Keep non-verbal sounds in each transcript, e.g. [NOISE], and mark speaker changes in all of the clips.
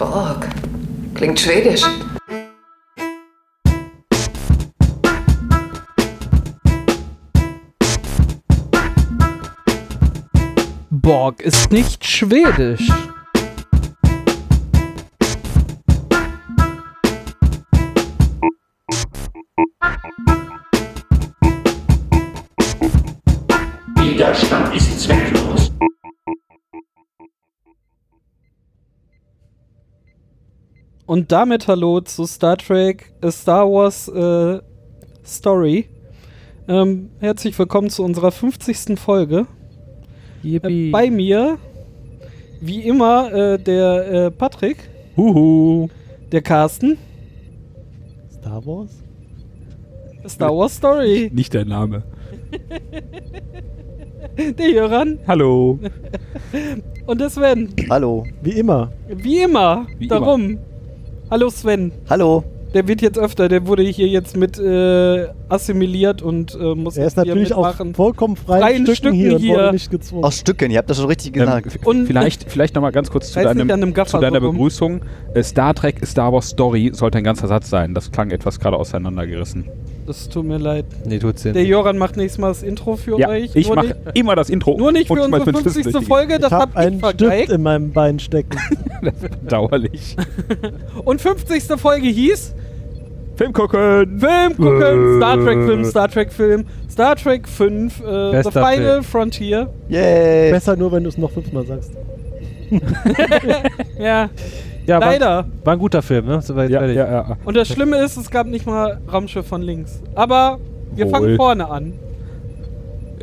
Speaker 1: Org. Klingt schwedisch.
Speaker 2: Borg ist nicht schwedisch.
Speaker 3: Widerstand ist zwecklos.
Speaker 2: Und damit hallo zu Star Trek, äh, Star Wars äh, Story. Ähm, herzlich willkommen zu unserer 50. Folge. Äh, bei mir, wie immer, äh, der äh, Patrick,
Speaker 4: Huhu.
Speaker 2: der Carsten,
Speaker 4: Star Wars?
Speaker 2: Star Wars
Speaker 4: [LAUGHS]
Speaker 2: Story,
Speaker 4: Nicht dein Name.
Speaker 2: der Jöran
Speaker 4: Hallo.
Speaker 2: und der Sven.
Speaker 5: Hallo. Wie immer.
Speaker 2: Wie immer,
Speaker 4: Wie
Speaker 2: darum. Hallo Sven.
Speaker 5: Hallo.
Speaker 2: Der wird jetzt öfter, der wurde hier jetzt mit äh, assimiliert und äh, muss
Speaker 6: Er ist
Speaker 2: hier
Speaker 6: natürlich auch
Speaker 2: mitmachen.
Speaker 6: vollkommen freien,
Speaker 2: Freien
Speaker 6: Stücken,
Speaker 2: Stücken
Speaker 6: hier,
Speaker 2: hier.
Speaker 6: und wurde nicht gezwungen.
Speaker 5: Aus Stücken, ihr habt das schon richtig
Speaker 4: Ähm,
Speaker 5: gesagt.
Speaker 4: v-
Speaker 2: Und-
Speaker 4: vielleicht vielleicht nochmal ganz kurz zu,
Speaker 2: Reiß nicht
Speaker 4: deinem,
Speaker 2: an einem Gaffer um.
Speaker 4: zu deiner
Speaker 2: drum rum.
Speaker 4: Begrüßung. Äh, Star Trek, Star Wars Story sollte ein ganzer Satz sein. Das klang etwas gerade auseinandergerissen.
Speaker 2: Das tut mir leid.
Speaker 7: Nee, tut's ja
Speaker 2: Der
Speaker 7: nicht.
Speaker 2: Joran macht nächstes Mal das Intro für
Speaker 4: Ja,
Speaker 2: euch.
Speaker 4: ich
Speaker 2: nur,
Speaker 4: mache
Speaker 2: nicht,
Speaker 4: immer das Intro.
Speaker 2: nur nicht
Speaker 4: und
Speaker 2: für
Speaker 4: schmeiß
Speaker 2: unsere
Speaker 4: mein Schiff
Speaker 2: 50.
Speaker 4: durch die
Speaker 2: Folge,
Speaker 6: ich
Speaker 2: das
Speaker 6: habe
Speaker 2: hab ich
Speaker 6: einen Stift
Speaker 2: vergeigt.
Speaker 6: in meinem Bein
Speaker 4: [LAUGHS]
Speaker 6: stecken.
Speaker 4: Gegend. Dauerlich.
Speaker 2: Und 50. Folge hieß
Speaker 4: Film gucken.
Speaker 2: Film gucken,
Speaker 4: Äh.
Speaker 2: Star Trek Film, Star Trek Film, Star Trek 5, äh, The
Speaker 7: Bester
Speaker 2: Final
Speaker 7: Film.
Speaker 2: Frontier.
Speaker 5: Yay.
Speaker 6: Äh. Besser nur, wenn du es noch fünfmal sagst.
Speaker 2: Ja,
Speaker 7: Ja, war,
Speaker 2: leider.
Speaker 7: war ein guter Film, ne? Soweit
Speaker 4: Ja, ja,
Speaker 7: fertig.
Speaker 4: ja.
Speaker 2: Und das Schlimme ist, es gab nicht mal Raumschiff von links. Aber wir
Speaker 4: Wohl.
Speaker 2: fangen vorne an.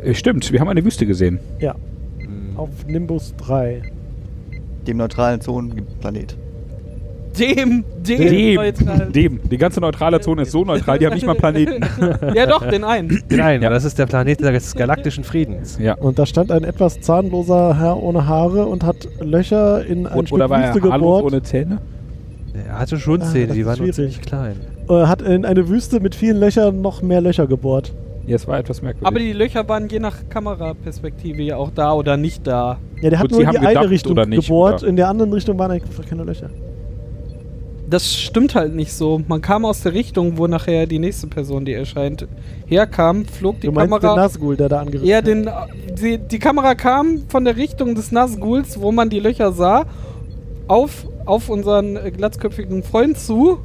Speaker 4: Äh, Stimmt, wir haben eine Wüste gesehen.
Speaker 6: Ja.
Speaker 4: Hm.
Speaker 6: Auf Nimbus 3.
Speaker 5: Dem neutralen Zonenplanet.
Speaker 2: Dem, dem,
Speaker 4: Dem,
Speaker 2: neutralen-
Speaker 4: dem. Die ganze neutrale Zone ist so neutral, die haben nicht mal einen Planeten.
Speaker 2: [LAUGHS] Ja doch, den einen.
Speaker 7: Nein,
Speaker 4: Ja.
Speaker 7: das ist der Planet des galaktischen Friedens.
Speaker 4: Ja.
Speaker 6: Und da stand ein etwas zahnloser Herr ohne Haare und hat Löcher in ein
Speaker 4: Und,
Speaker 6: Stück
Speaker 4: oder war er
Speaker 6: Wüste
Speaker 4: haarlos
Speaker 6: gebohrt.
Speaker 4: ohne Zähne?
Speaker 7: Er hatte schon
Speaker 6: Ah,
Speaker 7: Zähne,
Speaker 6: das
Speaker 7: die
Speaker 6: ist
Speaker 7: waren nur
Speaker 6: schwierig.
Speaker 7: ziemlich klein.
Speaker 6: Äh, hat in eine Wüste mit vielen Löchern noch mehr Löcher gebohrt.
Speaker 4: Ja, es war etwas merkwürdig.
Speaker 2: Aber die Löcher waren je nach Kameraperspektive ja auch da oder nicht da.
Speaker 6: Ja, der hat
Speaker 4: Gut,
Speaker 6: nur
Speaker 4: sie
Speaker 6: in
Speaker 4: haben
Speaker 6: die eine
Speaker 4: gedacht,
Speaker 6: Richtung
Speaker 4: oder nicht,
Speaker 6: gebohrt,
Speaker 4: oder?
Speaker 6: in der anderen Richtung waren einfach keine Löcher.
Speaker 2: Das stimmt halt nicht so. Man kam aus der Richtung, wo nachher die nächste Person, die erscheint, herkam, flog die
Speaker 6: du meinst den
Speaker 2: Kamera.
Speaker 6: Nazgul, der da angegriffen
Speaker 2: Ja, den, die, die Kamera kam von der Richtung des Nazguls, wo man die Löcher sah, auf, auf unseren äh, glatzköpfigen Freund zu.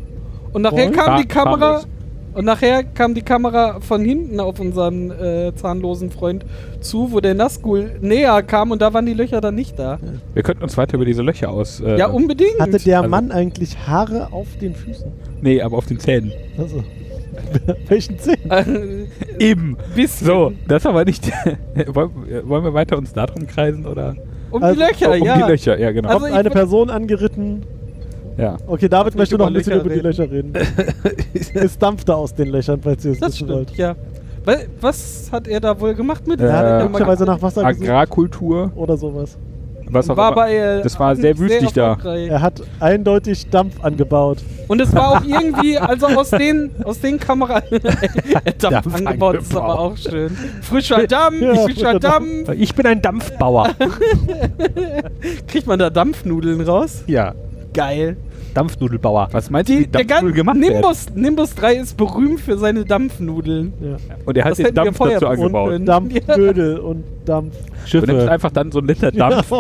Speaker 2: Und nachher
Speaker 6: Freund?
Speaker 2: kam die
Speaker 4: Fahr-
Speaker 2: Kamera.
Speaker 4: fahrlos.
Speaker 2: Und nachher kam die Kamera von hinten auf unseren äh, zahnlosen Freund zu, wo der Nazgul näher kam und da waren die Löcher dann nicht da.
Speaker 4: Wir könnten uns weiter über diese Löcher aus. Äh,
Speaker 2: Ja, um- unbedingt. [LAUGHS]
Speaker 6: Hatte der
Speaker 4: Also-
Speaker 6: Mann eigentlich Haare auf den Füßen?
Speaker 4: Nee, aber auf den Zähnen.
Speaker 6: Also, [LAUGHS] welchen Zehen?
Speaker 2: Äh,
Speaker 4: Eben.
Speaker 2: bis
Speaker 4: So, das aber nicht. [LAUGHS] wollen äh, wollen wir weiter uns darum kreisen oder?
Speaker 2: um die
Speaker 6: Also,
Speaker 2: Löcher,
Speaker 4: um
Speaker 2: ja.
Speaker 4: die Löcher, ja genau.
Speaker 2: Also- ich
Speaker 6: Eine
Speaker 2: würd-
Speaker 6: Person angeritten.
Speaker 4: ja.
Speaker 6: Okay, David
Speaker 2: Lass mich
Speaker 6: möchte noch ein
Speaker 2: über
Speaker 6: bisschen
Speaker 2: Löcher
Speaker 6: über die Löcher reden. es dampfte aus den Löchern, falls ihr es
Speaker 2: Das
Speaker 6: wissen
Speaker 2: stimmt,
Speaker 6: wollt.
Speaker 2: ja. Weil, was hat er da wohl gemacht mit?
Speaker 4: Äh,
Speaker 6: Er hat
Speaker 4: Äh,
Speaker 6: möglicherweise nach Wasser gesucht
Speaker 4: Agrarkultur,
Speaker 6: oder sowas.
Speaker 4: was auch
Speaker 2: war
Speaker 4: immer.
Speaker 2: bei, äh,
Speaker 4: das war sehr wüstig da.
Speaker 2: erfolgreich.
Speaker 6: Er hat eindeutig Dampf angebaut.
Speaker 2: Und es war auch irgendwie, also aus den, aus den Kamera. Dampf
Speaker 7: Dampf
Speaker 2: angebaut ist aber auch schön. Frischer Dampf,
Speaker 6: Ja,
Speaker 2: frischer
Speaker 6: frischer
Speaker 2: Dampf.
Speaker 7: Ich bin ein
Speaker 4: [LAUGHS]
Speaker 7: Dampfbauer.
Speaker 2: Kriegt man da Dampfnudeln raus?
Speaker 7: ja,
Speaker 2: Geil.
Speaker 7: Dampfnudelbauer.
Speaker 4: Was meinst du,
Speaker 2: Die,
Speaker 4: wie
Speaker 2: der
Speaker 4: Dampf
Speaker 2: ganze
Speaker 4: wohl gemacht werden?
Speaker 2: Nimbus, Nimbus 3 ist berühmt für seine Dampfnudeln.
Speaker 6: Ja.
Speaker 4: Und er hat
Speaker 2: das
Speaker 4: den
Speaker 2: hätten wir
Speaker 4: Dampf
Speaker 2: vorher
Speaker 4: dazu
Speaker 2: befunden.
Speaker 4: angebaut.
Speaker 2: Äh, Ja.
Speaker 6: Dampfdödel und Dampf.
Speaker 4: Du nimmst
Speaker 7: Schiffe.
Speaker 4: einfach dann so einen Liter Dampf.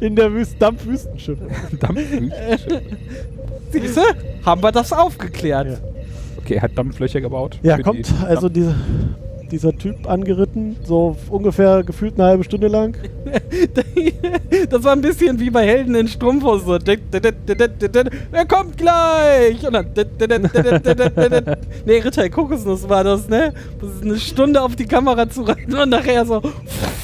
Speaker 6: In der Wüste, Dampfwüstenschiff.
Speaker 4: Dampf. [LAUGHS]
Speaker 2: Siehste? Haben wir das aufgeklärt.
Speaker 6: Ja.
Speaker 4: Okay, er hat Dampflöcher gebaut.
Speaker 6: Ja,
Speaker 4: Für die
Speaker 6: kommt,
Speaker 4: Dampf-
Speaker 6: also diese, dieser Typ angeritten, so ungefähr gefühlt eine halbe Stunde lang.
Speaker 2: Das war ein bisschen wie bei Helden in Strumpfhosen. So. dit, dit, dit, dit, dit, dit, dit, Er kommt gleich! Und dann. dit, dit, dit, dit, dit, dit, dit, dit. Nee, Ritter der Kokosnuss war das, ne? Das ist eine Stunde auf die Kamera zu reiten und nachher so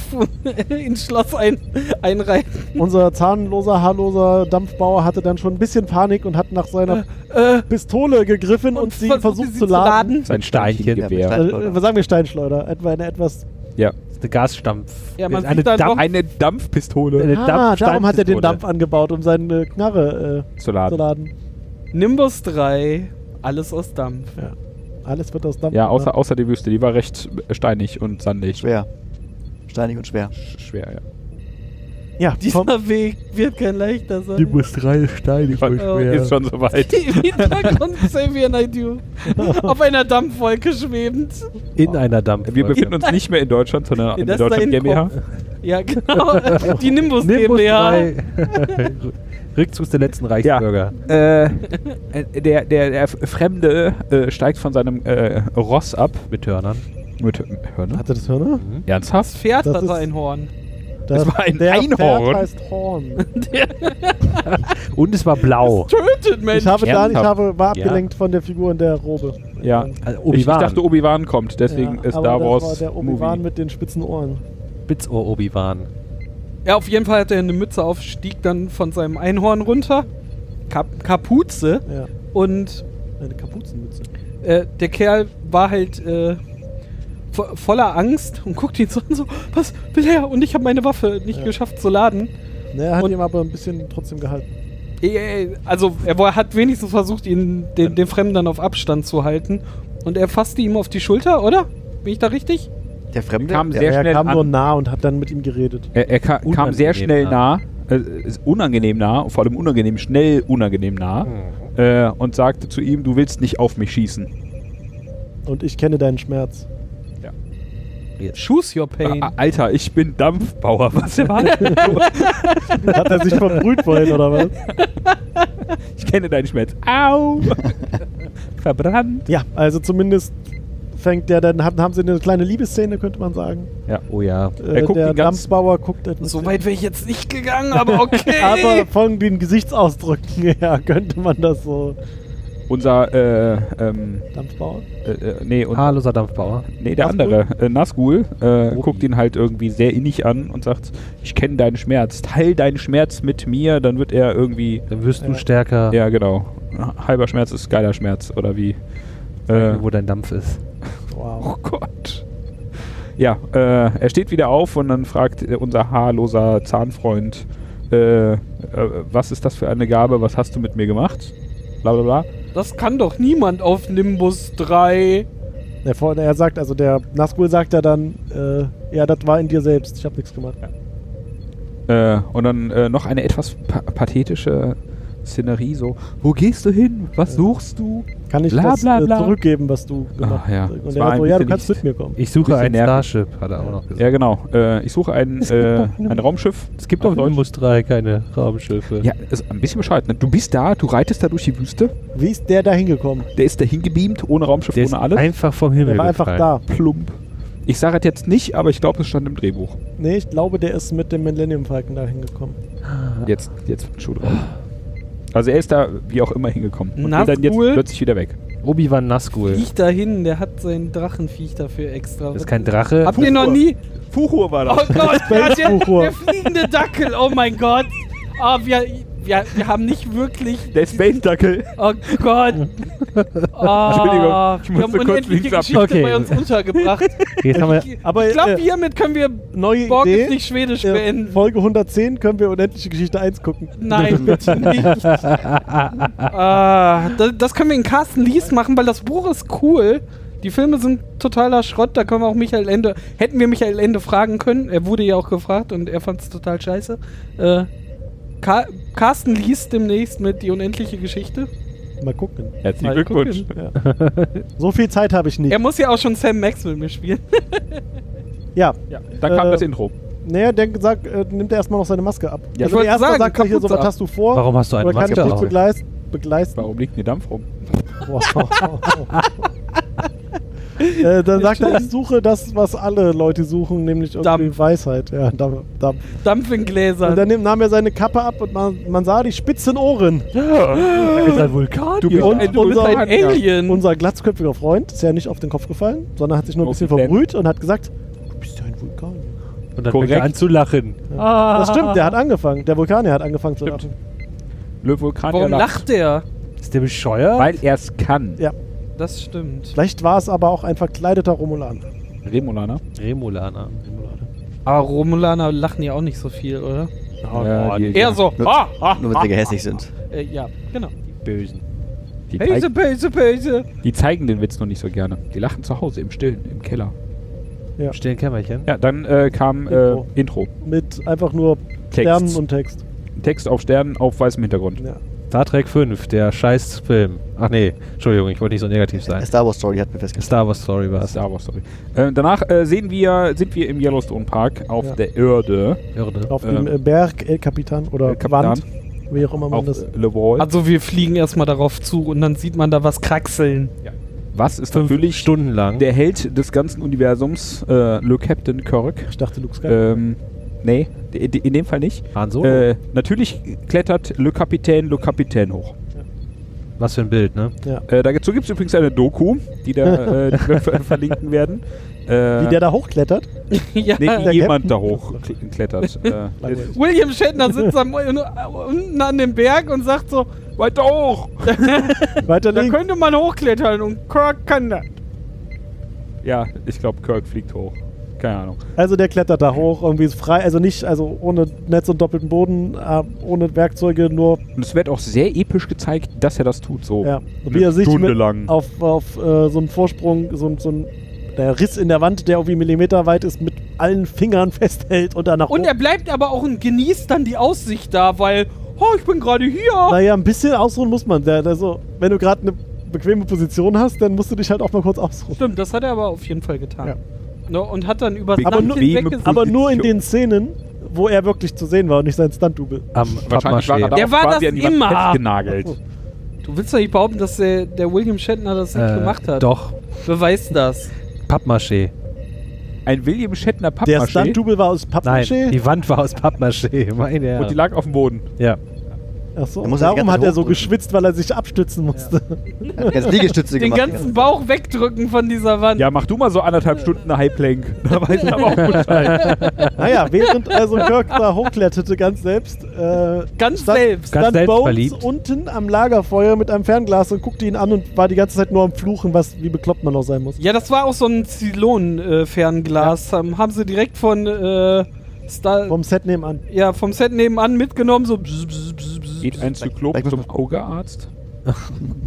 Speaker 2: [LAUGHS] ins Schloss ein, einreiten.
Speaker 6: Unser zahnloser, haarloser Dampfbauer hatte dann schon ein bisschen Panik und hat nach seiner
Speaker 2: Äh,
Speaker 6: Pistole gegriffen und, sie versucht zu laden.
Speaker 4: Sein
Speaker 7: Steinchen.
Speaker 4: Steinchengewehr.
Speaker 5: Ja, mit
Speaker 6: Äh, was sagen wir Steinschleuder? Etwa eine etwas.
Speaker 4: Ja.
Speaker 7: Eine Gasstampf.
Speaker 2: Ja, man
Speaker 7: eine
Speaker 2: sieht dann doch-
Speaker 7: Dampf
Speaker 4: Eine Dampfpistole
Speaker 7: Eine
Speaker 6: Ah, darum hat er den
Speaker 7: Dampfsteinpistole.
Speaker 6: Dampf angebaut, um seine Knarre
Speaker 4: zu
Speaker 6: äh, zu
Speaker 4: laden.
Speaker 6: laden.
Speaker 2: Nimbus 3, alles aus Dampf.
Speaker 6: Alles wird aus Dampf.
Speaker 4: Ja, außer,
Speaker 6: gemacht.
Speaker 4: außer die Wüste, die war recht steinig und sandig.
Speaker 5: Schwer. Steinig und schwer.
Speaker 4: Schwer, ja.
Speaker 6: Ja,
Speaker 2: Dieser
Speaker 6: Tom,
Speaker 2: Weg wird kein leichter sein. [LAUGHS]
Speaker 7: musst drei Steine
Speaker 2: schwer.
Speaker 4: Ist
Speaker 2: [LAUGHS]
Speaker 4: schon soweit.
Speaker 2: Im Hintergrund Xavier Naidoo. Auf einer Dampfwolke schwebend.
Speaker 7: In einer Dampf.
Speaker 4: Wir befinden uns nicht mehr in Deutschland, sondern in
Speaker 2: das
Speaker 4: der
Speaker 2: ist
Speaker 4: Deutschland
Speaker 2: dein
Speaker 4: GmbH.
Speaker 2: Ja, genau.
Speaker 6: [LAUGHS]
Speaker 2: Die Nimbus,
Speaker 7: Nimbus
Speaker 2: GmbH.
Speaker 7: [LAUGHS] 3. Rückzug der letzten Reichsbürger.
Speaker 4: Äh, äh, der, der, der Fremde äh, steigt von seinem äh, Ross ab.
Speaker 7: Mit Hörnern.
Speaker 4: Mit Hörner?
Speaker 6: hatte das ne? Hörner?
Speaker 4: Ernsthaft?
Speaker 2: Das Pferd
Speaker 6: Das
Speaker 2: hat
Speaker 6: ist-
Speaker 2: ein Horn.
Speaker 6: Das
Speaker 4: war ein
Speaker 6: der
Speaker 4: Einhorn.
Speaker 6: Pferd heißt Horn.
Speaker 7: Und es war blau.
Speaker 2: Tötet, Mensch.
Speaker 6: Ich habe, da, ich
Speaker 4: Ernsthaft?
Speaker 6: habe war
Speaker 7: Ja.
Speaker 6: abgelenkt von der Figur in der Robe.
Speaker 4: Ja.
Speaker 7: Also
Speaker 4: Ich, ich
Speaker 7: Obi-Wan.
Speaker 4: dachte, Obi-Wan kommt, deswegen
Speaker 6: Ja,
Speaker 4: ist
Speaker 6: aber
Speaker 4: Star
Speaker 6: das war
Speaker 4: Wars
Speaker 6: der
Speaker 4: Movie.
Speaker 6: Obi-Wan mit den spitzen Ohren.
Speaker 7: Spitzohr Obi-Wan.
Speaker 2: Ja, auf jeden Fall hat er eine Mütze auf, stieg dann von seinem Einhorn runter. Kap Kapuze.
Speaker 6: Ja,
Speaker 2: Und
Speaker 6: eine Kapuzenmütze.
Speaker 2: äh, der Kerl war halt äh, vo voller Angst und guckt ihn so an, so, was will er? Und ich habe meine Waffe nicht
Speaker 6: Ja.
Speaker 2: geschafft zu laden.
Speaker 6: Ne, er hat
Speaker 2: Und-
Speaker 6: ihm aber ein bisschen trotzdem gehalten.
Speaker 2: Ey, ey, Also, er war- hat wenigstens versucht, ihn, den, den Fremden dann auf Abstand zu halten. Und er fasste ihm auf die Schulter, oder? Bin ich da richtig?
Speaker 5: Der Fremde?
Speaker 4: Kam
Speaker 6: Ja,
Speaker 4: sehr
Speaker 6: er
Speaker 4: schnell
Speaker 6: kam
Speaker 4: an.
Speaker 6: nur nah und hat dann mit ihm geredet.
Speaker 4: Er, er ka kam
Speaker 7: Unangenehm
Speaker 4: sehr schnell
Speaker 7: nah.
Speaker 4: nah, äh, ist unangenehm nah, vor allem unangenehm, schnell unangenehm nah äh, und sagte zu ihm, du willst nicht auf mich schießen.
Speaker 6: Und ich kenne deinen
Speaker 4: [LAUGHS]
Speaker 6: Schmerz.
Speaker 2: Choose your pain.
Speaker 4: A- Alter, ich bin Dampfbauer, [LAUGHS] was erwartet?
Speaker 6: Hat er sich verbrüht vorhin, oder was?
Speaker 4: ich kenne deinen Schmerz. Au! Verbrannt.
Speaker 6: Ja, also zumindest fängt der dann, haben, haben sie eine kleine Liebesszene, könnte man sagen.
Speaker 7: Oh ja.
Speaker 6: Äh,
Speaker 4: guckt
Speaker 6: der
Speaker 4: ihn ganz-
Speaker 6: Dampfbauer guckt etwas.
Speaker 2: so weit wäre ich jetzt nicht gegangen, aber okay.
Speaker 6: [LAUGHS] aber von den Gesichtsausdrücken [LAUGHS] her könnte man das so.
Speaker 4: Unser, äh, ähm,
Speaker 6: Dampfbauer?
Speaker 4: äh, äh, nee, und,
Speaker 7: Haarloser Dampfbauer.
Speaker 4: nee, der
Speaker 6: Nazgul?
Speaker 4: andere, äh, Nazgul, äh,
Speaker 7: Obi.
Speaker 4: guckt ihn halt irgendwie sehr innig an und sagt, ich kenne deinen Schmerz, teil deinen Schmerz mit mir, dann wird er irgendwie,
Speaker 7: Dann wirst du
Speaker 6: Ja.
Speaker 7: stärker,
Speaker 4: ja genau, halber Schmerz ist geiler Schmerz oder wie. Äh,
Speaker 7: wo dein Dampf ist.
Speaker 6: Wow.
Speaker 4: [LAUGHS] Oh Gott. Ja, äh, er steht wieder auf und dann fragt äh, unser haarloser Zahnfreund, äh, äh, was ist das für eine Gabe, was hast du mit mir gemacht? Bla bla bla.
Speaker 2: das kann doch niemand auf Nimbus 3.
Speaker 6: Er, vor- er sagt, also der Nazgul sagt ja dann, äh, ja, das war in dir selbst, ich habe nichts gemacht.
Speaker 4: Äh, und dann äh, noch eine etwas pa pathetische Szenerie, so, wo gehst du hin? Was suchst du?
Speaker 6: Kann ich
Speaker 4: Bla,
Speaker 6: das
Speaker 4: bla,
Speaker 6: äh,
Speaker 4: bla.
Speaker 6: zurückgeben, was du gemacht
Speaker 4: Ah, ja.
Speaker 6: hast?
Speaker 4: Das
Speaker 6: Und
Speaker 4: war
Speaker 6: er
Speaker 4: ein
Speaker 6: hat so, ja, du
Speaker 4: bisschen
Speaker 6: kannst
Speaker 4: nicht-
Speaker 6: mit mir
Speaker 4: [LAUGHS]
Speaker 6: kommen.
Speaker 7: Ich suche
Speaker 4: Bisschen
Speaker 7: ein
Speaker 4: nervig.
Speaker 7: Starship, hat er auch noch gesagt.
Speaker 4: Ja, genau. Äh, ich suche ein, äh, ein Raumschiff.
Speaker 7: Es gibt
Speaker 4: Auf
Speaker 7: auf
Speaker 4: Deutsch.
Speaker 7: Nimbus 3 keine Raumschiffe.
Speaker 4: Ja, ist ein bisschen bescheid. Ne? Du bist da, du reitest da durch die Wüste.
Speaker 6: Wie ist der da hingekommen?
Speaker 4: Der ist da hingebeamt, ohne Raumschiff,
Speaker 7: Der ist
Speaker 4: ohne alles.
Speaker 7: einfach vom Himmel
Speaker 6: Der war einfach
Speaker 7: gefallen.
Speaker 6: da.
Speaker 4: Plump. Ich sage es jetzt nicht, aber ich glaube, es stand im Drehbuch.
Speaker 6: Nee, ich glaube, der ist mit dem Millennium Falcon da hingekommen.
Speaker 4: Jetzt, jetzt wird ein Schuh drauf. Also er ist da wie auch immer hingekommen und will dann jetzt
Speaker 2: Nazgul?
Speaker 4: plötzlich wieder weg.
Speaker 7: Obi-Wan Nazgul.
Speaker 2: Viech dahin, der hat sein Drachenviech dafür extra.
Speaker 7: Das ist kein Drache.
Speaker 2: Habt ihr noch nie?
Speaker 4: Fuchur war
Speaker 2: Oh Gott, der, der,
Speaker 6: Space-Buchur.
Speaker 2: der fliegende Dackel, oh mein Gott. Ah, wir, wir, wir haben nicht wirklich
Speaker 4: Der Space Dackel.
Speaker 2: Oh Gott.
Speaker 4: [LAUGHS]
Speaker 2: Ah,
Speaker 4: Entschuldigung, ich
Speaker 2: wir haben
Speaker 4: musste kurz
Speaker 2: unendliche
Speaker 4: links ab-
Speaker 2: Geschichte
Speaker 7: Okay.
Speaker 2: bei uns untergebracht.
Speaker 4: [LAUGHS]
Speaker 7: Jetzt haben wir
Speaker 6: Aber
Speaker 2: ich glaube,
Speaker 6: äh,
Speaker 2: hiermit können wir
Speaker 6: neue
Speaker 2: Borg
Speaker 6: Idee.
Speaker 2: ist nicht Schwedisch
Speaker 6: äh,
Speaker 2: beenden.
Speaker 6: Folge 110 können wir Unendliche Geschichte 1 gucken. [LAUGHS]
Speaker 2: Nein, bitte nicht. [LAUGHS] ah, das, das können wir in Carsten Lies machen, weil das Buch ist cool. Die Filme sind totaler Schrott, da können wir auch Michael Ende. Hätten wir Michael Ende fragen können, er wurde ja auch gefragt und er fand es total scheiße. Äh, Car Carsten liest demnächst mit Die unendliche Geschichte.
Speaker 6: Mal gucken.
Speaker 4: Herzlichen
Speaker 2: Mal
Speaker 4: Glückwunsch.
Speaker 2: gucken.
Speaker 6: So viel Zeit habe ich nicht.
Speaker 2: Er muss ja auch schon Sam Max mit mir spielen. [LAUGHS]
Speaker 6: ja.
Speaker 4: Ja, dann kam
Speaker 6: Äh,
Speaker 4: das Intro.
Speaker 6: Naja, dann sagt, äh, nimmt er erstmal noch seine Maske ab.
Speaker 4: Ja,
Speaker 2: ich wollte
Speaker 6: erstmal
Speaker 2: sagen,
Speaker 6: sagt er hier so,
Speaker 2: Kapuze
Speaker 6: was
Speaker 2: ab.
Speaker 6: hast du vor?
Speaker 7: Warum hast du eine
Speaker 6: Oder kann ich
Speaker 7: Maske
Speaker 6: dich
Speaker 7: auf?
Speaker 6: begleis begleisten?
Speaker 4: Warum liegt denn der Dampf rum?
Speaker 6: [LAUGHS] äh, dann sagt er, ich suche das, was alle Leute suchen, nämlich irgendwie
Speaker 2: Dampf.
Speaker 6: Weisheit. Ja, Dampf, Dampf.
Speaker 2: Dampf in Gläsern.
Speaker 6: Und dann nimmt- nahm er seine Kappe ab und man, man sah die spitzen Ohren.
Speaker 7: Er ist ein Vulkan.
Speaker 4: Du bist
Speaker 6: und-
Speaker 4: ein,
Speaker 2: du bist
Speaker 6: unser-
Speaker 2: ein Alien.
Speaker 6: Unser glatzköpfiger Freund ist ja nicht auf den Kopf gefallen, sondern hat sich nur ein
Speaker 4: Auf
Speaker 6: bisschen
Speaker 4: die Pläne.
Speaker 6: verbrüht und hat gesagt, du bist ja ein Vulkan.
Speaker 7: Und dann fängt er
Speaker 4: Korrekt.
Speaker 7: an zu lachen.
Speaker 2: Ah.
Speaker 6: Das stimmt, der hat angefangen. Der Vulkanier hat angefangen zu
Speaker 4: Stimmt.
Speaker 6: lachen.
Speaker 4: Löwvulkan.
Speaker 2: Warum lacht der?
Speaker 7: Ist der bescheuert?
Speaker 4: Weil er es kann.
Speaker 6: Ja.
Speaker 2: Das stimmt.
Speaker 6: Vielleicht war es aber auch ein verkleideter Romulaner.
Speaker 4: Remulaner.
Speaker 7: Remulaner.
Speaker 2: Aber Ah, Romulaner lachen ja auch nicht so viel, oder?
Speaker 4: Ja, die-
Speaker 2: Eher so.
Speaker 5: Nur-
Speaker 2: Ah, ah,
Speaker 5: Nur weil sie gehässig sind.
Speaker 2: äh, ja, genau.
Speaker 7: Bösen.
Speaker 4: Die,
Speaker 2: Böse,
Speaker 4: zeig,
Speaker 2: böse, böse.
Speaker 4: die zeigen den Witz noch nicht so gerne. Die lachen zu Hause, im Stillen, im Keller.
Speaker 7: Stillen Kämmerchen.
Speaker 4: Ja, dann äh, kam äh,
Speaker 6: Intro.
Speaker 4: Intro.
Speaker 6: Mit einfach nur Sternen und Text.
Speaker 4: Text auf Sternen auf weißem Hintergrund.
Speaker 6: Ja.
Speaker 7: Star Trek 5, der Scheißfilm. Ach nee, Entschuldigung, ich wollte nicht so negativ sein.
Speaker 5: Star Wars Story hat mir festgestellt.
Speaker 7: Star Wars Story war es.
Speaker 4: Star Wars, sorry. Äh, danach äh, sehen wir, sind wir im Yellowstone Park auf
Speaker 6: Ja.
Speaker 4: der Erde.
Speaker 7: Irre. ne?
Speaker 6: Auf dem
Speaker 4: Ähm,
Speaker 6: äh, Berg, El Capitan oder
Speaker 4: El Capitan.
Speaker 6: Wand, wie auch immer man
Speaker 4: Auf
Speaker 6: das.
Speaker 4: äh, Le Wall.
Speaker 2: Also wir fliegen erstmal darauf zu und dann sieht man da was kraxeln. [LAUGHS]
Speaker 4: Was ist
Speaker 7: Fünf
Speaker 4: natürlich
Speaker 7: Stunden lang.
Speaker 4: der Held des ganzen Universums, äh, Le Captain Kirk.
Speaker 6: Ich dachte, Luke Skywalker.
Speaker 4: Ähm, nee, d- d- in dem Fall nicht.
Speaker 7: Han
Speaker 6: Oh.
Speaker 7: Solo?
Speaker 4: Äh, natürlich klettert Le Capitaine Le Capitaine hoch.
Speaker 7: Was für ein Bild, ne?
Speaker 6: ja.
Speaker 4: Äh, dazu gibt es übrigens eine Doku, die,
Speaker 6: [LAUGHS]
Speaker 4: da, äh, die wir ver verlinken werden. Äh,
Speaker 6: Wie der da
Speaker 4: [LAUGHS]
Speaker 6: hochklettert.
Speaker 2: ja.
Speaker 4: nee,
Speaker 6: [LAUGHS]
Speaker 4: wie
Speaker 6: der
Speaker 4: jemand da
Speaker 6: Captain-
Speaker 4: hoch
Speaker 6: [LAUGHS]
Speaker 4: kle- klettert. äh,
Speaker 6: Langweilig.
Speaker 2: William Shatner sitzt am, unten an dem Berg und sagt so,
Speaker 4: weiter hoch!
Speaker 6: Weiter
Speaker 2: da
Speaker 6: links.
Speaker 2: könnte man hochklettern und Kirk kann das.
Speaker 4: Ja, ich glaube, Kirk fliegt hoch. Keine Ahnung.
Speaker 6: Also der klettert da hoch, irgendwie ist frei, also nicht, also ohne Netz und doppelten Boden, äh, ohne Werkzeuge, nur
Speaker 4: Und es wird auch sehr episch gezeigt, dass er das tut. So.
Speaker 6: ja,
Speaker 4: Eine
Speaker 6: wie er sich
Speaker 4: Stunde
Speaker 6: mit
Speaker 4: lang.
Speaker 6: auf, auf äh, so einen Vorsprung, so, so einen der Riss in der Wand, der irgendwie Millimeter weit ist, mit allen Fingern [LAUGHS] festhält und danach
Speaker 2: Und er bleibt aber auch und genießt dann die Aussicht da, weil, oh, ich bin gerade hier.
Speaker 6: Naja, ein bisschen ausruhen muss man. Der, also, wenn du gerade eine bequeme Position hast, dann musst du dich halt auch mal
Speaker 2: [LAUGHS]
Speaker 6: kurz ausruhen.
Speaker 2: Stimmt, das hat er aber auf jeden Fall getan.
Speaker 6: Ja.
Speaker 2: Ne, und hat dann über
Speaker 4: Aber
Speaker 2: Nacht
Speaker 4: nur-
Speaker 2: hinweg
Speaker 4: Bequeme
Speaker 2: gesagt-
Speaker 6: Aber nur in
Speaker 4: Position.
Speaker 6: den Szenen, wo er wirklich zu sehen war und nicht sein Stunt-Double.
Speaker 7: Am
Speaker 4: Wahrscheinlich war er
Speaker 7: Pappmaché.
Speaker 4: da
Speaker 2: Der
Speaker 4: auch
Speaker 2: war
Speaker 4: quasi
Speaker 2: das
Speaker 4: an jemand
Speaker 2: immer.
Speaker 4: festgenagelt.
Speaker 2: Du willst doch nicht behaupten, dass der, der William Shatner das nicht
Speaker 7: Äh,
Speaker 2: gemacht hat.
Speaker 7: Doch,
Speaker 2: Beweist das.
Speaker 7: Pappmaché.
Speaker 4: Ein William Shatner
Speaker 6: Der
Speaker 4: Pappmaché
Speaker 6: Stunt-Double war aus
Speaker 7: Nein,
Speaker 6: Pappmaché.
Speaker 7: die Wand war aus Pappmaché. [LAUGHS] Meine Herren.
Speaker 4: und die lag auf dem Boden.
Speaker 7: ja.
Speaker 6: Achso,
Speaker 5: Er muss das die
Speaker 6: darum
Speaker 5: ganze
Speaker 6: hat er so
Speaker 5: hochdrücken.
Speaker 6: geschwitzt, weil er sich abstützen musste.
Speaker 5: Er hat ganz Liegestütze
Speaker 2: Den
Speaker 5: gemacht.
Speaker 2: ganzen Bauch wegdrücken von dieser Wand.
Speaker 4: Ja, mach du mal so anderthalb Stunden High Plank. [LAUGHS] Da weiß ich aber auch Bescheid.
Speaker 6: [LAUGHS] Naja, während also Kirk da hochkletterte, ganz selbst, äh,
Speaker 2: Ganz
Speaker 6: stand-
Speaker 2: selbst.
Speaker 7: Ganz
Speaker 6: stand
Speaker 7: selbst
Speaker 6: Bones
Speaker 7: verliebt.
Speaker 6: unten am Lagerfeuer mit einem Fernglas und guckte ihn an und war die ganze Zeit nur am Fluchen, was wie bekloppt man auch sein muss.
Speaker 2: Ja, das war auch so ein Zylon-Fernglas. Haben, haben sie direkt von äh, Star
Speaker 6: Vom Set nebenan.
Speaker 2: ja, vom Set nebenan mitgenommen. So bzz, bzz, bzz, bzz.
Speaker 4: Geht ein Zyklop
Speaker 5: Vielleicht muss
Speaker 4: zum Augearzt?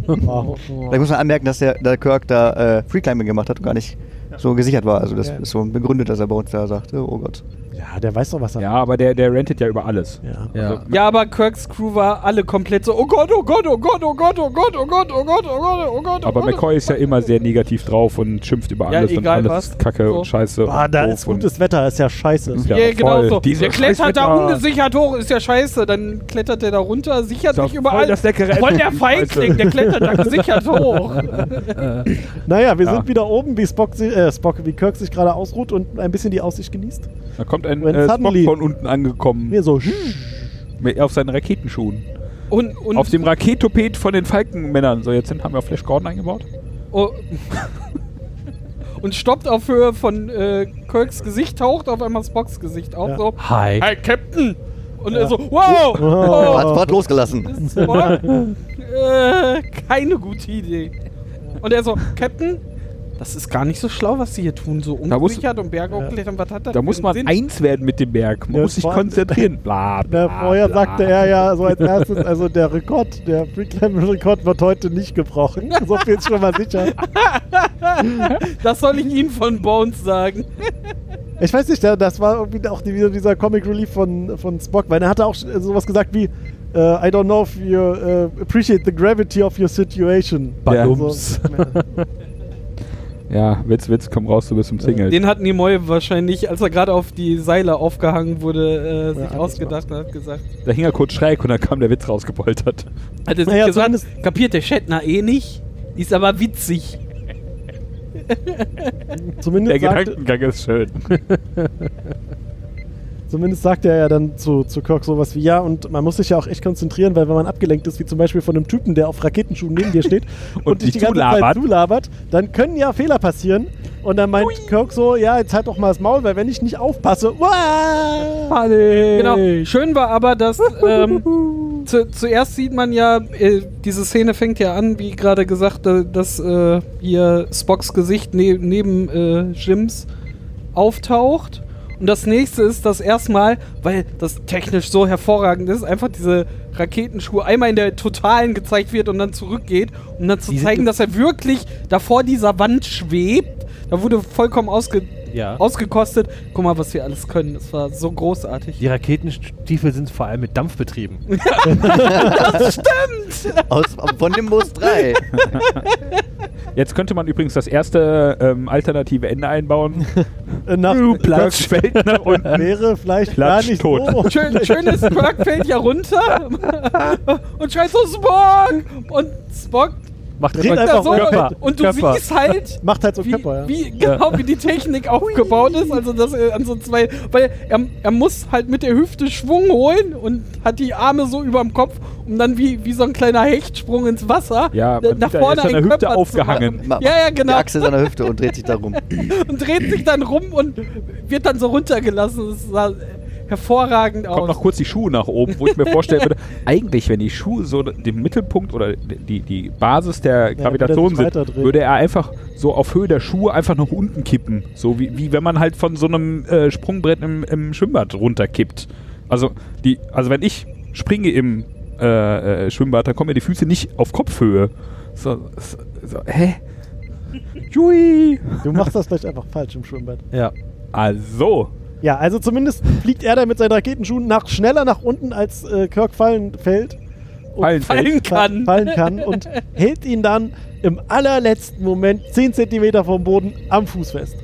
Speaker 6: Wow.
Speaker 5: Vielleicht muss man anmerken, dass der, der Kirk da äh, Freeclimbing gemacht hat und gar nicht so gesichert war. Also das
Speaker 6: Ja.
Speaker 5: ist so begründet, dass er bei uns da sagte, oh Gott.
Speaker 6: [LAUGHS] Ja, der weiß doch, was er
Speaker 4: Ja, aber der, der rentet ja über alles.
Speaker 6: Ja.
Speaker 4: Also-
Speaker 7: ja.
Speaker 2: ja, aber Kirks Crew war alle komplett so, oh Gott, oh Gott, oh Gott, oh Gott, oh Gott, oh Gott, oh Gott, oh Gott, oh Gott. Oh
Speaker 4: Aber
Speaker 2: Gott,
Speaker 4: McCoy ist ja immer sehr negativ drauf und schimpft über
Speaker 2: Ja,
Speaker 4: alles und
Speaker 2: egal
Speaker 4: alles
Speaker 2: was.
Speaker 4: ist Kacke
Speaker 2: So.
Speaker 4: und Scheiße.
Speaker 6: Boah, Ah, da
Speaker 4: und
Speaker 6: ist
Speaker 4: doof und-
Speaker 6: gutes Wetter, ist ja scheiße.
Speaker 4: Ja,
Speaker 2: Ja, genau
Speaker 4: voll.
Speaker 2: so.
Speaker 4: Diese
Speaker 2: Der klettert da
Speaker 4: Scheißwetter.
Speaker 2: ungesichert hoch, ist ja scheiße. Dann klettert der da runter, sichert
Speaker 4: Ist ja
Speaker 2: sich überall.
Speaker 4: voll das leckere
Speaker 2: voll der
Speaker 4: Essen,
Speaker 2: Feigling,
Speaker 4: Scheiße.
Speaker 2: der klettert da gesichert
Speaker 4: [LAUGHS]
Speaker 2: hoch.
Speaker 6: Naja, wir
Speaker 4: Ja.
Speaker 6: sind wieder oben, wie Spock, si- äh, Spock, wie Kirk sich gerade ausruht und ein bisschen die Aussicht genießt.
Speaker 4: Da kommt ein
Speaker 6: When
Speaker 4: äh, Spock
Speaker 6: suddenly-
Speaker 4: von unten angekommen.
Speaker 6: Mir so, hm.
Speaker 4: Mit- Auf seinen Raketenschuhen.
Speaker 2: Und, und
Speaker 4: Auf dem Raketoped von den Falkenmännern. So, jetzt sind, haben wir Flash Gordon eingebaut.
Speaker 2: oh, und stoppt auf Höhe von äh, Kirks Gesicht, taucht auf einmal Spocks Gesicht auf.
Speaker 6: Ja.
Speaker 2: So,
Speaker 7: Hi.
Speaker 2: hi, Captain! Und er
Speaker 6: Ja.
Speaker 2: so, wow!
Speaker 6: [LAUGHS] [LAUGHS] Oh.
Speaker 5: Hat
Speaker 2: wow
Speaker 5: sofort losgelassen.
Speaker 2: das war, äh, keine gute Idee. Und er so, Captain? Das ist gar nicht so schlau, was sie hier tun. So
Speaker 4: Da muss-
Speaker 2: ungesichert und Berge hochklettern. Was hat das
Speaker 4: Da muss
Speaker 2: für
Speaker 4: man
Speaker 2: einen Sinn?
Speaker 4: eins werden mit dem Berg. Man
Speaker 6: Ja,
Speaker 4: muss sich
Speaker 6: vor allem-
Speaker 4: konzentrieren. Bla, bla,
Speaker 6: na, vorher
Speaker 4: bla.
Speaker 6: sagte er ja so als erstes, also der Rekord, der Freeclimb-Rekord wird heute nicht gebrochen. [LAUGHS] So viel ist schon mal sicher.
Speaker 2: Das soll ich Ihnen von Bones sagen.
Speaker 6: Ich weiß nicht, da- das war irgendwie auch die, wieder dieser Comic Relief von, von Spock, weil er hatte auch sch- sowas gesagt wie äh, I don't know if you äh, appreciate the gravity of your situation.
Speaker 7: Badums.
Speaker 6: Also,
Speaker 4: Ja, Witz, Witz, komm raus, du bist umzingelt.
Speaker 2: Den hat Nimoy wahrscheinlich, als er gerade auf die Seile aufgehangen wurde, äh,
Speaker 6: Ja,
Speaker 2: sich
Speaker 6: alles
Speaker 2: ausgedacht und hat gesagt.
Speaker 4: da hing er kurz schräg und dann kam der Witz
Speaker 2: Hat
Speaker 4: rausgepoltert.
Speaker 2: er sich
Speaker 6: Naja,
Speaker 2: gesagt,
Speaker 6: zumindest-
Speaker 2: kapiert der Shatner eh nicht, ist aber witzig.
Speaker 6: [LAUGHS] zumindest
Speaker 4: Der
Speaker 6: sagte-
Speaker 4: Gedankengang ist schön.
Speaker 6: Zumindest sagt er ja dann zu, zu Kirk sowas wie, ja, und man muss sich ja auch echt konzentrieren, weil wenn man abgelenkt ist, wie zum Beispiel von einem Typen, der auf Raketenschuhen neben dir steht und,
Speaker 4: [LAUGHS] Und
Speaker 6: dich die
Speaker 4: dich
Speaker 6: ganze Zeit
Speaker 4: zulabert.
Speaker 6: zulabert, dann können ja Fehler passieren. Und dann meint Kirk so, ja, jetzt halt doch mal das Maul, weil wenn ich nicht aufpasse, [LAUGHS] Äh, uah,
Speaker 4: Panik.
Speaker 2: Genau. Schön war aber, dass ähm,
Speaker 7: [LAUGHS]
Speaker 2: zu, zuerst sieht man ja, äh, diese Szene fängt ja an, wie gerade gesagt, äh, dass äh, hier Spocks Gesicht ne neben äh, Jims auftaucht. Und das nächste ist, dass erstmal, weil das technisch so hervorragend ist, einfach diese Raketenschuhe einmal in der Totalen gezeigt wird und dann zurückgeht, um dann zu
Speaker 7: Die sind
Speaker 2: zeigen,
Speaker 7: ge-
Speaker 2: dass er wirklich da vor dieser Wand schwebt. Da wurde vollkommen ausge
Speaker 7: Ja.
Speaker 2: ausgekostet. Guck mal, was wir alles können. Das war so großartig.
Speaker 7: Die Raketenstiefel sind vor allem mit Dampf betrieben.
Speaker 5: Aus, von Nimbus 3.
Speaker 4: Jetzt könnte man übrigens das erste ähm, alternative Ende einbauen.
Speaker 6: Äh, Nach
Speaker 4: Platz fällt nach [LAUGHS] unten.
Speaker 6: wäre vielleicht gar
Speaker 4: Platsch
Speaker 6: nicht
Speaker 4: tot.
Speaker 6: so.
Speaker 2: Schön, schönes Spock fällt ja
Speaker 6: [LAUGHS]
Speaker 2: runter und schreit so Spock und Spock
Speaker 7: Macht
Speaker 6: Dreht
Speaker 7: immer
Speaker 2: da
Speaker 6: einfach um
Speaker 2: so
Speaker 6: Körper,
Speaker 2: und, und du
Speaker 7: Körper.
Speaker 2: siehst halt
Speaker 6: [LAUGHS] Macht halt so
Speaker 2: wie,
Speaker 6: Körper, ja.
Speaker 2: wie genau wie die Technik aufgebaut ist, also dass er an so zwei, weil er, er muss halt mit der Hüfte Schwung holen und hat die Arme so überm Kopf, um dann wie, wie so ein kleiner Hechtsprung ins Wasser
Speaker 4: Ja,
Speaker 2: da-
Speaker 4: man sieht, er ist an der
Speaker 2: einen
Speaker 4: Hüfte
Speaker 2: Körper zu
Speaker 4: aufgehangen.
Speaker 2: machen. Ja, ja, genau.
Speaker 5: Die Achse ist an der Hüfte und dreht sich da rum.
Speaker 2: Und dreht sich dann rum und wird dann so runtergelassen. Das sah äh, hervorragend
Speaker 4: Kommt
Speaker 2: aus.
Speaker 4: noch kurz die Schuhe nach oben, wo ich mir vorstellen würde, eigentlich, wenn die Schuhe so den Mittelpunkt oder die, die Basis der Gravitation
Speaker 6: würde er sich
Speaker 4: sind,
Speaker 6: weiterdrehen.
Speaker 4: würde er einfach so auf Höhe der Schuhe einfach nach unten kippen. So wie, wie wenn man halt von so einem äh, Sprungbrett im, im Schwimmbad runterkippt. Also, die, also wenn ich springe im äh, äh, Schwimmbad, dann kommen mir die Füße nicht auf Kopfhöhe. So, so, so hä? Jui!
Speaker 6: Du machst das vielleicht einfach falsch im Schwimmbad.
Speaker 7: Ja.
Speaker 4: Also,
Speaker 6: Ja, also zumindest fliegt er da mit seinen Raketenschuhen nach, schneller nach unten, als äh, Kirk fallen fällt. Und
Speaker 4: Fallen
Speaker 2: fallen kann.
Speaker 6: Fallen kann und hält ihn dann im allerletzten Moment 10 Zentimeter vom Boden am Fuß fest.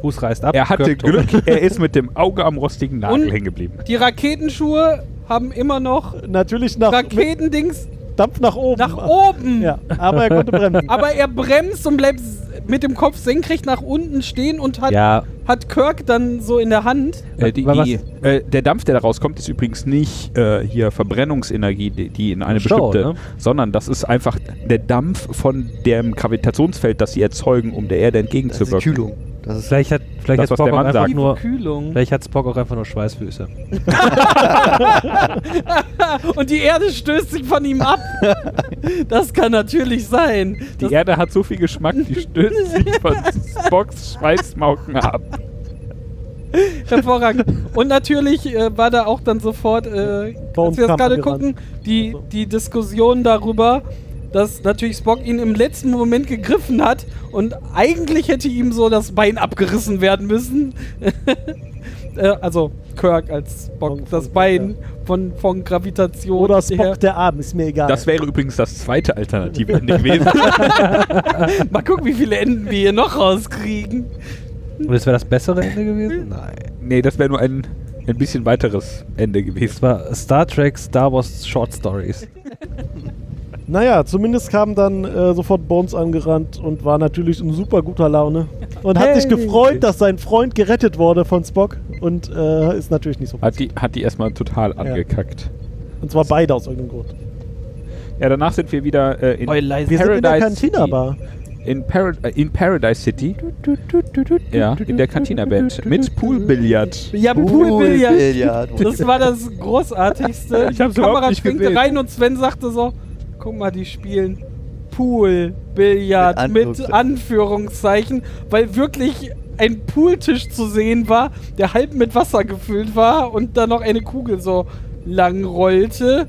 Speaker 7: Fuß reißt ab.
Speaker 4: er hatte
Speaker 7: Körper tot.
Speaker 4: Glück, er ist mit dem Auge am rostigen Nagel
Speaker 2: Und-
Speaker 4: hängen geblieben.
Speaker 2: Die Raketenschuhe haben immer noch
Speaker 6: Natürlich nach
Speaker 2: Raketendings
Speaker 6: mit Dampf nach oben.
Speaker 2: nach oben.
Speaker 6: Ja, aber er konnte bremsen.
Speaker 2: Aber er bremst und bleibt s- mit dem Kopf senkrecht nach unten stehen und hat,
Speaker 7: Ja.
Speaker 2: hat Kirk dann so in der Hand.
Speaker 4: Äh, die,
Speaker 7: Aber
Speaker 4: die, äh, der Dampf, der da rauskommt, ist übrigens nicht äh, hier Verbrennungsenergie, die, die in eine
Speaker 7: Stau,
Speaker 4: bestimmte,
Speaker 7: ne?
Speaker 4: sondern das ist einfach der Dampf von dem Gravitationsfeld, das sie erzeugen, um der Erde
Speaker 5: Das ist die
Speaker 4: entgegenzuwirken.
Speaker 5: Kühlung. Das ist
Speaker 7: Vielleicht hat, vielleicht
Speaker 4: Das,
Speaker 7: hat
Speaker 4: was
Speaker 7: Spock
Speaker 4: der
Speaker 7: auch
Speaker 4: Mann
Speaker 7: einfach
Speaker 4: sagt.
Speaker 7: nur.
Speaker 2: Kühlung.
Speaker 7: Vielleicht hat Spock auch einfach nur Schweißfüße.
Speaker 2: Und die Erde stößt sich von ihm ab. das kann natürlich sein.
Speaker 4: Die
Speaker 2: Das,
Speaker 4: Erde hat so viel Geschmack, die stößt sich von Spocks Schweißmauken ab.
Speaker 2: hervorragend. Und natürlich äh, war da auch dann sofort, äh, als
Speaker 6: Bones
Speaker 2: wir das
Speaker 6: Kampf
Speaker 2: gerade
Speaker 6: angerannt.
Speaker 2: gucken, die, die Diskussion darüber, dass natürlich Spock ihn im letzten Moment gegriffen hat und eigentlich hätte ihm so das Bein abgerissen werden müssen. [LAUGHS] äh, also Kirk als Spock,
Speaker 6: Von- von
Speaker 2: das
Speaker 6: Kirk,
Speaker 2: Bein von, von Gravitation.
Speaker 6: Oder
Speaker 2: her.
Speaker 6: Spock der Arm, ist mir egal.
Speaker 4: Das wäre übrigens das zweite alternative Ende gewesen.
Speaker 2: [LAUGHS] Mal gucken, wie viele Enden wir hier noch rauskriegen.
Speaker 7: Und das wäre das bessere Ende gewesen? Nein.
Speaker 4: [LAUGHS] nee, das wäre nur ein, ein bisschen weiteres Ende
Speaker 7: Das
Speaker 4: gewesen.
Speaker 7: war Star Trek Star Wars Short Stories.
Speaker 6: naja, zumindest kam dann äh, sofort Bones angerannt und war natürlich in super guter Laune. Und hat sich
Speaker 7: Hey.
Speaker 6: gefreut, dass sein Freund gerettet wurde von Spock. Und äh, ist natürlich nicht so
Speaker 4: Hat die, hat die erstmal total angekackt.
Speaker 6: Und zwar beide aus irgendeinem Grund.
Speaker 4: Ja, danach sind wir wieder äh, in
Speaker 6: Wir sind in der
Speaker 4: Paradise
Speaker 6: Cantina
Speaker 4: City.
Speaker 6: Bar.
Speaker 4: In, Parad äh, in Paradise City. Ja, in der Cantina-Band. Mit Poolbillard.
Speaker 2: Ja, Poolbillard.
Speaker 5: Poolbillard.
Speaker 2: [LAUGHS] Das war das Großartigste.
Speaker 4: Ich hab's
Speaker 2: Die
Speaker 4: überhaupt
Speaker 2: Kamera
Speaker 4: nicht
Speaker 2: schwenkte
Speaker 4: gesehen.
Speaker 2: rein und Sven sagte so: Guck mal, die spielen Pool, Billard
Speaker 5: Mit
Speaker 2: mit Anführungszeichen, weil wirklich ein Pooltisch zu sehen war, der halb mit Wasser gefüllt war und dann noch eine Kugel so lang rollte.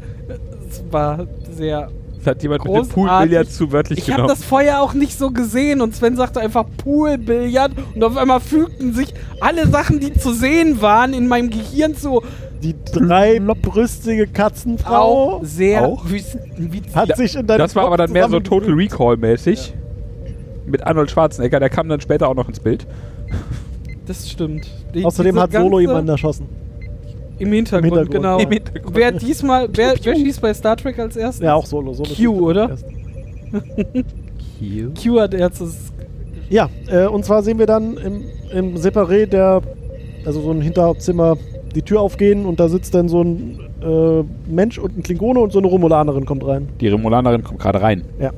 Speaker 2: Es war sehr.
Speaker 4: Das hat jemand mit
Speaker 2: Großartig.
Speaker 4: dem Poolbillard zu wörtlich
Speaker 2: Ich habe
Speaker 4: genommen.
Speaker 2: das vorher auch nicht so gesehen und Sven sagte einfach Poolbillard und auf einmal fügten sich alle Sachen, die zu sehen waren, in meinem Gehirn zu.
Speaker 6: Die dreibrüstige Katzenfrau
Speaker 2: auch sehr
Speaker 4: Auch?
Speaker 2: Wüstenwitz.
Speaker 6: hat sich in deinem
Speaker 4: Das war
Speaker 6: Kopf
Speaker 4: aber dann mehr so Total
Speaker 6: zusammengefügt.
Speaker 4: Recall-mäßig. Mit Arnold Schwarzenegger, der kam dann später auch noch ins Bild.
Speaker 2: Das stimmt. Die- äh,
Speaker 6: Außerdem
Speaker 2: diese
Speaker 6: hat Solo
Speaker 2: ganze-
Speaker 6: jemanden erschossen.
Speaker 2: Im Hintergrund,
Speaker 6: Im Hintergrund.
Speaker 2: genau.
Speaker 6: Im
Speaker 4: Hintergrund.
Speaker 2: Wer diesmal, wer, wer schießt bei Star Trek als erstes?
Speaker 6: Ja, auch Solo. Solo
Speaker 2: Q,
Speaker 6: steht
Speaker 2: oder?
Speaker 6: erst.
Speaker 2: Q hat erstes.
Speaker 6: Ja, äh, und zwar sehen wir dann im, im Separé der, also so ein Hinterzimmer, die Tür aufgehen und da sitzt dann so ein äh, Mensch und ein Klingone und so eine Romulanerin kommt rein.
Speaker 4: Die Remulanerin kommt gerade rein.
Speaker 6: Ja.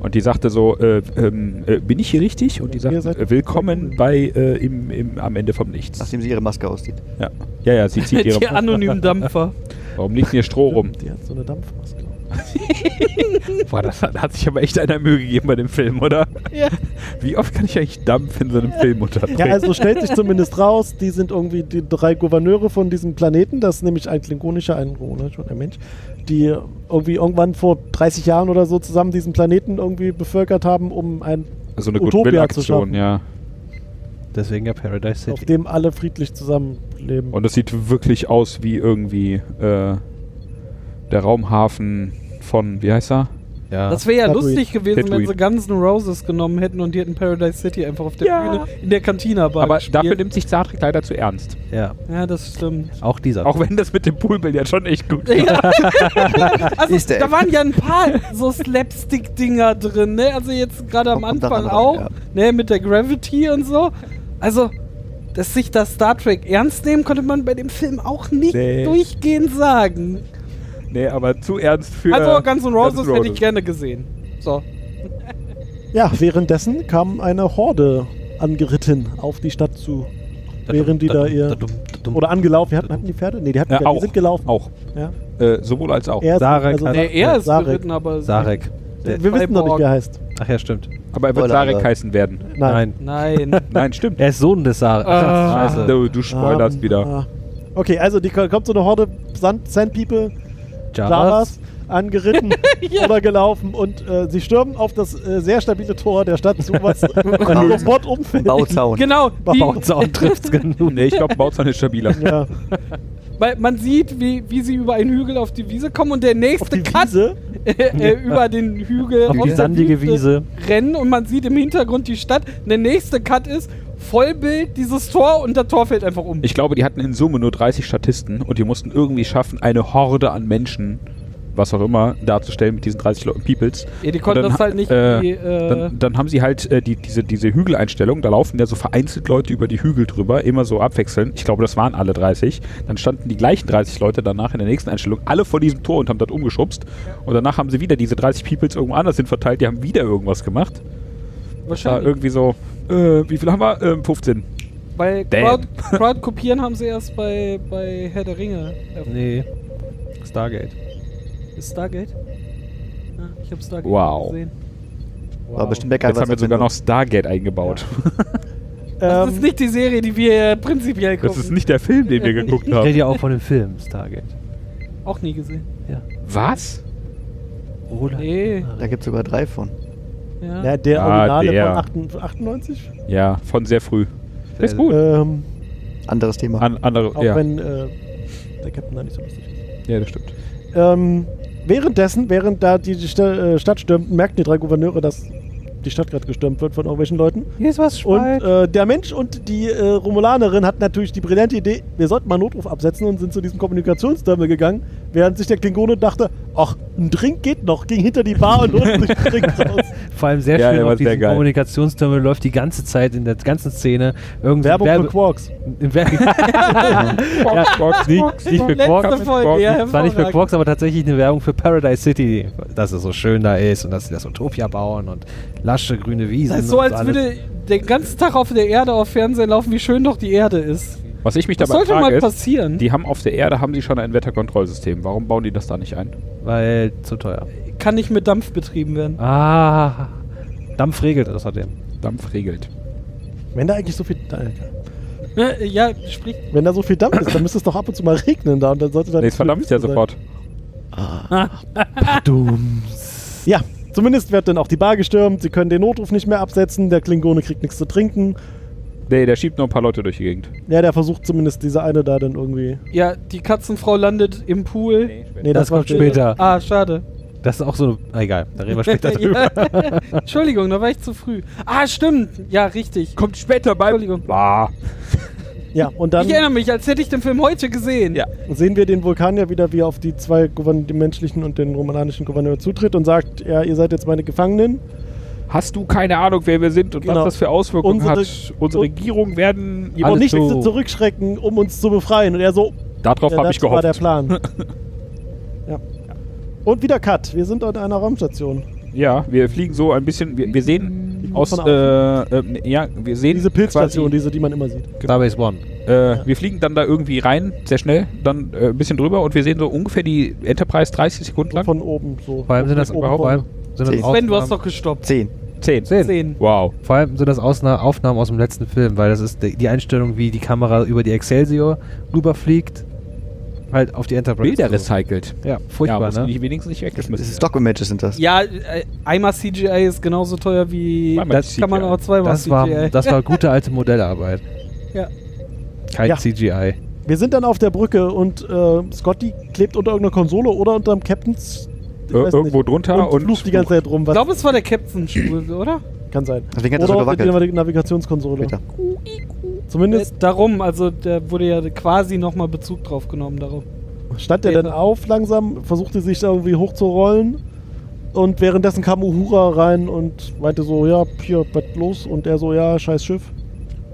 Speaker 4: Und die sagte so, äh, ähm, äh, bin ich hier richtig? Und die
Speaker 6: Ihr
Speaker 4: sagte,
Speaker 6: seid-
Speaker 4: äh, willkommen bei äh, im, im, am Ende vom Nichts.
Speaker 5: Nachdem sie ihre Maske auszieht.
Speaker 4: Ja, ja, ja sie
Speaker 2: [LAUGHS]
Speaker 6: [LAUGHS]
Speaker 4: zieht
Speaker 2: Der
Speaker 4: ihre...
Speaker 2: anonymen Dampfer.
Speaker 4: Warum liegt denn hier Stroh rum?
Speaker 6: Die hat so eine Dampfmaske.
Speaker 4: Boah, das hat, hat sich aber echt einer Mühe gegeben bei dem Film, oder?
Speaker 2: ja.
Speaker 4: Wie oft kann ich eigentlich Dampf in so einem Film unterbringen?
Speaker 6: Ja, also stellt sich zumindest raus, die sind irgendwie die drei Gouverneure von diesem Planeten, das ist nämlich ein klingonischer, ein romulianischer und ein Mensch, die irgendwie irgendwann vor 30 Jahren oder so zusammen diesen Planeten irgendwie bevölkert haben, um ein
Speaker 4: so eine
Speaker 6: Utopia zu
Speaker 4: Goodwill-Aktion,
Speaker 6: schaffen.
Speaker 4: ja.
Speaker 7: Deswegen ja Paradise
Speaker 6: auf
Speaker 7: City.
Speaker 6: dem alle friedlich zusammenleben.
Speaker 4: Und es sieht wirklich aus wie irgendwie äh, der Raumhafen von, wie heißt er?
Speaker 7: Ja.
Speaker 2: Das wäre ja
Speaker 6: Tatooine.
Speaker 2: lustig gewesen, wenn
Speaker 4: Tatooine.
Speaker 2: sie Guns N' Roses genommen hätten und die hätten Paradise City einfach auf der
Speaker 4: Ja.
Speaker 2: Bühne in der Cantina Bar
Speaker 4: Aber
Speaker 2: gespielt.
Speaker 4: dafür nimmt sich Star Trek leider zu ernst.
Speaker 7: ja.
Speaker 2: ja, das stimmt.
Speaker 7: Auch dieser.
Speaker 4: Auch wenn das mit dem Poolbillard schon echt gut ist.
Speaker 2: Ja. also,
Speaker 5: Ist der-
Speaker 2: da waren ja ein paar
Speaker 5: [LAUGHS]
Speaker 2: so Slapstick-Dinger drin, ne? Also jetzt gerade am
Speaker 5: Kommt
Speaker 2: Anfang
Speaker 5: daran
Speaker 2: auch,
Speaker 5: ran,
Speaker 2: ne? Mit der Gravity und so. Also, dass sich das Star Trek ernst nehmen, konnte man bei dem Film auch nicht
Speaker 4: Nee.
Speaker 2: durchgehend sagen.
Speaker 4: Nee, aber zu ernst für.
Speaker 2: also Guns N' Roses hätte ich gerne
Speaker 4: gerne.
Speaker 2: gesehen. So.
Speaker 6: Ja, währenddessen kam eine Horde angeritten auf die Stadt zu. während die da ihr- Oder angelaufen. Wir hatten, hatten die Pferde? Nee, die hatten
Speaker 4: Äh,
Speaker 6: keine,
Speaker 4: auch.
Speaker 6: die sind gelaufen.
Speaker 4: Auch.
Speaker 6: Ja.
Speaker 4: Äh, sowohl als auch.
Speaker 6: Er ist-
Speaker 7: Sarek hat-
Speaker 2: Nee, er ist
Speaker 6: Sarek.
Speaker 2: geritten, aber.
Speaker 7: Sarek.
Speaker 6: Wir wissen noch nicht,
Speaker 2: Cyborg.
Speaker 6: wie er heißt.
Speaker 7: Ach ja, stimmt.
Speaker 4: Aber er wird
Speaker 5: Spoiler
Speaker 4: Sarek
Speaker 5: Alert.
Speaker 4: heißen werden.
Speaker 6: Nein.
Speaker 2: Nein.
Speaker 4: Nein, stimmt.
Speaker 7: Er ist Sohn des Sarek.
Speaker 2: Ah.
Speaker 7: Scheiße.
Speaker 4: Du, du spoilerst
Speaker 6: Ähm,
Speaker 4: wieder.
Speaker 6: ah. Okay, also die kommt so eine Horde Sand, Sand People,
Speaker 7: Javas.
Speaker 6: Javas, angeritten oder gelaufen und äh, sie stürmen auf das äh, sehr stabile Tor der Stadt zu, was Robot umfällt.
Speaker 5: Bauzaun.
Speaker 2: genau. Die,
Speaker 7: Bauzaun trifft's
Speaker 4: [LAUGHS]
Speaker 7: genug.
Speaker 4: Nee, ich glaube, Bauzahn ist stabiler.
Speaker 6: Ja,
Speaker 2: weil man sieht, wie, wie sie über einen Hügel auf die Wiese kommen und der
Speaker 6: auf
Speaker 2: nächste
Speaker 6: die
Speaker 2: Cut
Speaker 6: Wiese.
Speaker 2: [LAUGHS] äh, äh, über den Hügel
Speaker 7: Auf
Speaker 2: aus
Speaker 7: die
Speaker 2: der
Speaker 7: sandige
Speaker 2: Wüste
Speaker 7: Wiese.
Speaker 2: rennen und man sieht im Hintergrund die Stadt. Und der nächste Cut ist Vollbild dieses Tor und das Tor fällt einfach um.
Speaker 4: Ich glaube, die hatten in Summe nur 30 Statisten und die mussten irgendwie schaffen, eine Horde an Menschen, was auch immer, darzustellen mit diesen 30 Leuten Peoples.
Speaker 2: Ja, die konnten
Speaker 4: Und dann
Speaker 2: das halt nicht
Speaker 4: ha-
Speaker 2: wie,
Speaker 4: Äh,
Speaker 2: äh,
Speaker 4: dann, dann haben sie halt äh, die, diese, diese Hügeleinstellung, da laufen ja so vereinzelt Leute über die Hügel drüber, immer so abwechselnd. Ich glaube, das waren alle 30. Dann standen die gleichen 30 Leute danach in der nächsten Einstellung alle vor diesem Tor und haben das umgeschubst. Und danach haben sie wieder diese 30 Peoples irgendwo anders hin verteilt, die haben wieder irgendwas gemacht. Da
Speaker 2: Wahrscheinlich.
Speaker 4: irgendwie so, äh, wie viel haben wir? Ähm, 15.
Speaker 2: Weil Crowd,
Speaker 4: Damn.
Speaker 2: Crowd kopieren haben sie erst bei, bei Herr der Ringe. Äh,
Speaker 7: Nee. Stargate.
Speaker 2: Ist Stargate? Ja, ich habe Stargate
Speaker 4: Wow.
Speaker 2: gesehen.
Speaker 5: War bestimmt lecker.
Speaker 4: Jetzt haben wir sogar noch Stargate eingebaut.
Speaker 2: Das
Speaker 6: Ähm,
Speaker 2: ist nicht die Serie, die wir prinzipiell gucken.
Speaker 4: [LAUGHS] Das ist nicht der Film, den wir geguckt
Speaker 7: Ich rede
Speaker 4: haben.
Speaker 7: ja auch von dem Film Stargate.
Speaker 2: Auch nie gesehen.
Speaker 4: Was?
Speaker 7: Oder?
Speaker 2: Nee.
Speaker 5: Da gibt es sogar drei von.
Speaker 2: Ja.
Speaker 6: ja, der
Speaker 4: Ah,
Speaker 6: Originale
Speaker 4: der.
Speaker 6: von 98, 98.
Speaker 4: Ja, von sehr früh. Ist gut.
Speaker 6: Ähm,
Speaker 5: Anderes Thema.
Speaker 4: An, andere,
Speaker 6: auch
Speaker 4: ja.
Speaker 6: wenn äh, der Captain da nicht so lustig ist.
Speaker 4: ja, das stimmt.
Speaker 6: Ähm, währenddessen, während da die Sta äh, Stadt stürmt, merken die drei Gouverneure, dass die Stadt gerade gestürmt wird von irgendwelchen Leuten.
Speaker 7: Hier ist was
Speaker 6: Und
Speaker 7: Schwein.
Speaker 6: äh, der Mensch und die äh, Romulanerin hatten natürlich die brillante Idee, wir sollten mal einen Notruf absetzen und sind zu diesem Kommunikationsterminal gegangen, während sich der Klingone dachte, ach, ein Drink geht noch, ging hinter die Bar und holte sich einen Drink raus.
Speaker 7: Vor allem sehr
Speaker 4: Ja,
Speaker 7: schön
Speaker 4: der
Speaker 7: auf
Speaker 4: war sehr
Speaker 7: diesem
Speaker 4: geil.
Speaker 7: Kommunikationsterminal läuft die ganze Zeit in der ganzen Szene irgendwie
Speaker 6: Werbung
Speaker 7: Werbe-
Speaker 6: für Quarks.
Speaker 7: im Werbe- Ja, nicht, nicht für
Speaker 2: Letzte
Speaker 7: Quarks.
Speaker 2: Folge, ja,
Speaker 7: Es war nicht für
Speaker 2: hervorragend.
Speaker 7: Quarks, aber tatsächlich eine Werbung für Paradise City, dass es so schön da ist und dass sie das Utopia bauen und lasche grüne Wiesen.
Speaker 2: Das ist so,
Speaker 7: und
Speaker 2: als
Speaker 7: alles.
Speaker 2: würde den ganzen Tag auf der Erde auf Fernsehen laufen, wie schön doch die Erde ist.
Speaker 4: Was ich mich
Speaker 2: Das
Speaker 4: dabei
Speaker 2: sollte mal
Speaker 4: frage ist,
Speaker 2: passieren.
Speaker 4: die haben auf der Erde haben sie schon ein Wetterkontrollsystem. Warum bauen die das da nicht ein?
Speaker 7: Weil zu teuer.
Speaker 2: Kann nicht mit Dampf betrieben werden.
Speaker 7: Ah, Dampf regelt außerdem.
Speaker 4: Dampf regelt.
Speaker 6: Wenn da eigentlich so viel,
Speaker 2: Äh, Ja, sprich.
Speaker 6: wenn da so viel Dampf ist, dann müsste es doch ab und zu mal regnen da und dann sollte dann
Speaker 4: Nee, es verdampft ja sofort.
Speaker 2: Ah.
Speaker 6: Ja, zumindest wird dann auch die Bar gestürmt, sie können den Notruf nicht mehr absetzen, der Klingone kriegt nichts zu trinken.
Speaker 4: Nee, der schiebt nur ein paar Leute durch die Gegend.
Speaker 6: Ja, der versucht zumindest diese eine da dann irgendwie.
Speaker 2: Ja, die Katzenfrau landet im Pool.
Speaker 6: Nee,
Speaker 7: Das kommt später.
Speaker 2: Ah, schade.
Speaker 7: Das ist auch so. Ah, egal, da
Speaker 2: [LAUGHS]
Speaker 7: reden wir später drüber.
Speaker 2: Ja. Entschuldigung, da war ich zu früh. Ah, stimmt. Ja, richtig.
Speaker 4: Kommt später bei.
Speaker 2: Entschuldigung.
Speaker 4: Bah.
Speaker 6: Ja, und dann
Speaker 2: Ich erinnere mich, als hätte ich den Film heute gesehen.
Speaker 4: Ja.
Speaker 6: sehen wir den Vulkan ja wieder, wie er auf die zwei Gouvern den menschlichen und den romanischen Gouverneur zutritt und sagt, ja, ihr seid jetzt meine Gefangenen.
Speaker 4: Hast du keine Ahnung, wer wir sind und
Speaker 6: Genau.
Speaker 4: was das für Auswirkungen
Speaker 6: Unsere-
Speaker 4: hat? Unsere Regierung werden
Speaker 6: Ihr braucht
Speaker 4: alles
Speaker 6: nicht
Speaker 4: so-
Speaker 6: zu zurückschrecken, um uns zu befreien. Und er so,
Speaker 4: Darauf
Speaker 6: ja,
Speaker 4: habe
Speaker 6: das
Speaker 4: ich
Speaker 6: war der
Speaker 4: gehofft.
Speaker 7: [LAUGHS]
Speaker 6: Plan. ja. Und wieder Cut. Wir sind an einer Raumstation.
Speaker 4: Ja, wir fliegen so ein bisschen. Wir, wir sehen aus.
Speaker 6: von
Speaker 4: Äh, äh, ja, wir sehen
Speaker 6: Diese Pilzstation,
Speaker 4: quasi-
Speaker 6: diese, die man immer sieht.
Speaker 7: Starbase One.
Speaker 4: Äh, Wir fliegen dann da irgendwie rein, sehr schnell, dann äh, ein bisschen drüber und wir sehen so ungefähr die Enterprise 30 Sekunden lang.
Speaker 6: Von oben so.
Speaker 7: Vor allem sind das
Speaker 6: Oben
Speaker 7: überhaupt. Vor
Speaker 6: vorne.
Speaker 7: allem sind das
Speaker 5: Sven,
Speaker 7: Aufnahmen-
Speaker 2: Sven, du hast doch gestoppt.
Speaker 5: Zehn.
Speaker 4: 10.
Speaker 7: Zehn.
Speaker 2: Sehen.
Speaker 4: Wow.
Speaker 7: Vor allem sind das Ausna Aufnahmen aus dem letzten Film, weil das ist die die Einstellung, wie die Kamera über die Excelsior rüberfliegt halt auf die Enterprise.
Speaker 4: Bilder
Speaker 7: gezogen.
Speaker 4: recycelt.
Speaker 7: Ja,
Speaker 4: Also, ja,
Speaker 7: furchtbar,
Speaker 4: muss
Speaker 7: ne?
Speaker 4: nicht, wenigstens nicht weggeschmissen.
Speaker 5: Das ist
Speaker 4: werden.
Speaker 5: Stock-Images sind das.
Speaker 2: Ja, äh, einmal CGI ist genauso teuer wie.
Speaker 4: Zweimal
Speaker 2: das kann man
Speaker 4: CGI.
Speaker 2: auch zweimal
Speaker 7: Das
Speaker 2: CGI.
Speaker 7: war, das war gute alte Modellarbeit.
Speaker 2: Ja.
Speaker 7: Kein
Speaker 6: Ja.
Speaker 7: CGI.
Speaker 6: Wir sind dann auf der Brücke und äh, Scotty klebt unter irgendeiner Konsole oder unter dem Captain's. ich
Speaker 4: Ir-
Speaker 6: weiß
Speaker 4: Äh, irgendwo
Speaker 6: nicht,
Speaker 4: drunter
Speaker 6: und
Speaker 4: und
Speaker 6: flucht die ganze Zeit rum.
Speaker 2: ich
Speaker 6: Was
Speaker 2: glaube, es war der Captain-Stuhl, oder?
Speaker 6: kann sein.
Speaker 5: Deswegen hat das so
Speaker 6: Oder mit
Speaker 5: gewackelt.
Speaker 6: der Navigationskonsole.
Speaker 5: Peter.
Speaker 2: Äh,
Speaker 6: Zumindest
Speaker 2: darum, also da wurde ja quasi nochmal Bezug drauf genommen darum.
Speaker 6: stand er dann auf langsam, versuchte sich da irgendwie hochzurollen und währenddessen kam Uhura rein und meinte so, ja, hier, Bett los und er so, ja, scheiß Schiff.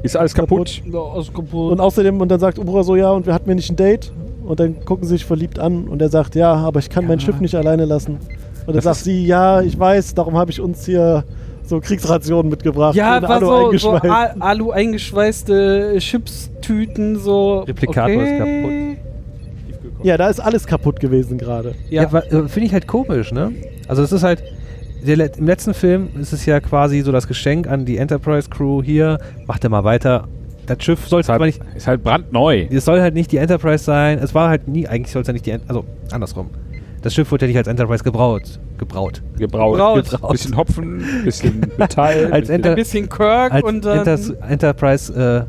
Speaker 4: Ist alles kaputt.
Speaker 2: Ja,
Speaker 6: Und
Speaker 2: ausgepult.
Speaker 6: außerdem, und dann sagt Uhura so, ja, und wir hatten mir nicht ein Date und dann gucken sie sich verliebt an und er sagt, ja, aber ich kann mein Schiff nicht alleine lassen. Und dann
Speaker 4: Das
Speaker 6: sagt
Speaker 4: ist-
Speaker 6: sie, ja, ich weiß, darum habe ich uns hier so Kriegsrationen mitgebracht.
Speaker 2: Ja,
Speaker 6: in
Speaker 2: war
Speaker 6: Alu
Speaker 2: so, so
Speaker 6: eingeschweißt.
Speaker 2: Al Alu eingeschweißte Chipstüten, so.
Speaker 7: Replikator ist
Speaker 2: okay.
Speaker 6: ja, da ist alles kaputt gewesen gerade.
Speaker 7: Ja,
Speaker 2: Ja.
Speaker 7: wa- äh, finde ich halt komisch, ne? Also es ist halt, der, le- im letzten Film ist es ja quasi so das Geschenk an die Enterprise-Crew hier, macht er mal weiter. Das Schiff sollte
Speaker 4: Ist
Speaker 7: aber
Speaker 4: halt,
Speaker 7: nicht,
Speaker 4: ist halt brandneu.
Speaker 7: es soll halt nicht die Enterprise sein, es war halt nie, eigentlich soll es ja nicht die, Ent also andersrum. Das Schiff wurde ja nicht als Enterprise gebraut, gebraut.
Speaker 4: Gebraut.
Speaker 2: Gebraut.
Speaker 7: Gebraut.
Speaker 4: Bisschen Hopfen, bisschen
Speaker 6: [LAUGHS]
Speaker 4: Metall.
Speaker 7: Als
Speaker 4: bisschen-
Speaker 7: Enter-
Speaker 6: äh,
Speaker 2: Ein bisschen Kirk
Speaker 7: als
Speaker 2: und ähm, dann.
Speaker 7: Enters- Enterprise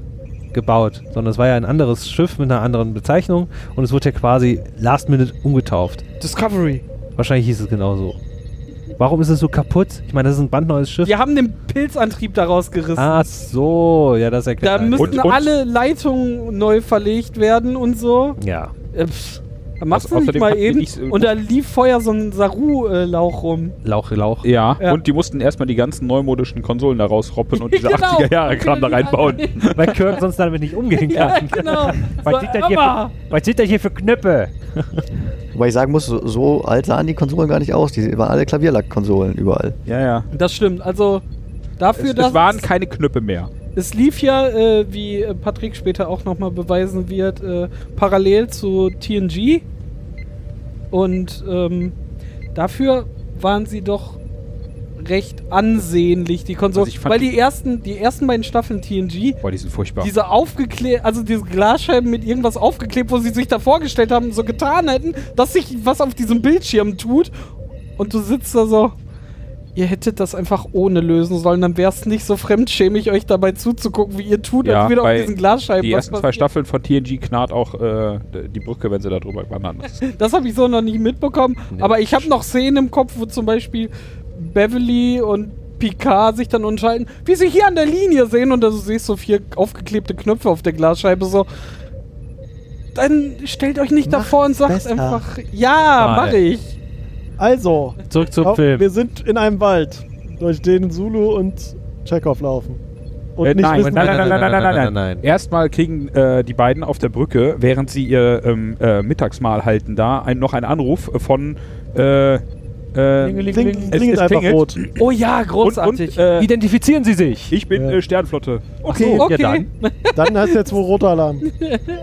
Speaker 7: äh, gebaut, sondern es war ja ein anderes Schiff mit einer anderen Bezeichnung und es wurde ja quasi last minute umgetauft.
Speaker 2: Discovery.
Speaker 7: Wahrscheinlich hieß es genauso. Warum ist es so kaputt? Ich meine, das ist ein brandneues Schiff.
Speaker 2: Wir haben den Pilzantrieb daraus gerissen.
Speaker 6: Ah,
Speaker 7: Ach so, ja, das erklärt
Speaker 2: Da
Speaker 7: einiges.
Speaker 2: müssen
Speaker 4: Und- und-
Speaker 2: alle Leitungen neu verlegt werden und so.
Speaker 7: Ja.
Speaker 2: Äh, pff, dann machst du nicht
Speaker 4: Au- Also außerdem
Speaker 2: mal
Speaker 4: hatten wir
Speaker 2: eben.
Speaker 4: nicht so-
Speaker 2: und da lief vorher so ein Saru-Lauch rum.
Speaker 7: Lauch, Lauch.
Speaker 4: Ja,
Speaker 2: Ja.
Speaker 4: und die mussten erstmal die ganzen neumodischen Konsolen da
Speaker 6: [LAUGHS]
Speaker 4: rausroppen und diese
Speaker 2: Genau.
Speaker 4: 80er-Jahre-Kram da reinbauen.
Speaker 7: Weil Kirk sonst
Speaker 2: [LAUGHS]
Speaker 7: damit nicht umgehen
Speaker 2: ja,
Speaker 7: kann.
Speaker 2: genau.
Speaker 7: was, sind das hier für,
Speaker 2: Hammer.
Speaker 7: was sind das hier für Knöpfe?
Speaker 5: Wobei ich sagen muss, so, so alt sahen die Konsolen gar nicht aus. Die waren alle Klavierlack-Konsolen überall.
Speaker 4: Ja, ja.
Speaker 2: Das stimmt. Also dafür,
Speaker 4: Es,
Speaker 2: dass
Speaker 4: es waren keine Knüppe mehr.
Speaker 2: es lief ja, äh, wie äh, Patrick später auch nochmal beweisen wird, äh, parallel zu TNG. Und ähm, dafür waren sie doch recht ansehnlich, die Konsole.
Speaker 4: Also ich fand
Speaker 2: Weil
Speaker 4: die-
Speaker 2: die ersten, die ersten beiden Staffeln TNG
Speaker 4: Boah, die sind furchtbar.
Speaker 2: Diese aufgeklebt, also diese Glasscheiben mit irgendwas aufgeklebt, wo sie sich da vorgestellt haben, so getan hätten, dass sich was auf diesem Bildschirm tut. Und du sitzt da so, ihr hättet das einfach ohne lösen sollen, dann wär's nicht so fremdschämig, euch dabei zuzugucken, wie ihr tut, als würde auf
Speaker 4: bei
Speaker 2: diesen Glasscheiben
Speaker 4: die
Speaker 2: was
Speaker 4: ersten zwei
Speaker 2: passiert.
Speaker 4: Staffeln von TNG knarrt auch äh, d- die Brücke, wenn sie da drüber wandern. Das ist-
Speaker 2: Das habe ich so noch nicht mitbekommen.
Speaker 7: Nee.
Speaker 2: Aber ich habe noch Szenen im Kopf, wo zum Beispiel Beverly und Picard sich dann unterscheiden, wie sie hier an der Linie sehen und da du siehst so vier aufgeklebte Knöpfe auf der Glasscheibe so. Dann stellt euch nicht davor und sagt
Speaker 5: besser.
Speaker 2: einfach, ja,
Speaker 7: Mal.
Speaker 2: mache ich.
Speaker 6: Also,
Speaker 7: Zurück zum
Speaker 2: Oh.
Speaker 6: Au-
Speaker 7: Film.
Speaker 6: wir sind in einem Wald, durch den Zulu und Chekhov laufen. Und
Speaker 4: Äh,
Speaker 6: nicht
Speaker 4: nein,
Speaker 6: wissen,
Speaker 4: nein, nein, nein, nein, nein, nein, nein,
Speaker 7: nein,
Speaker 4: nein,
Speaker 7: nein.
Speaker 4: Erstmal kriegen äh, die beiden auf der Brücke, während sie ihr ähm, äh, Mittagsmahl halten, da ein, noch einen Anruf von. Äh, äh,
Speaker 6: Kling,
Speaker 4: es-
Speaker 6: klingelt
Speaker 4: es
Speaker 6: einfach
Speaker 4: klingelt.
Speaker 6: rot.
Speaker 2: Oh ja,
Speaker 4: und, und
Speaker 2: großartig.
Speaker 4: äh,
Speaker 7: Identifizieren Sie sich!
Speaker 4: ich bin
Speaker 6: Ja.
Speaker 4: äh, Sternflotte.
Speaker 7: Okay,
Speaker 2: okay.
Speaker 7: ja dann.
Speaker 6: Dann hast du jetzt wohl roter Alarm.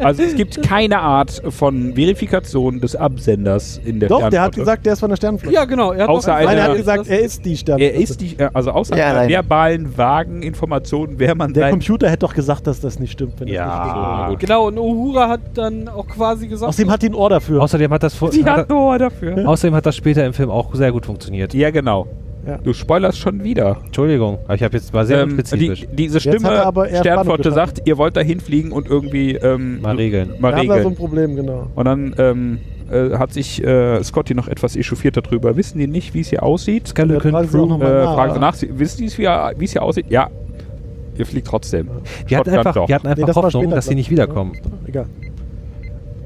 Speaker 4: Also es
Speaker 6: [LAUGHS]
Speaker 4: gibt keine Art von Verifikation des Absenders in der
Speaker 6: Doch, der hat
Speaker 4: Sternflotte.
Speaker 6: gesagt, der ist von der Sternflotte.
Speaker 2: ja, genau. Er hat
Speaker 4: Außer
Speaker 2: noch-
Speaker 4: eine-
Speaker 6: Nein, er
Speaker 4: äh,
Speaker 6: hat gesagt, er ist die Sternflotte.
Speaker 4: Er ist die, äh, also außer
Speaker 5: Ja,
Speaker 4: einer
Speaker 5: nein.
Speaker 4: verbalen, vagen Informationen, wer man
Speaker 6: der
Speaker 4: sein
Speaker 6: Computer hätte doch gesagt, dass das nicht stimmt. Wenn Das nicht
Speaker 4: Ja.
Speaker 6: stimmt.
Speaker 2: Genau, und Uhura hat dann auch quasi gesagt.
Speaker 6: Außerdem hat die ein Ohr dafür.
Speaker 7: Außerdem hat, das vor,
Speaker 4: Sie
Speaker 7: hat,
Speaker 4: hat ein Ohr dafür.
Speaker 7: außerdem hat das später im Film auch sehr gut funktioniert.
Speaker 4: Ja, genau.
Speaker 6: Ja.
Speaker 4: Du spoilerst schon wieder.
Speaker 7: Entschuldigung, aber ich habe jetzt war sehr
Speaker 4: Ähm,
Speaker 7: spezifisch.
Speaker 4: die, diese
Speaker 6: hat
Speaker 4: Stimme
Speaker 6: er aber eher Spannung
Speaker 4: Sternflotte
Speaker 6: geschaffen.
Speaker 4: sagt, ihr wollt da hinfliegen und irgendwie ähm,
Speaker 7: Mal regeln.
Speaker 4: Mal
Speaker 6: wir haben da so ein
Speaker 4: regeln.
Speaker 6: Problem, genau.
Speaker 4: Und dann ähm, äh, hat sich äh, Scotty noch etwas echauffiert darüber. Wissen die nicht, wie es hier aussieht?
Speaker 6: Skeleton fragen sie auch Crew.
Speaker 4: Äh,
Speaker 6: noch mal nach,
Speaker 4: fragen sie
Speaker 6: oder?
Speaker 4: nach, sie- wissen die, es, wie er- wie es hier aussieht? Ja. Ihr fliegt trotzdem.
Speaker 7: Die hatten
Speaker 4: Shotgun
Speaker 7: einfach,
Speaker 4: doch.
Speaker 7: die hatten einfach
Speaker 6: das war
Speaker 7: Hoffnung,
Speaker 6: später,
Speaker 7: dass sie
Speaker 6: glaub
Speaker 7: nicht
Speaker 6: ich,
Speaker 7: wiederkommen.
Speaker 6: Egal.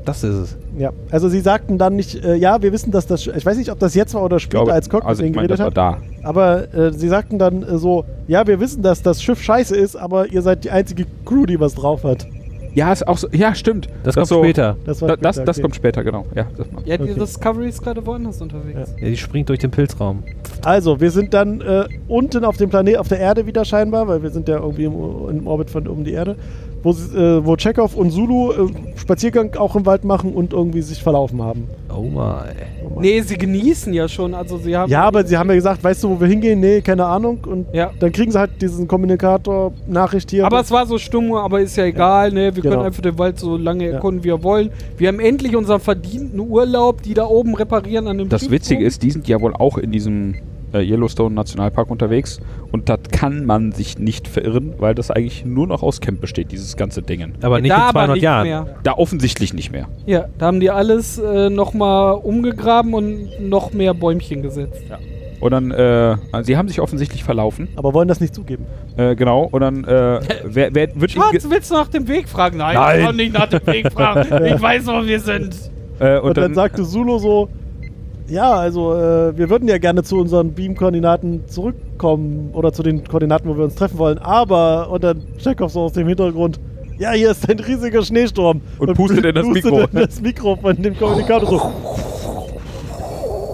Speaker 7: Das ist es.
Speaker 6: Ja. Also sie sagten dann nicht, äh, ja, wir wissen, dass das. Ich weiß nicht, ob das jetzt war oder
Speaker 4: Ich
Speaker 6: später,
Speaker 4: glaube,
Speaker 6: als Cock
Speaker 4: also
Speaker 6: mit
Speaker 4: ich
Speaker 6: denen
Speaker 4: meine, das
Speaker 6: geredet
Speaker 4: war
Speaker 6: hat.
Speaker 4: da.
Speaker 6: Aber äh, sie sagten dann äh, so, ja, wir wissen, dass das Schiff scheiße ist, aber ihr seid die einzige Crew, die was drauf hat.
Speaker 4: Ja, ist auch so, ja, stimmt.
Speaker 7: Das kommt später.
Speaker 6: Das, war
Speaker 4: Da, das,
Speaker 6: später,
Speaker 4: das
Speaker 6: okay.
Speaker 4: kommt später, genau. Ja, das mal.
Speaker 2: ja, die
Speaker 6: okay.
Speaker 2: Discovery ist gerade woanders unterwegs.
Speaker 7: Ja, die springt durch den Pilzraum.
Speaker 6: Also, wir sind dann äh, unten auf dem Planet, auf der Erde wieder scheinbar, weil wir sind ja irgendwie im, im Orbit von um die Erde. wo, sie- äh, wo Chekhov und Zulu äh, Spaziergang auch im Wald machen und irgendwie sich verlaufen haben.
Speaker 7: Oh my.
Speaker 2: Nee, sie genießen ja schon. Also sie haben.
Speaker 6: Ja, aber sie haben ja gesagt, weißt du, wo wir hingehen? Nee, keine Ahnung. Und
Speaker 2: Ja.
Speaker 6: dann kriegen sie halt diesen Kommunikator-Nachricht hier.
Speaker 2: Aber es war so stumm, aber ist ja egal, ne? Wir
Speaker 6: Genau.
Speaker 2: können einfach den Wald so lange
Speaker 6: Ja.
Speaker 2: erkunden, wie wir wollen. Wir haben endlich unseren verdienten Urlaub, die da oben reparieren an dem
Speaker 4: Das
Speaker 2: Typ
Speaker 4: Witzige
Speaker 2: rum.
Speaker 4: ist, die sind ja wohl auch in diesem äh, Yellowstone Nationalpark unterwegs und das kann man sich nicht verirren, weil das eigentlich nur noch aus Camp besteht, dieses ganze Dingen.
Speaker 7: Aber nicht
Speaker 2: da
Speaker 7: in
Speaker 2: aber
Speaker 7: 200
Speaker 2: nicht
Speaker 7: Jahren.
Speaker 2: Mehr.
Speaker 4: Da offensichtlich nicht mehr.
Speaker 2: Ja, da haben die alles äh, nochmal umgegraben und noch mehr Bäumchen gesetzt.
Speaker 4: Und dann, äh, also sie haben sich offensichtlich verlaufen,
Speaker 6: aber wollen das nicht zugeben.
Speaker 4: äh, genau, und
Speaker 2: [LAUGHS]
Speaker 4: dann, äh, wer, wer wird ihnen ge-
Speaker 2: Schatz, willst du nach dem Weg fragen? Nein,
Speaker 4: Nein.
Speaker 2: ich kann nicht nach dem Weg
Speaker 6: [LAUGHS]
Speaker 2: fragen. Ich weiß, wo wir sind.
Speaker 4: äh,
Speaker 6: Und, dann, sagte Zulu so, ja, also äh, wir würden ja gerne zu unseren Beam-Koordinaten zurückkommen oder zu den Koordinaten, wo wir uns treffen wollen, aber, und dann Chekhov so aus dem Hintergrund, ja, hier ist ein riesiger Schneesturm.
Speaker 4: Und pustet in das
Speaker 6: pustet
Speaker 4: Mikro.
Speaker 6: in das Mikro von dem Kommunikator so.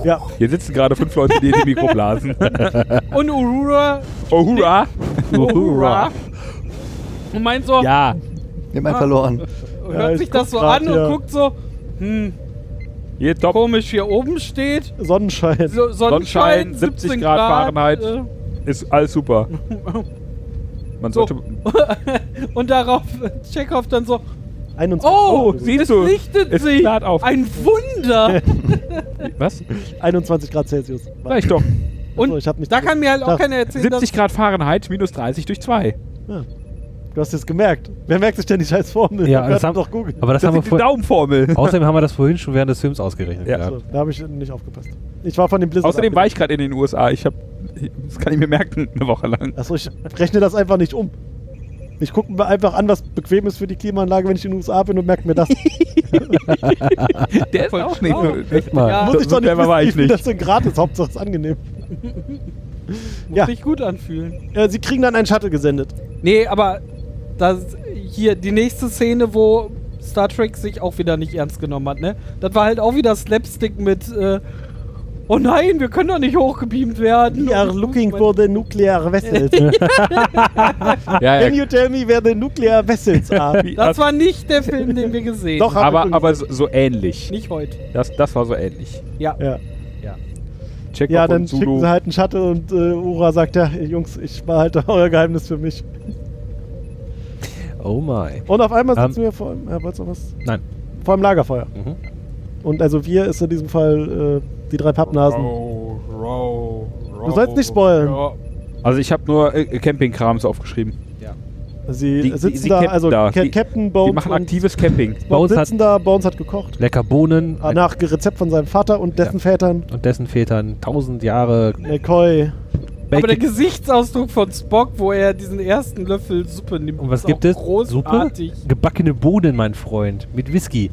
Speaker 6: Ja,
Speaker 4: hier sitzen gerade fünf Leute, die in die Mikro
Speaker 2: [LAUGHS]
Speaker 4: blasen.
Speaker 2: Und Urura,
Speaker 4: oh, hurra!
Speaker 2: Uhura. Und meint so,
Speaker 4: Ja,
Speaker 5: Nimm einen
Speaker 2: Ah.
Speaker 5: verloren.
Speaker 2: und
Speaker 6: Ja,
Speaker 2: hört
Speaker 6: ich
Speaker 2: sich das so
Speaker 6: guck grad,
Speaker 2: an und
Speaker 6: ja.
Speaker 2: guckt so, hm,
Speaker 4: hier top.
Speaker 2: komisch, hier oben steht
Speaker 6: Sonnenschein.
Speaker 2: so, Sonnenschein, 70 Grad,
Speaker 4: Fahrenheit.
Speaker 2: äh,
Speaker 4: Ist
Speaker 2: [LAUGHS]
Speaker 4: alles super. Man
Speaker 2: So.
Speaker 4: sollte.
Speaker 2: und darauf äh, Chekhov dann so,
Speaker 6: 21
Speaker 2: oh,
Speaker 6: Grad,
Speaker 4: siehst
Speaker 2: es
Speaker 4: du,
Speaker 2: lichtet
Speaker 4: es
Speaker 2: sich.
Speaker 4: klart auf.
Speaker 2: Ein
Speaker 6: [LAUGHS]
Speaker 2: Wunder.
Speaker 4: Was?
Speaker 6: 21 Grad Celsius.
Speaker 4: Sag ich doch.
Speaker 2: Und
Speaker 6: ich hab nicht-
Speaker 2: da kann mir halt auch
Speaker 6: Sag-
Speaker 2: keiner erzählen,
Speaker 4: 70 Grad Fahrenheit minus 30 durch 2.
Speaker 6: Du hast es gemerkt. Wer merkt sich denn die scheiß Formel?
Speaker 7: Ja,
Speaker 6: Wir
Speaker 7: das
Speaker 6: hatten
Speaker 7: haben,
Speaker 6: doch Google. genau-
Speaker 7: aber das haben wir
Speaker 4: ist die
Speaker 7: vorhin.
Speaker 6: [LAUGHS]
Speaker 7: [LAUGHS]
Speaker 4: Daumenformel.
Speaker 7: Außerdem haben wir das vorhin schon während des Films ausgerechnet.
Speaker 4: Ja.
Speaker 7: gehabt.
Speaker 6: So, da habe ich nicht aufgepasst. Ich war von dem Blizzard.
Speaker 4: Außerdem war ich gerade in den USA. Ich habe. Das kann ich mir merken, eine Woche lang.
Speaker 6: Achso, Also ich rechne das einfach nicht um. Ich gucke mir einfach an, was bequem ist für die Klimaanlage, wenn ich in den USA bin und merke
Speaker 4: [LAUGHS]
Speaker 6: mir das.
Speaker 4: Der ist
Speaker 2: Voll
Speaker 4: auch nicht.
Speaker 2: schlau.
Speaker 4: so-
Speaker 7: Echt mal.
Speaker 2: Ja.
Speaker 6: Muss ich
Speaker 4: so
Speaker 6: doch nicht
Speaker 4: clever
Speaker 6: wissen,
Speaker 4: war ich
Speaker 6: wie viel
Speaker 4: nicht.
Speaker 6: [LAUGHS] das denn gratis. Hauptsache es ist angenehm.
Speaker 2: muss
Speaker 6: ja.
Speaker 2: sich gut anfühlen.
Speaker 6: Äh, sie kriegen dann einen Shuttle gesendet.
Speaker 2: Nee, aber das, hier die nächste Szene, wo Star Trek sich auch wieder nicht ernst genommen hat, ne? Das war halt auch wieder Slapstick mit, äh, oh nein, wir können doch nicht hochgebeamt werden.
Speaker 6: We are
Speaker 2: Und-
Speaker 6: looking for the nuclear
Speaker 4: [LAUGHS]
Speaker 6: vessels.
Speaker 4: Ja,
Speaker 6: Can
Speaker 4: ja.
Speaker 6: you tell me where the nuclear vessels are?
Speaker 4: [LAUGHS]
Speaker 2: Das war nicht der Film, den wir gesehen
Speaker 6: Doch,
Speaker 2: haben.
Speaker 6: hab
Speaker 4: Aber,
Speaker 6: ich
Speaker 4: aber so- so ähnlich.
Speaker 2: Nicht heute.
Speaker 4: Das, das war so ähnlich.
Speaker 2: Ja.
Speaker 6: Ja,
Speaker 4: Check
Speaker 6: ja
Speaker 4: auf
Speaker 6: dann
Speaker 4: und
Speaker 6: schicken
Speaker 4: Zulu.
Speaker 6: sie halt einen Shuttle und äh, Ura sagt, ja, Jungs, ich behalte euer Geheimnis für mich.
Speaker 7: Oh my.
Speaker 6: Und auf einmal sitzen
Speaker 7: Ähm.
Speaker 6: wir vor einem, ja, wolltest du noch was?
Speaker 7: Nein.
Speaker 6: Vor einem Lagerfeuer.
Speaker 7: Mhm.
Speaker 6: Und also wir ist in diesem Fall äh, die drei Pappnasen. Du sollst nicht spoilen.
Speaker 4: Also ich habe nur äh, Campingkrams aufgeschrieben.
Speaker 6: Sie
Speaker 4: Die- die-
Speaker 6: sitzen
Speaker 4: die
Speaker 6: da,
Speaker 4: campen
Speaker 6: also
Speaker 4: da.
Speaker 6: Ca-
Speaker 4: Die-
Speaker 6: Captain
Speaker 4: Die
Speaker 6: Bones
Speaker 4: machen
Speaker 6: und
Speaker 4: aktives Camping.
Speaker 7: Bones
Speaker 6: Bones sitzen da, Bones hat gekocht.
Speaker 7: Lecker Bohnen
Speaker 6: Ah, Nach Rezept von seinem Vater und dessen Vätern.
Speaker 7: und dessen Vätern tausend Jahre
Speaker 6: McCoy.
Speaker 2: Aber der
Speaker 7: Bacon.
Speaker 2: Gesichtsausdruck von Spock, wo er diesen ersten Löffel Suppe nimmt,
Speaker 7: Und was
Speaker 2: ist
Speaker 7: gibt
Speaker 2: auch
Speaker 7: es? Suppe?
Speaker 2: Großartig.
Speaker 7: Gebackene Bohnen, mein Freund. Mit Whisky.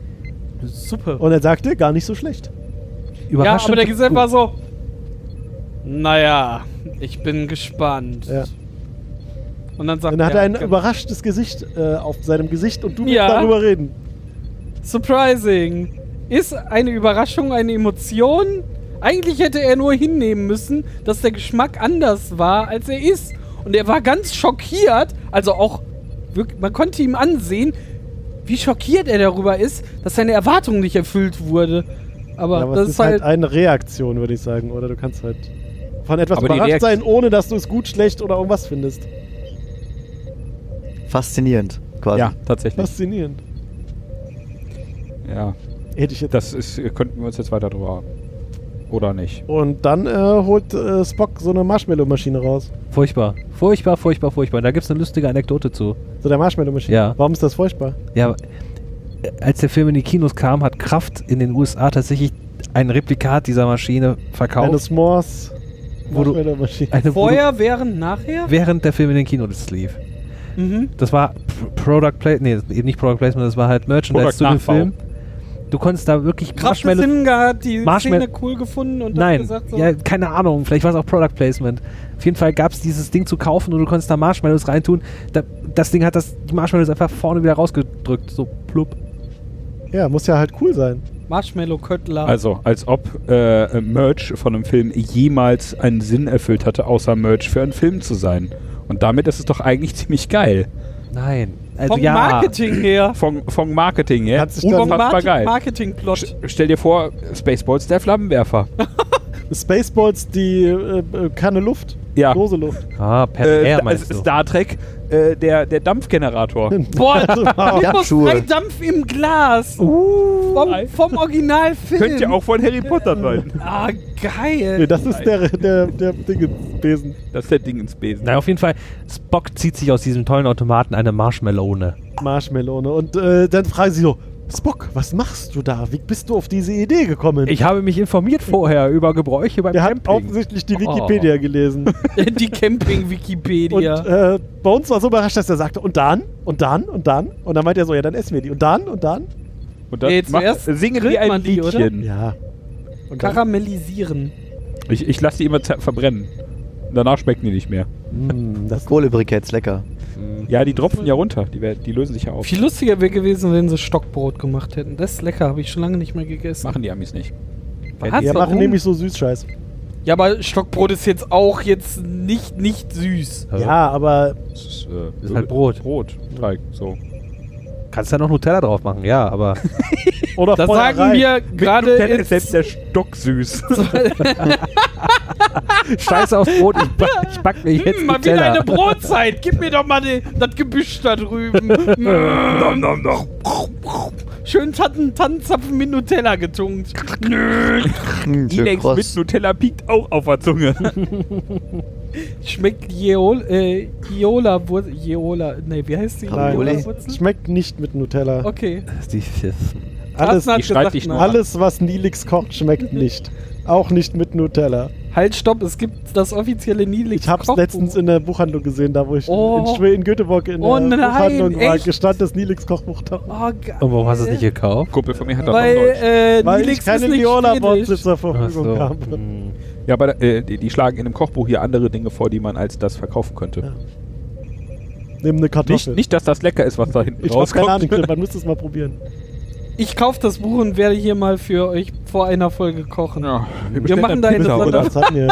Speaker 2: Suppe.
Speaker 6: Und er sagte, gar nicht so schlecht.
Speaker 2: Ja,
Speaker 7: Überraschend.
Speaker 2: aber der Gesell
Speaker 7: gut.
Speaker 2: war so. Naja, ich bin gespannt.
Speaker 6: Ja.
Speaker 2: Und dann sagt
Speaker 6: Dann hat er ein
Speaker 2: ge-
Speaker 6: überraschtes Gesicht äh, auf seinem Gesicht und du willst
Speaker 2: genau. Ja.
Speaker 6: darüber reden.
Speaker 2: Surprising. Ist eine Überraschung eine Emotion? Eigentlich hätte er nur hinnehmen müssen, dass der Geschmack anders war, als er ist. Und er war ganz schockiert, also auch, wirk- man konnte ihm ansehen, wie schockiert er darüber ist, dass seine Erwartung nicht erfüllt wurde. Aber,
Speaker 6: Ja, aber
Speaker 2: das
Speaker 6: es
Speaker 2: ist halt,
Speaker 6: eine Reaktion, würde ich sagen. Oder du kannst halt von etwas
Speaker 4: Aber die
Speaker 6: überrascht
Speaker 4: Reaktion-
Speaker 6: sein, ohne dass du es gut, schlecht oder irgendwas findest.
Speaker 5: Faszinierend, quasi.
Speaker 4: Ja, tatsächlich.
Speaker 6: Faszinierend.
Speaker 4: Ja,
Speaker 6: Hätte ich jetzt.
Speaker 4: das ist, äh, könnten wir uns jetzt weiter drüber. Oder nicht?
Speaker 6: Und dann äh, holt äh, Spock so eine Marshmallow-Maschine raus.
Speaker 7: Furchtbar. Furchtbar, furchtbar, furchtbar. Und da gibt es eine lustige Anekdote zu.
Speaker 6: So der Marshmallow-Maschine.
Speaker 7: Ja.
Speaker 6: Warum ist das furchtbar?
Speaker 7: Ja, äh, als der Film in die Kinos kam, hat Kraft in den USA tatsächlich ein Replikat dieser Maschine verkauft.
Speaker 6: Eine S'mores
Speaker 7: Wo du-
Speaker 6: Marshmallow-Maschine.
Speaker 7: Eine-
Speaker 2: vorher, während, nachher.
Speaker 7: Während der Film in den Kinos lief.
Speaker 2: Mhm.
Speaker 7: Das war P- Product Placement, nee, eben nicht Product Placement, das war halt Merchandise
Speaker 4: Product
Speaker 7: zu dem
Speaker 4: Nachbau.
Speaker 7: Film. Du konntest da wirklich
Speaker 2: Kraft
Speaker 7: Marshmallow-
Speaker 2: hat die
Speaker 7: Marshmallow-
Speaker 2: Szene cool gefunden und
Speaker 7: Nein,
Speaker 2: hat gesagt so,
Speaker 7: ja, keine Ahnung, vielleicht war es auch Product Placement. Auf jeden Fall gab es dieses Ding zu kaufen und du konntest da Marshmallows reintun. Da, das Ding hat das, die Marshmallows einfach vorne wieder rausgedrückt, so plupp.
Speaker 6: Ja, muss ja halt cool sein.
Speaker 2: Marshmallow-Köttler.
Speaker 4: Also, als ob äh, Merch von einem Film jemals einen Sinn [LAUGHS] erfüllt hatte, außer Merch für einen Film zu sein. Und damit ist es doch eigentlich ziemlich geil.
Speaker 7: Nein. Also,
Speaker 2: Vom
Speaker 7: ja.
Speaker 2: Marketing her.
Speaker 4: Von, von Marketing, ja?
Speaker 6: Kannst du dich
Speaker 2: Vom
Speaker 6: dann-
Speaker 4: Unfassbar
Speaker 2: Market-
Speaker 4: geil.
Speaker 2: Marketing-Plot.
Speaker 4: St- Stell dir vor, Spaceballs der Flammenwerfer.
Speaker 6: Spaceballs, die äh, äh, Kanne Luft.
Speaker 4: Ja.
Speaker 6: Lose Luft.
Speaker 7: Ah, per
Speaker 4: Äh,
Speaker 7: Air
Speaker 4: Sta-
Speaker 7: meinst du?
Speaker 4: Star Trek, äh, der, der Dampfgenerator.
Speaker 2: Boah,
Speaker 4: [LAUGHS]
Speaker 2: Oh,
Speaker 5: Dampfschuhe.
Speaker 2: Dampf im Glas. vom, vom Originalfilm.
Speaker 4: Könnte ja auch von Harry Potter sein.
Speaker 2: Ah,
Speaker 6: Nee,
Speaker 2: geil.
Speaker 6: das ist der, der, der Dingebesen.
Speaker 4: Das ist der Ding ins Besen.
Speaker 7: Na, auf jeden Fall, Spock zieht sich aus diesem tollen Automaten eine Marshmallowne.
Speaker 6: Marshmallow. Ne? Und äh, dann fragen sie so, Spock, was machst du da? Wie bist du auf diese Idee gekommen?
Speaker 7: Ich habe mich informiert vorher über Gebräuche beim
Speaker 6: der hat
Speaker 7: Camping.
Speaker 6: offensichtlich
Speaker 2: Oh.
Speaker 6: die Wikipedia gelesen.
Speaker 2: [LAUGHS] Die
Speaker 6: Und
Speaker 2: Camping-Wikipedia.
Speaker 6: äh, bei uns war so überrascht, dass er sagte, und dann, und dann, und dann. Und dann meint er so, ja, dann essen wir die. Und dann, und dann.
Speaker 4: Und dann
Speaker 2: Nee, zuerst
Speaker 4: singen
Speaker 2: grillt
Speaker 4: wir ein
Speaker 2: man die, oder?
Speaker 4: Liedchen.
Speaker 6: Ja. Und dann,
Speaker 2: Karamellisieren.
Speaker 4: Ich, ich lasse die immer zer- verbrennen. Danach schmecken die nicht mehr.
Speaker 6: Mm, das
Speaker 5: Kohlebriketts, lecker.
Speaker 4: Ja, die tropfen ja runter. Die, werden- die lösen sich ja auf.
Speaker 2: Viel lustiger wäre gewesen, wenn sie Stockbrot gemacht hätten. Das ist lecker, habe ich schon lange nicht mehr gegessen.
Speaker 4: Machen die Amis nicht.
Speaker 2: Was?
Speaker 6: wir machen
Speaker 2: Warum?
Speaker 6: nämlich so Süßscheiß.
Speaker 2: Ja, aber Stockbrot ist jetzt auch jetzt nicht, nicht süß.
Speaker 7: Ja.
Speaker 6: Ja, aber
Speaker 4: Das ist, äh,
Speaker 7: Ist halt Brot.
Speaker 4: Brot, Teig, so.
Speaker 7: Kannst da noch Nutella drauf machen, ja, aber
Speaker 6: oder
Speaker 2: Das
Speaker 6: vorher
Speaker 2: sagen
Speaker 6: rein.
Speaker 2: wir gerade
Speaker 4: Nutella ist
Speaker 2: jetzt. [LAUGHS]
Speaker 4: selbst der Stock süß.
Speaker 7: scheiß auf Brot, ich, ba ich back mir jetzt
Speaker 2: Hm, mal wieder
Speaker 7: Nutella.
Speaker 2: eine Brotzeit. Gib mir doch mal die, das Gebüsch da drüben. Mm.
Speaker 4: [LAUGHS] nom, nom, nom.
Speaker 2: Schön Tatten, Tannenzapfen mit Nutella getunkt.
Speaker 5: Hm, schön
Speaker 4: Ilex
Speaker 5: kross.
Speaker 4: mit Nutella piekt auch auf der [LAUGHS] Zunge.
Speaker 2: Schmeckt Jeol, äh, Iola Wurzel. Jeola. Nee, wie heißt die?
Speaker 6: Nein,
Speaker 5: Ravioli.
Speaker 2: Iola
Speaker 6: das
Speaker 2: Wurzel?
Speaker 6: schmeckt nicht mit Nutella.
Speaker 2: Okay.
Speaker 7: Die Pfiff.
Speaker 6: Alles,
Speaker 2: Carsten hat
Speaker 4: ich schneid
Speaker 2: gesagt,
Speaker 4: dich
Speaker 2: nein.
Speaker 4: noch an.
Speaker 6: alles, was Nilix kocht, schmeckt nicht. Auch nicht mit Nutella.
Speaker 2: Halt, stopp, es gibt das offizielle Nilix.
Speaker 6: Ich hab's
Speaker 2: Kochbuch.
Speaker 6: letztens in der Buchhandlung gesehen, da wo ich
Speaker 2: Oh.
Speaker 6: in, Schwe- in Göteborg in
Speaker 2: Oh
Speaker 6: der
Speaker 2: nein,
Speaker 6: Buchhandlung war,
Speaker 2: echt?
Speaker 6: gestand das Nilix Kochbuch da.
Speaker 2: Oh, geil.
Speaker 7: Und warum hast du es nicht gekauft?
Speaker 4: Kumpel von mir hat das
Speaker 2: Weil,
Speaker 4: auch Deutsch.
Speaker 2: äh,
Speaker 6: Weil
Speaker 2: Nilix
Speaker 6: ich keine
Speaker 2: ist nicht
Speaker 6: Viola-Wurzel
Speaker 2: schwedisch.
Speaker 6: zur
Speaker 7: Ach
Speaker 6: Verfügung
Speaker 7: so.
Speaker 6: habe.
Speaker 7: Hm.
Speaker 4: Ja, aber äh, die, die schlagen in einem Kochbuch hier andere Dinge vor, die man als das verkaufen könnte.
Speaker 6: Nimm eine
Speaker 4: Nicht,
Speaker 6: Kartoffel.
Speaker 4: nicht, dass das lecker ist, was da hinten
Speaker 6: ich hab
Speaker 4: rauskommt.
Speaker 6: keine Ahnung, man müsste es
Speaker 2: [LAUGHS]
Speaker 6: mal probieren.
Speaker 2: Ich kauf das Buch und werde hier mal für euch vor einer Folge kochen.
Speaker 4: Ja, wir,
Speaker 2: Wir
Speaker 4: bestellen
Speaker 2: machen
Speaker 4: dann
Speaker 2: da eine
Speaker 4: Pizza,
Speaker 2: Sonder-
Speaker 4: oder?
Speaker 6: Das hatten wir.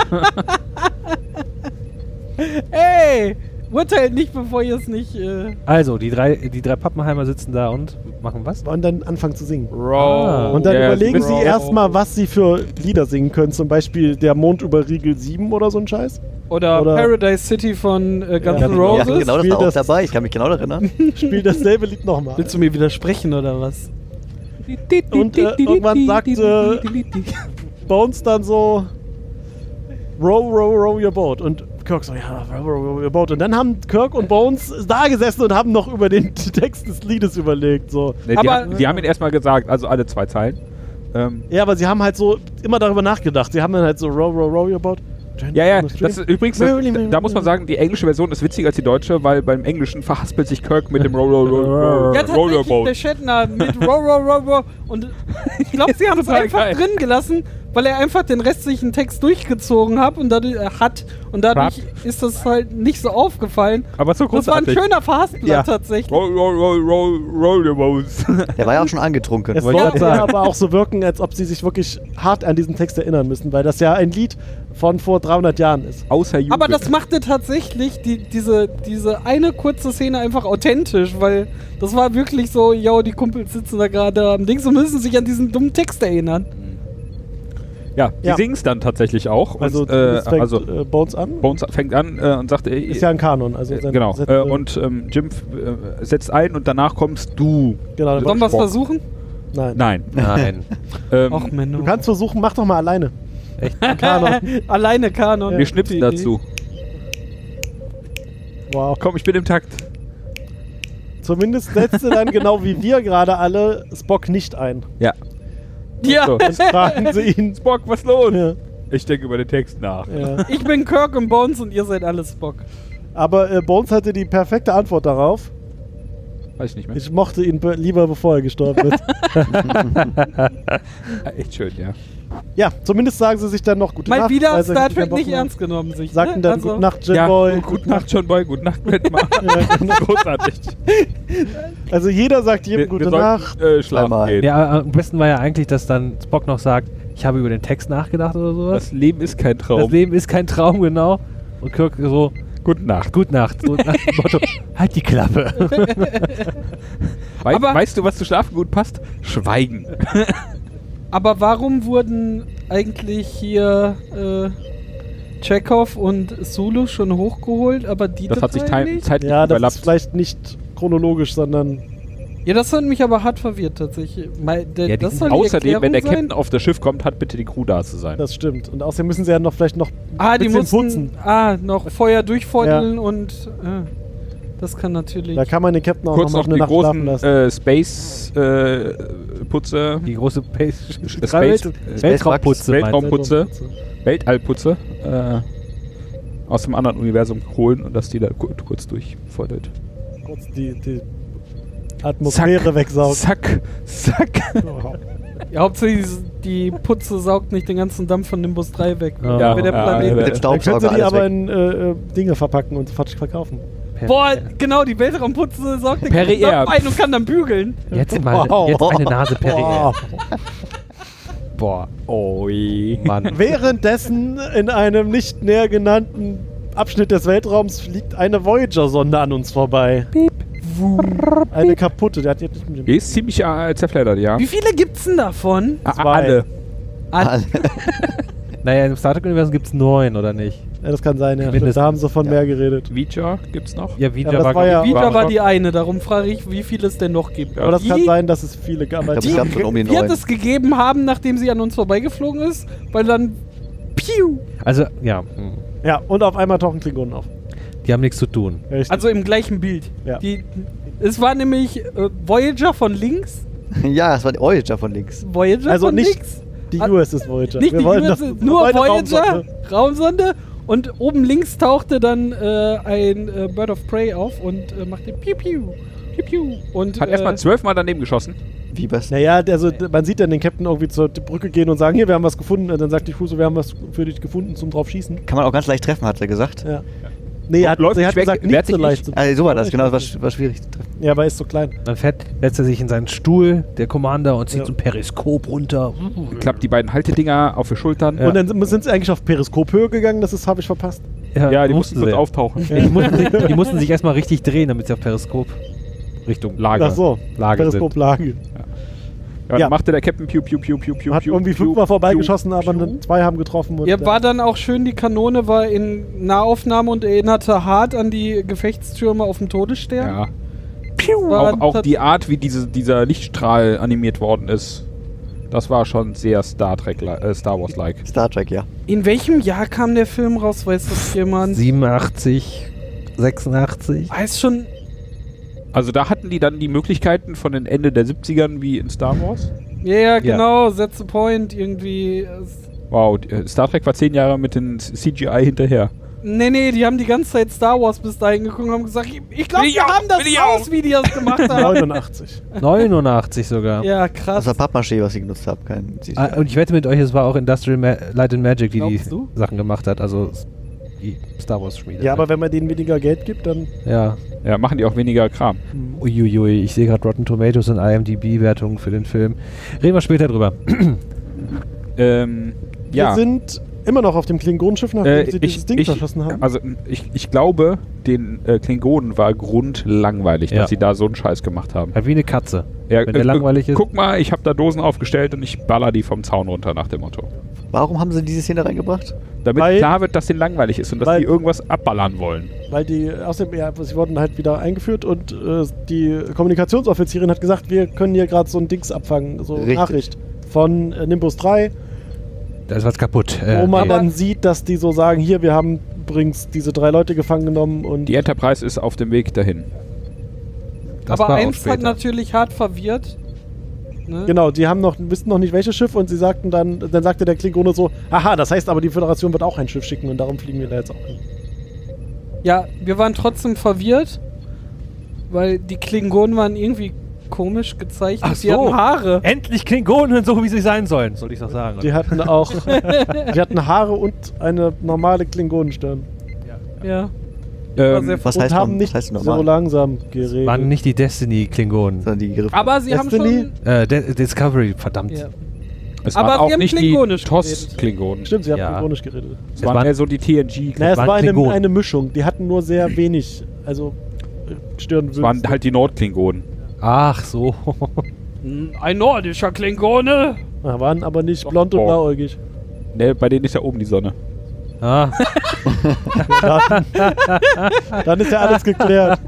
Speaker 2: Ey! Urteilt nicht, bevor ihr es nicht. Äh,
Speaker 7: Also, die drei, die drei Pappenheimer sitzen da und machen was?
Speaker 6: [LAUGHS]
Speaker 7: Ah.
Speaker 6: Und dann anfangen zu singen.
Speaker 4: Oh.
Speaker 7: Oh,
Speaker 4: Raw.
Speaker 6: Und dann
Speaker 4: Ja,
Speaker 6: überlegen
Speaker 4: mit-
Speaker 6: sie erstmal, was sie für Lieder singen können. Zum Beispiel Der Mond über Riegel 7 oder so ein Scheiß.
Speaker 2: oder,
Speaker 6: Oder-
Speaker 2: Paradise City von äh, Guns
Speaker 6: Ja,
Speaker 2: N'
Speaker 5: Ja,
Speaker 2: Roses.
Speaker 5: genau, das
Speaker 6: Spiel
Speaker 5: war auch
Speaker 6: das-
Speaker 5: dabei. Ich kann mich genau daran erinnern.
Speaker 6: Spiel dasselbe Lied nochmal.
Speaker 2: Willst du mir widersprechen oder was?
Speaker 6: Und, äh, irgendwann sagt, äh, Bones dann so Row, row, row your boat. Und Kirk so, ja, row, row, row your boat. Und dann haben Kirk und Bones da gesessen und haben noch über den [LAUGHS] Text des Liedes überlegt. So.
Speaker 4: Ne, die,
Speaker 2: Aber-
Speaker 4: haben, die haben ihn erstmal gesagt, also alle zwei Zeilen. Ähm,
Speaker 6: Ja, aber sie haben halt so immer darüber nachgedacht. Sie haben dann halt so row, row, row your boat.
Speaker 4: ja, ja, das ist übrigens, da,
Speaker 6: Really, really,
Speaker 4: da muss man sagen, die englische Version ist witziger als die deutsche, weil beim Englischen verhaspelt sich Kirk mit dem Roll, roll, roll, roll,
Speaker 2: Ja, tatsächlich, der
Speaker 4: Rollerboat.
Speaker 2: Shatner mit Row, Row, Row, Row. Und ich
Speaker 4: [LAUGHS]
Speaker 2: glaube, sie haben es
Speaker 4: Total
Speaker 2: einfach
Speaker 4: geil.
Speaker 2: drin gelassen, weil er einfach den restlichen Text durchgezogen hat und dadurch, äh, hat. Und dadurch ist das halt nicht so aufgefallen.
Speaker 4: Aber so
Speaker 2: Das war ein
Speaker 4: großartig.
Speaker 2: schöner Verhaspler
Speaker 6: Ja.
Speaker 2: tatsächlich.
Speaker 4: Roll, roll, roll, roll, Rollerboats.
Speaker 5: [LAUGHS] Der war ja auch schon
Speaker 6: [LAUGHS]
Speaker 5: angetrunken.
Speaker 6: Es
Speaker 7: Wollte ich
Speaker 6: sollte
Speaker 7: grad sagen.
Speaker 6: aber auch so wirken, als ob sie sich wirklich hart an diesen Text erinnern müssen, weil das ja ein Lied von vor 300 Jahren ist.
Speaker 4: Außer Jugend.
Speaker 2: Aber das machte tatsächlich die, diese, diese eine kurze Szene einfach authentisch, weil das war wirklich so, yo, die Kumpels sitzen da gerade am Ding, so müssen sich an diesen dummen Text erinnern.
Speaker 4: Ja, die
Speaker 6: Ja.
Speaker 4: singen's dann tatsächlich auch. Und,
Speaker 6: Also,
Speaker 4: äh,
Speaker 6: es fängt
Speaker 4: also
Speaker 6: äh, Bones an.
Speaker 4: Bones fängt an äh, und sagt, äh,
Speaker 6: Ist ja ein Kanon. Also
Speaker 4: äh,
Speaker 6: sein-
Speaker 4: genau.
Speaker 6: sein-
Speaker 4: Äh, und ähm, Jim f- äh, setzt ein und danach kommst du.
Speaker 6: Genau, dann
Speaker 2: Sollen wir es
Speaker 4: Spock.
Speaker 2: versuchen?
Speaker 6: Nein.
Speaker 4: Nein.
Speaker 6: [LAUGHS]
Speaker 7: Nein.
Speaker 4: Ähm,
Speaker 2: Och, Menno.
Speaker 6: Du kannst versuchen, mach doch mal alleine.
Speaker 7: Echt?
Speaker 4: [LAUGHS]
Speaker 2: Kanon. [LAUGHS] Alleine Kanon.
Speaker 4: wir schnipsen
Speaker 2: Gute
Speaker 4: dazu.
Speaker 6: Wow.
Speaker 4: Komm, ich bin im Takt.
Speaker 6: Zumindest setzt du dann genau wie wir gerade alle Spock nicht ein.
Speaker 4: Ja.
Speaker 2: Idee. Ja,
Speaker 4: So.
Speaker 6: Dann fragen sie ihn.
Speaker 4: [LAUGHS] Spock, was los?
Speaker 6: Ja,
Speaker 4: Ich denke über den Text nach.
Speaker 6: ja.
Speaker 2: ich bin Kirk und Bones und ihr seid alles Bock.
Speaker 6: Aber äh, Bones hatte die perfekte Antwort darauf.
Speaker 4: Weiß ich nicht mehr.
Speaker 6: Ich mochte ihn be lieber, bevor er gestorben
Speaker 4: [LAUGHS]
Speaker 6: ist.
Speaker 4: Ah, echt schön, ja.
Speaker 6: ja, zumindest sagen sie sich dann noch gute
Speaker 2: Mal
Speaker 6: Nacht.
Speaker 2: wieder
Speaker 6: weil sie
Speaker 2: Star
Speaker 6: keinen
Speaker 2: Trek
Speaker 6: Bock
Speaker 2: nicht
Speaker 6: mehr-
Speaker 2: ernst genommen sich.
Speaker 6: Sagten
Speaker 2: ne?
Speaker 6: dann
Speaker 2: Also,
Speaker 6: gute Nacht, Jim
Speaker 4: ja,
Speaker 6: Boy.
Speaker 4: gute Nacht, John Boy, gute Nacht, Batman.
Speaker 6: [LAUGHS]
Speaker 4: Großartig.
Speaker 6: Also jeder sagt jedem
Speaker 4: Wir- wir
Speaker 6: gute
Speaker 4: sollten,
Speaker 6: Nacht.
Speaker 4: Äh, schlafen
Speaker 5: Einmal.
Speaker 4: gehen.
Speaker 7: Ja, am besten war ja eigentlich, dass dann Spock noch sagt, ich habe über den Text nachgedacht oder sowas.
Speaker 4: Das Leben ist kein Traum.
Speaker 7: Das Leben ist kein Traum, genau. Und Kirk so,
Speaker 4: Gute Nacht.
Speaker 7: Gute Nacht. So nach dem Motto, halt die Klappe.
Speaker 4: Wei
Speaker 2: Aber-
Speaker 4: weißt du, was zu schlafen gut passt? Schweigen.
Speaker 2: Aber warum wurden eigentlich hier äh, Chekhov und Zulu schon hochgeholt, aber die
Speaker 4: Das hat sich time- zeitlich
Speaker 6: Ja, das ist
Speaker 4: überlappt.
Speaker 6: vielleicht nicht chronologisch, sondern
Speaker 2: Ja, das hat mich aber hart verwirrt tatsächlich. Mei- der-
Speaker 7: Ja, die
Speaker 2: das soll
Speaker 7: sind-
Speaker 2: die
Speaker 4: Außerdem, wenn der
Speaker 2: Erklärung
Speaker 4: Captain auf das Schiff kommt, hat bitte die Crew da zu sein.
Speaker 6: das stimmt. Und außerdem müssen sie ja noch vielleicht noch
Speaker 2: sein? ah, die
Speaker 6: bisschen
Speaker 2: mussten
Speaker 6: putzen.
Speaker 2: ah noch Feuer durchfeudeln und äh, das kann natürlich.
Speaker 6: Da kann man den Captain auch
Speaker 4: Kurz
Speaker 6: noch,
Speaker 4: noch
Speaker 6: mal eine
Speaker 4: die
Speaker 6: Nacht schlafen
Speaker 4: großen
Speaker 6: lassen.
Speaker 4: äh, Space-Putze.
Speaker 7: Die große Space,
Speaker 4: Space-
Speaker 7: Welt-
Speaker 4: Space-
Speaker 7: Weltraumputze. meinst du?
Speaker 4: Weltraum- Putze. Weltallputze äh, aus einem anderen Universum holen und dass die da ku- kurz durchfordert.
Speaker 6: Kurz die, die Atmosphäre wegsaugen.
Speaker 4: Zack, zack.
Speaker 2: Ja, hauptsächlich die Putze saugt nicht den ganzen Dampf von Nimbus 3 weg.
Speaker 7: Ja.
Speaker 2: Mit der
Speaker 4: Ja,
Speaker 2: Planet.
Speaker 5: Mit dem
Speaker 6: Dann können sie
Speaker 5: Staubsauger
Speaker 6: die
Speaker 5: alles
Speaker 6: aber
Speaker 5: weg.
Speaker 6: in äh, äh, Dinge verpacken und fatsch verkaufen.
Speaker 2: Boah, genau, die Weltraumputze saugt den
Speaker 4: Per
Speaker 2: ganzen
Speaker 4: Air.
Speaker 2: Dampf ein und kann dann bügeln.
Speaker 7: Jetzt mal
Speaker 6: Wow.
Speaker 7: jetzt eine Nase per
Speaker 5: [LAUGHS]
Speaker 6: Boah.
Speaker 4: Boah, oi.
Speaker 7: Mann.
Speaker 6: Währenddessen in einem nicht näher genannten Abschnitt des Weltraums fliegt eine Voyager-Sonde an uns vorbei. Wum. Eine kaputte. Der hat jetzt nicht mit
Speaker 4: Die
Speaker 6: dem
Speaker 4: ist ziemlich äh, zerfleddert, ja.
Speaker 2: Wie viele gibt's denn davon?
Speaker 4: Ah,
Speaker 6: Zwei.
Speaker 4: alle.
Speaker 2: Ah,
Speaker 7: Naja, im Star Trek-Universum gibt es neun, oder nicht?
Speaker 6: ja, das kann sein, ja.
Speaker 7: Mindestens.
Speaker 6: Da haben sie von mehr geredet.
Speaker 4: Vija gibt's noch?
Speaker 7: Ja, Vija
Speaker 6: Ja, das war ja-
Speaker 2: Vita
Speaker 6: Warum-
Speaker 2: war die eine, darum frage ich, wie viel es denn noch gibt.
Speaker 6: Aber das
Speaker 2: die,
Speaker 6: kann sein, dass es viele gab.
Speaker 5: Ich glaube, es gab schon um die
Speaker 2: die hat
Speaker 5: neun.
Speaker 2: es gegeben haben, nachdem sie an uns vorbeigeflogen ist, weil dann Piu!
Speaker 7: Also, ja. hm.
Speaker 6: Ja, und auf einmal tauchen Klingonen auf.
Speaker 7: Die haben nichts zu tun.
Speaker 6: Richtig.
Speaker 2: Also im gleichen Bild.
Speaker 6: Ja.
Speaker 2: Die, es war nämlich äh, Voyager von links,
Speaker 5: [LAUGHS] Ja, es war die Voyager von links.
Speaker 2: Voyager
Speaker 6: Also
Speaker 2: von
Speaker 6: nicht
Speaker 2: links.
Speaker 6: die
Speaker 2: Ah,
Speaker 6: USS Voyager.
Speaker 2: Nicht
Speaker 6: Wir
Speaker 2: die
Speaker 6: wollen
Speaker 2: USS,
Speaker 6: das- wir
Speaker 2: nur
Speaker 6: wollen eine
Speaker 2: Voyager,
Speaker 6: Raumsonde.
Speaker 2: Raumsonde. Und oben links tauchte dann äh, ein äh, Bird of Prey auf und äh, machte Piu Piu. Piu Piu. Und,
Speaker 4: Hat
Speaker 2: äh,
Speaker 4: erstmal zwölfmal daneben geschossen.
Speaker 5: Wie besser.
Speaker 6: Naja, also d- man sieht dann den Captain irgendwie zur d- Brücke gehen und sagen, hier, wir haben was gefunden. Und dann sagt die Fuso, wir haben was für dich gefunden zum drauf schießen.
Speaker 5: Kann man auch ganz leicht treffen, hat er gesagt.
Speaker 6: Ja. Nee, er hat,
Speaker 4: Läuft
Speaker 6: sie hat
Speaker 4: nicht weg,
Speaker 6: gesagt,
Speaker 4: wehrt
Speaker 6: nicht so
Speaker 4: sich
Speaker 6: leicht zu
Speaker 4: nicht.
Speaker 5: Also so war das, genau, das war, sch- war schwierig zu treffen.
Speaker 6: Ja, aber er ist so klein.
Speaker 7: Dann fährt, setzt er sich in seinen Stuhl, der Commander, und zieht
Speaker 6: Ja.
Speaker 7: so ein Periskop runter. Hm.
Speaker 4: Klappt die beiden Haltedinger auf die Schultern.
Speaker 7: Äh,
Speaker 6: Und dann sind- sind sie eigentlich auf Periskophöhe gegangen, das ist- habe ich verpasst.
Speaker 4: Ja, die mussten
Speaker 7: äh, mussten
Speaker 4: kurz
Speaker 7: sie.
Speaker 4: auftauchen.
Speaker 7: Die mussten sich, die mussten sich erstmal richtig drehen, damit sie auf Periskop Richtung Lage.
Speaker 6: Ach so,
Speaker 7: Lage
Speaker 6: Periskoplage.
Speaker 4: Ja, dann
Speaker 6: Ja.
Speaker 4: machte der Captain Piu, Piu, Piu, Piu, Piu,
Speaker 6: Hat
Speaker 4: Piu,
Speaker 6: irgendwie
Speaker 4: Piu,
Speaker 6: fünfmal
Speaker 4: Piu,
Speaker 6: vorbeigeschossen,
Speaker 4: Piu.
Speaker 6: aber dann zwei haben getroffen. Und
Speaker 2: Ja, war dann auch schön, die Kanone war in Nahaufnahme und erinnerte hart an die Gefechtstürme auf dem Todesstern.
Speaker 4: Ja.
Speaker 2: Piu.
Speaker 4: Auch, auch die Art, wie diese, dieser Lichtstrahl animiert worden ist, das war schon sehr Star Trek, äh, Star Wars like.
Speaker 5: Star Trek, ja.
Speaker 2: In welchem Jahr kam der Film raus, weiß das jemand?
Speaker 7: 87, 86.
Speaker 2: Weiß schon,
Speaker 4: Also da hatten die dann die Möglichkeiten von den Ende der 70ern wie in Star Wars.
Speaker 2: ja, ja, genau, that's the point, irgendwie. Es-
Speaker 4: Wow, die- äh, Star Trek war zehn Jahre mit den C- CGI hinterher.
Speaker 2: Nee, nee, die haben die ganze Zeit Star Wars bis dahin geguckt und haben gesagt, ich- ich glaube,
Speaker 4: Will ich
Speaker 2: wir
Speaker 4: auch,
Speaker 2: haben das
Speaker 4: will ich
Speaker 2: raus,
Speaker 4: auch.
Speaker 2: wie die das gemacht haben.
Speaker 6: 89.
Speaker 7: 89 sogar.
Speaker 2: ja,
Speaker 5: Das
Speaker 2: krass.
Speaker 5: war Pappmaché, was ich genutzt habe. Kein
Speaker 7: Ah, und ich wette mit euch, es war auch Industrial Ma Light and Magic, die die
Speaker 2: Glaubst du?
Speaker 7: Sachen gemacht hat. Also die Star Wars Schmiede.
Speaker 6: Ja, aber wenn man denen weniger Geld gibt, dann
Speaker 7: Ja.
Speaker 4: Ja, machen die auch weniger Kram.
Speaker 7: Uiuiui, ich sehe gerade Rotten Tomatoes und IMDb-Wertungen für den Film. Reden wir später drüber.
Speaker 4: Ähm,
Speaker 6: wir
Speaker 4: ja.
Speaker 6: sind immer noch auf dem Klingonenschiff, nachdem
Speaker 4: Äh,
Speaker 6: sie dieses Ding verschossen haben.
Speaker 4: Also mh, ich, ich glaube, den äh, Klingonen war grundlangweilig,
Speaker 7: Ja.
Speaker 4: dass sie da so einen Scheiß gemacht haben.
Speaker 7: Halt wie eine Katze.
Speaker 4: Ja, äh,
Speaker 7: Wenn der langweilig ist.
Speaker 4: Guck mal, ich habe da Dosen aufgestellt und ich baller die vom Zaun runter nach dem Motto.
Speaker 5: Warum haben sie diese Szene reingebracht?
Speaker 4: Damit
Speaker 6: Weil-
Speaker 4: klar wird, dass denen langweilig ist und dass
Speaker 6: weil-
Speaker 4: die irgendwas abballern wollen.
Speaker 6: Weil die, außerdem, ja, sie wurden halt wieder eingeführt und äh, die Kommunikationsoffizierin hat gesagt, wir können hier gerade so ein Dings abfangen, so
Speaker 5: Richtig.
Speaker 6: Nachricht von äh, Nimbus 3,
Speaker 7: Da ist was kaputt. Äh,
Speaker 6: wo man
Speaker 7: nee.
Speaker 6: dann sieht, dass die so sagen, hier, wir haben übrigens diese drei Leute gefangen genommen und
Speaker 4: Die Enterprise ist auf dem Weg dahin.
Speaker 7: Das
Speaker 2: Aber
Speaker 7: war auch
Speaker 2: eins hat
Speaker 7: später.
Speaker 2: natürlich hart verwirrt. Ne?
Speaker 6: genau, die haben noch, wissen noch nicht welches Schiff und sie sagten dann, dann sagte der Klingone so, aha, das heißt aber die Föderation wird auch ein Schiff schicken und darum fliegen wir da jetzt auch hin.
Speaker 2: Ja, wir waren trotzdem verwirrt, weil die Klingonen waren irgendwie komisch gezeichnet.
Speaker 7: Ach
Speaker 2: Die
Speaker 7: so.
Speaker 2: hatten Haare.
Speaker 7: Endlich Klingonen, so wie sie sein sollen, soll ich noch sagen.
Speaker 6: Die hatten auch, die hatten Haare und eine normale Klingonenstirn
Speaker 2: Ja. war
Speaker 4: Ähm,
Speaker 2: sehr-
Speaker 5: Was
Speaker 6: und
Speaker 5: heißt
Speaker 6: haben
Speaker 5: norm-
Speaker 6: nicht
Speaker 5: was heißt
Speaker 6: so
Speaker 5: normal?
Speaker 6: langsam geredet.
Speaker 7: waren nicht die Destiny-Klingonen.
Speaker 5: Sondern die Griffe.
Speaker 2: Aber sie haben
Speaker 6: Destiny?
Speaker 2: schon.
Speaker 7: Äh, De Discovery, verdammt.
Speaker 2: Ja.
Speaker 4: Es
Speaker 2: Aber
Speaker 4: waren
Speaker 2: wir
Speaker 4: auch
Speaker 2: haben
Speaker 4: nicht
Speaker 2: klingonisch
Speaker 4: die
Speaker 2: geredet.
Speaker 4: TOS-Klingonen.
Speaker 6: Stimmt, sie haben
Speaker 7: Ja.
Speaker 6: klingonisch geredet.
Speaker 4: Es
Speaker 7: Es
Speaker 4: waren
Speaker 7: waren-
Speaker 4: eher so die TNG.
Speaker 6: Naja, es
Speaker 7: waren
Speaker 6: war eine,
Speaker 7: Klingonen.
Speaker 6: eine Mischung. Die hatten nur sehr wenig, also äh, Stirn
Speaker 4: Es waren halt die Nordklingonen.
Speaker 7: Ach so. [LAUGHS]
Speaker 2: Ein nordischer Klingone.
Speaker 6: Ja, Ah, waren aber nicht blond und
Speaker 4: Boah.
Speaker 6: blauäugig.
Speaker 4: Ne, bei denen ist ja oben die Sonne.
Speaker 7: ah,
Speaker 6: Dann ist ja alles geklärt.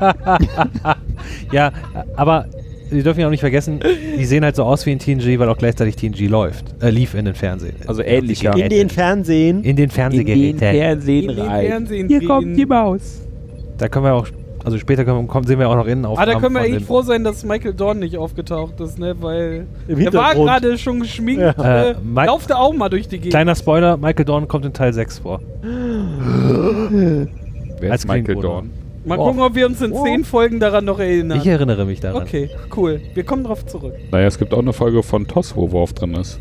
Speaker 7: ja, aber wir dürfen ja auch nicht vergessen, die sehen halt so aus wie in TNG, weil auch gleichzeitig TNG läuft, äh, lief in den Fernsehen.
Speaker 4: Also ähnlich, ja.
Speaker 6: [LAUGHS] In den Fernsehen.
Speaker 7: in den Fernsehgeräten.
Speaker 4: Fernsehen
Speaker 2: Hier kommt die
Speaker 4: Maus.
Speaker 7: Da können wir auch, also später können, kommen, sehen wir auch noch innen auf.
Speaker 2: Ah, da können wir eigentlich froh sein, dass Michael Dorn nicht aufgetaucht ist, ne? Weil
Speaker 6: Im
Speaker 2: er war
Speaker 6: Hintergrund.
Speaker 2: gerade schon geschminkt.
Speaker 7: Ja.
Speaker 2: Äh,
Speaker 7: Äh, Mike-
Speaker 2: laufte auch mal durch die Gegend.
Speaker 7: Kleiner Spoiler, Michael Dorn kommt in Teil 6 vor.
Speaker 4: Wer
Speaker 7: Als
Speaker 4: ist Michael
Speaker 7: Klingone.
Speaker 4: Dorn?
Speaker 2: mal
Speaker 7: Wow.
Speaker 2: gucken, ob wir uns in
Speaker 7: Wow.
Speaker 2: zehn Folgen daran noch erinnern.
Speaker 7: Ich erinnere mich daran.
Speaker 2: okay, cool. Wir kommen drauf zurück.
Speaker 4: Naja, es gibt auch eine Folge von TOS, wo Worf drin ist.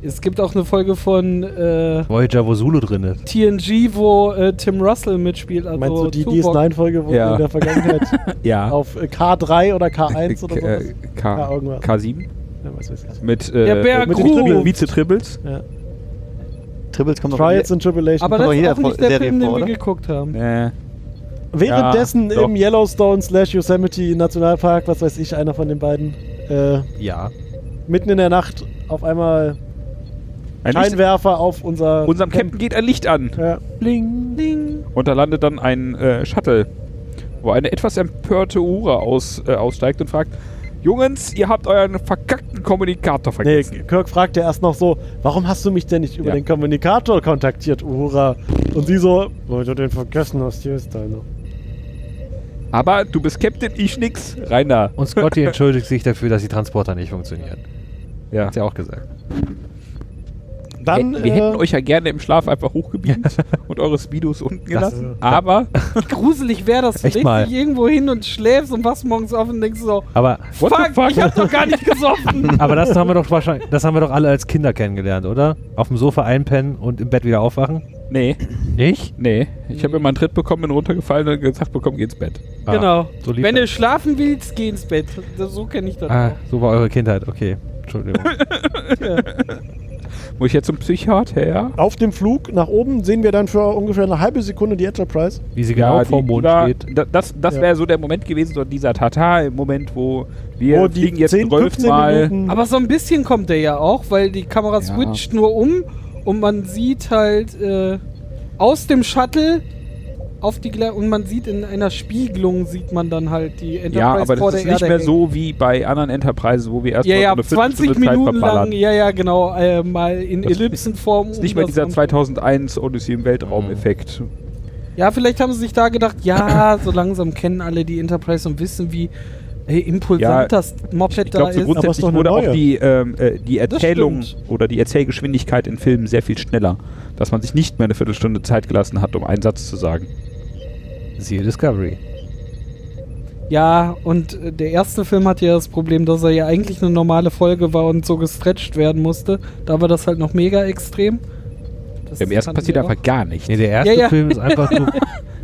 Speaker 2: Es gibt auch eine Folge von äh,
Speaker 7: Voyager, wo Zulu drin ist.
Speaker 2: TNG, wo äh, Tim Russell mitspielt. Also
Speaker 6: Meinst du die
Speaker 2: Tuvok.
Speaker 6: DS9-Folge, wo
Speaker 4: Ja.
Speaker 6: in der Vergangenheit
Speaker 4: [LAUGHS] Ja.
Speaker 6: auf äh, K3 oder K1 oder äh, sowas? Ja,
Speaker 4: K
Speaker 6: irgendwas.
Speaker 4: K7
Speaker 6: Ja, weiß, weiß, weiß.
Speaker 4: mit äh,
Speaker 2: Der Bär
Speaker 4: mit
Speaker 6: Grub.
Speaker 4: Tribbles. Vize-Tribbles.
Speaker 6: Ja.
Speaker 5: Tribbles kommt noch
Speaker 6: Trials and Tribulations.
Speaker 2: Aber
Speaker 5: Kommt
Speaker 2: das
Speaker 5: doch
Speaker 2: ist
Speaker 5: jeder
Speaker 2: auch nicht
Speaker 5: Fol-
Speaker 2: der
Speaker 5: Serie
Speaker 2: Film, den
Speaker 5: vor,
Speaker 2: wir
Speaker 5: oder?
Speaker 2: geguckt haben.
Speaker 4: Äh,
Speaker 6: Währenddessen
Speaker 4: Ja, doch.
Speaker 6: im Yellowstone slash Yosemite Nationalpark, was weiß ich, einer von den beiden, äh,
Speaker 7: Ja.
Speaker 6: mitten in der Nacht auf einmal
Speaker 4: ein Licht,
Speaker 6: Scheinwerfer auf unser...
Speaker 4: unserem Captain geht ein Licht an
Speaker 6: Ja.
Speaker 7: Bling, bling.
Speaker 4: und da landet dann ein äh, Shuttle, wo eine etwas empörte Uhre aus, äh, aussteigt und fragt, Jungens, ihr habt euren verkackten Kommunikator
Speaker 6: Nee,
Speaker 4: vergessen.
Speaker 6: Kirk fragt ja erst noch so, warum hast du mich denn nicht über
Speaker 4: Ja.
Speaker 6: den Kommunikator kontaktiert, Uhura? Und sie so, weil du den vergessen hast, hier ist deiner.
Speaker 4: Aber du bist Captain, ich nix. Rein da.
Speaker 7: Und Scotty entschuldigt sich dafür, dass die Transporter nicht funktionieren.
Speaker 4: Ja.
Speaker 7: Hat sie auch gesagt.
Speaker 6: Dann,
Speaker 4: wir hätten
Speaker 6: äh,
Speaker 4: euch ja gerne im Schlaf
Speaker 6: [LAUGHS]
Speaker 4: einfach hochgebeamt und eure Speedos unten
Speaker 7: Das-
Speaker 4: gelassen. aber
Speaker 2: Wie [LAUGHS] gruselig wäre das. Du
Speaker 7: Echt
Speaker 2: legst
Speaker 7: mal.
Speaker 2: dich irgendwo hin und schläfst und wachst morgens auf und denkst so,
Speaker 7: Aber,
Speaker 4: What the
Speaker 2: fuck,
Speaker 4: fuck?
Speaker 2: ich hab doch gar nicht
Speaker 6: [LAUGHS]
Speaker 2: gesoffen.
Speaker 7: aber das haben wir doch wahrscheinlich, das haben wir doch alle als Kinder kennengelernt, oder? Auf dem Sofa einpennen und im Bett wieder aufwachen?
Speaker 4: nee,
Speaker 7: Nicht?
Speaker 4: nee. Ich habe immer einen Tritt bekommen, bin runtergefallen und gesagt bekommen, geh ins Bett.
Speaker 7: Ah,
Speaker 2: genau.
Speaker 7: so lieb
Speaker 2: Wenn
Speaker 7: er.
Speaker 2: du schlafen willst, geh ins Bett. Das- So kenne ich das.
Speaker 7: Ah,
Speaker 2: auch.
Speaker 7: so war eure Kindheit, okay.
Speaker 2: [LAUGHS]
Speaker 7: Entschuldigung.
Speaker 4: Muss ich jetzt zum Psychiater, ja?
Speaker 6: auf dem Flug nach oben sehen wir dann für ungefähr eine halbe Sekunde die Enterprise.
Speaker 7: Wie sie genau
Speaker 4: die-
Speaker 7: vor dem
Speaker 4: die
Speaker 7: Mond
Speaker 4: war-
Speaker 7: steht.
Speaker 4: da- Das, das
Speaker 6: Ja.
Speaker 4: wäre so der Moment gewesen, so dieser Tata-Moment, wo wir
Speaker 6: Wo
Speaker 4: fliegen jetzt 10, 15 Mal.
Speaker 6: Minuten.
Speaker 2: Aber so ein bisschen kommt der ja auch, weil die Kamera
Speaker 4: Ja.
Speaker 2: switcht nur um und man sieht halt äh, aus dem Shuttle auf die Gle und man sieht in einer Spiegelung sieht man dann halt die Enterprise
Speaker 4: Ja, aber
Speaker 2: vor
Speaker 4: das ist
Speaker 2: der
Speaker 4: nicht
Speaker 2: Erde
Speaker 4: mehr so wie bei anderen Enterprises, wo wir erst
Speaker 2: Ja,
Speaker 4: mal so
Speaker 2: ja,
Speaker 4: eine
Speaker 2: 20
Speaker 4: Viertelstunde Zeit
Speaker 2: Minuten lang,
Speaker 4: verballern.
Speaker 2: ja, ja, genau, äh, mal in
Speaker 4: Das ist
Speaker 2: Ellipsenform.
Speaker 4: Ist
Speaker 2: um
Speaker 4: nicht mehr
Speaker 2: das
Speaker 4: dieser
Speaker 2: Ganze.
Speaker 4: 2001 Odyssey im Weltraum-Effekt.
Speaker 2: Ja, vielleicht haben sie sich da gedacht,
Speaker 4: [CLEARS THROAT]
Speaker 2: ja, so langsam kennen alle die Enterprise und wissen, wie äh, impulsant
Speaker 4: Ja,
Speaker 2: das Moped
Speaker 4: Ich
Speaker 2: da
Speaker 4: glaube,
Speaker 2: ist.
Speaker 6: Aber
Speaker 4: so
Speaker 6: ist
Speaker 4: grundsätzlich
Speaker 6: doch eine
Speaker 4: wurde auch
Speaker 6: neue.
Speaker 4: die, ähm, äh, die Erzählung
Speaker 6: stimmt.
Speaker 4: oder die Erzählgeschwindigkeit in Filmen sehr viel schneller. Dass man sich nicht mehr eine Viertelstunde Zeit gelassen hat, um einen Satz zu sagen.
Speaker 7: Siehe Discovery.
Speaker 2: Ja, und äh, der erste Film hatte ja das Problem, dass er ja eigentlich eine normale Folge war und so gestretched werden musste. Da war das halt noch mega extrem. Das
Speaker 4: Im ersten
Speaker 2: fanden
Speaker 4: passiert
Speaker 2: wir auch.
Speaker 4: einfach gar nichts.
Speaker 7: Nee, der erste
Speaker 2: Ja, ja.
Speaker 7: Film ist einfach nur.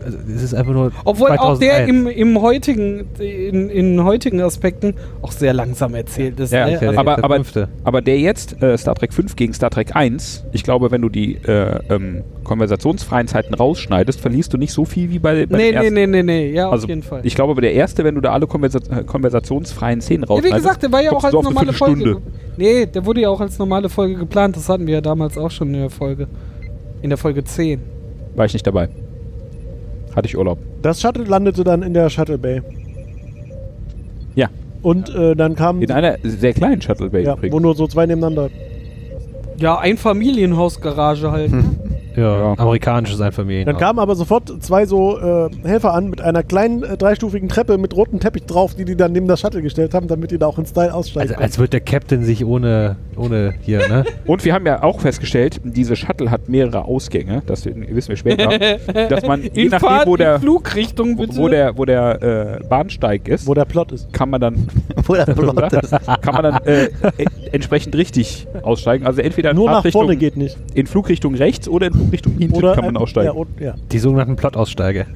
Speaker 7: Also, es ist einfach nur.
Speaker 2: Obwohl auch der
Speaker 7: 2001.
Speaker 2: im, im heutigen, in, in heutigen Aspekten auch sehr langsam erzählt ist.
Speaker 4: Ja,
Speaker 2: ne?
Speaker 7: Ja, der,
Speaker 4: Also aber-
Speaker 7: der
Speaker 4: aber-
Speaker 7: fünfte.
Speaker 4: Aber der jetzt, äh, Star Trek 5 gegen Star Trek 1, ich glaube, wenn du die äh, ähm, konversationsfreien Zeiten rausschneidest, verlierst du nicht so viel wie bei, bei
Speaker 2: Nee, nee,
Speaker 4: dem ersten.
Speaker 2: nee, nee, nee, ja,
Speaker 4: Also,
Speaker 2: auf jeden Fall.
Speaker 4: Ich glaube, bei der erste, wenn du da alle konversa äh, konversationsfreien Szenen
Speaker 2: ja, wie
Speaker 4: rausschneidest,
Speaker 2: gesagt, der war ja auch
Speaker 4: kommst
Speaker 2: als
Speaker 4: du also, auf eine
Speaker 2: normale Folge.
Speaker 4: Viertelstunde.
Speaker 2: ge- Nee, der wurde ja auch als normale Folge geplant. Das hatten wir ja damals auch schon in der Folge. In der Folge 10.
Speaker 4: War ich nicht dabei. Hatte ich Urlaub.
Speaker 6: Das Shuttle landete dann in der Shuttle Bay.
Speaker 4: Ja.
Speaker 6: Und äh, dann
Speaker 2: Mhm.
Speaker 6: kam
Speaker 4: In einer sehr kleinen Shuttle Bay
Speaker 6: ja, wo
Speaker 4: übrigens.
Speaker 6: nur so zwei nebeneinander.
Speaker 2: Ja, ein Familienhausgarage halt.
Speaker 7: Ja,
Speaker 4: Ja.
Speaker 7: amerikanisches Einfamilien.
Speaker 6: Dann kamen aber sofort zwei so äh, Helfer an mit einer kleinen äh, dreistufigen Treppe mit rotem Teppich drauf, die die dann neben das Shuttle gestellt haben, damit die da auch in Style aussteigen.
Speaker 7: also, als wird der Captain sich ohne, ohne hier, ne?
Speaker 4: Und wir haben ja auch festgestellt, diese Shuttle hat mehrere Ausgänge, das wissen
Speaker 2: [LAUGHS]
Speaker 4: wir später, dass man je
Speaker 2: in
Speaker 4: nachdem,
Speaker 2: Fahrt,
Speaker 4: wo der,
Speaker 2: in Flugrichtung bitte.
Speaker 4: wo der, wo der äh, Bahnsteig ist,
Speaker 6: wo der Plot ist.
Speaker 4: kann man dann
Speaker 5: [LAUGHS] Wo der Plot ist.
Speaker 4: kann man dann äh, e- entsprechend richtig aussteigen. Also entweder in,
Speaker 6: Nur nach
Speaker 4: Fahrtrichtung-
Speaker 6: vorne geht
Speaker 4: [LAUGHS]
Speaker 6: nicht.
Speaker 4: in Flugrichtung rechts oder in Flugrichtung hinten
Speaker 6: Oder
Speaker 4: kann man
Speaker 6: ein- Ja,
Speaker 4: aussteigen.
Speaker 6: und, ja.
Speaker 7: Die sogenannten Plot-Aussteige.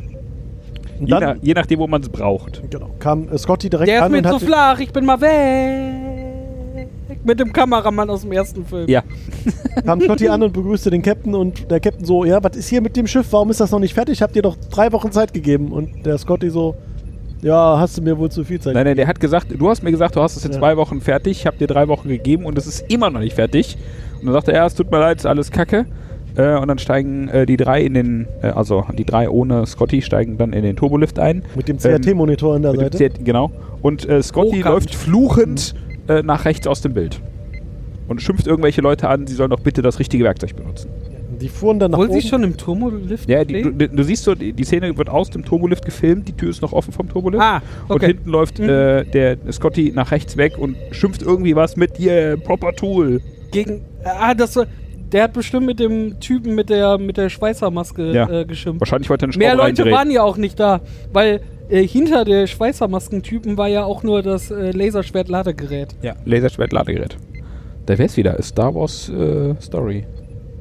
Speaker 6: Und
Speaker 4: je,
Speaker 6: dann
Speaker 4: nach, je nachdem, wo man es braucht.
Speaker 6: genau, kam äh, Scotty direkt
Speaker 2: der ist
Speaker 6: an
Speaker 2: mir
Speaker 6: und
Speaker 2: zu
Speaker 6: hat
Speaker 2: flach, ich bin mal weg. mit dem Kameramann aus dem ersten Film.
Speaker 4: Ja.
Speaker 6: Kam Scotty an und begrüßte den Captain und der Captain so, ja, was ist hier mit dem Schiff? Warum ist das noch nicht fertig? Habt ihr doch drei Wochen Zeit gegeben. Und der Scotty so, ja, hast du mir wohl zu viel Zeit
Speaker 4: Nein, nein, der hat gesagt, du hast mir gesagt, du hast es in
Speaker 6: Ja.
Speaker 4: zwei Wochen fertig. Ich habe dir drei Wochen gegeben und es ist immer noch nicht fertig. Und dann sagt er, ja, es tut mir leid, ist alles kacke. Äh, und dann steigen äh, die drei in den, äh, also die drei ohne Scotty steigen dann in den Turbolift ein.
Speaker 6: Mit dem
Speaker 4: Ähm,
Speaker 6: CRT-Monitor an der
Speaker 4: mit dem
Speaker 6: Seite.
Speaker 4: Z- genau. Und äh, Scotty
Speaker 2: Hochkant.
Speaker 4: läuft fluchend äh, nach rechts aus dem Bild. Und schimpft irgendwelche Leute an, sie sollen doch bitte das richtige Werkzeug benutzen.
Speaker 6: Die fuhren dann nach
Speaker 2: Obwohl
Speaker 6: oben.
Speaker 2: sie schon im Turmolift
Speaker 4: Ja, die, du,
Speaker 2: stehen?
Speaker 4: du du siehst so, die, die Szene wird aus dem Turbolift gefilmt, die Tür ist noch offen vom Turbolift.
Speaker 2: Ah,
Speaker 4: Und
Speaker 2: okay.
Speaker 4: hinten läuft
Speaker 2: Mhm.
Speaker 4: äh, der Scotty nach rechts weg und schimpft irgendwie was mit dir, proper Tool.
Speaker 2: gegen. Ah, das war. Der hat bestimmt mit dem Typen mit der mit der Schweißermaske
Speaker 4: Ja.
Speaker 2: äh, geschimpft.
Speaker 4: Wahrscheinlich wollte er einen Schrauben
Speaker 2: Mehr Leute
Speaker 4: reindrehen.
Speaker 2: waren ja auch nicht da, weil äh, hinter der Schweißermaskentypen war ja auch nur das äh, Laserschwert-Ladegerät.
Speaker 4: Ja, Laserschwert-Ladegerät. Da wär's wieder, Star Wars äh, Story.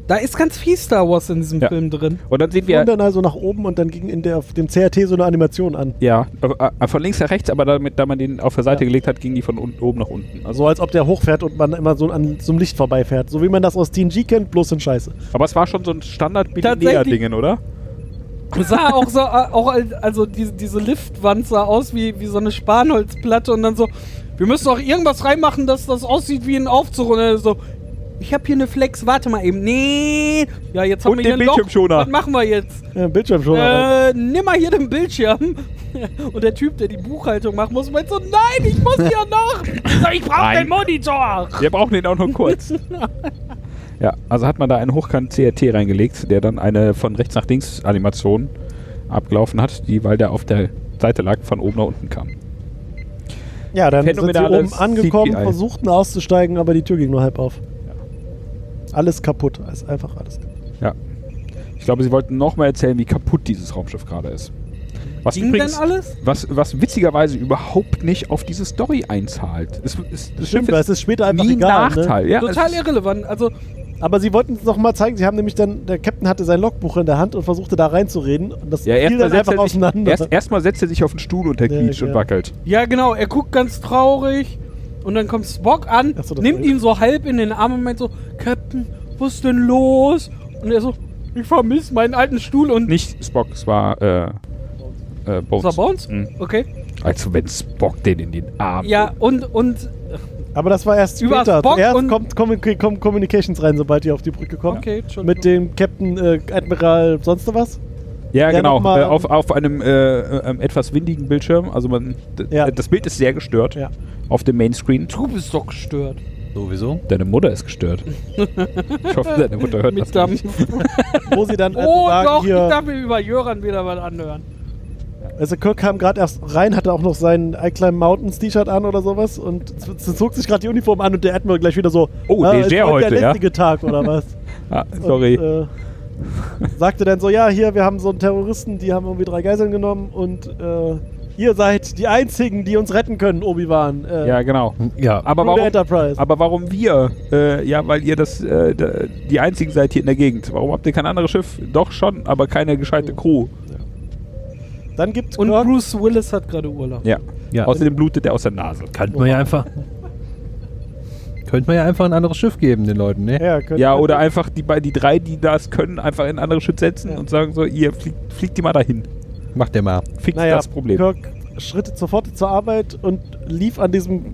Speaker 2: Da ist ganz viel Star Wars in diesem
Speaker 4: Ja.
Speaker 2: Film drin.
Speaker 4: Und dann sehen
Speaker 6: fuhren
Speaker 4: wir,
Speaker 6: dann also nach oben und dann ging in der, auf dem CRT so eine Animation an.
Speaker 4: ja, äh, äh, von links nach rechts, aber damit, da man den auf der Seite gelegt hat, ging die von unten, oben nach unten. Also,
Speaker 6: So als ob der hochfährt und man immer so an zum Licht vorbeifährt. So wie man das aus TNG kennt, bloß in Scheiße.
Speaker 4: aber es war schon so ein standard
Speaker 2: Tatsächlich-
Speaker 4: dingen oder?
Speaker 2: Es sah auch so, äh, auch als- also diese, diese Liftwand sah aus wie, wie so eine Spanholzplatte und dann so, wir müssen auch irgendwas reinmachen, dass das aussieht wie ein Aufzug und dann so, ich habe hier eine Flex, warte mal eben, nee, ja jetzt haben
Speaker 4: Und
Speaker 2: wir hier
Speaker 4: den
Speaker 2: ein Loch.
Speaker 4: Bildschirmschoner.
Speaker 2: Was machen wir jetzt?
Speaker 6: Ja, Bildschirm schon. aber-
Speaker 2: Äh, nimm mal hier den Bildschirm. [LAUGHS] Und der Typ, der die Buchhaltung machen muss, meint so, nein, ich muss
Speaker 4: [LAUGHS]
Speaker 2: hier noch. Ich sag, Ich brauche
Speaker 4: Nein.
Speaker 2: den Monitor.
Speaker 4: Wir brauchen den auch noch
Speaker 6: [LAUGHS]
Speaker 4: kurz. ja, also hat man da einen Hochkant-CRT reingelegt, der dann eine von rechts nach links Animation abgelaufen hat, die, weil der auf der Seite lag, von oben nach unten kam.
Speaker 6: ja, dann sind sie
Speaker 4: phänomenales
Speaker 6: oben angekommen,
Speaker 4: CGI.
Speaker 6: versuchten auszusteigen, aber die Tür ging nur halb auf. Alles kaputt. Ist einfach alles kaputt.
Speaker 4: Ja. Ich glaube, sie wollten nochmal erzählen, wie kaputt dieses Raumschiff gerade ist. Was
Speaker 2: Ging denn alles?
Speaker 4: Was, was witzigerweise überhaupt nicht auf diese Story einzahlt. Es, es,
Speaker 6: Stimmt,
Speaker 4: das Schiff
Speaker 6: weil es ist später einfach
Speaker 4: nie ein
Speaker 6: egal. Ne?
Speaker 4: Nachteil. Ja,
Speaker 2: Total
Speaker 4: es ist-
Speaker 2: irrelevant. Also,
Speaker 6: Aber sie wollten es noch mal zeigen. Sie haben nämlich dann, der Captain hatte sein Logbuch in der Hand und versuchte da reinzureden. Und das
Speaker 4: ja,
Speaker 6: fiel dann
Speaker 4: erstmal setzt,
Speaker 6: einfach
Speaker 4: er sich,
Speaker 6: auseinander.
Speaker 4: erst, erstmal setzt er sich auf den Stuhl und der
Speaker 6: Ja,
Speaker 4: quietscht und
Speaker 6: ja.
Speaker 4: wackelt.
Speaker 2: ja genau, er guckt ganz traurig und dann kommt Spock an,
Speaker 6: Ach so, das
Speaker 2: nimmt
Speaker 6: war-
Speaker 2: ihn so halb in den Arm und meint so, Captain, was ist denn los? Und er so, ich vermisse meinen alten Stuhl und...
Speaker 4: Nicht Spock, es war äh, äh,
Speaker 2: Ist
Speaker 4: Bones.
Speaker 2: er Bones?
Speaker 4: Mhm.
Speaker 2: Okay.
Speaker 4: Als wenn Spock den in den Arm.
Speaker 2: Ja, und, und,
Speaker 6: aber das war erst
Speaker 2: Über
Speaker 6: später.
Speaker 2: Spock und-
Speaker 6: Erst kommt, kommen- kommen Communications rein, sobald ihr auf die Brücke kommt.
Speaker 2: okay, schon.
Speaker 6: Mit dem Captain äh, Admiral sonst was.
Speaker 4: ja,
Speaker 6: Ja,
Speaker 4: genau.
Speaker 6: noch mal- ähm,
Speaker 4: Äh, auf, auf einem äh, äh, etwas windigen Bildschirm. Also man, d-
Speaker 6: Ja.
Speaker 4: äh, das Bild ist sehr gestört.
Speaker 6: Ja.
Speaker 4: Auf dem Mainscreen.
Speaker 2: du bist doch gestört.
Speaker 7: Sowieso.
Speaker 4: Deine Mutter ist
Speaker 2: [LAUGHS]
Speaker 4: gestört. ich hoffe, deine Mutter hört
Speaker 2: Mit
Speaker 4: das
Speaker 2: dem,
Speaker 4: nicht.
Speaker 6: Wo sie
Speaker 4: [LAUGHS]
Speaker 6: dann also
Speaker 2: oh
Speaker 6: sagen,
Speaker 2: doch, ich
Speaker 6: hier,
Speaker 2: darf mir über Jöran wieder was anhören.
Speaker 6: Also Kirk kam gerade erst rein, hatte auch noch sein Alcline Mountains T-Shirt an oder sowas und z- z- zog sich gerade die Uniform an und der Admiral gleich wieder so,
Speaker 4: Oh,
Speaker 6: "Ah,
Speaker 4: leger
Speaker 6: ist
Speaker 4: heute,
Speaker 6: der
Speaker 4: ja?"
Speaker 6: lästige Tag oder
Speaker 4: [LAUGHS]
Speaker 6: was.
Speaker 4: Ah, sorry.
Speaker 6: Und, äh, sagte dann so, ja, hier, wir haben so einen Terroristen, die haben irgendwie drei Geiseln genommen und äh, ihr seid die Einzigen, die uns retten können, Obi-Wan. Äh,
Speaker 4: ja, genau.
Speaker 7: Ja.
Speaker 4: Aber
Speaker 6: Crew der
Speaker 4: warum,
Speaker 6: Enterprise.
Speaker 4: aber warum wir? Äh, ja, weil ihr das äh, d- die einzigen seid hier in der Gegend. Warum habt ihr kein anderes Schiff? Doch schon, aber keine
Speaker 6: Oh.
Speaker 4: gescheite Crew.
Speaker 6: Dann gibt
Speaker 2: Und
Speaker 6: Kirk,
Speaker 2: Bruce Willis hat gerade Urlaub.
Speaker 4: Ja.
Speaker 7: Ja.
Speaker 4: Außerdem blutet er aus der Nase.
Speaker 7: Könnte man ja einfach. könnte man ja einfach ein anderes Schiff geben den Leuten, ne?
Speaker 6: ja, Kirk-
Speaker 4: Ja, oder einfach die, bei- die drei, die das können, einfach in ein anderes Schiff setzen
Speaker 6: Ja.
Speaker 4: und sagen so, ihr fliegt, fliegt die mal dahin.
Speaker 7: Macht der mal.
Speaker 4: Fixt
Speaker 6: naja,
Speaker 4: das Problem.
Speaker 6: Kirk schritt sofort zur Arbeit und lief an diesem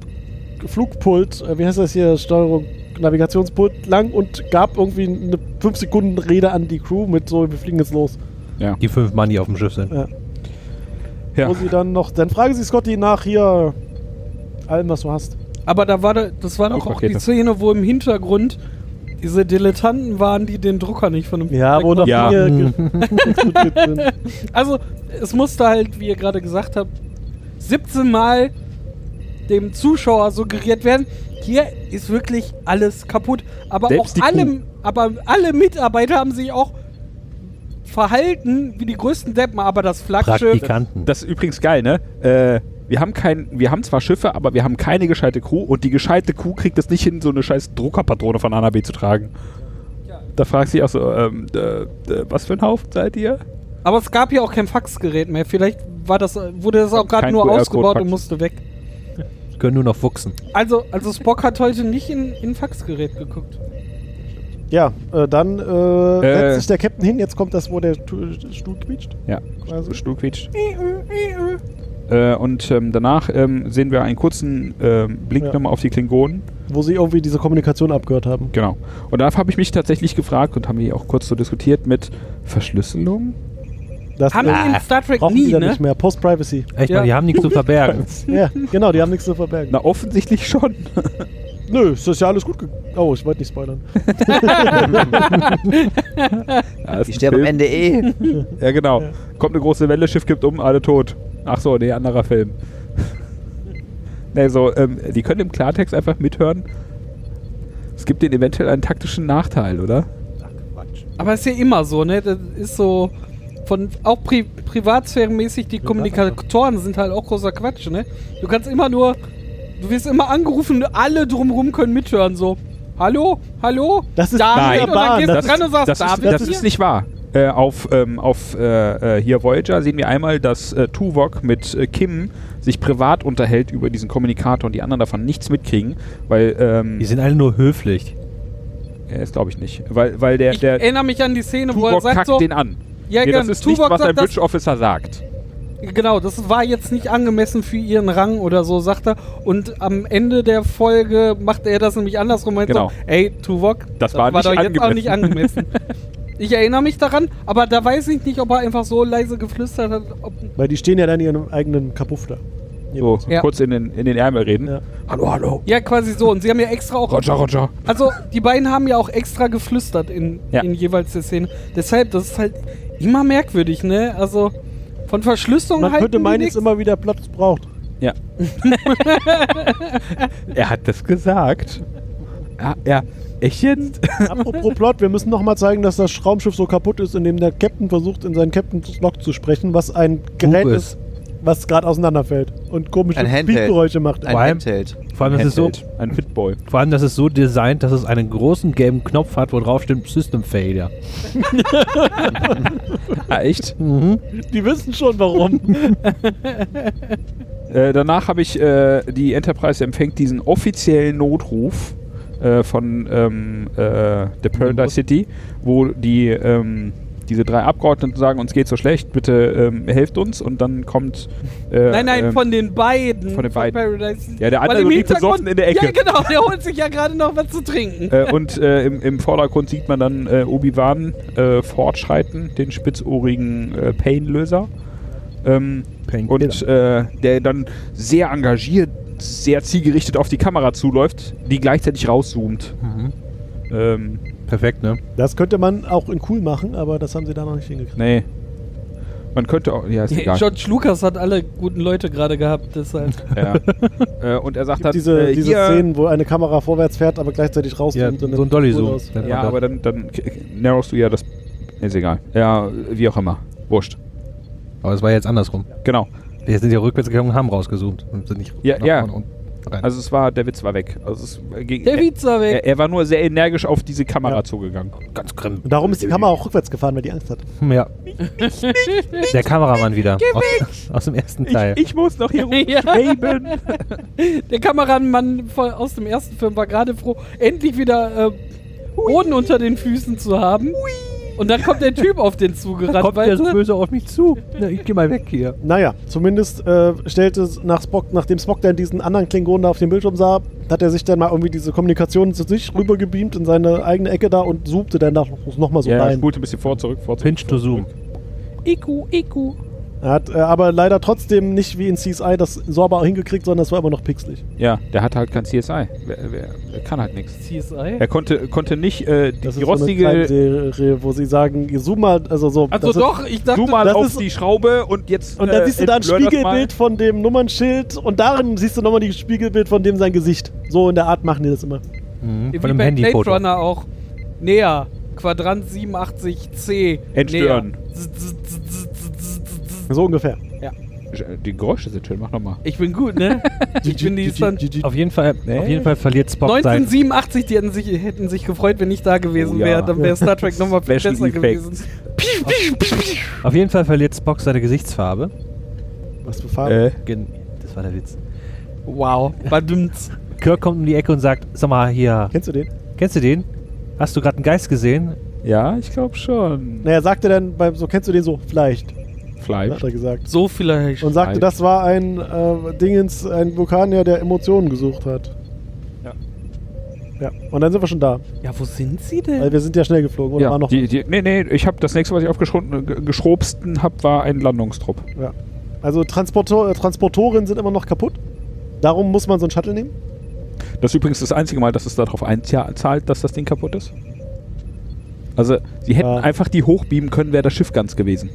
Speaker 6: Flugpult, äh, wie heißt das hier, Steuerung, Navigationspult lang und gab irgendwie eine 5 Sekunden Rede an die Crew mit so, wir fliegen jetzt los.
Speaker 7: Die fünf Mann, die auf dem Schiff sind.
Speaker 4: Ja.
Speaker 6: Wo sie dann noch, dann fragen sie Scotty nach hier allem, was du hast.
Speaker 2: Aber da war da, das war doch auch
Speaker 4: Druckpakete.
Speaker 2: die Szene, wo im Hintergrund diese Dilettanten waren, die den Drucker nicht vernünftig
Speaker 6: Ja, wo noch
Speaker 2: wegmachen.
Speaker 4: Ja.
Speaker 6: Dinge
Speaker 2: Hm.
Speaker 6: diskutiert sind.
Speaker 2: Also, es musste halt, wie ihr gerade gesagt habt, 17 Mal dem Zuschauer suggeriert werden, hier ist wirklich alles kaputt. Aber
Speaker 4: Selbst die
Speaker 2: auch alle,
Speaker 4: Kuh.
Speaker 2: aber alle Mitarbeiter haben sich auch verhalten wie die größten Deppen, aber das Flaggschiff
Speaker 7: Praktikanten.
Speaker 4: Das ist übrigens geil, ne? Äh, wir haben kein, wir haben zwar Schiffe, aber wir haben keine gescheite Crew und die gescheite Crew kriegt es nicht hin, so eine scheiß Druckerpatrone von A nach B zu tragen. Da fragst du dich auch so, ähm, äh, äh, was für ein Haufen seid ihr?
Speaker 2: Aber es gab ja auch kein Faxgerät mehr. Vielleicht war das, wurde das auch gerade
Speaker 4: Kein
Speaker 2: nur
Speaker 4: QR-Code
Speaker 2: ausgebaut
Speaker 4: Fax.
Speaker 2: und musste weg.
Speaker 7: können nur noch wuchsen.
Speaker 2: Also, also Spock hat heute nicht in, in Faxgerät geguckt.
Speaker 6: Ja, äh, dann äh,
Speaker 4: Äh.
Speaker 6: setzt sich der Captain hin. Jetzt kommt das, wo der Tu- Stuhl quietscht.
Speaker 4: Ja,
Speaker 6: Quasi.
Speaker 4: Stuhl quietscht. Äh, und ähm, danach ähm, sehen wir einen kurzen ähm, Blick
Speaker 6: Ja.
Speaker 4: nochmal auf die Klingonen.
Speaker 6: Wo sie irgendwie diese Kommunikation abgehört haben.
Speaker 4: Genau. Und da habe ich mich tatsächlich gefragt und haben wir auch kurz so diskutiert mit Verschlüsselung.
Speaker 6: Das
Speaker 2: Haben
Speaker 6: äh,
Speaker 2: die in Star Trek
Speaker 6: brauchen die
Speaker 2: nie,
Speaker 6: dann
Speaker 2: ne?
Speaker 6: nicht mehr.
Speaker 2: [LAUGHS]
Speaker 6: Post-Privacy.
Speaker 7: Echt
Speaker 2: Ja.
Speaker 7: mal, die haben nichts zu verbergen.
Speaker 6: ja, genau, die haben nichts zu verbergen.
Speaker 4: Na,
Speaker 5: [LAUGHS]
Speaker 4: offensichtlich schon.
Speaker 6: Nö, es ist ja alles gut gegangen. Oh, ich wollte nicht
Speaker 2: [LAUGHS]
Speaker 6: spoilern.
Speaker 4: Ja, ist
Speaker 5: Ich
Speaker 4: ein
Speaker 5: sterbe am
Speaker 4: Film.
Speaker 5: Ende eh.
Speaker 4: Ja, genau. Kommt eine große Welle, Schiff kippt um, alle tot. Ach so, nee, anderer Film. [LAUGHS] nee, so, ähm, die können im Klartext einfach mithören. Es gibt denen eventuell einen taktischen Nachteil, oder?
Speaker 2: Aber ist ja immer so, ne? Das ist so von auch Pri privatsphärenmäßig die Kommunikatoren sind halt auch großer Quatsch, ne? Du kannst immer nur du wirst immer angerufen, alle drumrum können mithören so. Hallo? Hallo?
Speaker 6: Das ist
Speaker 2: Daniel,
Speaker 6: Nein.
Speaker 2: und dann gehst du
Speaker 6: Das
Speaker 2: dran und sagst,
Speaker 4: das ist,
Speaker 2: David,
Speaker 4: das
Speaker 2: hier?
Speaker 4: ist nicht wahr. Äh, auf ähm, auf äh, äh, hier Voyager sehen wir einmal, dass äh, Tuvok mit äh, Kim sich privat unterhält über diesen Kommunikator und die anderen davon nichts mitkriegen, weil ähm,
Speaker 7: Die sind alle nur höflich.
Speaker 4: ja, das glaube ich nicht, weil weil der
Speaker 2: Ich
Speaker 4: der
Speaker 2: erinnere mich an die Szene, wo er
Speaker 4: Tuvok
Speaker 2: sagt
Speaker 4: kackt
Speaker 2: so,
Speaker 4: den an.
Speaker 2: ja,
Speaker 4: nee, das
Speaker 2: genau,
Speaker 4: ist nicht,
Speaker 2: Tuvok
Speaker 4: was ein
Speaker 2: sagt das,
Speaker 4: Bridge Officer sagt.
Speaker 2: Genau, das war jetzt nicht angemessen für ihren Rang oder so, sagt er. Und am Ende der Folge macht er das nämlich andersrum. Er
Speaker 4: Genau.
Speaker 2: So, Ey, Tuvok,
Speaker 4: Das war nicht
Speaker 2: doch jetzt auch nicht angemessen.
Speaker 4: [LAUGHS]
Speaker 2: ich erinnere mich daran, aber da weiß ich nicht, ob er einfach so leise geflüstert hat. Ob,
Speaker 6: Weil die stehen ja dann in ihrem eigenen Kapuff da.
Speaker 4: So,
Speaker 2: Ja.
Speaker 4: kurz in den, in den Ärmel reden.
Speaker 6: Ja.
Speaker 4: Hallo, hallo.
Speaker 2: ja, quasi so. Und sie haben ja extra auch.
Speaker 4: Roger, Roger.
Speaker 2: Also, die beiden haben ja auch extra geflüstert in,
Speaker 4: Ja.
Speaker 2: in jeweils der Szene. Deshalb, das ist halt immer merkwürdig, ne? Also, von Verschlüsselung
Speaker 6: Man
Speaker 2: halten
Speaker 6: könnte
Speaker 2: die
Speaker 6: meinen,
Speaker 2: nix.
Speaker 6: jetzt immer wieder Platz braucht.
Speaker 4: Ja. er hat das gesagt. Ja, ja. Echt jetzt?
Speaker 6: Apropos Plot, wir müssen nochmal zeigen, dass das Raumschiff so kaputt ist, indem der Captain versucht, in seinen Captain's Log zu sprechen, was ein Gerät
Speaker 7: Bube
Speaker 6: ist, was gerade auseinanderfällt und komische
Speaker 5: Ein Handheld.
Speaker 6: Piepgeräusche macht.
Speaker 5: Ein
Speaker 7: Vor allem-
Speaker 5: Handheld.
Speaker 7: Vor allem, das ist so,
Speaker 4: Handheld. Ein Pitboy.
Speaker 7: vor allem, das ist so designt, dass es einen großen gelben Knopf hat, wo drauf steht System Failure.
Speaker 4: Ah, echt?
Speaker 6: Die wissen schon, warum.
Speaker 4: [LAUGHS] Äh, danach habe ich, äh, die Enterprise empfängt diesen offiziellen Notruf äh, von ähm, äh, der
Speaker 2: Mhm.
Speaker 4: Paradise City, wo die, ähm, diese drei Abgeordneten sagen, uns geht so schlecht, bitte ähm, helft uns. Und dann kommt... Äh,
Speaker 2: Nein, nein,
Speaker 4: ähm,
Speaker 2: von den beiden.
Speaker 4: von den beiden.
Speaker 2: Paradise.
Speaker 4: Ja, der
Speaker 2: Weil
Speaker 4: andere
Speaker 2: im
Speaker 4: liegt
Speaker 2: Hintergrund-
Speaker 4: besoffen in der Ecke.
Speaker 2: Ja, genau, der holt sich ja gerade noch was zu trinken.
Speaker 4: äh, und äh, im, im Vordergrund sieht man dann äh, Obi-Wan äh, fortschreiten, den spitzohrigen äh, Painlöser. Ähm, und
Speaker 6: Genau.
Speaker 4: äh, der dann sehr engagiert, sehr zielgerichtet auf die Kamera zuläuft, die gleichzeitig rauszoomt. Ähm,
Speaker 7: Perfekt, ne?
Speaker 6: Das könnte man auch in cool machen, aber das haben sie da noch nicht hingekriegt.
Speaker 4: nee. Man könnte auch. Ja, ist egal.
Speaker 2: George Lucas hat alle guten Leute gerade gehabt, deshalb.
Speaker 4: [LAUGHS] Ja. äh, und er sagt
Speaker 6: Gibt
Speaker 4: dann.
Speaker 6: diese
Speaker 4: äh,
Speaker 6: diese
Speaker 4: hier-
Speaker 6: Szenen, wo eine Kamera vorwärts fährt, aber gleichzeitig rauszoomt.
Speaker 7: Ja,
Speaker 6: und dann
Speaker 7: so ein Dolly
Speaker 6: cool
Speaker 7: Zoom.
Speaker 6: aus.
Speaker 7: Nennt
Speaker 4: Ja,
Speaker 7: man
Speaker 4: aber dann, dann k- k- narrowst du ja das. Ist egal. Ja, wie auch immer. Wurscht.
Speaker 7: Aber es war jetzt andersrum.
Speaker 4: Genau.
Speaker 7: Wir sind ja rückwärts gegangen und haben rausgezoomt. Und sind nicht
Speaker 4: Ja,
Speaker 7: nach
Speaker 4: ja.
Speaker 7: vorne und rein.
Speaker 4: Also es war, der Witz war weg. Also es ging,
Speaker 2: Der Witz war weg.
Speaker 4: Er, er war nur sehr energisch auf diese Kamera
Speaker 6: Ja.
Speaker 4: zugegangen.
Speaker 7: ganz grimm.
Speaker 6: Und darum ist die Kamera auch rückwärts gefahren, weil die Angst hat.
Speaker 7: Ja. Der Kameramann wieder. Aus, aus dem ersten Teil.
Speaker 4: muss
Speaker 2: [LAUGHS]
Speaker 4: noch hier
Speaker 2: Ja.
Speaker 4: rumschweben.
Speaker 2: [LAUGHS] Der Kameramann von- aus dem ersten Film war gerade froh, endlich wieder äh, Boden unter den Füßen zu haben. Und dann kommt der Typ auf den zugerannt, weißt du?
Speaker 7: Böse auf mich zu. Na, ich geh mal weg hier.
Speaker 6: Naja, zumindest äh, stellte es nach Spock, nachdem Spock dann diesen anderen Klingonen da auf dem Bildschirm sah, hat er sich dann mal irgendwie diese Kommunikation zu sich rübergebeamt in seine eigene Ecke da und zoomte dann da nochmal so
Speaker 4: Ja, er
Speaker 6: rein.
Speaker 4: spulte ein bisschen vor, zurück, vor, zurück.
Speaker 7: Pinch to zoom.
Speaker 2: Iku, Iku.
Speaker 6: Er hat äh, aber leider trotzdem nicht wie in CSI das sauber hingekriegt, sondern es war immer noch pixelig.
Speaker 4: Ja, der hat halt kein CSI. Wer, wer, der kann halt nichts.
Speaker 2: CSI?
Speaker 4: Er konnte, konnte nicht äh, die,
Speaker 6: Das
Speaker 4: die
Speaker 6: ist so eine kleine
Speaker 4: rostige...
Speaker 6: Serie, wo sie sagen, ihr zoom mal, also so.
Speaker 2: Also
Speaker 6: das ist-
Speaker 2: doch, ich dachte,
Speaker 4: Du mal
Speaker 6: das
Speaker 4: auf
Speaker 6: ist-
Speaker 4: die Schraube und jetzt...
Speaker 6: Und dann
Speaker 4: äh,
Speaker 6: siehst du da ein
Speaker 4: entblur das
Speaker 6: Spiegelbild von dem Nummernschild und darin siehst du nochmal das Spiegelbild von dem sein Gesicht. So in der Art machen die das immer.
Speaker 7: Mhm.
Speaker 2: wie
Speaker 7: Von einem
Speaker 2: bei Blade
Speaker 7: Handyfoto.
Speaker 2: Runner auch. Näher. Quadrant 87C.
Speaker 4: Entstören.
Speaker 2: Näher. Z- z- z- z- z- z- z- z-
Speaker 6: So ungefähr.
Speaker 4: Mal. Äh, Die Geräusche sind schön, mach nochmal.
Speaker 2: Ich bin gut, ne? ich bin die dann
Speaker 7: Auf jeden Fall, auf jeden Fall verliert Spock sein.
Speaker 2: 1987, die hätten sich, hätten sich gefreut, wenn ich da gewesen
Speaker 4: Oh ja.
Speaker 2: wäre. Dann wäre Star Trek nochmal viel
Speaker 4: Special
Speaker 2: besser
Speaker 4: Effects.
Speaker 2: gewesen.
Speaker 7: Auf jeden Fall verliert Spock seine Gesichtsfarbe.
Speaker 6: Was für Farben.
Speaker 4: Äh,
Speaker 7: Gen das war der Witz.
Speaker 2: Wow. Badumts.
Speaker 7: Kirk kommt um die Ecke und sagt, sag mal hier,
Speaker 6: Kennst du den?
Speaker 7: kennst du den? Hast du gerade einen Geist gesehen?
Speaker 4: Ja, ich glaube schon.
Speaker 6: Naja, sagte dann beim, so kennst du den so, vielleicht, hat
Speaker 4: Fleisch.
Speaker 6: er gesagt.
Speaker 2: So vielleicht.
Speaker 6: Und sagte,
Speaker 4: Vielleicht.
Speaker 6: das war ein äh, Dingens, ein Vulkanier, der Emotionen gesucht hat.
Speaker 4: Ja.
Speaker 6: Ja, und dann sind wir schon da.
Speaker 2: ja, wo sind sie
Speaker 6: Weil
Speaker 2: denn?
Speaker 6: wir sind ja schnell geflogen oder
Speaker 4: Ja,
Speaker 6: war noch.
Speaker 4: die, die, nee, nee, ich habe das nächste, was ich äh, aufgeschrobsten habe, war ein Landungstrupp.
Speaker 6: Also Transportor, äh, Transportoren sind immer noch kaputt. Darum muss man so einen Shuttle nehmen.
Speaker 4: Das ist übrigens das einzige Mal, dass es darauf einzahlt, dass das Ding kaputt ist. Also, sie hätten
Speaker 6: Ja.
Speaker 4: einfach die hochbeamen können, wäre das Schiff ganz gewesen.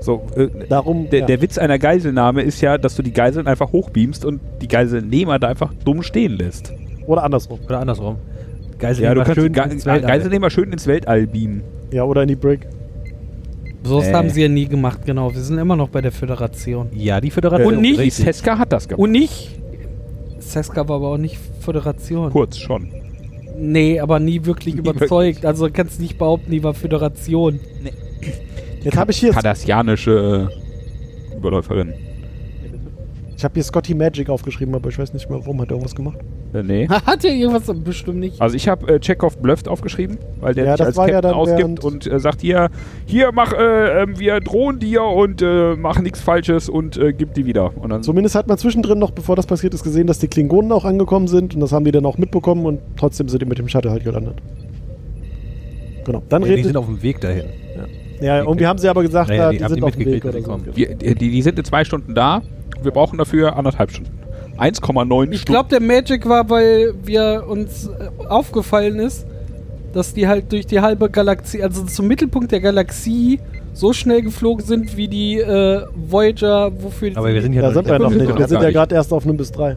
Speaker 4: So, äh,
Speaker 6: Darum.
Speaker 4: der,
Speaker 6: ja.
Speaker 4: der Witz einer Geiselnahme ist ja, dass du die Geiseln einfach hochbeamst und die Geiselnehmer da einfach dumm stehen lässt.
Speaker 6: Oder andersrum.
Speaker 7: Oder andersrum. Geisel
Speaker 4: Ja, du kannst
Speaker 7: schön
Speaker 4: Ge
Speaker 7: ins Weltall.
Speaker 4: Geiselnehmer schön ins Weltall beamen.
Speaker 6: Ja, oder in die Brick.
Speaker 2: So was
Speaker 4: Äh.
Speaker 2: haben sie ja nie gemacht, genau. Wir sind immer noch bei der Föderation.
Speaker 7: Ja, die Föderation.
Speaker 2: Und nicht-
Speaker 4: die
Speaker 7: richtig.
Speaker 4: Seska hat das gemacht.
Speaker 2: Und nicht. Seska war aber auch nicht Föderation.
Speaker 4: Kurz schon.
Speaker 2: Nee, aber nie wirklich
Speaker 4: Nie
Speaker 2: überzeugt. Also kannst nicht behaupten, die war Föderation.
Speaker 6: Jetzt habe ich hier,
Speaker 4: Kardassianische äh, Überläuferin.
Speaker 6: ich habe hier Scotty Magic aufgeschrieben, aber ich weiß nicht mehr, warum hat er irgendwas gemacht.
Speaker 4: Äh, nee.
Speaker 2: Hat ja irgendwas bestimmt nicht.
Speaker 4: Also ich habe äh, Chekhov blufft aufgeschrieben, weil der
Speaker 6: Ja,
Speaker 4: sich
Speaker 6: das
Speaker 4: als
Speaker 6: war ja
Speaker 4: Captain
Speaker 6: dann während-
Speaker 4: ausgibt und äh, sagt hier, hier mach, äh, ähm, wir drohen dir und äh, mach nichts Falsches und äh, gib die wieder. Und dann
Speaker 6: Zumindest hat man zwischendrin noch, bevor das passiert ist, gesehen, dass die Klingonen auch angekommen sind und das haben die dann auch mitbekommen und trotzdem sind die mit dem Shuttle halt gelandet. Genau. Dann
Speaker 7: Ja, die
Speaker 6: redet.
Speaker 7: sind auf dem Weg dahin.
Speaker 6: Ja, irgendwie haben sie aber gesagt,
Speaker 7: Naja,
Speaker 6: ja,
Speaker 7: die
Speaker 6: die,
Speaker 7: haben
Speaker 6: sind
Speaker 7: die
Speaker 6: auf dem Weg
Speaker 7: mitgekriegt,
Speaker 6: oder
Speaker 7: dass die
Speaker 6: so.
Speaker 7: kommen.
Speaker 4: wir, die, die sind in zwei Stunden da. Wir brauchen dafür anderthalb Stunden. 1,9 Stunden.
Speaker 2: Ich glaube, der Magic war, weil wir uns äh, aufgefallen ist, dass die halt durch die halbe Galaxie, also zum Mittelpunkt der Galaxie, so schnell geflogen sind wie die äh, Voyager, wofür
Speaker 7: Aber wir sind ja
Speaker 6: Da
Speaker 7: noch
Speaker 6: sind
Speaker 7: nicht
Speaker 6: wir
Speaker 7: am
Speaker 6: noch
Speaker 7: Ende.
Speaker 6: nicht. Wir sind
Speaker 4: Gar
Speaker 6: ja
Speaker 4: nicht.
Speaker 6: gerade erst auf einem bis drei.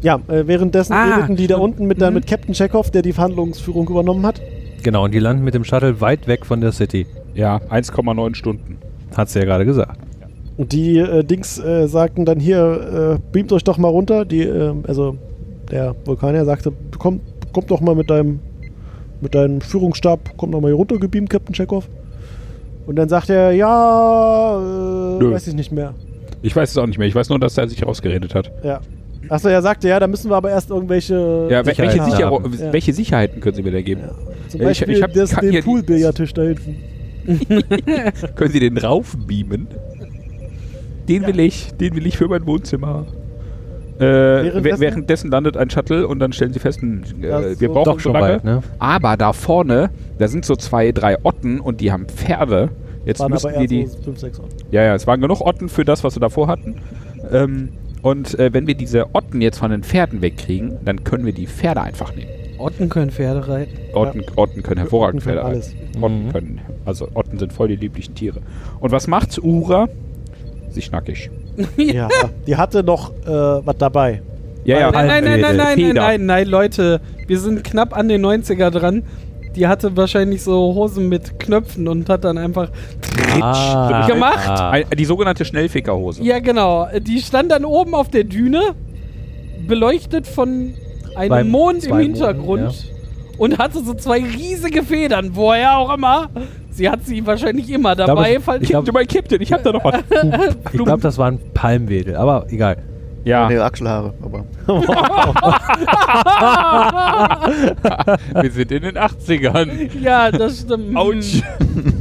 Speaker 6: Ja, äh, währenddessen
Speaker 2: Ah,
Speaker 6: redeten die da
Speaker 2: stimmt.
Speaker 6: unten mit, dann
Speaker 2: Mhm.
Speaker 6: mit Captain Chekhov, der die Verhandlungsführung übernommen hat.
Speaker 7: Genau, und die landen mit dem Shuttle weit weg von der City.
Speaker 4: ja, 1,9 Stunden.
Speaker 7: Hat's ja gerade gesagt.
Speaker 6: Und die äh, Dings äh, sagten dann hier, äh, beamt euch doch mal runter. Die, äh, also der Vulkanier sagte, komm, komm doch mal mit deinem, mit deinem Führungsstab, komm doch mal hier runter gebeamt, Captain Chekhov. Und dann sagt er, ja, äh,
Speaker 4: Nö.
Speaker 6: weiß ich nicht mehr.
Speaker 4: Ich weiß es auch nicht mehr. Ich weiß nur, dass er sich rausgeredet hat.
Speaker 6: Ja. Achso, er sagte, ja, da müssen wir aber erst irgendwelche
Speaker 4: Ja, wel- welche,
Speaker 7: Sicherheiten
Speaker 4: Sicher
Speaker 7: haben.
Speaker 6: Ja.
Speaker 4: welche Sicherheiten können Sie mir da geben?
Speaker 6: Zum
Speaker 4: Ich-
Speaker 6: Beispiel
Speaker 4: ich hab-
Speaker 6: das,
Speaker 4: kann
Speaker 6: den
Speaker 4: hier die-
Speaker 6: Poolbillardtisch da hinten.
Speaker 4: Können Sie den raufbeamen? Den will ich, den will ich für mein Wohnzimmer. Äh, währenddessen?
Speaker 6: Währenddessen?
Speaker 4: währenddessen landet ein Shuttle und dann stellen sie fest, hm,
Speaker 6: Ja,
Speaker 4: äh,
Speaker 6: so-
Speaker 4: wir brauchen
Speaker 7: Doch schon
Speaker 4: so lange.
Speaker 7: bald, ne?
Speaker 4: Aber da vorne, da sind so zwei, drei Otten und die haben Pferde. Jetzt
Speaker 6: Waren aber
Speaker 4: müssen die
Speaker 6: eher
Speaker 4: die.
Speaker 6: so 5, 6 Euro.
Speaker 4: Ja, ja, es waren genug Otten für das, was wir davor hatten. Ähm, und äh, wenn wir diese Otten jetzt von den Pferden wegkriegen, dann können wir die Pferde einfach nehmen.
Speaker 2: Otten können Pferde reiten.
Speaker 4: Otten, Otten können hervorragend
Speaker 6: Otten können
Speaker 4: Pferde
Speaker 6: alles.
Speaker 4: reiten. Otten
Speaker 7: Mhm.
Speaker 4: können. Also Otten sind voll die lieblichen Tiere. Und was macht's Ura? Sie schnackig.
Speaker 6: Ja, die hatte noch äh, was dabei.
Speaker 4: Ja, ja,
Speaker 2: nein, nein, nein, nein, nein, nein,
Speaker 4: Feder.
Speaker 2: nein, nein, Leute, wir sind knapp an den 90er dran. Die hatte wahrscheinlich so Hosen mit Knöpfen und hat dann einfach.
Speaker 7: Ah,
Speaker 2: Gemacht?
Speaker 7: ah.
Speaker 4: Ein- Die sogenannte Schnellfickerhose.
Speaker 2: Ja, genau. Die stand dann oben auf der Düne, beleuchtet von einem
Speaker 7: Beim-
Speaker 2: Mond im
Speaker 7: zwei
Speaker 2: Hintergrund
Speaker 7: Monden,
Speaker 2: und hatte so zwei riesige Federn, woher auch immer. Sie hat sie wahrscheinlich immer
Speaker 7: glaube,
Speaker 2: dabei,
Speaker 7: ich-
Speaker 2: falls
Speaker 7: ich glaub-
Speaker 4: Du mein Captain, ich hab da noch was.
Speaker 7: Ich glaube, das waren Palmwedel, aber egal.
Speaker 4: ja,
Speaker 5: Nee, Achselhaare, aber.
Speaker 4: wir sind in den 80ern.
Speaker 2: [LAUGHS] Ja, das stimmt.
Speaker 4: Autsch.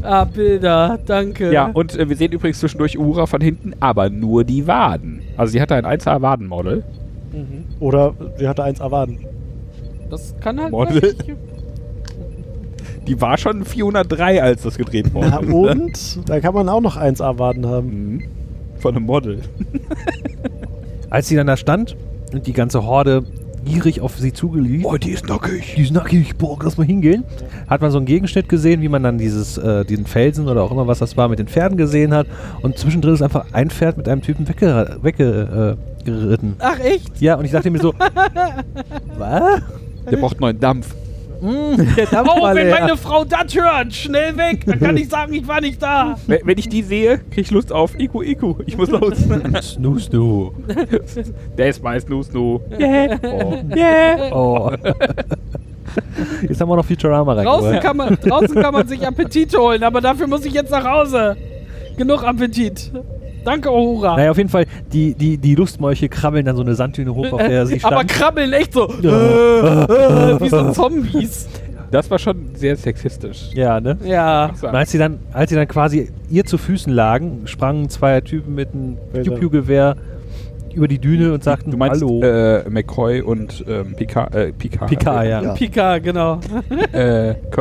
Speaker 2: Ah, Bilder, danke.
Speaker 4: [LAUGHS] Ja, und äh, wir sehen übrigens zwischendurch Ura von hinten, aber nur die Waden. Also sie hatte ein 1A Wadenmodel.
Speaker 6: Oder sie hatte eins erwarten.
Speaker 2: das kann halt
Speaker 4: Model.
Speaker 2: wirklich-
Speaker 4: Die war schon 403, als das gedreht
Speaker 6: Ja,
Speaker 4: worden
Speaker 7: oh.
Speaker 6: und da kann man auch noch eins erwarten haben.
Speaker 4: Mhm. Von einem Model.
Speaker 7: Als sie dann da stand und die ganze Horde gierig auf sie zugelief. Oh, die ist nackig. Die ist nackig. Boah, lass mal hingehen. Hat man so einen Gegenschnitt gesehen, wie man dann dieses, äh, diesen Felsen oder auch immer was das war mit den Pferden gesehen hat. Und zwischendrin ist einfach ein Pferd mit einem Typen weggeritten. Wegge äh, geritten.
Speaker 2: Ach, echt?
Speaker 7: ja, und ich dachte [LAUGHS] mir so, was?
Speaker 4: Der braucht neuen Dampf.
Speaker 7: Der Dampf
Speaker 2: Oh,
Speaker 7: war
Speaker 2: wenn
Speaker 7: leer.
Speaker 2: meine Frau das hört, schnell weg, dann
Speaker 4: [LAUGHS]
Speaker 2: kann ich sagen, ich war nicht da.
Speaker 4: Wenn wenn ich die sehe, krieg ich Lust auf Iku Iku. Ich muss
Speaker 7: [LAUGHS]
Speaker 4: los.
Speaker 7: Snoo, snoo.
Speaker 4: Der ist meist Snoo Snoo. Yeah. Oh.
Speaker 7: Oh. Jetzt haben wir noch Futurama
Speaker 2: Draußen
Speaker 7: reingeholt.
Speaker 2: kann, man, draußen kann man sich Appetit holen, aber dafür muss ich jetzt nach Hause. Genug Appetit. Danke, Ohura.
Speaker 7: Naja, auf jeden Fall, die, die, die Lustmolche krabbeln dann so eine Sanddüne hoch, auf der sie
Speaker 2: Äh, aber
Speaker 7: stand.
Speaker 2: krabbeln echt so. Äh, äh, wie
Speaker 4: [LAUGHS]
Speaker 7: [LAUGHS]
Speaker 2: so Zombies.
Speaker 4: Das war schon sehr sexistisch.
Speaker 7: ja, ne?
Speaker 2: Ja.
Speaker 7: Und als sie, dann, als sie dann quasi ihr zu Füßen lagen, sprangen zwei Typen mit einem
Speaker 6: Welcher?
Speaker 7: Piu-Piu-Gewehr über die Düne und sagten,
Speaker 4: Du meinst
Speaker 7: Hallo.
Speaker 4: äh, McCoy und ähm, Picard, äh, Picard,
Speaker 7: Picard, ja.
Speaker 5: Ja.
Speaker 2: Pika, genau.
Speaker 4: Äh, Kirk.
Speaker 6: Waren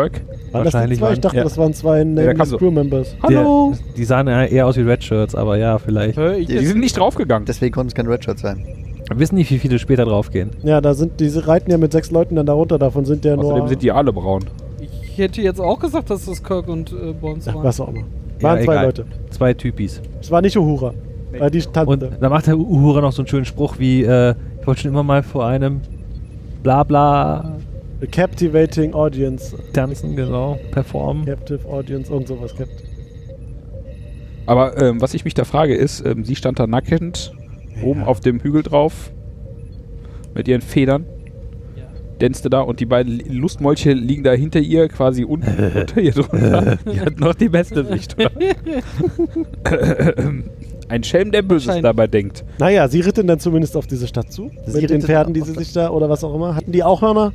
Speaker 6: Ah, das die
Speaker 7: Wahrscheinlich
Speaker 6: zwei?
Speaker 7: waren-
Speaker 6: Ich dachte,
Speaker 4: ja.
Speaker 6: das waren zwei
Speaker 4: da kam
Speaker 6: Nameless
Speaker 4: so-
Speaker 6: Crew Members.
Speaker 7: Der, die sahen eher aus wie Redshirts, aber ja, vielleicht.
Speaker 2: Äh, ich-
Speaker 4: Die sind nicht draufgegangen.
Speaker 5: Deswegen konnte es kein Redshirt sein.
Speaker 7: Wir wissen nicht, wie viele später draufgehen.
Speaker 6: Ja, da sind diese reiten ja mit sechs Leuten dann darunter, davon sind ja nur.
Speaker 4: Außerdem sind die alle braun.
Speaker 2: Ich hätte jetzt auch gesagt, dass das Kirk und äh, Bones waren.
Speaker 6: Was auch immer. Waren
Speaker 7: ja,
Speaker 6: zwei
Speaker 7: egal.
Speaker 6: Leute.
Speaker 7: Zwei Typis.
Speaker 6: Es war nicht Uhura. Äh, die Tante.
Speaker 7: Und da macht der Uhura noch so einen schönen Spruch wie, äh, ich wollte schon immer mal vor einem bla bla
Speaker 6: A captivating Audience.
Speaker 7: tanzen, genau, performen.
Speaker 6: Captive Audience, irgend sowas. Captive.
Speaker 4: Aber ähm, was ich mich da frage ist, ähm, sie stand da nackend, oben auf dem Hügel drauf, mit ihren Federn. Dänzte da und die beiden Li- Lustmolche liegen da hinter ihr, quasi [LAUGHS] unten unter ihr drunter. Die hat noch die beste Sicht, oder? [LAUGHS] Ein Schelm, der Böses
Speaker 2: Wahrscheinlich.
Speaker 4: dabei denkt.
Speaker 6: Naja, sie ritten dann zumindest auf diese Stadt zu.
Speaker 5: Sie
Speaker 6: mit den
Speaker 5: ritten
Speaker 6: Pferden,
Speaker 5: auf-
Speaker 6: die sie sich da oder was auch immer. Hatten die auch Hörner?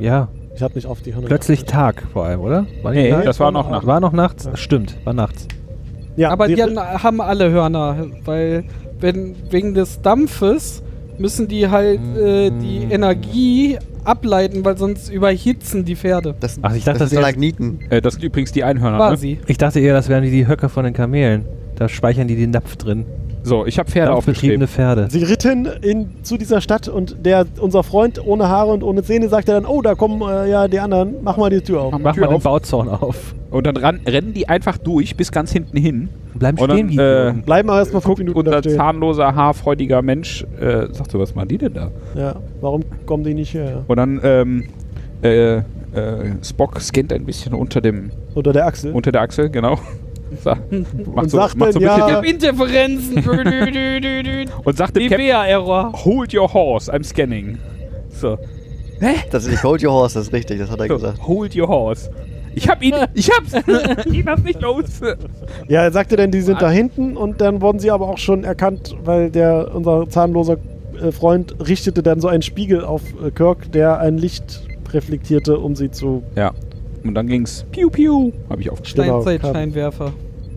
Speaker 7: Ja,
Speaker 6: Ich hab nicht auf die Hörner.
Speaker 7: plötzlich Tag vor allem, oder? War nicht
Speaker 4: Nee,
Speaker 7: Tag?
Speaker 4: das war noch nachts.
Speaker 7: War noch nachts? Stimmt, war nachts.
Speaker 6: geachtet. Ja,
Speaker 2: Aber
Speaker 6: sie
Speaker 2: die
Speaker 6: ri-
Speaker 2: hatten, haben alle Hörner, weil wenn, wegen des Dampfes müssen die halt äh, die Energie ableiten, weil sonst überhitzen die Pferde.
Speaker 5: Das, sind-
Speaker 7: Ach, ich dachte, das
Speaker 5: das sind
Speaker 7: wär-
Speaker 5: Lagniten.
Speaker 4: Äh, das sind übrigens die Einhörner. ne?
Speaker 2: Quasi.
Speaker 7: Ich dachte eher, das wären wie die Höcker von den Kamelen. Da speichern die den Napf drin.
Speaker 4: So, ich habe Pferde
Speaker 7: Dampfbetriebene
Speaker 4: aufgeschrieben.
Speaker 7: Pferde.
Speaker 6: Sie ritten in, zu dieser Stadt und der, unser Freund ohne Haare und ohne Zähne sagte dann, oh, da kommen äh, ja die anderen, mach mal die Tür auf.
Speaker 7: Mach
Speaker 4: Tür
Speaker 7: mal den
Speaker 4: auf.
Speaker 7: Bauzaun auf.
Speaker 4: Und dann ran, rennen die einfach durch bis ganz hinten hin.
Speaker 7: Bleiben
Speaker 4: Und dann,
Speaker 7: stehen, die
Speaker 4: äh,
Speaker 7: Idioten.
Speaker 6: Bleiben aber erstmal fünf
Speaker 4: Guckt
Speaker 6: Minuten da
Speaker 4: unser
Speaker 6: stehen.
Speaker 4: zahnloser, haarfreudiger Mensch. Äh, sagt so, was machen die denn da?
Speaker 6: Ja, warum kommen die nicht her?
Speaker 4: Und dann ähm, äh, äh, Spock scannt ein bisschen unter dem
Speaker 6: Unter der Achsel.
Speaker 4: unter der Achsel, genau. [LAUGHS] Sa macht
Speaker 6: Und
Speaker 4: so,
Speaker 6: sagt
Speaker 4: macht so ein
Speaker 6: dann,
Speaker 4: bisschen
Speaker 6: ja.
Speaker 4: den-
Speaker 2: Interferenzen. [LAUGHS] Dü- dü- dü- dü- dü.
Speaker 4: und sagt dem Captain,
Speaker 2: DBA-Error.
Speaker 4: hold your horse, I'm scanning. So,
Speaker 5: Das ist nicht Hold Your Horse, das ist richtig, das hat er
Speaker 4: so
Speaker 5: gesagt.
Speaker 4: hold your horse. Ich hab ihn, ich hab's, ich hab's nicht los.
Speaker 6: Ja, er sagte dann, die
Speaker 7: Ah.
Speaker 6: sind da hinten und dann wurden sie aber auch schon erkannt, weil der unser zahnloser äh, Freund richtete dann so einen Spiegel auf äh, Kirk, der ein Licht reflektierte, um sie zu.
Speaker 4: Ja, und dann ging's, piu piu, hab ich aufgeschrieben.
Speaker 6: Genau,
Speaker 2: Steinzeit-Scheinwerfer.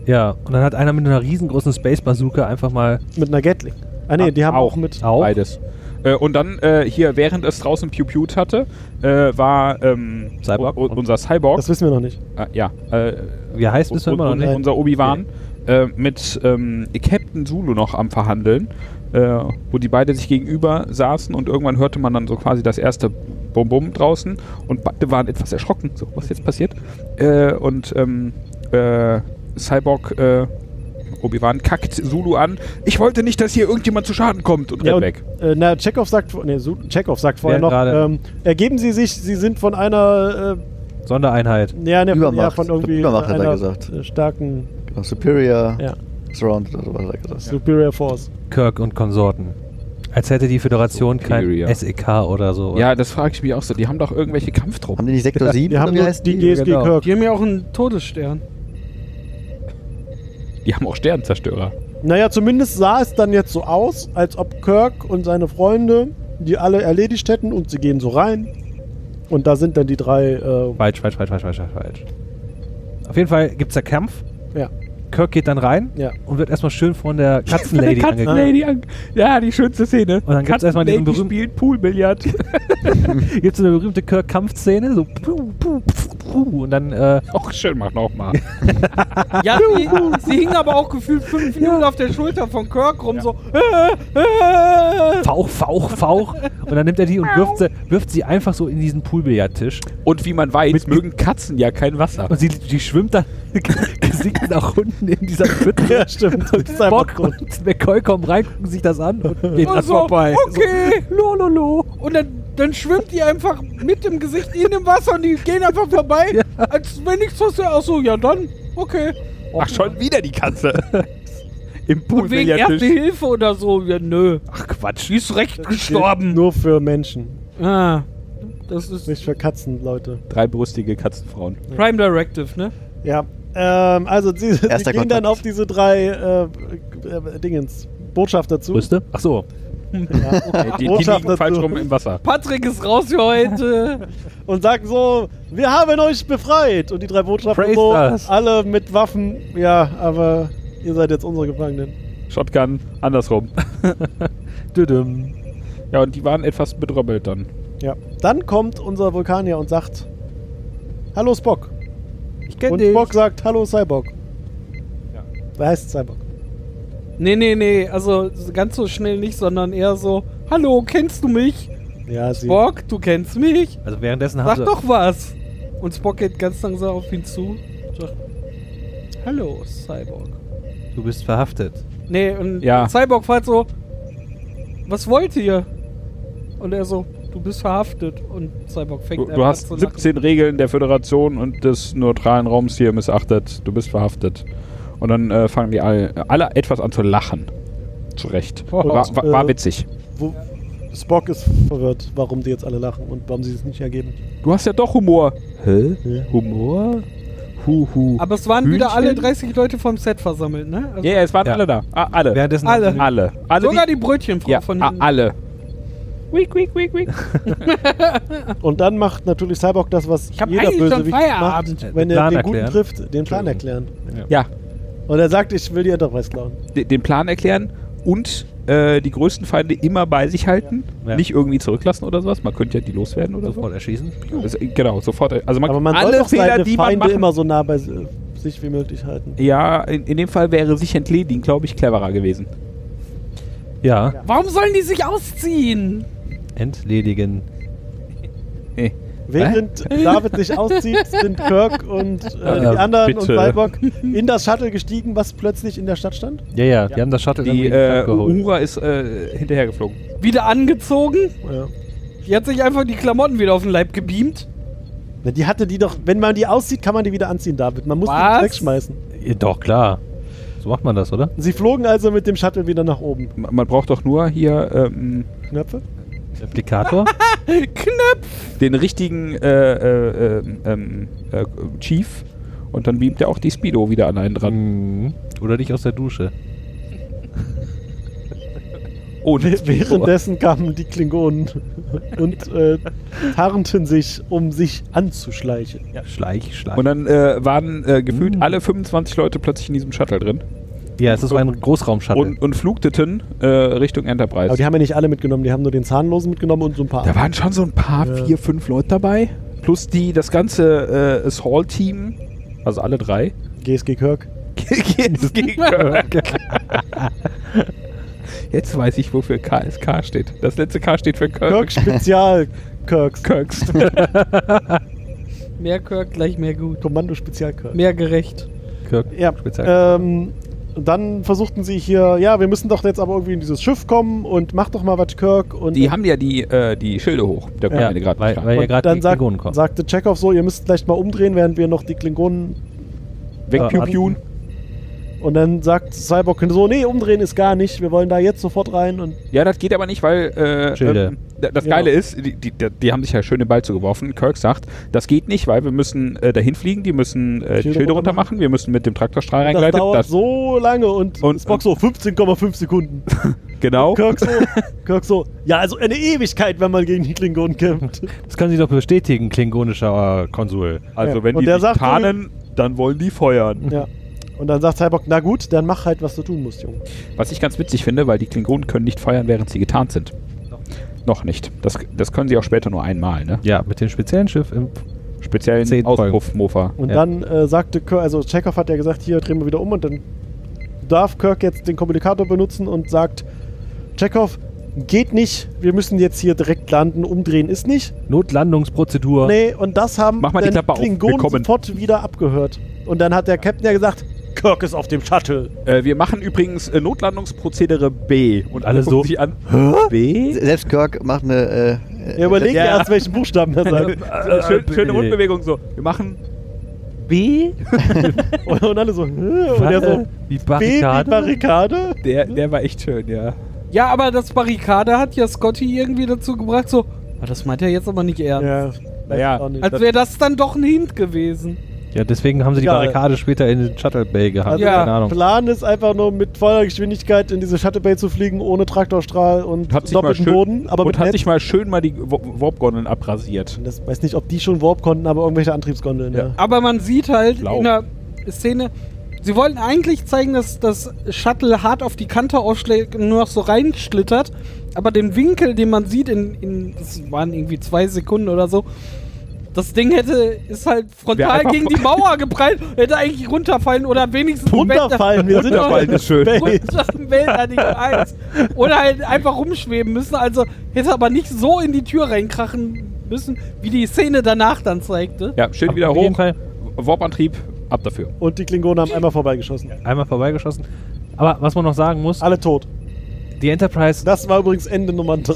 Speaker 7: Ja, und dann hat einer mit einer riesengroßen Space-Bazooka einfach mal
Speaker 6: mit einer Gatling. Ah nee, die haben auch, mit.
Speaker 7: Auch?
Speaker 4: Beides. Äh, und dann äh, hier, während es draußen Pew Pew hatte, äh, war ähm,
Speaker 7: Cyborg.
Speaker 4: u- u- unser Cyborg,
Speaker 6: Das wissen wir noch nicht.
Speaker 4: äh, ja, äh,
Speaker 7: Wie er heißt, wissen wir
Speaker 4: und-
Speaker 7: immer noch
Speaker 4: und
Speaker 7: nicht.
Speaker 4: unser Obi-Wan äh, mit ähm, Captain Zulu noch am Verhandeln, äh, wo die beiden sich gegenüber saßen und irgendwann hörte man dann so quasi das erste Bum-Bum draußen und beide waren etwas erschrocken, so, was jetzt passiert. Äh, und ähm, äh, Cyborg, äh, Obi-Wan kackt Zulu an. Ich wollte nicht, dass hier irgendjemand zu Schaden kommt und
Speaker 6: Ja,
Speaker 4: rennt
Speaker 6: und,
Speaker 4: weg.
Speaker 6: Äh, na, Chekhov sagt, nee, Su- Chekhov sagt vorher
Speaker 7: Wer
Speaker 6: noch,
Speaker 7: gerade-
Speaker 6: ähm, ergeben Sie sich, Sie sind von einer,
Speaker 7: Sondereinheit.
Speaker 6: äh, ja, ne, von, ja,
Speaker 5: Übermacht.
Speaker 6: von irgendwie
Speaker 5: Übermacht hat er
Speaker 6: einer
Speaker 5: gesagt.
Speaker 6: äh, starken
Speaker 5: Genau, Superior
Speaker 6: ja,
Speaker 5: Surrounded oder sowas hat er gesagt.
Speaker 6: Superior Force.
Speaker 7: Kirk und Konsorten. Als hätte die Föderation
Speaker 4: Superior.
Speaker 7: kein SEK oder so.
Speaker 4: Ja, das frage ich mich auch so. Die haben doch irgendwelche
Speaker 5: Haben
Speaker 4: Kampftruppen.
Speaker 5: die nicht Sektor 7?
Speaker 6: Wir haben
Speaker 5: oder wie
Speaker 6: nur
Speaker 5: heißt
Speaker 6: die GSG
Speaker 7: Genau.
Speaker 6: Kirk.
Speaker 2: Die haben ja auch einen Todesstern.
Speaker 4: Die haben auch Sternzerstörer.
Speaker 6: Naja, zumindest sah es dann jetzt so aus, als ob Kirk und seine Freunde die alle erledigt hätten und sie gehen so rein. Und da sind dann die drei. Äh,
Speaker 7: Falsch, falsch, falsch, falsch, falsch, falsch, falsch. Auf jeden Fall gibt es da Kampf.
Speaker 6: Ja.
Speaker 7: Kirk geht dann rein
Speaker 6: ja. [LAUGHS]
Speaker 7: und wird erstmal schön von
Speaker 4: [LAUGHS]
Speaker 7: der Katzenlady
Speaker 4: Katzen-
Speaker 7: angegriffen.
Speaker 4: Lady an- Ja, die schönste Szene.
Speaker 7: Und dann gibt's erstmal diesen
Speaker 4: Katzenlady
Speaker 7: berühmten-
Speaker 4: spielt Poolbillard.
Speaker 7: Gibt es eine berühmte Kirk-Kampfszene? So puh, puh, puh, puh, und dann äh,
Speaker 4: [LAUGHS] Auch schön, mach noch mal.
Speaker 2: Ja, sie, sie hing aber auch gefühlt fünf Minuten auf der Schulter von Kirk rum, so. Äh, äh.
Speaker 7: fauch, fauch, fauch. und dann nimmt er die und wirft sie, wirft sie einfach so in diesen Poolbillardtisch.
Speaker 4: Und wie man weiß, mögen Katzen ja kein Wasser.
Speaker 7: Und sie die schwimmt dann [LAUGHS] gesiegt nach unten in dieser Pfütze.
Speaker 6: Ja, stimmt. Das ist einfach
Speaker 7: Bock
Speaker 6: gut.
Speaker 7: und McCoy kommen rein, gucken sich das an und gehen
Speaker 2: Und
Speaker 7: dann
Speaker 2: so,
Speaker 7: vorbei.
Speaker 2: okay.
Speaker 7: So, lo, lo, lo.
Speaker 2: Und dann, dann schwimmt die einfach mit dem Gesicht in dem Wasser und die gehen einfach vorbei, als wenn nichts passiert. Ach so, ja dann, okay.
Speaker 4: Ach, schon wieder
Speaker 2: [LAUGHS]
Speaker 4: die Katze. Im
Speaker 2: Und wegen Erste
Speaker 4: Poolbillardtisch.
Speaker 2: Hilfe oder so, ja nö.
Speaker 7: Ach Quatsch.
Speaker 2: Die ist recht gestorben.
Speaker 6: Nur für Menschen,
Speaker 2: Ah, das ist
Speaker 6: nicht für Katzen, Leute.
Speaker 4: Dreibrüstige Katzenfrauen.
Speaker 2: Prime Directive, ne?
Speaker 6: Ja. Ähm, also sie, sie
Speaker 5: Erster
Speaker 6: gehen dann
Speaker 5: Kontakt.
Speaker 6: auf diese drei äh, äh, Dingens, Botschaft dazu.
Speaker 2: Ne?
Speaker 7: Brüste? Ach so.
Speaker 2: [LAUGHS]
Speaker 4: Nee, die, die
Speaker 6: Botschaft
Speaker 4: liegen falsch
Speaker 6: dazu.
Speaker 4: rum im Wasser.
Speaker 2: Patrick ist raus für heute.
Speaker 6: und sagen so, wir haben euch befreit. Und die drei Botschaften
Speaker 7: Praise
Speaker 6: so,
Speaker 7: us.
Speaker 6: alle mit Waffen. Ja, aber ihr seid jetzt unsere Gefangenen.
Speaker 4: Shotgun, andersrum.
Speaker 7: Düdüm.
Speaker 4: Ja, und die waren etwas bedrobbelt dann.
Speaker 6: Ja. Dann kommt unser Vulkanier und sagt, hallo Spock.
Speaker 7: Ich kenne
Speaker 6: und
Speaker 7: dich.
Speaker 6: Spock sagt, hallo Cyborg.
Speaker 4: Ja.
Speaker 6: Wer heißt Cyborg?
Speaker 2: Nee, nee, nee. Also ganz so schnell nicht, sondern eher so: Hallo, kennst du mich?
Speaker 6: Ja, sie.
Speaker 2: Spock, du kennst mich?
Speaker 7: Also währenddessen haben
Speaker 2: Sag
Speaker 7: sie...
Speaker 2: doch was. Und Spock geht ganz langsam auf ihn zu. Sagt: Hallo, Cyborg.
Speaker 7: Du bist verhaftet.
Speaker 2: Nee, und
Speaker 4: Ja.
Speaker 2: Cyborg fragt so: Was wollt ihr? Und er so: Du bist verhaftet. Und Cyborg fängt
Speaker 4: Du,
Speaker 2: einfach
Speaker 4: du hast
Speaker 2: zu lachen.
Speaker 4: 17 Regeln der Föderation und des neutralen Raums hier missachtet. Du bist verhaftet. Und dann äh, fangen die alle, alle etwas an zu lachen. Zu Recht.
Speaker 2: Oh,
Speaker 4: war, war, war
Speaker 6: äh,
Speaker 4: witzig.
Speaker 6: Wo, Spock ist verwirrt, warum die jetzt alle lachen und warum sie es nicht ergeben.
Speaker 4: Du hast ja doch Humor. Hä?
Speaker 6: Ja.
Speaker 4: Humor? Huhu.
Speaker 2: Aber es waren wieder
Speaker 4: Hühnchen?
Speaker 2: alle 30 Leute vom Set versammelt, ne? Also
Speaker 4: Ja, ja, es waren
Speaker 7: Ja.
Speaker 4: alle da. Ah, alle.
Speaker 7: Währenddessen
Speaker 2: Alle.
Speaker 7: haben
Speaker 4: Alle. alle
Speaker 2: Sogar die, Brötchenfrau
Speaker 4: ja,
Speaker 2: von
Speaker 4: ah,
Speaker 2: hinten.
Speaker 4: alle.
Speaker 6: Und dann macht natürlich Cyborg das, was
Speaker 2: hab
Speaker 6: jeder
Speaker 2: eigentlich schon
Speaker 6: Bösewicht
Speaker 2: Feierabend.
Speaker 6: macht, wenn
Speaker 7: Den
Speaker 6: er
Speaker 7: Plan
Speaker 6: den Guten
Speaker 7: erklären.
Speaker 6: trifft, den Plan erklären.
Speaker 4: Ja,
Speaker 6: Und er sagt, ich will die Enterprise klauen.
Speaker 4: de- den Plan erklären und äh, die größten Feinde immer bei sich halten.
Speaker 7: Ja.
Speaker 4: Nicht irgendwie zurücklassen oder sowas. Man könnte ja die loswerden oder so.
Speaker 7: Sofort erschießen.
Speaker 4: Das, genau, sofort. Also man,
Speaker 6: Aber man
Speaker 4: alle
Speaker 6: soll doch
Speaker 4: Fehler,
Speaker 6: seine
Speaker 4: die man
Speaker 6: Feinde
Speaker 4: machen,
Speaker 6: immer so nah bei si- sich wie möglich halten.
Speaker 4: Ja, in, in dem Fall wäre sich entledigen, glaube ich, cleverer gewesen.
Speaker 7: Ja.
Speaker 2: Warum sollen die sich ausziehen?
Speaker 7: Entledigen.
Speaker 6: Während
Speaker 4: [LAUGHS]
Speaker 6: David sich auszieht, sind Kirk und äh,
Speaker 7: Äh,
Speaker 6: die anderen und
Speaker 4: bitte. [LAUGHS]
Speaker 6: Cyborg in das Shuttle gestiegen, was plötzlich in der Stadt stand.
Speaker 7: Ja, ja, die haben das Shuttle
Speaker 4: Die
Speaker 7: irgendwie
Speaker 4: äh,
Speaker 7: abgeholt.
Speaker 4: Uhura ist äh, hinterhergeflogen.
Speaker 2: Wieder angezogen?
Speaker 6: Ja.
Speaker 2: Die hat sich einfach die Klamotten wieder auf den Leib gebeamt.
Speaker 6: Na, Die hatte die doch, wenn man die auszieht, kann man die wieder anziehen, David. Man muss die
Speaker 2: Was?
Speaker 6: nicht wegschmeißen.
Speaker 7: Ja, Doch, klar. So macht man das, oder?
Speaker 6: Sie flogen also mit dem Shuttle wieder nach oben.
Speaker 4: Man man braucht doch nur hier ähm,
Speaker 6: Knöpfe?
Speaker 7: Replikator?
Speaker 2: Knöpf!
Speaker 4: den richtigen äh, äh, ähm, ähm, äh, Chief und dann beamt er auch die Speedo wieder an einen
Speaker 6: Mm.
Speaker 4: dran.
Speaker 7: Mhm. oder dich aus der Dusche.
Speaker 4: Oh, [LAUGHS]
Speaker 6: W- Währenddessen kamen die Klingonen und äh, tarnten sich, um sich anzuschleichen.
Speaker 7: Schleich, schleich.
Speaker 4: Und dann äh, waren äh, gefühlt
Speaker 6: Mm.
Speaker 4: alle 25 Leute plötzlich in diesem Shuttle drin
Speaker 7: ja, es ist so ein Großraum-Shuttle.
Speaker 4: und, und flugteten äh, Richtung Enterprise.
Speaker 6: Aber die haben ja nicht alle mitgenommen, die haben nur den Zahnlosen mitgenommen und so ein paar.
Speaker 4: Da waren schon so ein paar, vier, fünf Leute dabei. Plus die, das ganze äh, Hall-Team, also alle drei. [LAUGHS]
Speaker 6: GSG Kirk. [LAUGHS]
Speaker 4: Jetzt weiß ich, wofür KSK steht. Das letzte K steht für
Speaker 7: Äh,
Speaker 4: Kirk.
Speaker 6: Kirk Spezial Kirks. [LAUGHS]
Speaker 4: Kirks.
Speaker 2: Mehr Kirk, gleich mehr gut.
Speaker 6: Kommando Spezial Kirk.
Speaker 2: Mehr gerecht.
Speaker 7: Kirk.
Speaker 6: Ja,
Speaker 7: Spezial.
Speaker 6: ähm, dann versuchten sie hier, ja, wir müssen doch jetzt aber irgendwie in dieses Schiff kommen und mach doch mal was, Kirk. Und,
Speaker 4: Die haben ja die, äh, die Schilde hoch. Da kommen
Speaker 7: Ja,
Speaker 4: wir gerade
Speaker 7: weil-
Speaker 4: nicht
Speaker 7: weil-
Speaker 4: ran.
Speaker 7: ja gerade
Speaker 6: dann
Speaker 7: die
Speaker 6: sagt-
Speaker 7: Klingonen kommen.
Speaker 6: sagte Chekhov so, ihr müsst vielleicht mal umdrehen, während wir noch die Klingonen.
Speaker 7: äh,
Speaker 4: Wegpiu-piun.
Speaker 6: Und dann sagt Cyborg so, nee, umdrehen ist gar nicht, wir wollen da jetzt sofort rein. Und
Speaker 4: Ja, das geht aber nicht, weil äh,
Speaker 7: Schilde.
Speaker 4: ähm, da- das
Speaker 6: Genau.
Speaker 4: Geile ist, die, die, die- die haben sich ja schön den Ball zugeworfen. Kirk sagt, das geht nicht, weil wir müssen äh, dahin fliegen, die müssen äh, die
Speaker 6: Schilde
Speaker 4: Schilde runter
Speaker 6: runter
Speaker 4: machen, wir müssen mit dem Traktorstrahl
Speaker 6: das
Speaker 4: reingleiten.
Speaker 6: dauert
Speaker 4: Das,
Speaker 6: so lange und,
Speaker 4: Und- ähm,
Speaker 6: Spock so 15,5 Sekunden.
Speaker 4: genau.
Speaker 6: Kirk
Speaker 4: [LAUGHS]
Speaker 6: so, Kirk so, ja, also eine Ewigkeit, wenn man gegen die Klingonen
Speaker 4: [LAUGHS]
Speaker 6: kämpft.
Speaker 7: Das können Sie doch bestätigen, klingonischer äh, Konsul.
Speaker 4: Also
Speaker 6: Ja.
Speaker 4: wenn
Speaker 6: Und
Speaker 4: die
Speaker 6: der
Speaker 4: sich
Speaker 6: sagt,
Speaker 4: tarnen, dann wollen die feuern.
Speaker 6: ja. Und dann sagt Cyborg, na gut, dann mach halt, was du tun musst, Junge.
Speaker 4: Was ich ganz witzig finde, weil die Klingonen können nicht feuern, während sie getarnt sind. Noch nicht. Das, das können sie auch später nur einmal, ne?
Speaker 7: Ja, mit dem speziellen Schiff im
Speaker 4: Speziellen
Speaker 7: Zehn Folgen.
Speaker 4: Auspuffmofa.
Speaker 6: Und
Speaker 7: Ja.
Speaker 6: dann äh, sagte Kirk, also Chekhov hat ja gesagt, hier drehen wir wieder um und dann darf Kirk jetzt den Kommunikator benutzen und sagt, Chekhov, geht nicht, wir müssen jetzt hier direkt landen, umdrehen ist nicht.
Speaker 7: Notlandungsprozedur.
Speaker 6: Nee, und das haben
Speaker 4: Mach mal die
Speaker 6: dann
Speaker 4: Klappe auf,
Speaker 6: Klingonen
Speaker 4: willkommen.
Speaker 6: sofort wieder abgehört. Und dann hat der Captain ja gesagt, Kirk ist auf dem Shuttle.
Speaker 4: Äh, wir machen übrigens äh, Notlandungsprozedere B. Und
Speaker 7: Alle
Speaker 4: gucken
Speaker 7: so-
Speaker 4: sich an.
Speaker 5: Se- [LAUGHS]
Speaker 4: B?
Speaker 5: Selbst Kirk macht eine. Äh, äh,
Speaker 6: Er überlegt
Speaker 4: Ja.
Speaker 6: ja. erst, welchen Buchstaben er
Speaker 4: [LAUGHS]
Speaker 6: sagt.
Speaker 4: Äh, schön,
Speaker 7: B.
Speaker 4: schöne Rundbewegung so. Wir machen B?
Speaker 6: und, und alle so, "Hä?" und er so,
Speaker 7: Wie
Speaker 6: B wie
Speaker 7: Barrikade.
Speaker 6: Barrikade?
Speaker 4: Der, der war echt schön, ja.
Speaker 2: Ja, aber das Barrikade hat ja Scotty irgendwie dazu gebracht, so. "Ah, Das meint er jetzt aber nicht ernst.
Speaker 6: Ja,
Speaker 4: Naja.
Speaker 6: weiß auch nicht.
Speaker 2: Als wäre das dann doch ein Hint gewesen.
Speaker 7: Ja, deswegen haben sie die
Speaker 6: Ja.
Speaker 7: Barrikade später in den Shuttle Bay gehabt.
Speaker 6: Also
Speaker 7: ja,
Speaker 2: der
Speaker 7: keine Ahnung.
Speaker 6: Plan ist einfach nur mit voller Geschwindigkeit in diese Shuttle Bay zu fliegen, ohne Traktorstrahl und
Speaker 4: Hat sich mal
Speaker 6: doppelten
Speaker 4: schön,
Speaker 6: Boden. Aber mit
Speaker 4: und hat
Speaker 6: Netz.
Speaker 4: sich mal schön mal die Wa- Warp-Gondeln abrasiert.
Speaker 6: das weiß nicht, ob die schon Warp konnten, aber irgendwelche Antriebsgondeln.
Speaker 4: Ja.
Speaker 6: Ja.
Speaker 2: Aber man sieht halt
Speaker 4: Blau.
Speaker 2: in der Szene, sie wollten eigentlich zeigen, dass das Shuttle hart auf die Kante aufschlägt und nur noch so reinschlittert. Aber den Winkel, den man sieht, in, in das waren irgendwie zwei Sekunden oder so, das Ding hätte, ist halt frontal
Speaker 6: [LAUGHS]
Speaker 4: einfach-
Speaker 2: gegen die Mauer geprallt, hätte eigentlich runterfallen oder wenigstens im Weltall-
Speaker 6: Runterfallen, wir sind
Speaker 2: Genau.
Speaker 6: auf
Speaker 2: [LAUGHS]
Speaker 4: Runterfallen
Speaker 6: der
Speaker 4: ist schön.
Speaker 6: Bay.
Speaker 2: runter im Weltall, nicht eins. Oder halt einfach rumschweben müssen, also hätte aber nicht so in die Tür reinkrachen müssen, wie die Szene danach dann zeigte.
Speaker 4: Ja, steht
Speaker 7: Auf
Speaker 4: wieder
Speaker 7: jeden
Speaker 4: hoch.
Speaker 7: Fall.
Speaker 4: Warp-Antrieb, ab dafür.
Speaker 6: Und die Klingonen haben einmal vorbeigeschossen.
Speaker 7: Einmal vorbeigeschossen. Aber was man noch sagen muss,
Speaker 6: Alle tot.
Speaker 7: die Enterprise
Speaker 6: Das war übrigens Ende Nummer 3.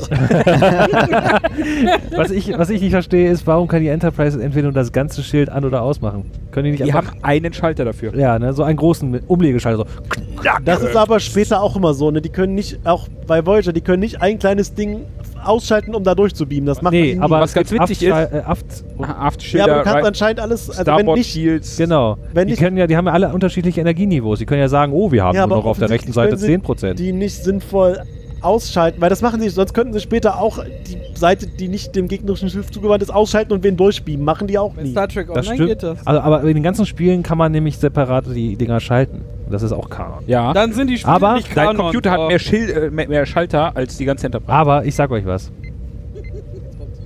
Speaker 7: Was ich, was ich nicht verstehe, ist, warum kann die Enterprise entweder nur das ganze Schild an- oder ausmachen? Können die nicht
Speaker 4: Die
Speaker 7: einfach.
Speaker 4: haben einen Schalter dafür.
Speaker 7: ja, ne, so einen großen mit- Umlegeschalter. So.
Speaker 6: Das ist aber später auch immer so, ne? Die können nicht, auch bei Voyager, die können nicht ein kleines Ding ausschalten, um da durchzubeamen. Das macht
Speaker 7: Nee,
Speaker 6: man nie.
Speaker 7: aber
Speaker 4: Was
Speaker 7: es gibt
Speaker 4: ganz witzig
Speaker 7: Aft-
Speaker 4: ist-
Speaker 7: äh, Aft
Speaker 6: ja,
Speaker 4: Aftschilder,
Speaker 6: aber du kannst
Speaker 4: right-
Speaker 6: anscheinend alles, also wenn
Speaker 4: Starboard
Speaker 6: nicht,
Speaker 4: Shields.
Speaker 7: genau.
Speaker 6: Wenn
Speaker 7: die,
Speaker 6: ich-
Speaker 7: können ja, die haben ja alle unterschiedliche Energieniveaus. Die können ja sagen, oh, wir haben
Speaker 6: ja, aber
Speaker 7: nur noch auf der rechten
Speaker 6: offensichtlich
Speaker 7: Seite
Speaker 6: können sie
Speaker 7: 10%.
Speaker 6: Die nicht sinnvoll ausschalten, weil das machen sie, sonst könnten sie später auch die Seite, die nicht dem gegnerischen Schiff zugewandt ist, ausschalten und wen durchbeamen. Machen die auch
Speaker 2: Bei
Speaker 6: nie.
Speaker 2: Star Trek
Speaker 7: das
Speaker 2: Online geht
Speaker 7: stimmt.
Speaker 2: das.
Speaker 7: Also, aber in den ganzen Spielen kann man nämlich separat die Dinger schalten. Das ist auch Kanon.
Speaker 4: Ja.
Speaker 2: Dann sind die Spiele
Speaker 7: Aber
Speaker 2: nicht
Speaker 4: Dein
Speaker 2: Kanon.
Speaker 4: Computer
Speaker 2: Oh.
Speaker 4: hat mehr, Schil äh, mehr, mehr Schalter als die ganze Enterprise.
Speaker 7: Aber ich sag euch was.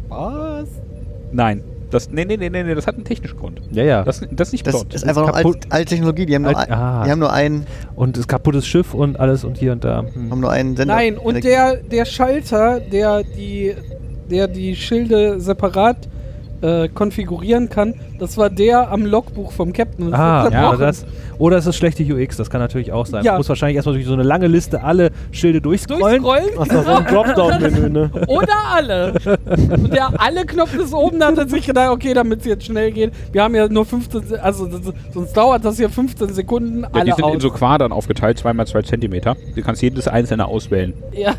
Speaker 2: Was?
Speaker 4: Nein. Das, nee, nee, nee, nee, nee, das hat einen technischen Grund.
Speaker 7: Ja, ja.
Speaker 4: Das, das ist nicht
Speaker 5: Das
Speaker 4: blond.
Speaker 5: ist einfach noch
Speaker 7: kaputt.
Speaker 5: alt, alte Technologie. Die haben nur,
Speaker 7: Alt-
Speaker 5: ein,
Speaker 7: ah.
Speaker 5: die haben nur einen,
Speaker 7: und das kaputtes Schiff und alles und hier und da. Hm.
Speaker 5: haben nur einen Sender.
Speaker 2: Nein, und der, der Schalter, der die, der die Schilde separat äh, konfigurieren kann, das war der am Logbuch vom Captain. Das
Speaker 7: Ah,
Speaker 2: wird
Speaker 7: ja, oder,
Speaker 2: zerbrochen.
Speaker 7: das, oder es ist schlechte UX, das kann natürlich auch sein.
Speaker 2: Ja.
Speaker 7: Man muss wahrscheinlich erstmal durch so eine lange Liste alle Schilde durchscrollen.
Speaker 2: Durchscrollen
Speaker 6: Ach, das ist so ein Dropdown-Menü, ne?
Speaker 2: oder alle. Und der Alle-Knopf ist oben, da hat er sich gedacht, okay, damit es jetzt schnell geht. Wir haben ja nur 15, Se- also das, sonst dauert das hier 15 Sekunden.
Speaker 4: ja,
Speaker 2: alle
Speaker 4: die sind
Speaker 2: aus.
Speaker 4: in so Quadern aufgeteilt, 2x2 Zentimeter. Du kannst jedes einzelne auswählen.
Speaker 2: Ja.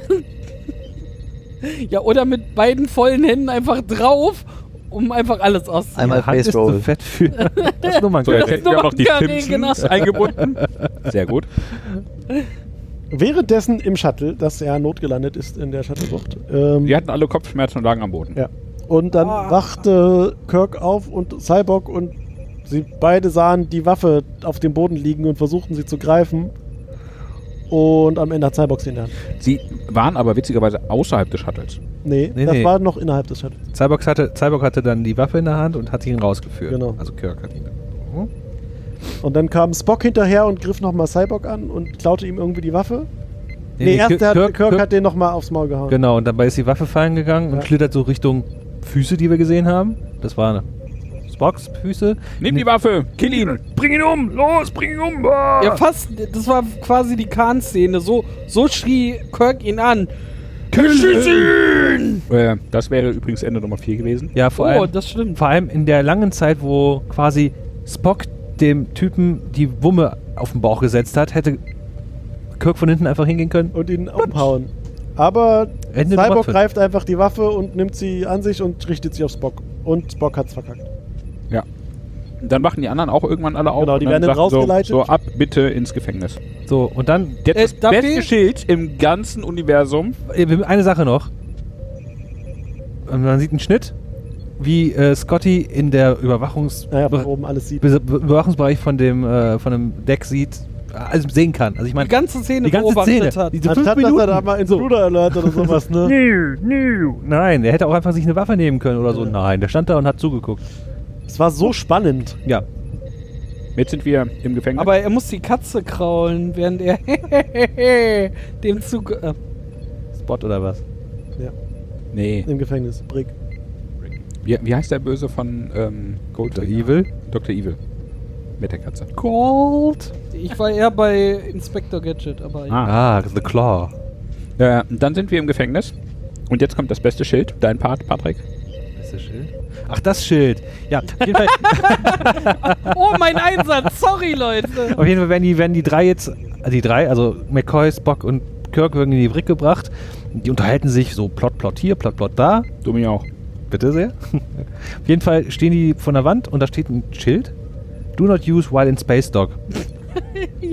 Speaker 2: ja, oder mit beiden vollen Händen einfach drauf, um einfach alles auszunehmen.
Speaker 5: Einmal
Speaker 7: Hand ist
Speaker 5: Face
Speaker 7: zu
Speaker 5: Roll.
Speaker 7: fett für [LAUGHS] das
Speaker 4: So, jetzt
Speaker 7: Nummerngürtel.
Speaker 4: hätten wir auch noch die
Speaker 2: Ja, nee,
Speaker 4: Simpsons
Speaker 2: genau.
Speaker 4: [LAUGHS] eingebunden. Sehr gut.
Speaker 6: Währenddessen im Shuttle, das ja notgelandet ist in der Shuttlebucht. Ähm,
Speaker 4: Wir hatten alle Kopfschmerzen und lagen am Boden.
Speaker 6: ja. Und dann
Speaker 2: Ah.
Speaker 6: wachte Kirk auf und Cyborg und sie beide sahen die Waffe auf dem Boden liegen und versuchten sie zu greifen. Und am Ende hat Cyborg sie in der Hand.
Speaker 4: Sie waren aber witzigerweise außerhalb des Shuttles.
Speaker 6: Nee,
Speaker 7: Nee,
Speaker 6: das
Speaker 7: nee.
Speaker 6: war noch innerhalb des Shuttles.
Speaker 7: Cyborg hatte, Cyborg hatte dann die Waffe in der Hand und hat ihn rausgeführt.
Speaker 6: Genau.
Speaker 7: Also Kirk hat ihn.
Speaker 6: Und dann kam Spock hinterher und griff nochmal Cyborg an und klaute ihm irgendwie die Waffe. Nee, erst
Speaker 7: Kirk-
Speaker 6: hat,
Speaker 7: Kirk-
Speaker 6: Kirk,
Speaker 7: Kirk-
Speaker 6: hat den nochmal aufs Maul gehauen.
Speaker 7: Genau, und dabei ist die Waffe fallen gegangen
Speaker 6: Ja.
Speaker 7: und schlittert so Richtung Füße, die wir gesehen haben. Das waren Spocks Füße.
Speaker 4: Nimm die Waffe, kill ihn. Bring ihn um, los, bring ihn um. Ah.
Speaker 2: Ja, fast, das war quasi die Kahn-Szene. So, so schrie Kirk ihn an.
Speaker 4: Äh, das wäre übrigens Ende Nummer 4 gewesen.
Speaker 7: Ja, vor,
Speaker 2: oh,
Speaker 7: allem,
Speaker 2: das stimmt.
Speaker 7: vor allem in der langen Zeit, wo quasi Spock dem Typen die Wumme auf den Bauch gesetzt hat, hätte Kirk von hinten einfach hingehen können.
Speaker 6: Und ihn umhauen. Aber
Speaker 7: Ende Nummer
Speaker 6: Cyborg
Speaker 7: fünf.
Speaker 6: greift einfach die Waffe und nimmt sie an sich und richtet sie auf Spock. Und Spock hat's verkackt.
Speaker 4: Dann machen die anderen auch irgendwann alle auf.
Speaker 6: Genau, die
Speaker 4: und dann
Speaker 6: werden dann
Speaker 4: sagt so,
Speaker 6: rausgeleitet.
Speaker 4: So, ab bitte ins Gefängnis.
Speaker 7: So, und dann
Speaker 4: Der
Speaker 2: Äh,
Speaker 4: das
Speaker 2: da
Speaker 4: beste
Speaker 2: fehlt-
Speaker 4: Schild im ganzen Universum.
Speaker 7: Äh, Eine Sache noch. Ähm, Man sieht einen Schnitt, wie äh, Scotty in der Überwachungs
Speaker 6: Naja,
Speaker 7: Be-
Speaker 6: von oben alles sieht.
Speaker 7: Be- Be- Überwachungsbereich von dem, äh, von dem Deck sieht, also sehen kann. Also ich
Speaker 2: Die
Speaker 7: meine,
Speaker 2: ganze Szene
Speaker 7: die ganze
Speaker 2: beobachtet
Speaker 7: Szene.
Speaker 2: hat.
Speaker 7: Diese fünf
Speaker 6: Anstatt, dass er da
Speaker 7: Minuten.
Speaker 6: mal Intruder Alert oder sowas, [LAUGHS] ne?
Speaker 7: Nö, nö. Nein, er hätte auch einfach sich eine Waffe nehmen können oder so. Nein, der stand da und hat zugeguckt.
Speaker 6: Es war so spannend.
Speaker 7: Ja,
Speaker 4: Jetzt sind wir im Gefängnis.
Speaker 2: Aber er muss die Katze kraulen, während er [LAUGHS] dem Zug. Äh,
Speaker 7: Spot oder was?
Speaker 4: nee.
Speaker 6: Im Gefängnis. Brick.
Speaker 4: Wie, wie heißt der Böse von ähm, Gold?
Speaker 7: Evil.
Speaker 4: Dr. Evil. Mit der Katze.
Speaker 7: Gold.
Speaker 2: ich war eher bei Inspector Gadget, aber.
Speaker 7: Ah, The Claw.
Speaker 4: Äh, dann sind wir im Gefängnis. Und jetzt kommt das beste Schild. Dein Part, Patrick.
Speaker 7: Ist das Schild? Ach, das Schild. Ja, auf jeden Fall.
Speaker 6: Ah.
Speaker 2: Oh, mein Einsatz, sorry,
Speaker 6: [LAUGHS]
Speaker 2: Leute.
Speaker 7: Auf jeden Fall werden die, werden die drei jetzt, die drei, also McCoy, Spock und Kirk werden in die Brick gebracht. Die unterhalten sich so Plot, Plot hier, Plot, Plot da.
Speaker 4: Du mich auch.
Speaker 7: [LAUGHS] Bitte sehr. Auf jeden Fall stehen die von der Wand und da steht ein Schild. Do not use while in space dog.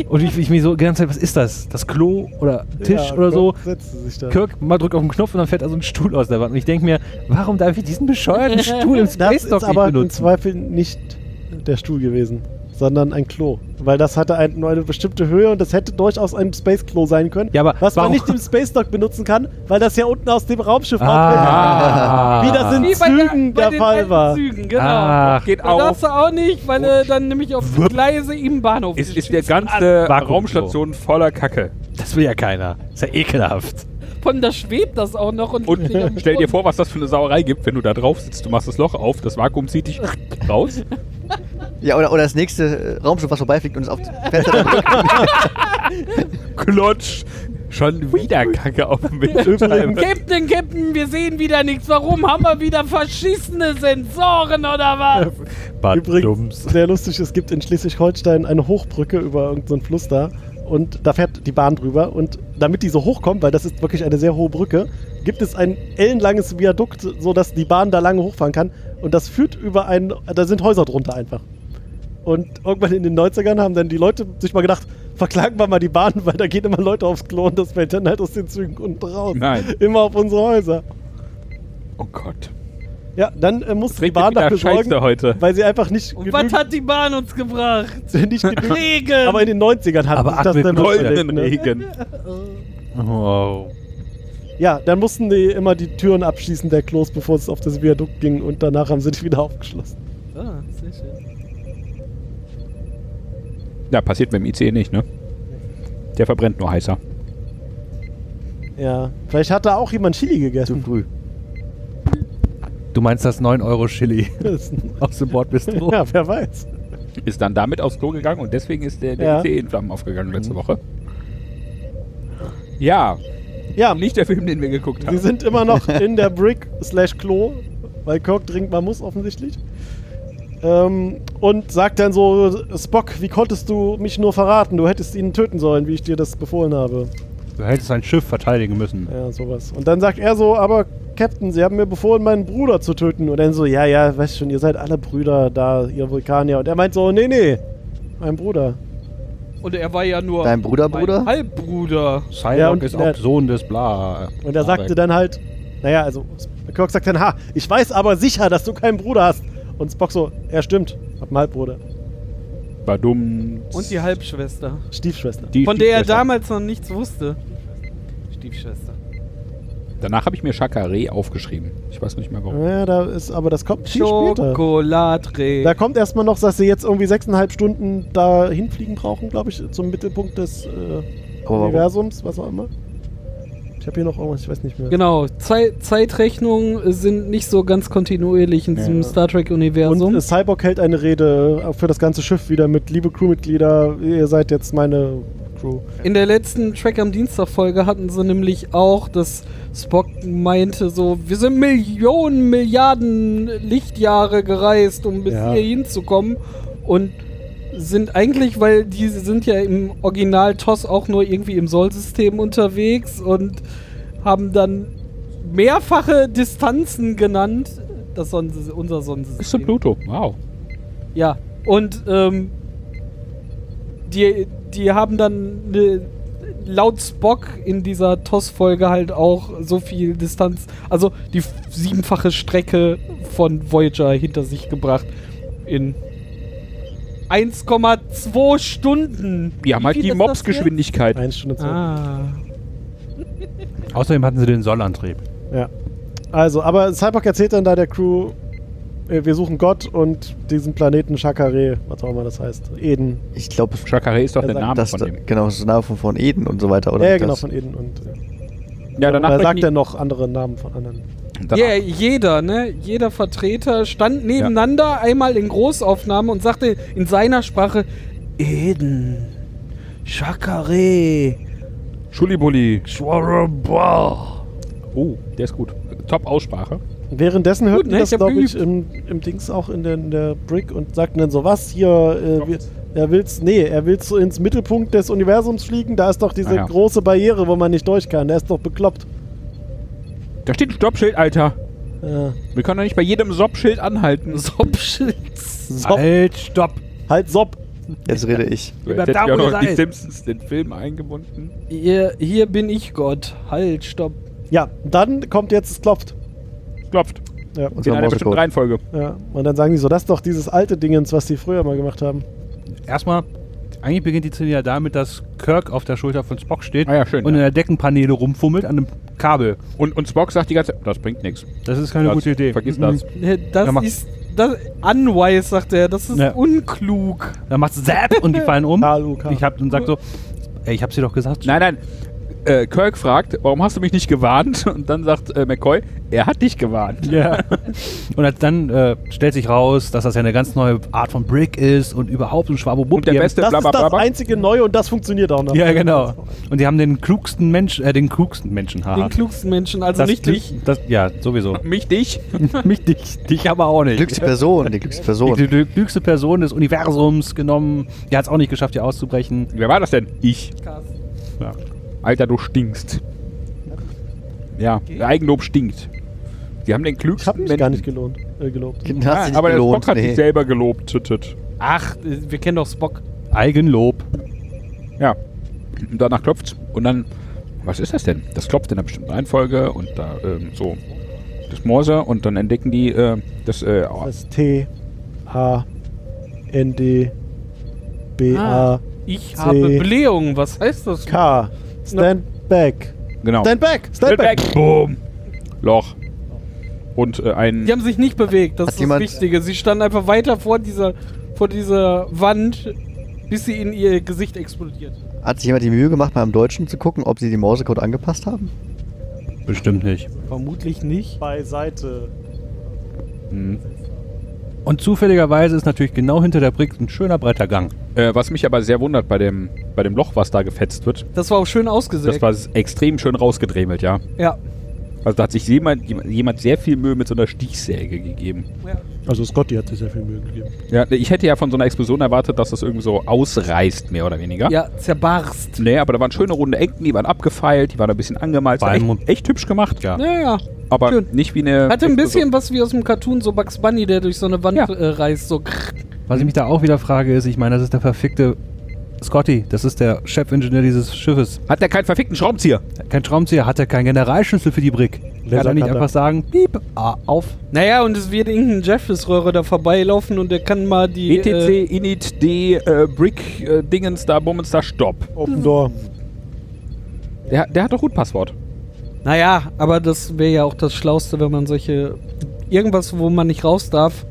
Speaker 7: Und ich, ich mir so die ganze Zeit, was ist das? Das Klo oder Tisch
Speaker 6: Ja,
Speaker 7: oder so?
Speaker 6: Gott, Setzt sie sich da.
Speaker 7: Kirk mal drückt auf den Knopf und dann fällt da so ein Stuhl aus der Wand. Und ich denke mir, warum darf ich diesen bescheuerten Stuhl im
Speaker 6: Das
Speaker 7: Space
Speaker 6: ist
Speaker 7: Dog nicht
Speaker 6: aber im
Speaker 7: benutzen?
Speaker 6: Zweifel nicht der Stuhl gewesen, sondern ein Klo. Weil das hatte ein, nur eine bestimmte Höhe und das hätte durchaus ein Space Klo sein können.
Speaker 7: Ja, aber
Speaker 6: was
Speaker 7: warum-
Speaker 6: man nicht im Space Dock benutzen kann, weil das ja unten aus dem Raumschiff
Speaker 7: Ah.
Speaker 6: rausfällt. Wie [LAUGHS] das in
Speaker 2: Wie bei,
Speaker 6: Zügen
Speaker 2: der, bei
Speaker 6: der,
Speaker 2: den
Speaker 6: Fall
Speaker 2: alten
Speaker 6: war.
Speaker 2: Zügen, genau.
Speaker 7: Ach,
Speaker 4: Geht
Speaker 2: Da darfst
Speaker 4: auf.
Speaker 2: du auch nicht, weil äh, dann nämlich auf die Gleise im Bahnhof
Speaker 4: Ist, ist
Speaker 2: geschießt.
Speaker 4: der ganze
Speaker 7: Vakuumklo.
Speaker 4: Raumstation voller Kacke.
Speaker 7: das will ja keiner. Ist ja ekelhaft.
Speaker 2: Von da schwebt das auch noch und,
Speaker 4: Und
Speaker 2: liegt nicht am
Speaker 4: stell dir
Speaker 2: Boden.
Speaker 4: vor, was das für eine Sauerei gibt, wenn du da drauf sitzt, du machst das Loch auf, das Vakuum zieht dich [LAUGHS] raus.
Speaker 5: Ja, oder, oder das nächste äh, Raumschiff, was vorbeifliegt und es auf Fenster
Speaker 4: Klotsch! Schon wieder Kacke auf dem Bildschirm.
Speaker 2: Captain, Captain, wir sehen wieder nichts. Warum haben wir wieder verschissene Sensoren oder
Speaker 6: [LAUGHS]
Speaker 2: was?
Speaker 6: Übrigens, sehr lustig, es gibt in Schleswig-Holstein eine Hochbrücke über irgendeinen Fluss da. Und da fährt die Bahn drüber. Und damit diese hochkommt, weil das ist wirklich eine sehr hohe Brücke, gibt es ein ellenlanges Viadukt, sodass die Bahn da lange hochfahren kann. Und das führt über einen. Da sind Häuser drunter einfach. Und irgendwann in den 90ern haben dann die Leute sich mal gedacht, verklagen wir mal die Bahn, weil da gehen immer Leute aufs Klo und das fällt dann halt aus den Zügen unten raus.
Speaker 4: Nein.
Speaker 6: Immer auf unsere Häuser.
Speaker 4: Oh Gott.
Speaker 6: Ja, dann äh, muss die
Speaker 4: Trinkt
Speaker 6: Bahn
Speaker 4: wieder
Speaker 6: dafür
Speaker 4: Scheiße
Speaker 6: sorgen,
Speaker 4: heute.
Speaker 6: weil sie einfach nicht
Speaker 2: Und was hat die Bahn uns gebracht?
Speaker 6: [LAUGHS] nicht genügend
Speaker 2: Regen!
Speaker 6: Aber in den 90ern hatten
Speaker 7: Aber
Speaker 6: sich
Speaker 7: ach,
Speaker 6: das
Speaker 7: mit
Speaker 6: dann
Speaker 4: Goldenen
Speaker 6: ne?
Speaker 4: Regen.
Speaker 7: Wow.
Speaker 6: Ja, dann mussten die immer die Türen abschließen der Klos, bevor es auf das Viadukt ging und danach haben sie dich wieder aufgeschlossen.
Speaker 2: ah, sehr schön.
Speaker 4: Ja, passiert mit dem ICE nicht, ne? Der verbrennt nur heißer.
Speaker 6: Ja. Vielleicht hat da auch jemand Chili
Speaker 5: zu
Speaker 6: gegessen.
Speaker 5: früh.
Speaker 7: Du meinst das 9-Euro-Chili [LAUGHS] aus dem
Speaker 6: [LAUGHS]
Speaker 7: Bordbistro?
Speaker 6: ja, wer weiß.
Speaker 4: Ist dann damit aufs Klo gegangen und deswegen ist der, der
Speaker 6: Ja.
Speaker 4: ICE in Flammen aufgegangen
Speaker 2: Mhm.
Speaker 4: letzte Woche. Ja,
Speaker 6: Ja,
Speaker 4: nicht der Film, den wir geguckt
Speaker 6: sie
Speaker 4: haben.
Speaker 6: sind immer noch in der Brick slash Klo, weil Kirk dringend mal muss offensichtlich. Ähm, und sagt dann so, Spock, wie konntest du mich nur verraten? Du hättest ihn töten sollen, wie ich dir das befohlen habe.
Speaker 7: Du hättest ein Schiff verteidigen müssen.
Speaker 6: Ja, sowas. Und dann sagt er so, aber Captain, sie haben mir befohlen, meinen Bruder zu töten. Und dann so, ja, ja, weißt schon, ihr seid alle Brüder da, ihr Vulkanier. Und er meint so, nee, nee, mein Bruder.
Speaker 2: Und er war ja nur.
Speaker 5: Dein Bruder,
Speaker 2: mein
Speaker 5: Bruder?
Speaker 2: Halbbruder.
Speaker 7: Psylocke
Speaker 6: Ja, und
Speaker 7: ist
Speaker 6: der-
Speaker 7: auch Sohn des Bla.
Speaker 6: Und er sagte dann halt, naja, also Kirk sagt dann, ha, ich weiß aber sicher, dass du keinen Bruder hast. Und Spock so, ja, stimmt, hab einen Halbbruder,
Speaker 4: Badum.
Speaker 2: Und die Halbschwester.
Speaker 6: Stiefschwester.
Speaker 4: Die-
Speaker 2: Von der er
Speaker 4: Stiefschwester.
Speaker 2: damals noch nichts wusste. Stiefschwester.
Speaker 4: Danach habe ich mir Chakaré aufgeschrieben. Ich weiß nicht mehr
Speaker 2: Mhm.
Speaker 4: warum.
Speaker 6: Ja, da ist, aber das kommt viel später.
Speaker 2: Schokoladre.
Speaker 6: Da kommt erstmal noch, dass sie jetzt irgendwie sechseinhalb Stunden da hinfliegen brauchen, glaube ich, zum Mittelpunkt des äh,
Speaker 5: Aber warum?
Speaker 6: Universums, was auch immer. Ich habe hier noch irgendwas, ich weiß nicht mehr.
Speaker 2: Genau, Zei Zeitrechnungen sind nicht so ganz kontinuierlich in diesem Star Trek-Universum.
Speaker 6: Und äh, Cyborg hält eine Rede für das ganze Schiff wieder mit liebe Crewmitglieder, ihr seid jetzt meine Crew.
Speaker 2: In der letzten Track am Dienstag-Folge hatten sie nämlich auch, dass Spock meinte so, wir sind Millionen, Milliarden Lichtjahre gereist, um bis
Speaker 6: Ja.
Speaker 2: hier hinzukommen und sind eigentlich, weil die sind ja im Original TOS auch nur irgendwie im Sol-System unterwegs und haben dann mehrfache Distanzen genannt. Das Sonnensys unser Sonnensystem.
Speaker 4: Bis zum Pluto. Wow.
Speaker 2: Ja, und ähm, die, die haben dann ne, laut Spock in dieser TOS-Folge halt auch so viel Distanz, also die f- siebenfache Strecke von Voyager hinter sich gebracht in 1,2 Stunden.
Speaker 4: Die haben
Speaker 2: Wie
Speaker 4: halt
Speaker 2: viel
Speaker 4: die
Speaker 2: ist das jetzt?
Speaker 4: Mobs-Geschwindigkeit.
Speaker 6: Eine Stunde zwei.
Speaker 2: Ah.
Speaker 7: Außerdem hatten sie den Sollantrieb.
Speaker 6: Ja. Also, aber Cyborg erzählt dann da der Crew, äh, wir suchen Gott und diesen Planeten Chakare, was auch immer das heißt. Eden.
Speaker 5: Ich glaube,
Speaker 4: Chakaré ist doch
Speaker 6: Er
Speaker 4: der
Speaker 6: sagt,
Speaker 4: Name
Speaker 5: das
Speaker 4: von
Speaker 5: da,
Speaker 4: dem.
Speaker 5: genau, das ist der Name von, von Eden und so weiter, oder?
Speaker 6: ja, ja, genau,
Speaker 5: Das-
Speaker 6: von Eden. Und, äh,
Speaker 4: Ja,
Speaker 6: oder
Speaker 4: danach brechen
Speaker 6: sagt
Speaker 4: die-
Speaker 6: er noch andere Namen von anderen.
Speaker 4: danach-
Speaker 2: Ja, jeder, ne? Jeder Vertreter stand nebeneinander einmal in Großaufnahme und sagte in seiner Sprache [LAUGHS] Eden, Chakare,
Speaker 4: Schulibulli.
Speaker 2: Schwarabah.
Speaker 4: Oh, der ist gut. Top Aussprache.
Speaker 6: Währenddessen hörten
Speaker 2: ne?
Speaker 6: das,
Speaker 2: Ich hab
Speaker 6: glaube ich,
Speaker 2: geübt.
Speaker 6: im, im Dings auch in der, in der Brick und sagten dann so, was hier, äh, wir, er will's, nee, er will's so ins Mittelpunkt des Universums fliegen, da ist doch diese
Speaker 4: Ah, ja.
Speaker 6: große Barriere, wo man nicht durch kann, der ist doch bekloppt.
Speaker 4: Da steht ein Stoppschild, Alter.
Speaker 6: Ja.
Speaker 4: Wir können doch nicht bei jedem Stoppschild anhalten.
Speaker 2: Sopschitz.
Speaker 6: So,
Speaker 7: Halt, stopp!
Speaker 6: Halt sopp.
Speaker 5: Jetzt rede
Speaker 6: [LAUGHS]
Speaker 5: ich.
Speaker 4: So,
Speaker 7: Über
Speaker 4: Jetzt hätten wir auch noch die
Speaker 7: Daumenseil.
Speaker 4: Simpsons den Film eingebunden.
Speaker 2: Hier, hier bin ich Gott. Halt, stopp.
Speaker 6: Ja, dann kommt jetzt, es klopft.
Speaker 4: Klopft.
Speaker 6: Ja.
Speaker 5: Und
Speaker 4: In
Speaker 5: zwar
Speaker 4: einer bestimmten
Speaker 5: Morsecode.
Speaker 4: Reihenfolge.
Speaker 6: ja. Und dann sagen die so, das ist doch dieses alte Dingens, was die früher mal gemacht haben.
Speaker 7: Erstmal, eigentlich beginnt die Szene ja damit, dass Kirk auf der Schulter von Spock steht
Speaker 4: Ah ja, schön,
Speaker 7: und
Speaker 4: ja.
Speaker 7: in der Deckenpaneele rumfummelt an einem Kabel.
Speaker 4: Und, und Spock sagt die ganze Zeit, das bringt nichts.
Speaker 7: Das ist keine
Speaker 4: Das-
Speaker 7: gute Idee. Mhm.
Speaker 4: Vergiss das.
Speaker 2: Äh, Das
Speaker 7: Ja, mach.
Speaker 2: ist. Das, unwise, sagt er. Das ist
Speaker 7: Mhm. Ja.
Speaker 2: unklug.
Speaker 7: Dann macht's Zap und die fallen um.
Speaker 6: Hallo, Karl.
Speaker 7: Ich hab und sagt so, ey, ich hab's dir doch gesagt.
Speaker 4: Nein, nein. Äh, Kirk fragt, warum hast du mich nicht gewarnt? [LAUGHS] Und dann sagt äh, McCoy, er hat dich gewarnt.
Speaker 7: Ja. Und als dann äh, stellt sich raus, dass das ja eine ganz neue Art von Brick ist und überhaupt ein Schwabobub.
Speaker 4: Und der
Speaker 7: Die haben-
Speaker 4: beste
Speaker 6: Das
Speaker 4: bla, bla,
Speaker 6: ist
Speaker 4: bla,
Speaker 6: das
Speaker 4: bla.
Speaker 6: einzige Neue und das funktioniert auch noch.
Speaker 7: Ja, genau. Und die haben den klugsten Mensch, äh, den klugsten Menschen, haha.
Speaker 2: Den klugsten Menschen, also
Speaker 7: Das-
Speaker 2: nicht dich.
Speaker 7: Das, ja, sowieso.
Speaker 4: Mich dich?
Speaker 7: Mich dich, dich aber auch nicht.
Speaker 5: Glückliche Person, die glückliche Person. [LAUGHS]
Speaker 7: Die, die, die klügste Person des Universums genommen. Die hat es auch nicht geschafft, hier auszubrechen.
Speaker 4: Wer war das denn? Ich. Alter, du stinkst. Ja, Eigenlob stinkt. Die haben den
Speaker 6: Ich
Speaker 4: klügsten
Speaker 6: hab mich gar nicht gelohnt, äh, gelobt.
Speaker 5: Kind hast du
Speaker 4: Nein,
Speaker 5: nicht
Speaker 4: aber der
Speaker 5: gelohnt.
Speaker 4: Spock hat sich
Speaker 5: Nee.
Speaker 4: selber gelobt. Tut, tut.
Speaker 2: Ach, äh, wir kennen doch Spock.
Speaker 7: Eigenlob.
Speaker 4: Ja. Und danach klopft's. Und dann, was ist das denn? Das klopft in einer bestimmten Reihenfolge und da ähm, so das Morse und dann entdecken die äh, das äh, oh,
Speaker 6: Das T, H, N, D, B,
Speaker 2: Ah.
Speaker 6: A,
Speaker 2: Ich
Speaker 6: C.
Speaker 2: habe Blähungen. Was heißt das?
Speaker 6: K. Stand back.
Speaker 4: genau.
Speaker 6: Stand back. Stand
Speaker 4: Stand
Speaker 6: back.
Speaker 4: back. Boom. Loch. Und äh, ein
Speaker 2: Die haben sich nicht bewegt. Das
Speaker 5: Hat
Speaker 2: ist das
Speaker 5: jemand-
Speaker 2: Wichtige. Sie standen einfach weiter vor dieser, vor dieser Wand, bis sie in ihr Gesicht explodiert.
Speaker 5: Hat sich jemand die Mühe gemacht, mal im Deutschen zu gucken, ob sie die Morsecode angepasst haben?
Speaker 7: Bestimmt nicht.
Speaker 2: Vermutlich nicht.
Speaker 6: Beiseite.
Speaker 4: mh,
Speaker 7: Und zufälligerweise ist natürlich genau hinter der Brick ein schöner breiter Gang.
Speaker 4: äh, was mich aber sehr wundert bei dem bei dem Loch, was da gefetzt wird.
Speaker 2: Das war auch schön ausgesägt.
Speaker 4: Das war extrem schön rausgedremelt, ja.
Speaker 2: ja.
Speaker 4: Also da hat sich jemand jemand sehr viel Mühe mit so einer Stichsäge gegeben.
Speaker 2: ja.
Speaker 6: Also Scotty hat sich sehr viel Mühe gegeben.
Speaker 4: Ja, ich hätte ja von so einer Explosion erwartet, dass das irgendwie so ausreißt, mehr oder weniger.
Speaker 2: Ja, zerbarst.
Speaker 4: Nee, aber da waren schöne runde Ecken, die waren abgefeilt, die waren ein bisschen angemalt.
Speaker 7: Vor
Speaker 4: Das
Speaker 7: allem-
Speaker 4: war echt, echt hübsch gemacht. Ne?
Speaker 7: Ja.
Speaker 2: Naja.
Speaker 4: Aber
Speaker 2: Schön.
Speaker 4: nicht wie eine.
Speaker 2: Hatte ein bisschen was wie aus dem Cartoon, so Bugs Bunny, der durch so eine Wand
Speaker 4: Ja.
Speaker 2: äh, reißt. So. krrr.
Speaker 7: Was ich mich da auch wieder frage, ist, ich meine, das ist der verfickte Scotty. Das ist der Chefingenieur dieses Schiffes.
Speaker 4: Hat der keinen verfickten Schraubenzieher?
Speaker 7: Kein Schraubenzieher, hat er keinen Generalschlüssel für die Brick. Kann er nicht
Speaker 6: Lasercutter.
Speaker 7: einfach sagen, piep, ah, auf.
Speaker 2: Naja, und es wird irgendein Jeffries-Röhre da vorbeilaufen und der kann mal die.
Speaker 4: BTC,
Speaker 2: Äh,
Speaker 4: E Init, D, äh, Brick, äh, Dingens, da, Bummens, da, Stopp.
Speaker 6: Open Door.
Speaker 4: Der, der hat doch Root-Passwort.
Speaker 2: naja, aber das wäre ja auch das Schlauste, wenn man solche. Irgendwas, wo man nicht raus darf,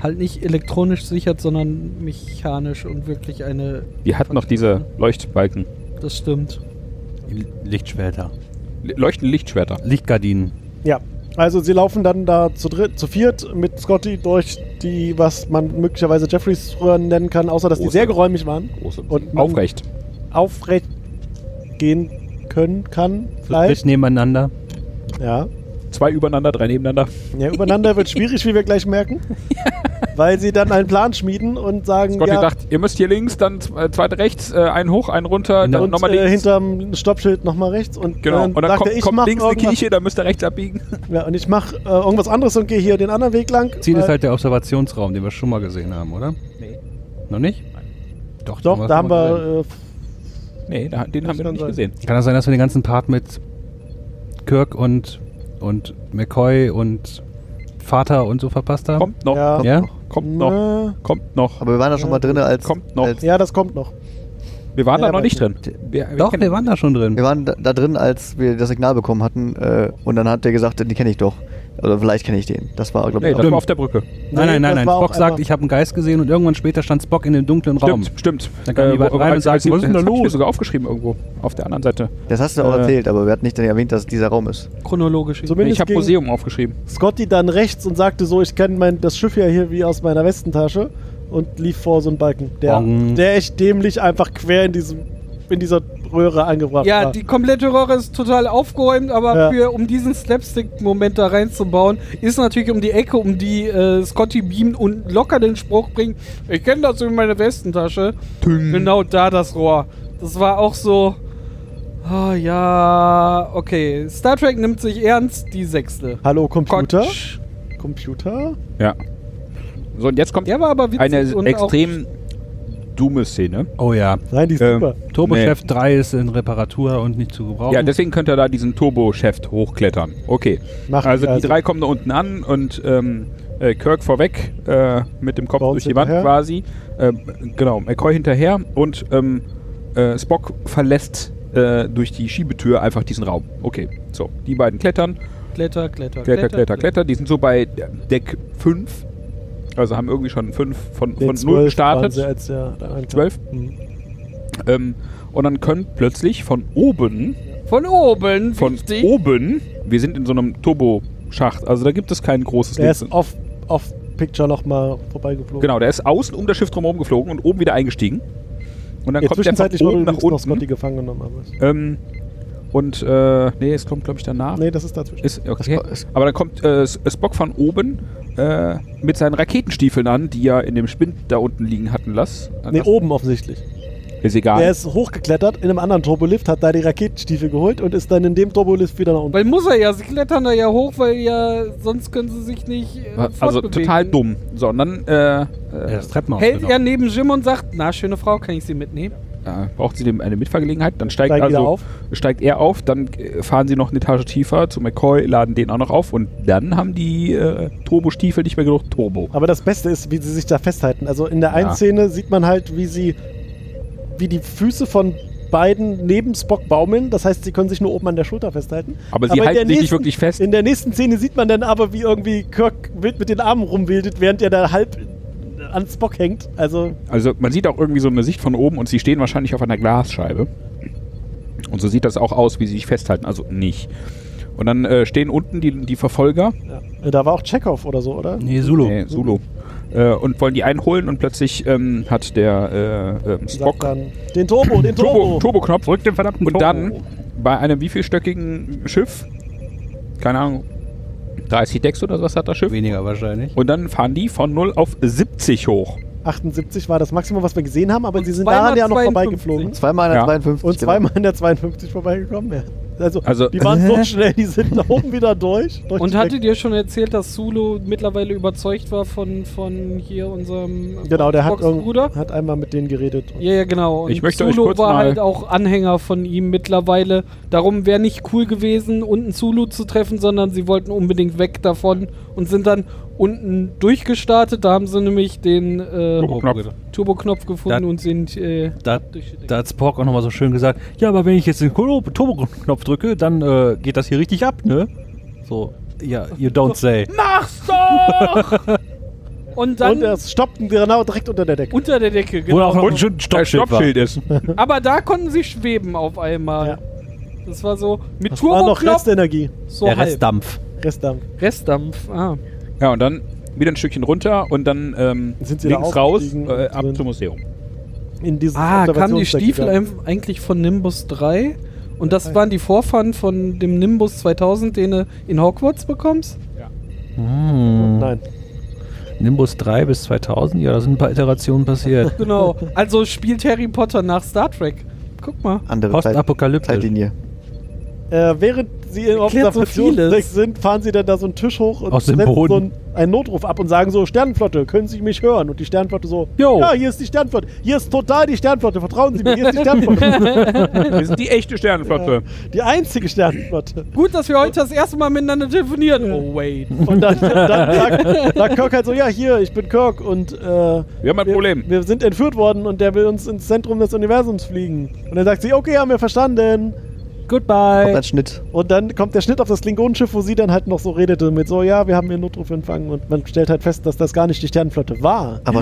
Speaker 2: halt nicht elektronisch sichert, sondern mechanisch und wirklich eine.
Speaker 4: Die hat noch diese Leuchtbalken.
Speaker 2: Das stimmt.
Speaker 7: Lichtschwerter.
Speaker 4: L- Leuchtende Lichtschwerter.
Speaker 7: Lichtgardinen.
Speaker 6: Ja. Also sie laufen dann da zu dritt, zu viert mit Scotty durch die, was man möglicherweise Jeffreys Röhren nennen kann, außer dass die
Speaker 4: Große.
Speaker 6: sehr geräumig waren,
Speaker 4: Große.
Speaker 6: Und man-
Speaker 4: Aufrecht.
Speaker 6: aufrecht gehen können kann.
Speaker 7: Zu dritt
Speaker 6: Vielleicht.
Speaker 7: nebeneinander.
Speaker 6: Ja.
Speaker 4: Zwei übereinander, drei nebeneinander.
Speaker 6: ja. Übereinander wird schwierig, wie wir gleich merken. Weil sie dann einen Plan schmieden und sagen,
Speaker 4: Scotty
Speaker 6: ja,
Speaker 4: sagt, ihr müsst hier links, dann z- äh, zweite rechts, äh, einen hoch, einen runter,
Speaker 7: Und-
Speaker 4: dann
Speaker 6: und
Speaker 4: nochmal
Speaker 6: äh,
Speaker 4: links.
Speaker 6: hinterm Stoppschild nochmal rechts und
Speaker 4: genau.
Speaker 6: dann,
Speaker 4: Und dann
Speaker 6: sagt
Speaker 4: kommt,
Speaker 6: er, ich
Speaker 4: kommt
Speaker 6: mach
Speaker 4: links eine
Speaker 6: irgendwas,
Speaker 4: Kirche, dann müsst ihr rechts abbiegen. [LAUGHS]
Speaker 6: ja, und ich mach äh, irgendwas anderes und gehe hier den anderen Weg lang. Äh,
Speaker 7: Ziel ist
Speaker 6: weil-
Speaker 7: halt der Observationsraum, den wir schon mal gesehen haben, oder?
Speaker 4: Nee.
Speaker 7: Noch nicht? Doch,
Speaker 6: Doch, da haben
Speaker 7: schon mal gesehen.
Speaker 6: wir äh,
Speaker 4: Nee, da, den haben wir noch nicht
Speaker 6: kann sein.
Speaker 4: gesehen.
Speaker 7: Kann das sein, dass wir den ganzen Part mit Kirk und, und McCoy und Vater und so verpasst haben?
Speaker 4: Kommt noch,
Speaker 6: Ja.
Speaker 7: ja?
Speaker 4: kommt noch,
Speaker 6: Na,
Speaker 4: kommt noch.
Speaker 5: Aber wir waren da schon mal drin, als,
Speaker 4: Kommt noch.
Speaker 5: als
Speaker 6: ja, das kommt noch.
Speaker 4: Wir waren
Speaker 6: Ja,
Speaker 4: da noch
Speaker 6: aber-
Speaker 4: nicht drin. Wir,
Speaker 7: Doch,
Speaker 4: kennen-
Speaker 7: wir waren da schon drin.
Speaker 5: Wir waren da, da drin, als wir das Signal bekommen hatten, äh, und dann hat der gesagt, den kenne ich doch. Oder vielleicht kenne ich den. Das war, glaube
Speaker 4: Nee,
Speaker 5: ich,
Speaker 4: das war auf der Brücke.
Speaker 7: nein, nein, nein,
Speaker 6: das
Speaker 7: nein.
Speaker 6: war auch
Speaker 7: Spock sagt,
Speaker 6: einmal-
Speaker 7: ich habe einen Geist gesehen und irgendwann später stand Spock in dem dunklen Raum.
Speaker 4: Stimmt, stimmt. Äh,
Speaker 7: Dann kamen die beiden
Speaker 4: wo-
Speaker 7: rein und
Speaker 4: als- als-
Speaker 7: sagten, was ist denn da
Speaker 4: das hab Ich
Speaker 7: los?
Speaker 4: mir sogar aufgeschrieben irgendwo, auf der anderen Seite.
Speaker 5: das hast du auch
Speaker 4: Äh.
Speaker 5: erzählt, aber wir hatten nicht erwähnt, dass es dieser Raum ist.
Speaker 2: Chronologisch.
Speaker 6: So
Speaker 4: Nee,
Speaker 6: Zumindest
Speaker 4: ich habe
Speaker 6: gegen-
Speaker 4: Museum aufgeschrieben.
Speaker 6: Scotty dann rechts und sagte so, ich kenne mein, das Schiff ja hier wie aus meiner Westentasche und lief vor so einen Balken, der,
Speaker 7: Bong.
Speaker 6: der echt dämlich einfach quer in diesem in dieser Röhre angebracht
Speaker 2: Ja,
Speaker 6: war.
Speaker 2: die komplette Röhre ist total aufgeräumt, aber
Speaker 6: Ja.
Speaker 2: für, um diesen Slapstick-Moment da reinzubauen, ist natürlich um die Ecke, um die äh, Scotty beamt und locker den Spruch bringt, ich kenne das in meiner Westentasche. Genau da das Rohr. Das war auch so, ah ja, okay. Star Trek nimmt sich ernst, die sechste.
Speaker 6: Hallo Computer?
Speaker 2: Quatsch.
Speaker 6: Computer?
Speaker 4: Ja. So, und jetzt kommt
Speaker 2: Der war aber witzig
Speaker 4: eine
Speaker 2: und
Speaker 4: extrem dumme Szene.
Speaker 7: Oh ja.
Speaker 6: Nein, die ist
Speaker 4: Ähm,
Speaker 6: super.
Speaker 7: Turbochef 3 ist in Reparatur und nicht zu gebrauchen.
Speaker 4: Ja, deswegen könnte er da diesen Turbo-Chef hochklettern. Okay.
Speaker 6: Macht
Speaker 4: also die
Speaker 6: also.
Speaker 4: drei kommen da unten an und ähm, äh, Kirk vorweg äh, mit dem Kopf
Speaker 6: Bounce
Speaker 4: durch die Wand
Speaker 6: hinterher.
Speaker 4: quasi. Ähm, genau, McCoy hinterher und ähm, äh, Spock verlässt äh, durch die Schiebetür einfach diesen Raum. Okay, so, die beiden klettern.
Speaker 2: auch Kletter, Kletter,
Speaker 4: Kletter, kletter, kletter. Die sind so bei Deck 5. Also haben irgendwie schon 5 von,
Speaker 6: Nee,
Speaker 4: von 0
Speaker 6: zwölf waren
Speaker 4: gestartet.
Speaker 6: sie, als der da ankam.
Speaker 4: Zwölf?
Speaker 6: Mhm.
Speaker 4: Ähm, und dann können plötzlich von oben,
Speaker 2: Von oben,
Speaker 4: von
Speaker 2: wichtig.
Speaker 4: oben, wir sind in so einem Turboschacht, also da gibt es kein großes
Speaker 6: Der
Speaker 4: Links-
Speaker 6: ist off, off Picture noch mal vorbeigeflogen.
Speaker 4: Genau, der ist außen um das Schiff drumherum geflogen und oben wieder eingestiegen. Und dann
Speaker 6: Ja,
Speaker 4: kommt der von
Speaker 6: zwischenzeitlich
Speaker 4: oben
Speaker 6: wurde
Speaker 4: nach
Speaker 6: übrigens noch Scotty
Speaker 4: unten.
Speaker 6: gefangen genommen. Aber
Speaker 4: Ähm, und, äh, nee, es kommt, glaube ich, danach.
Speaker 6: nee, das ist dazwischen.
Speaker 4: Ist, okay.
Speaker 5: Das-
Speaker 4: Aber dann kommt äh, S- Spock von oben äh, mit seinen Raketenstiefeln an, die er in dem Spind da unten liegen hatten lass.
Speaker 6: Nee,
Speaker 4: lassen.
Speaker 6: oben offensichtlich.
Speaker 4: Ist egal.
Speaker 6: Der ist hochgeklettert in einem anderen Turbolift, hat da die Raketenstiefel geholt und ist dann in dem Turbolift wieder nach unten.
Speaker 2: Weil muss er ja, sie klettern da ja hoch, weil ja, sonst können sie sich nicht äh,
Speaker 4: also
Speaker 2: fortbewegen.
Speaker 4: total dumm. So, und dann äh, äh,
Speaker 7: Ja, das Treppenhaus.
Speaker 2: Hält
Speaker 7: genau.
Speaker 2: er neben Jim und sagt, na, schöne Frau, kann ich sie mitnehmen?
Speaker 4: äh, braucht sie dem eine Mitfahrgelegenheit. Dann steigt,
Speaker 6: Steigt
Speaker 4: also,
Speaker 6: wieder auf.
Speaker 4: steigt er auf, dann äh, fahren sie noch eine Etage tiefer zu McCoy, laden den auch noch auf und dann haben die äh, Turbo-Stiefel nicht mehr genug Turbo.
Speaker 6: Aber das Beste ist, wie sie sich da festhalten. Also in der
Speaker 4: Ja.
Speaker 6: einen Szene sieht man halt, wie sie, wie die Füße von beiden neben Spock baumeln. Das heißt, sie können sich nur oben an der Schulter festhalten.
Speaker 4: Aber sie
Speaker 6: in
Speaker 4: halten
Speaker 6: der
Speaker 4: sich nicht wirklich fest.
Speaker 6: In der nächsten Szene sieht man dann aber, wie irgendwie Kirk wild mit den Armen rumwildet, während er da halb an Spock hängt. Also
Speaker 4: Also man sieht auch irgendwie so eine Sicht von oben und sie stehen wahrscheinlich auf einer Glasscheibe. Und so sieht das auch aus, wie sie sich festhalten. Also nicht. Und dann äh, stehen unten die, die Verfolger,
Speaker 6: ja. da war auch Chekhov oder so, oder?
Speaker 7: Nee, Sulu.
Speaker 4: äh, Sulu, äh, und wollen die einholen und plötzlich ähm, hat der äh, ähm,
Speaker 6: Sagt
Speaker 4: Spock
Speaker 6: Dann, den Turbo, den Turbo.
Speaker 4: [LAUGHS] Turbo- Turbo-Knopf drückt den verdammten Und
Speaker 7: Turbo.
Speaker 4: dann bei einem wievelstöckigen Schiff, keine Ahnung, 30 Decks oder was hat das Schiff?
Speaker 7: Weniger wahrscheinlich.
Speaker 4: Und dann fahren die von 0 auf 70 hoch.
Speaker 6: 78 war das Maximum, was wir gesehen haben, aber sie sind
Speaker 2: zweimal
Speaker 6: daran ja noch
Speaker 2: 52.
Speaker 6: vorbeigeflogen.
Speaker 5: Zweimal in der
Speaker 4: Ja.
Speaker 5: 52.
Speaker 6: Und
Speaker 2: Genau.
Speaker 6: zweimal in der 52 vorbeigekommen, ja. Also,
Speaker 4: Also-
Speaker 6: die waren so schnell, die sind da oben wieder durch. durch
Speaker 2: Und
Speaker 6: die
Speaker 2: hattet
Speaker 6: Decke.
Speaker 2: ihr schon erzählt, dass Sulu mittlerweile überzeugt war von, von hier unserem
Speaker 6: Genau, der hat, irgend-
Speaker 2: Bruder?
Speaker 6: hat einmal mit denen geredet. Und
Speaker 2: Ja, ja, genau. Und
Speaker 4: Ich möchte euch
Speaker 2: Zulu
Speaker 4: kurz
Speaker 2: war
Speaker 4: mal-
Speaker 2: halt auch Anhänger von ihm mittlerweile. Darum wäre nicht cool gewesen, unten Zulu zu treffen, sondern sie wollten unbedingt weg davon und sind dann unten durchgestartet. Da haben sie nämlich den äh,
Speaker 4: Turbo-Knopf.
Speaker 2: Turboknopf gefunden
Speaker 7: Da-
Speaker 2: und sind. Äh,
Speaker 7: Da, da hat Spock auch nochmal so schön gesagt, ja, aber wenn ich jetzt den Kolo- Turbo-Knopf drücke, dann äh, geht das hier richtig ab, ne? So, ja, you don't say.
Speaker 2: Mach's doch!
Speaker 7: [LAUGHS]
Speaker 2: und dann
Speaker 6: und er stoppten genau direkt unter der Decke.
Speaker 2: unter der Decke,
Speaker 7: Wo
Speaker 2: genau.
Speaker 7: auch noch ein Stoppschild war.
Speaker 4: ist.
Speaker 2: Aber da konnten sie schweben auf einmal.
Speaker 6: Ja.
Speaker 2: Das war so mit
Speaker 6: Das war noch
Speaker 2: Turboknopf.
Speaker 6: Restenergie.
Speaker 2: So
Speaker 7: Der
Speaker 2: halb.
Speaker 7: Restdampf.
Speaker 6: Restdampf.
Speaker 2: Restdampf. Ah.
Speaker 4: Ja, und dann wieder ein Stückchen runter und dann ähm,
Speaker 6: Sind sie da
Speaker 4: links raus,
Speaker 6: aufgestiegen
Speaker 4: äh,
Speaker 6: und
Speaker 4: ab
Speaker 6: sind-
Speaker 4: zum Museum. [LAUGHS]
Speaker 6: In dieses
Speaker 2: Ah, kamen die
Speaker 6: Observationsdeck
Speaker 2: Stiefel
Speaker 6: gegangen.
Speaker 2: ein- eigentlich von Nimbus 3? Und das waren die Vorfahren von dem Nimbus 2000, den du in Hogwarts bekommst?
Speaker 7: Hm.
Speaker 6: Nein.
Speaker 7: Nimbus 3 bis 2000, ja, da sind ein paar Iterationen passiert. [LAUGHS]
Speaker 2: Genau. Also spielt Harry Potter nach Star Trek. Guck mal.
Speaker 5: Andere Zeit,
Speaker 7: Postapokalyptisch.
Speaker 5: Zeitlinie.
Speaker 6: Äh, während sie im
Speaker 2: Erklärt so
Speaker 6: Observationsdeck
Speaker 2: vieles.
Speaker 6: sind, fahren sie dann da so einen Tisch hoch und
Speaker 7: Aus dem
Speaker 6: setzen
Speaker 7: Boden.
Speaker 6: so einen, einen Notruf ab und sagen so, Sternenflotte, können Sie mich hören? Und die Sternenflotte so,
Speaker 7: Jo.
Speaker 6: ja, hier ist die Sternenflotte. Hier ist total die Sternenflotte. Vertrauen Sie mir, hier
Speaker 2: [LAUGHS]
Speaker 6: ist die Sternenflotte.
Speaker 4: Wir sind die echte Sternenflotte.
Speaker 6: die einzige Sternenflotte.
Speaker 2: Gut, dass wir heute das erste Mal miteinander telefonieren. Oh, wait.
Speaker 5: [LAUGHS]
Speaker 6: Und dann, dann sagt, sagt Kirk halt so, ja, hier, ich bin Kirk und äh,
Speaker 4: Wir haben ein
Speaker 6: wir,
Speaker 4: Problem.
Speaker 6: wir sind entführt worden und der will uns ins Zentrum des Universums fliegen. Und dann sagt sie, okay, haben wir verstanden.
Speaker 5: Kommt
Speaker 2: Goodbye.
Speaker 5: ein Schnitt.
Speaker 6: Und dann kommt der Schnitt auf das Klingonenschiff, wo sie dann halt noch so redete mit so, ja, wir haben ihren Notruf empfangen. Und man stellt halt fest, dass das gar nicht die Sternenflotte war.
Speaker 5: Aber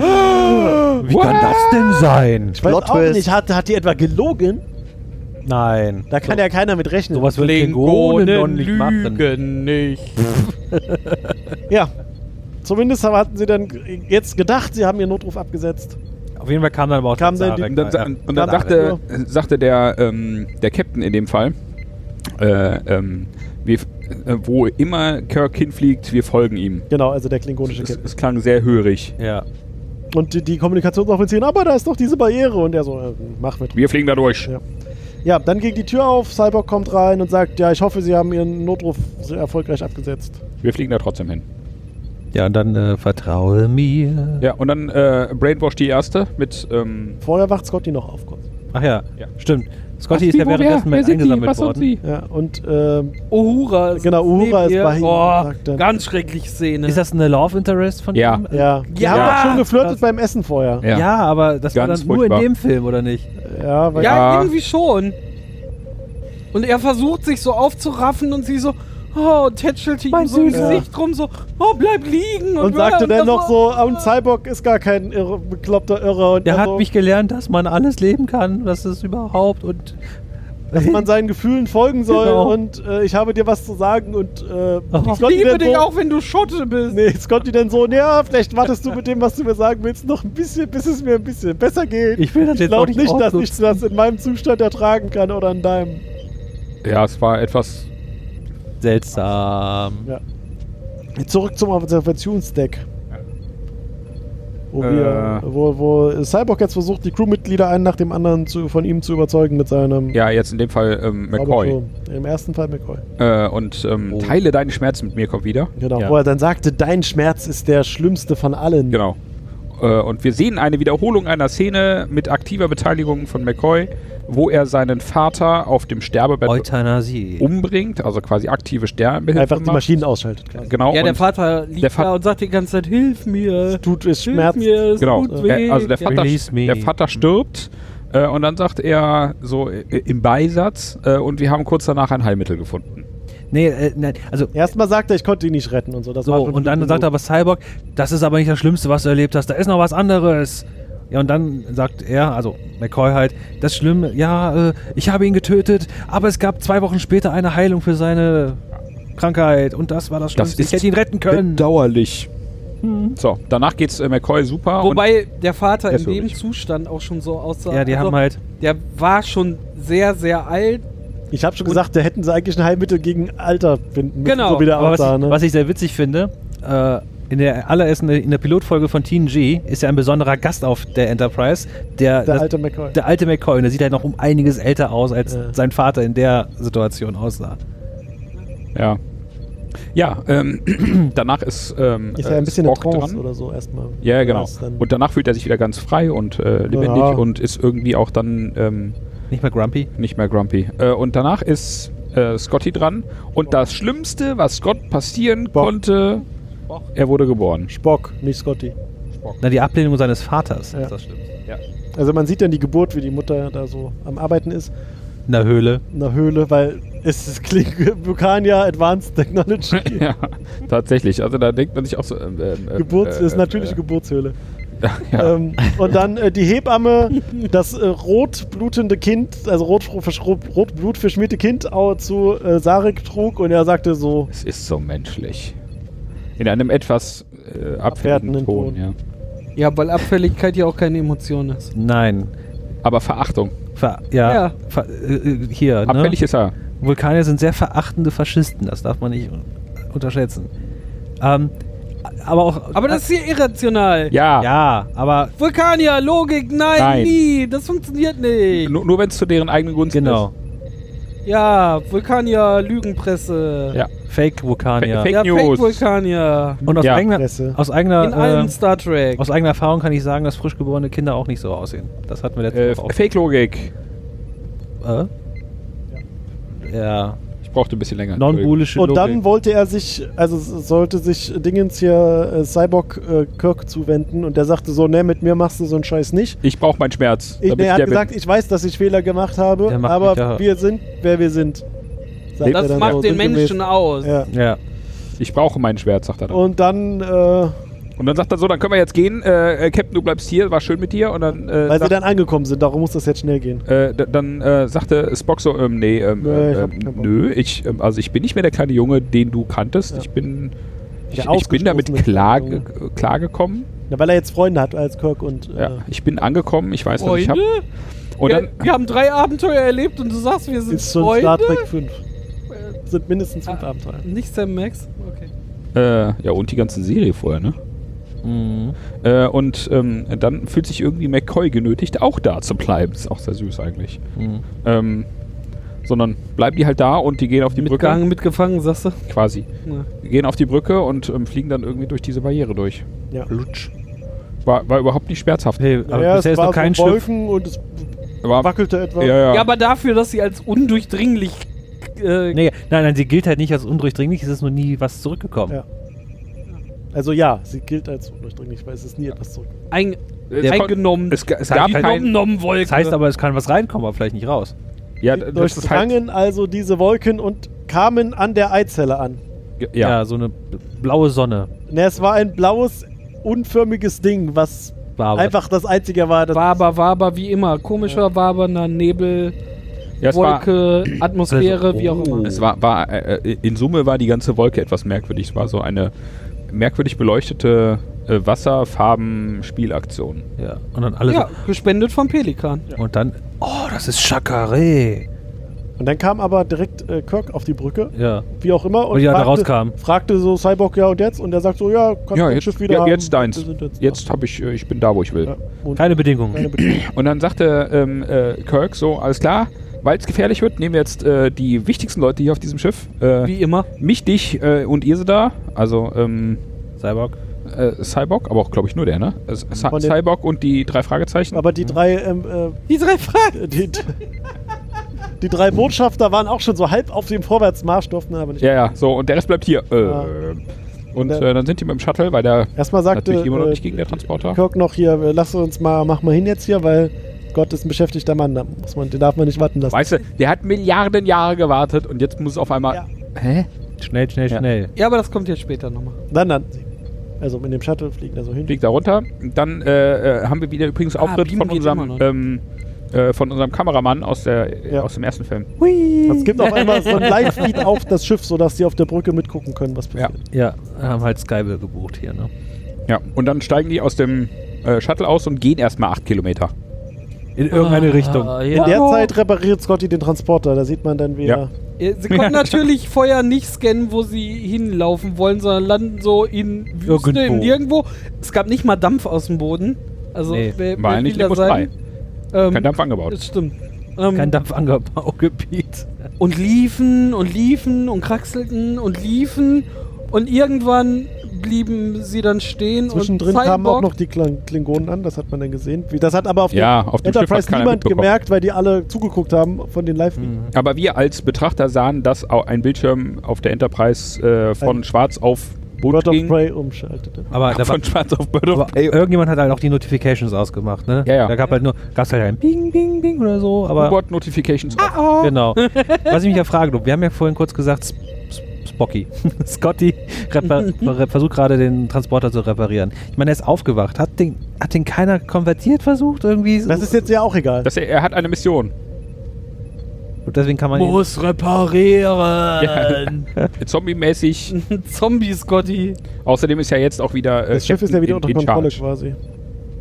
Speaker 4: [GASPS]
Speaker 5: [GASPS]
Speaker 7: Wie kann das denn sein?
Speaker 6: Ich weiß
Speaker 5: Plot
Speaker 6: auch
Speaker 5: Twist.
Speaker 6: nicht, hat, hat die etwa gelogen?
Speaker 7: Nein.
Speaker 6: Da kann ja keiner mit rechnen.
Speaker 7: Sowas wird Klingonen doch nicht machen.
Speaker 2: lügen nicht.
Speaker 6: Ja. Zumindest aber hatten sie dann g- jetzt gedacht, sie haben ihren Notruf abgesetzt.
Speaker 7: Auf jeden Fall kam dann aber auch
Speaker 6: Kam dann die-
Speaker 4: Und dann, sa- und dann
Speaker 6: Danach-
Speaker 4: sagte, äh, sagte der, ähm, der Captain in dem Fall, äh, ähm, wir, f- äh, wo immer Kirk hinfliegt, wir folgen ihm.
Speaker 6: Genau, also der klingonische
Speaker 4: Es,
Speaker 6: Captain.
Speaker 4: es klang sehr hörig.
Speaker 7: Ja.
Speaker 6: Und die, die Kommunikationsoffizierin, aber da ist doch diese Barriere. Und er so, äh, mach mit.
Speaker 4: Wir fliegen da durch.
Speaker 6: Ja, dann ging die Tür auf, Cyborg kommt rein und sagt, ja, ich hoffe, sie haben ihren Notruf sehr erfolgreich abgesetzt.
Speaker 4: Wir fliegen da trotzdem hin.
Speaker 7: Ja, und dann äh, vertraue mir.
Speaker 4: Ja, und dann äh, Brainwash die erste mit. Ähm,
Speaker 6: Vorher wacht Scotty noch auf kurz.
Speaker 7: Ach ja,
Speaker 4: Ja.
Speaker 7: stimmt. Scotty ist ja währenddessen mit eingesammelt worden.
Speaker 6: Ja, und ähm,
Speaker 2: Uhura ist
Speaker 6: Genau, Uhura
Speaker 2: neben
Speaker 6: ist
Speaker 2: ihr.
Speaker 6: bei ihm, sagt
Speaker 2: Oh,
Speaker 6: er.
Speaker 2: ganz schreckliche Szene.
Speaker 7: Ist das eine Love Interest von
Speaker 4: Ja.
Speaker 7: ihm?
Speaker 6: ja. Die
Speaker 2: Ja.
Speaker 6: haben auch schon geflirtet beim Essen vorher.
Speaker 7: Ja, aber das war
Speaker 4: Ganz
Speaker 7: dann nur
Speaker 4: furchtbar.
Speaker 7: in dem Film, oder nicht?
Speaker 6: Ja, weil
Speaker 2: ja,
Speaker 7: Ah.
Speaker 4: Ja.
Speaker 2: irgendwie schon. Und er versucht sich so aufzuraffen und sie so, oh, und tätschelte ihm
Speaker 7: Mein
Speaker 2: so im
Speaker 6: Süßer.
Speaker 2: Gesicht rum, so, oh, bleib liegen.
Speaker 6: Und sagte dann noch so, ah, und Cyborg ist gar kein irre, bekloppter Irrer. Und
Speaker 7: Der
Speaker 6: also,
Speaker 7: hat mich gelernt, dass man alles leben kann, dass es überhaupt und
Speaker 6: dass man seinen Gefühlen folgen soll
Speaker 7: Genau.
Speaker 6: und äh, ich habe dir was zu sagen und äh,
Speaker 2: Ich liebe
Speaker 6: dann
Speaker 2: dich
Speaker 6: so,
Speaker 2: auch, wenn du Schotte bist.
Speaker 6: Nee, Scotty dann so, ja, vielleicht wartest du mit dem, was du mir sagen willst, noch ein bisschen, bis es mir ein bisschen besser geht.
Speaker 7: [LAUGHS] Ich will das jetzt auch
Speaker 6: glaube
Speaker 7: nicht
Speaker 6: nicht, dass ich
Speaker 7: ausnutzen.
Speaker 6: das in meinem Zustand ertragen kann oder in deinem.
Speaker 4: ja, es war etwas.
Speaker 7: seltsam.
Speaker 6: Zurück zum Observationsdeck. Wo,
Speaker 4: Äh.
Speaker 6: wir, wo, wo Cyborg jetzt versucht, die Crewmitglieder einen nach dem anderen zu, von ihm zu überzeugen mit seinem
Speaker 4: Ja, jetzt in dem Fall ähm, McCoy.
Speaker 6: Roboter. Im ersten Fall McCoy.
Speaker 4: Äh, und ähm,
Speaker 7: Oh.
Speaker 4: teile deinen Schmerz mit mir, komm wieder.
Speaker 6: Genau.
Speaker 7: Ja.
Speaker 6: Wo er dann sagte, dein Schmerz ist der schlimmste von allen.
Speaker 4: Genau. Äh, und wir sehen eine Wiederholung einer Szene mit aktiver Beteiligung von McCoy, wo er seinen Vater auf dem Sterbebett
Speaker 7: Euthanasie.
Speaker 4: umbringt, also quasi aktive Sterbehilfe
Speaker 6: Einfach die
Speaker 4: macht.
Speaker 6: Maschinen ausschaltet. Quasi.
Speaker 4: Genau.
Speaker 2: Ja, der
Speaker 4: und-
Speaker 2: Vater liegt
Speaker 4: der Vater-
Speaker 2: da und sagt die ganze Zeit, hilf
Speaker 7: Genau.
Speaker 2: mir.
Speaker 6: Tut es
Speaker 2: Hilf
Speaker 6: Schmerz.
Speaker 2: mir, es
Speaker 4: Genau.
Speaker 2: tut weh.
Speaker 4: Er, also der Vater,
Speaker 7: Release me.
Speaker 4: der Vater stirbt äh, und dann sagt er so äh, im Beisatz äh, und wir haben kurz danach ein Heilmittel gefunden.
Speaker 7: Nee, äh, nein, also
Speaker 6: Erstmal sagt er, ich konnte ihn nicht retten und so. Das war
Speaker 7: so
Speaker 6: schon
Speaker 7: und dann
Speaker 6: genug.
Speaker 7: sagt aber Cyborg, das ist aber nicht das Schlimmste, was du erlebt hast. Da ist noch was anderes. Ja, und dann sagt er, also McCoy halt, das Schlimme, ja, äh, ich habe ihn getötet, aber es gab zwei Wochen später eine Heilung für seine Krankheit und das war das Schlimmste. ich hätte ihn retten können.
Speaker 4: Bedauerlich.
Speaker 6: Mhm.
Speaker 4: So, danach geht's äh, McCoy super.
Speaker 2: Wobei der Vater in
Speaker 4: Der ist
Speaker 2: dem
Speaker 4: wirklich-
Speaker 2: Zustand auch schon so aussah.
Speaker 7: Ja, die
Speaker 2: also,
Speaker 7: haben halt,
Speaker 2: Der war schon sehr, sehr alt.
Speaker 6: Ich habe schon gesagt, da hätten sie eigentlich ein Heilmittel gegen Alter finden müssen.
Speaker 2: Genau,
Speaker 6: So wie der
Speaker 7: aber was,
Speaker 6: aussah,
Speaker 7: ich,
Speaker 6: ne?
Speaker 7: was ich sehr witzig finde, äh, in der allerersten, in der Pilotfolge von TNG ist ja ein besonderer Gast auf der Enterprise, der,
Speaker 6: der
Speaker 7: das-
Speaker 6: alte McCoy.
Speaker 7: der alte McCoy, und der sieht halt noch um einiges älter aus, als
Speaker 6: Ja.
Speaker 7: sein Vater in der Situation aussah.
Speaker 4: ja. Ja, ähm, [CLEARS THROAT] danach ist, ähm,
Speaker 6: ist ja
Speaker 4: äh,
Speaker 6: ein bisschen in
Speaker 4: Spock
Speaker 6: Trance
Speaker 4: dran.
Speaker 6: oder so erstmal.
Speaker 4: Ja, genau.
Speaker 6: Das dann-
Speaker 4: Und danach fühlt er sich wieder ganz frei und äh, lebendig
Speaker 6: Ja.
Speaker 4: und ist irgendwie auch dann ähm,
Speaker 7: Nicht mal grumpy.
Speaker 4: nicht mehr grumpy. Äh, und danach ist äh, Scotty dran. Und das Schlimmste, was Scott passieren
Speaker 6: Bock.
Speaker 4: konnte, er wurde geboren.
Speaker 6: Spock, nicht Scotty.
Speaker 7: Na, die Ablehnung seines Vaters
Speaker 6: Ja.
Speaker 7: ist das Schlimmste.
Speaker 6: Also man sieht dann die Geburt, wie die Mutter da so am Arbeiten ist.
Speaker 7: In der Höhle.
Speaker 6: In der Höhle, weil es ist klingt Vulkania Advanced
Speaker 4: [LAUGHS]
Speaker 6: Technology.
Speaker 4: Ja, tatsächlich. Also da denkt man sich auch so. Ähm, ähm, ähm,
Speaker 6: Geburts
Speaker 4: äh,
Speaker 6: ist natürlich
Speaker 4: äh,
Speaker 6: Geburtshöhle.
Speaker 4: ja.
Speaker 6: Ähm, und dann äh, die Hebamme, das äh, rot blutende Kind, also rot, rot, rot blutverschmierte Kind au- zu äh, Sarek trug und er sagte so,
Speaker 4: Es ist so menschlich. In einem etwas äh, abwertenden
Speaker 6: Abwertenden
Speaker 4: Ton,
Speaker 6: Ton.
Speaker 4: ja.
Speaker 2: Ja, weil Abfälligkeit ja auch keine Emotion ist.
Speaker 7: Nein.
Speaker 4: Aber Verachtung.
Speaker 7: Ver ja.
Speaker 2: Ja.
Speaker 7: Ver äh, äh, hier, ne?
Speaker 4: Abfällig ist er.
Speaker 7: Vulkanier sind sehr verachtende Faschisten. Das darf man nicht unterschätzen. Ähm, aber auch. äh,
Speaker 2: Aber das ist hier irrational.
Speaker 4: Ja.
Speaker 7: Ja, aber
Speaker 2: Vulkanier, Logik, nein,
Speaker 4: Nein.
Speaker 2: nie. Das funktioniert nicht.
Speaker 4: Nur, nur wenn es zu deren eigenen Gunsten
Speaker 7: genau.
Speaker 2: Ja, Vulkanier, Lügenpresse.
Speaker 4: ist. Ja.
Speaker 7: Fake Vulkanier.
Speaker 4: Fa- Fake
Speaker 2: ja,
Speaker 4: News.
Speaker 2: Vulkanier.
Speaker 7: Und aus
Speaker 4: Ja. ähm,
Speaker 7: eigener,
Speaker 6: Presse.
Speaker 7: aus,
Speaker 2: In
Speaker 7: eigener,
Speaker 2: allen
Speaker 7: äh,
Speaker 2: Star Trek.
Speaker 7: aus eigener Erfahrung kann ich sagen, dass frisch geborene Kinder auch nicht so aussehen. Das hatten wir
Speaker 4: Äh,
Speaker 7: letztes Mal
Speaker 4: Fake-Logik.
Speaker 7: auch. Äh? Ja.
Speaker 4: Ich brauchte ein bisschen länger.
Speaker 7: Non-bulische
Speaker 6: Und
Speaker 7: Logik.
Speaker 6: Oh, dann wollte er sich, also s- sollte sich Dingens hier äh, Cyborg äh, Kirk zuwenden und der sagte so, ne, mit mir machst du so einen Scheiß nicht.
Speaker 4: Ich brauche meinen Schmerz.
Speaker 6: Ich,
Speaker 4: damit
Speaker 6: nee, er
Speaker 4: der
Speaker 6: hat
Speaker 4: bin.
Speaker 6: gesagt, ich weiß, dass ich Fehler gemacht
Speaker 7: Der
Speaker 6: habe,
Speaker 7: macht
Speaker 6: aber
Speaker 7: mich ja-
Speaker 6: wir sind, wer wir sind. sagt er
Speaker 2: das
Speaker 6: dann
Speaker 2: macht
Speaker 6: so
Speaker 2: den
Speaker 6: sinngemäß.
Speaker 2: Menschen aus.
Speaker 6: Ja.
Speaker 7: ja.
Speaker 4: ich brauche meinen Schmerz, sagt er dann.
Speaker 6: Und dann, äh, weil
Speaker 4: Und dann sagt er so, dann können wir jetzt gehen. Äh, äh, Captain, du bleibst hier, war schön mit dir. Und dann, äh,
Speaker 6: sie
Speaker 4: sagt,
Speaker 6: dann angekommen sind, darum muss das jetzt schnell gehen.
Speaker 4: äh, d- dann äh, sagte Spock so, ähm, nee, ähm,
Speaker 6: Nee, ich
Speaker 4: ähm,
Speaker 6: hab keinen Bock.
Speaker 4: nö, ich, ähm, also ich bin nicht mehr der kleine Junge, den du kanntest. Ich bin, ich,
Speaker 6: Der
Speaker 4: ich bin damit
Speaker 6: ausgestoßene
Speaker 4: klar,
Speaker 6: kleine
Speaker 4: äh, klargekommen.
Speaker 6: Na, weil er jetzt Freunde hat als Kirk und äh,
Speaker 4: Ja, ich bin angekommen, ich weiß, was Also ich habe.
Speaker 2: Freunde?
Speaker 4: Und dann,
Speaker 2: wir, wir haben drei Abenteuer erlebt und du sagst, wir sind
Speaker 6: ist schon Star
Speaker 2: Freunde? Ah.
Speaker 6: Trek 5. Sind mindestens fünf Abenteuer.
Speaker 2: Nicht Sam Max? Okay.
Speaker 4: äh, ja, und die ganze Serie vorher, ne?
Speaker 7: Mhm.
Speaker 4: Äh, und ähm, dann fühlt sich irgendwie McCoy genötigt, auch da zu bleiben. Ist auch sehr süß eigentlich.
Speaker 7: Mhm.
Speaker 4: Ähm, sondern bleiben die halt da und die gehen auf die Brücke.
Speaker 2: Mitgehangen, mitgefangen, sagst du?
Speaker 4: Quasi.
Speaker 2: Ja.
Speaker 4: Die gehen auf die Brücke und ähm, fliegen dann irgendwie durch diese Barriere durch.
Speaker 6: Ja.
Speaker 4: Lutsch. War, war überhaupt nicht schmerzhaft.
Speaker 7: Nee, aber
Speaker 6: Naja,
Speaker 7: bisher
Speaker 6: es
Speaker 7: ist
Speaker 6: war
Speaker 7: noch kein
Speaker 6: so
Speaker 7: Schiff.
Speaker 6: Wolken und es
Speaker 4: War,
Speaker 6: wackelte etwas.
Speaker 4: ja, ja.
Speaker 2: Ja, aber dafür, dass sie als undurchdringlich. Äh,
Speaker 7: Nee, nein, nein, sie gilt halt nicht als undurchdringlich, es ist nur nie was zurückgekommen.
Speaker 6: Ja. Also ja, sie gilt als undurchdringlich, weil es ist nie etwas zurück.
Speaker 2: ein,
Speaker 4: Es kon-
Speaker 2: eingenommen.
Speaker 4: es, ga- es
Speaker 7: Die
Speaker 4: gab halt kein,
Speaker 2: genommen Wolke.
Speaker 7: Das heißt aber, es kann was reinkommen, aber vielleicht nicht raus.
Speaker 4: ja,
Speaker 6: sie
Speaker 4: das ist halt,
Speaker 6: durchdrangen also diese Wolken und kamen an der Eizelle an.
Speaker 4: ja,
Speaker 7: so eine b- blaue Sonne
Speaker 6: Ne, es war ein blaues, unförmiges Ding, was
Speaker 7: war aber-
Speaker 6: einfach das einzige war, das
Speaker 2: Waber, waber, wie immer. Komischer, wabernder Nebel,
Speaker 4: ja, es war,
Speaker 2: Wolke, Atmosphäre,
Speaker 7: Also,
Speaker 2: wie auch immer.
Speaker 4: Es war, war äh, in Summe war die ganze Wolke etwas merkwürdig. Es war so eine merkwürdig beleuchtete äh, Wasserfarben-Spielaktion.
Speaker 7: Ja. Und dann
Speaker 4: oh.
Speaker 7: alles.
Speaker 2: ja, gespendet vom Pelikan.
Speaker 7: Und dann. Oh, das ist Chakaré.
Speaker 6: Und dann kam aber direkt äh, Kirk auf die Brücke,
Speaker 7: Ja.
Speaker 6: wie auch immer.
Speaker 7: Und ja, da
Speaker 6: fragte,
Speaker 7: rauskam.
Speaker 6: fragte so Cyborg, ja und jetzt? Und er sagt so, ja, kannst
Speaker 4: Ja,
Speaker 6: dein
Speaker 4: jetzt,
Speaker 6: Schiff wieder
Speaker 4: ja,
Speaker 6: haben.
Speaker 4: jetzt
Speaker 6: Wir
Speaker 4: deins.
Speaker 6: sind
Speaker 4: Jetzt habe ich, äh, ich bin da, wo ich will.
Speaker 6: Ja, und
Speaker 7: Keine Bedingungen.
Speaker 6: keine Bedingung.
Speaker 4: Und dann sagte ähm, äh, Kirk so, alles klar, weil es gefährlich wird, nehmen wir jetzt äh, die wichtigsten Leute hier auf diesem Schiff. Äh,
Speaker 2: Wie immer.
Speaker 4: mich, dich äh, und ihr sind da. Also ähm,
Speaker 7: Cyborg.
Speaker 4: äh, Cyborg, aber auch glaube ich nur der, ne? Äh, Cy-
Speaker 6: Von den-
Speaker 4: Cyborg und die drei Fragezeichen.
Speaker 6: Aber die drei, ähm, äh,
Speaker 2: Die drei Fragen.
Speaker 6: die, die drei Botschafter waren auch schon so halb auf dem Vorwärtsmarsch, durften aber nicht.
Speaker 4: ja, ja, so, und der Rest bleibt hier. Äh,
Speaker 6: Ja.
Speaker 4: Und
Speaker 6: Ah. Der-
Speaker 4: äh, dann sind die mit dem Shuttle, weil der
Speaker 6: Erstmal sagte
Speaker 4: natürlich immer noch
Speaker 6: äh,
Speaker 4: nicht gegen der Transporter.
Speaker 6: Kirk noch hier, äh, lass uns mal, mach mal hin jetzt hier, weil Gott ist ein beschäftigter Mann, da muss man, den darf man nicht warten lassen.
Speaker 4: Weißt du, der hat Milliarden Jahre gewartet und jetzt muss es auf einmal.
Speaker 6: Ja.
Speaker 4: Hä?
Speaker 7: Schnell, schnell,
Speaker 4: Ja.
Speaker 7: schnell.
Speaker 2: Ja, aber das kommt jetzt später nochmal.
Speaker 6: Dann landen sie. Also mit dem Shuttle fliegen da so hin.
Speaker 4: Fliegt da runter. Dann äh, äh, haben wir wieder übrigens Auftritt
Speaker 2: Ah, beamen
Speaker 4: von,
Speaker 2: geht
Speaker 4: unserem,
Speaker 2: immer noch.
Speaker 4: ähm, äh, von unserem Kameramann aus, der,
Speaker 6: Ja.
Speaker 4: aus dem ersten Film.
Speaker 6: Es gibt auf einmal so ein Live-Feed auf das Schiff, sodass sie auf der Brücke mitgucken können, was passiert.
Speaker 7: Ja, haben halt Skybell gebucht hier, ne?
Speaker 4: Ja. Und dann steigen die aus dem äh, Shuttle aus und gehen erstmal 8 Kilometer.
Speaker 7: In irgendeine Richtung.
Speaker 6: In der Zeit repariert Scotty den Transporter. Da sieht man dann, wie
Speaker 4: Ja.
Speaker 6: er
Speaker 2: Äh, Sie
Speaker 4: [LAUGHS]
Speaker 2: konnten natürlich vorher nicht scannen, wo sie hinlaufen wollen, sondern landen so in Wüste,
Speaker 7: Irgendwo.
Speaker 2: irgendwo. in irgendwo. Es gab nicht mal Dampf aus dem Boden. Also,
Speaker 7: Nee,
Speaker 2: wer,
Speaker 4: War
Speaker 2: wer
Speaker 4: eigentlich
Speaker 2: will da
Speaker 4: Lemos
Speaker 2: sein?
Speaker 4: 3.
Speaker 2: Ähm,
Speaker 4: Kein Dampf angebaut.
Speaker 2: Das stimmt. Ähm,
Speaker 7: Kein [LAUGHS] Dampfangerbaugebiet.
Speaker 2: und liefen und liefen und kraxelten und liefen und irgendwann blieben sie dann stehen
Speaker 6: zwischendrin
Speaker 2: und
Speaker 6: kamen auch
Speaker 2: Cyborg-
Speaker 6: noch die Klang- Klingonen an. Das hat man dann gesehen. Wie- Das hat aber auf
Speaker 4: Ja,
Speaker 6: dem
Speaker 4: auf dem Schiff
Speaker 6: Enterprise
Speaker 4: hat keiner
Speaker 6: niemand
Speaker 4: mitbekommen. Mhm.
Speaker 6: gemerkt, weil die alle zugeguckt haben von den Live-Feed.
Speaker 4: Aber wir als Betrachter sahen, dass au- ein Bildschirm auf der Enterprise äh, von
Speaker 6: Ein-
Speaker 4: schwarz auf bunt
Speaker 6: Bird of
Speaker 4: ging.
Speaker 6: Prey umschaltete.
Speaker 7: Aber, da
Speaker 4: [LAUGHS]
Speaker 7: war,
Speaker 4: Von schwarz auf Bird of
Speaker 7: aber irgendjemand hat halt auch die Notifications ausgemacht, ne?
Speaker 4: Ja, ja.
Speaker 7: Da gab halt nur, gab's halt ein Bing, Bing, Bing oder so, aber.
Speaker 4: Prey. Notifications.
Speaker 6: Ah, oh.
Speaker 7: Genau. Was ich mich ja frage, du, wir haben ja vorhin kurz gesagt, Sp Sp- Spocky, [LAUGHS] Scotty repa- re- versucht gerade den Transporter zu reparieren. Ich meine, er ist aufgewacht. Hat den, hat den keiner konvertiert versucht irgendwie?
Speaker 6: Das ist jetzt ja auch egal.
Speaker 4: Das, er, er hat eine
Speaker 6: [LAUGHS]
Speaker 4: Mission.
Speaker 7: Und deswegen kann man ihn,
Speaker 2: muss reparieren.
Speaker 6: [LAUGHS]
Speaker 4: Zombie-mäßig.
Speaker 2: Zombie Scotty.
Speaker 4: Außerdem ist ja jetzt auch wieder. äh,
Speaker 6: Das Schiff ist ja
Speaker 4: Captain
Speaker 6: wieder unter
Speaker 4: in- in
Speaker 6: Kontrolle
Speaker 4: charge.
Speaker 6: quasi.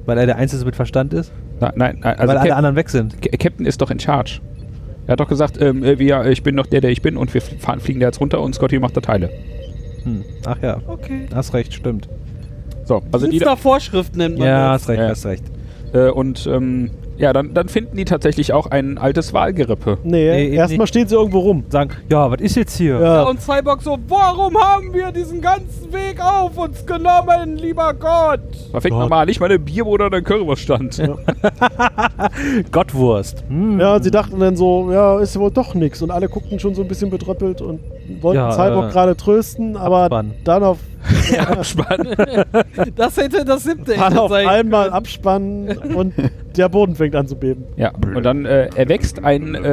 Speaker 7: weil er der Einzige mit Verstand ist,
Speaker 4: Na, nein, nein, also
Speaker 7: weil alle
Speaker 4: Cap
Speaker 7: anderen weg sind.
Speaker 4: Ca- Captain ist doch in Charge. Er hat doch gesagt, ähm, äh, wir, ich bin doch der, der ich bin und wir fl- fahren, fliegen da jetzt runter und Scotty macht da Teile.
Speaker 7: Hm. Ach ja,
Speaker 2: Okay.
Speaker 7: hast recht, stimmt.
Speaker 4: So, also die,
Speaker 2: Dienst nach Vorschrift nennt man
Speaker 7: Ja,
Speaker 2: das.
Speaker 7: hast recht,
Speaker 4: Ja.
Speaker 7: hast recht.
Speaker 4: äh, und ähm, ja, dann, dann finden die tatsächlich auch ein altes Walgerippe.
Speaker 6: Nee,
Speaker 7: Nee,
Speaker 6: erstmal
Speaker 7: nee.
Speaker 6: stehen sie irgendwo rum.
Speaker 7: Sagen, ja, was ist jetzt hier?
Speaker 6: Ja.
Speaker 2: Und Cyborg so, warum haben wir diesen ganzen Weg auf uns genommen, lieber Gott?
Speaker 4: Da fängt
Speaker 7: Gott.
Speaker 4: man mal an, nicht mal eine Bier oder eine Currywurst stand.
Speaker 7: Gottwurst. Hm.
Speaker 6: Ja, und sie dachten dann so, ja, ist wohl doch nichts. Und alle guckten schon so ein bisschen betröppelt und wollten
Speaker 7: Ja,
Speaker 6: Cyborg
Speaker 7: äh,
Speaker 6: gerade trösten, aber
Speaker 7: Abspann.
Speaker 6: dann [LAUGHS] auf,
Speaker 4: Abspann.
Speaker 2: Das hätte das siebte
Speaker 6: dann
Speaker 2: hätte
Speaker 6: auf
Speaker 2: sein.
Speaker 6: einmal abspannen [LAUGHS] und der Boden fängt an zu beben.
Speaker 4: [LAUGHS] ja, und dann äh, erwächst ein äh,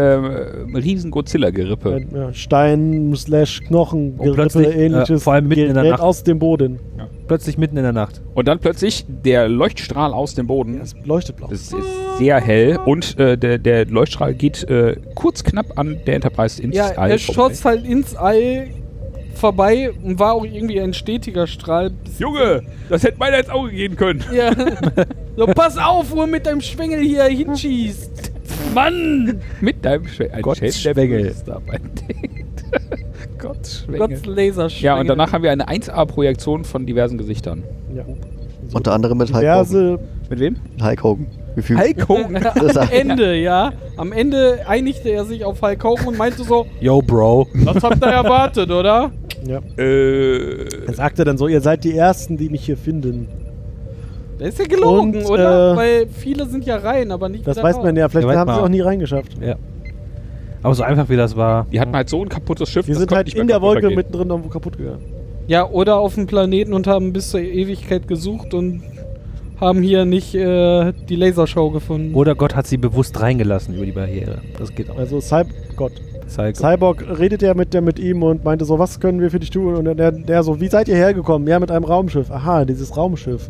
Speaker 4: riesen Godzilla-Gerippe.
Speaker 6: Ein, ja, Stein, Slash, Knochen,
Speaker 7: Und plötzlich,
Speaker 6: Gerippe, ähnliches.
Speaker 7: äh, vor allem mitten in der
Speaker 6: gerät
Speaker 7: Nacht.
Speaker 6: aus dem Boden.
Speaker 7: Plötzlich mitten in der Nacht.
Speaker 4: Und dann plötzlich der Leuchtstrahl aus dem Boden.
Speaker 6: Es leuchtet blau.
Speaker 4: Es ist sehr hell und äh, der, der Leuchtstrahl geht äh, kurz knapp an der Enterprise ins
Speaker 2: Ja,
Speaker 4: All
Speaker 2: er schoss halt ins All vorbei und war auch irgendwie ein stetiger Strahl. Bis-
Speaker 4: Junge, das hätte meiner ins Auge gehen können.
Speaker 2: Ja.
Speaker 6: [LAUGHS]
Speaker 2: So, pass auf, wo er mit deinem Schwengel hier hinschießt. Mann!
Speaker 4: Mit deinem Schwe ein
Speaker 7: Gott,
Speaker 4: Shell, der
Speaker 7: Schwengel.
Speaker 4: Blues dabei denkt. [LAUGHS] Gott, Schwengel.
Speaker 2: Gott, Laserschwengel.
Speaker 4: Ja, und danach haben wir eine 1A-Projektion von diversen Gesichtern.
Speaker 6: Ja.
Speaker 5: Unter anderem mit Hulk Hogan.
Speaker 6: Diverse
Speaker 4: Mit wem?
Speaker 5: Hulk Hogan. Gefühl.
Speaker 4: Hulk Hogan.
Speaker 5: [LAUGHS] Das
Speaker 2: Am
Speaker 5: sagt-
Speaker 6: [LAUGHS]
Speaker 2: Ende, ja. Am Ende einigte er sich auf Hulk Hogan und meinte so,
Speaker 7: Yo, Bro.
Speaker 2: das habt ihr erwartet, oder?
Speaker 6: Ja.
Speaker 4: äh,
Speaker 6: Er sagte dann so, ihr seid die Ersten, die mich hier finden.
Speaker 2: Das ist ja gelogen,
Speaker 6: Und,
Speaker 2: oder?
Speaker 6: äh,
Speaker 2: Weil viele sind ja rein, aber nicht
Speaker 6: Das
Speaker 2: wieder
Speaker 6: weiß
Speaker 2: raus.
Speaker 6: man ja, genau. vielleicht
Speaker 7: Ja, weiß
Speaker 6: haben sie
Speaker 7: man.
Speaker 6: auch nie reingeschafft.
Speaker 7: Ja. Aber so einfach wie das war.
Speaker 4: die hatten halt so ein kaputtes Schiff.
Speaker 6: Die
Speaker 4: das
Speaker 6: sind
Speaker 4: konnte
Speaker 6: halt
Speaker 4: nicht mehr
Speaker 6: in der
Speaker 4: kaputt
Speaker 6: Wolke
Speaker 4: gehen.
Speaker 6: mittendrin irgendwo kaputt gegangen.
Speaker 2: Ja, oder auf dem Planeten und haben bis zur Ewigkeit gesucht und haben hier nicht äh, die Lasershow gefunden.
Speaker 7: Oder Gott hat sie bewusst reingelassen über die Barriere. Das geht auch.
Speaker 6: Also Cyb Gott.
Speaker 7: Zeig.
Speaker 6: Cyborg redete ja mit, der, mit ihm und meinte so, was können wir für dich tun? Und der, der so, wie seid ihr hergekommen? Ja, mit einem Raumschiff. Aha, dieses Raumschiff.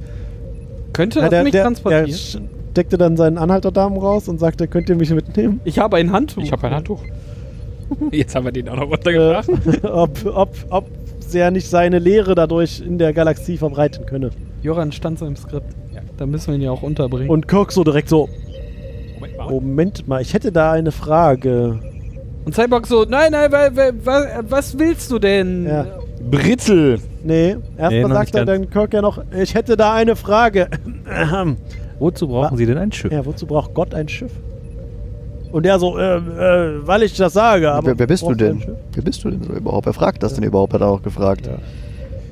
Speaker 2: Könnte
Speaker 6: Ja,
Speaker 2: das
Speaker 6: der,
Speaker 2: mich
Speaker 6: der, der
Speaker 2: transportieren?
Speaker 6: steckte dann seinen Anhalterdarm raus und sagte, könnt ihr mich mitnehmen? [LAUGHS]
Speaker 2: ich habe ein Handtuch.
Speaker 4: Ich habe ein Handtuch. [LAUGHS] Jetzt haben wir den auch noch
Speaker 6: Äh,
Speaker 4: runtergebracht.
Speaker 6: ob, ob, ob er nicht seine Lehre dadurch in der Galaxie verbreiten könne.
Speaker 2: Joran stand so im Skript. Da müssen wir ihn ja auch unterbringen.
Speaker 6: Und Kirk so direkt so,
Speaker 4: Moment mal.
Speaker 6: Moment mal, ich hätte da eine Frage.
Speaker 2: Und Cyborg so, nein, nein, wa, wa, wa, was willst du denn?
Speaker 6: Ja.
Speaker 4: Britzel.
Speaker 6: Nee,
Speaker 7: Nee,
Speaker 6: erstmal
Speaker 7: noch
Speaker 6: sagt
Speaker 7: nicht
Speaker 6: er
Speaker 7: ganz.
Speaker 6: dann Kirk ja noch, ich hätte da eine Frage. [CLEARS THROAT]
Speaker 7: Wozu brauchen
Speaker 6: Wa-
Speaker 7: sie denn ein Schiff?
Speaker 6: Ah. ja, wozu braucht Gott ein Schiff? Und er so, äh, äh, weil ich das sage, aber.
Speaker 5: wer, wer bist du
Speaker 6: brauchst ein
Speaker 5: denn?
Speaker 6: Schiff?
Speaker 5: Wer bist du denn so überhaupt? Wer fragt das denn überhaupt? Hat er auch gefragt.
Speaker 6: Ja.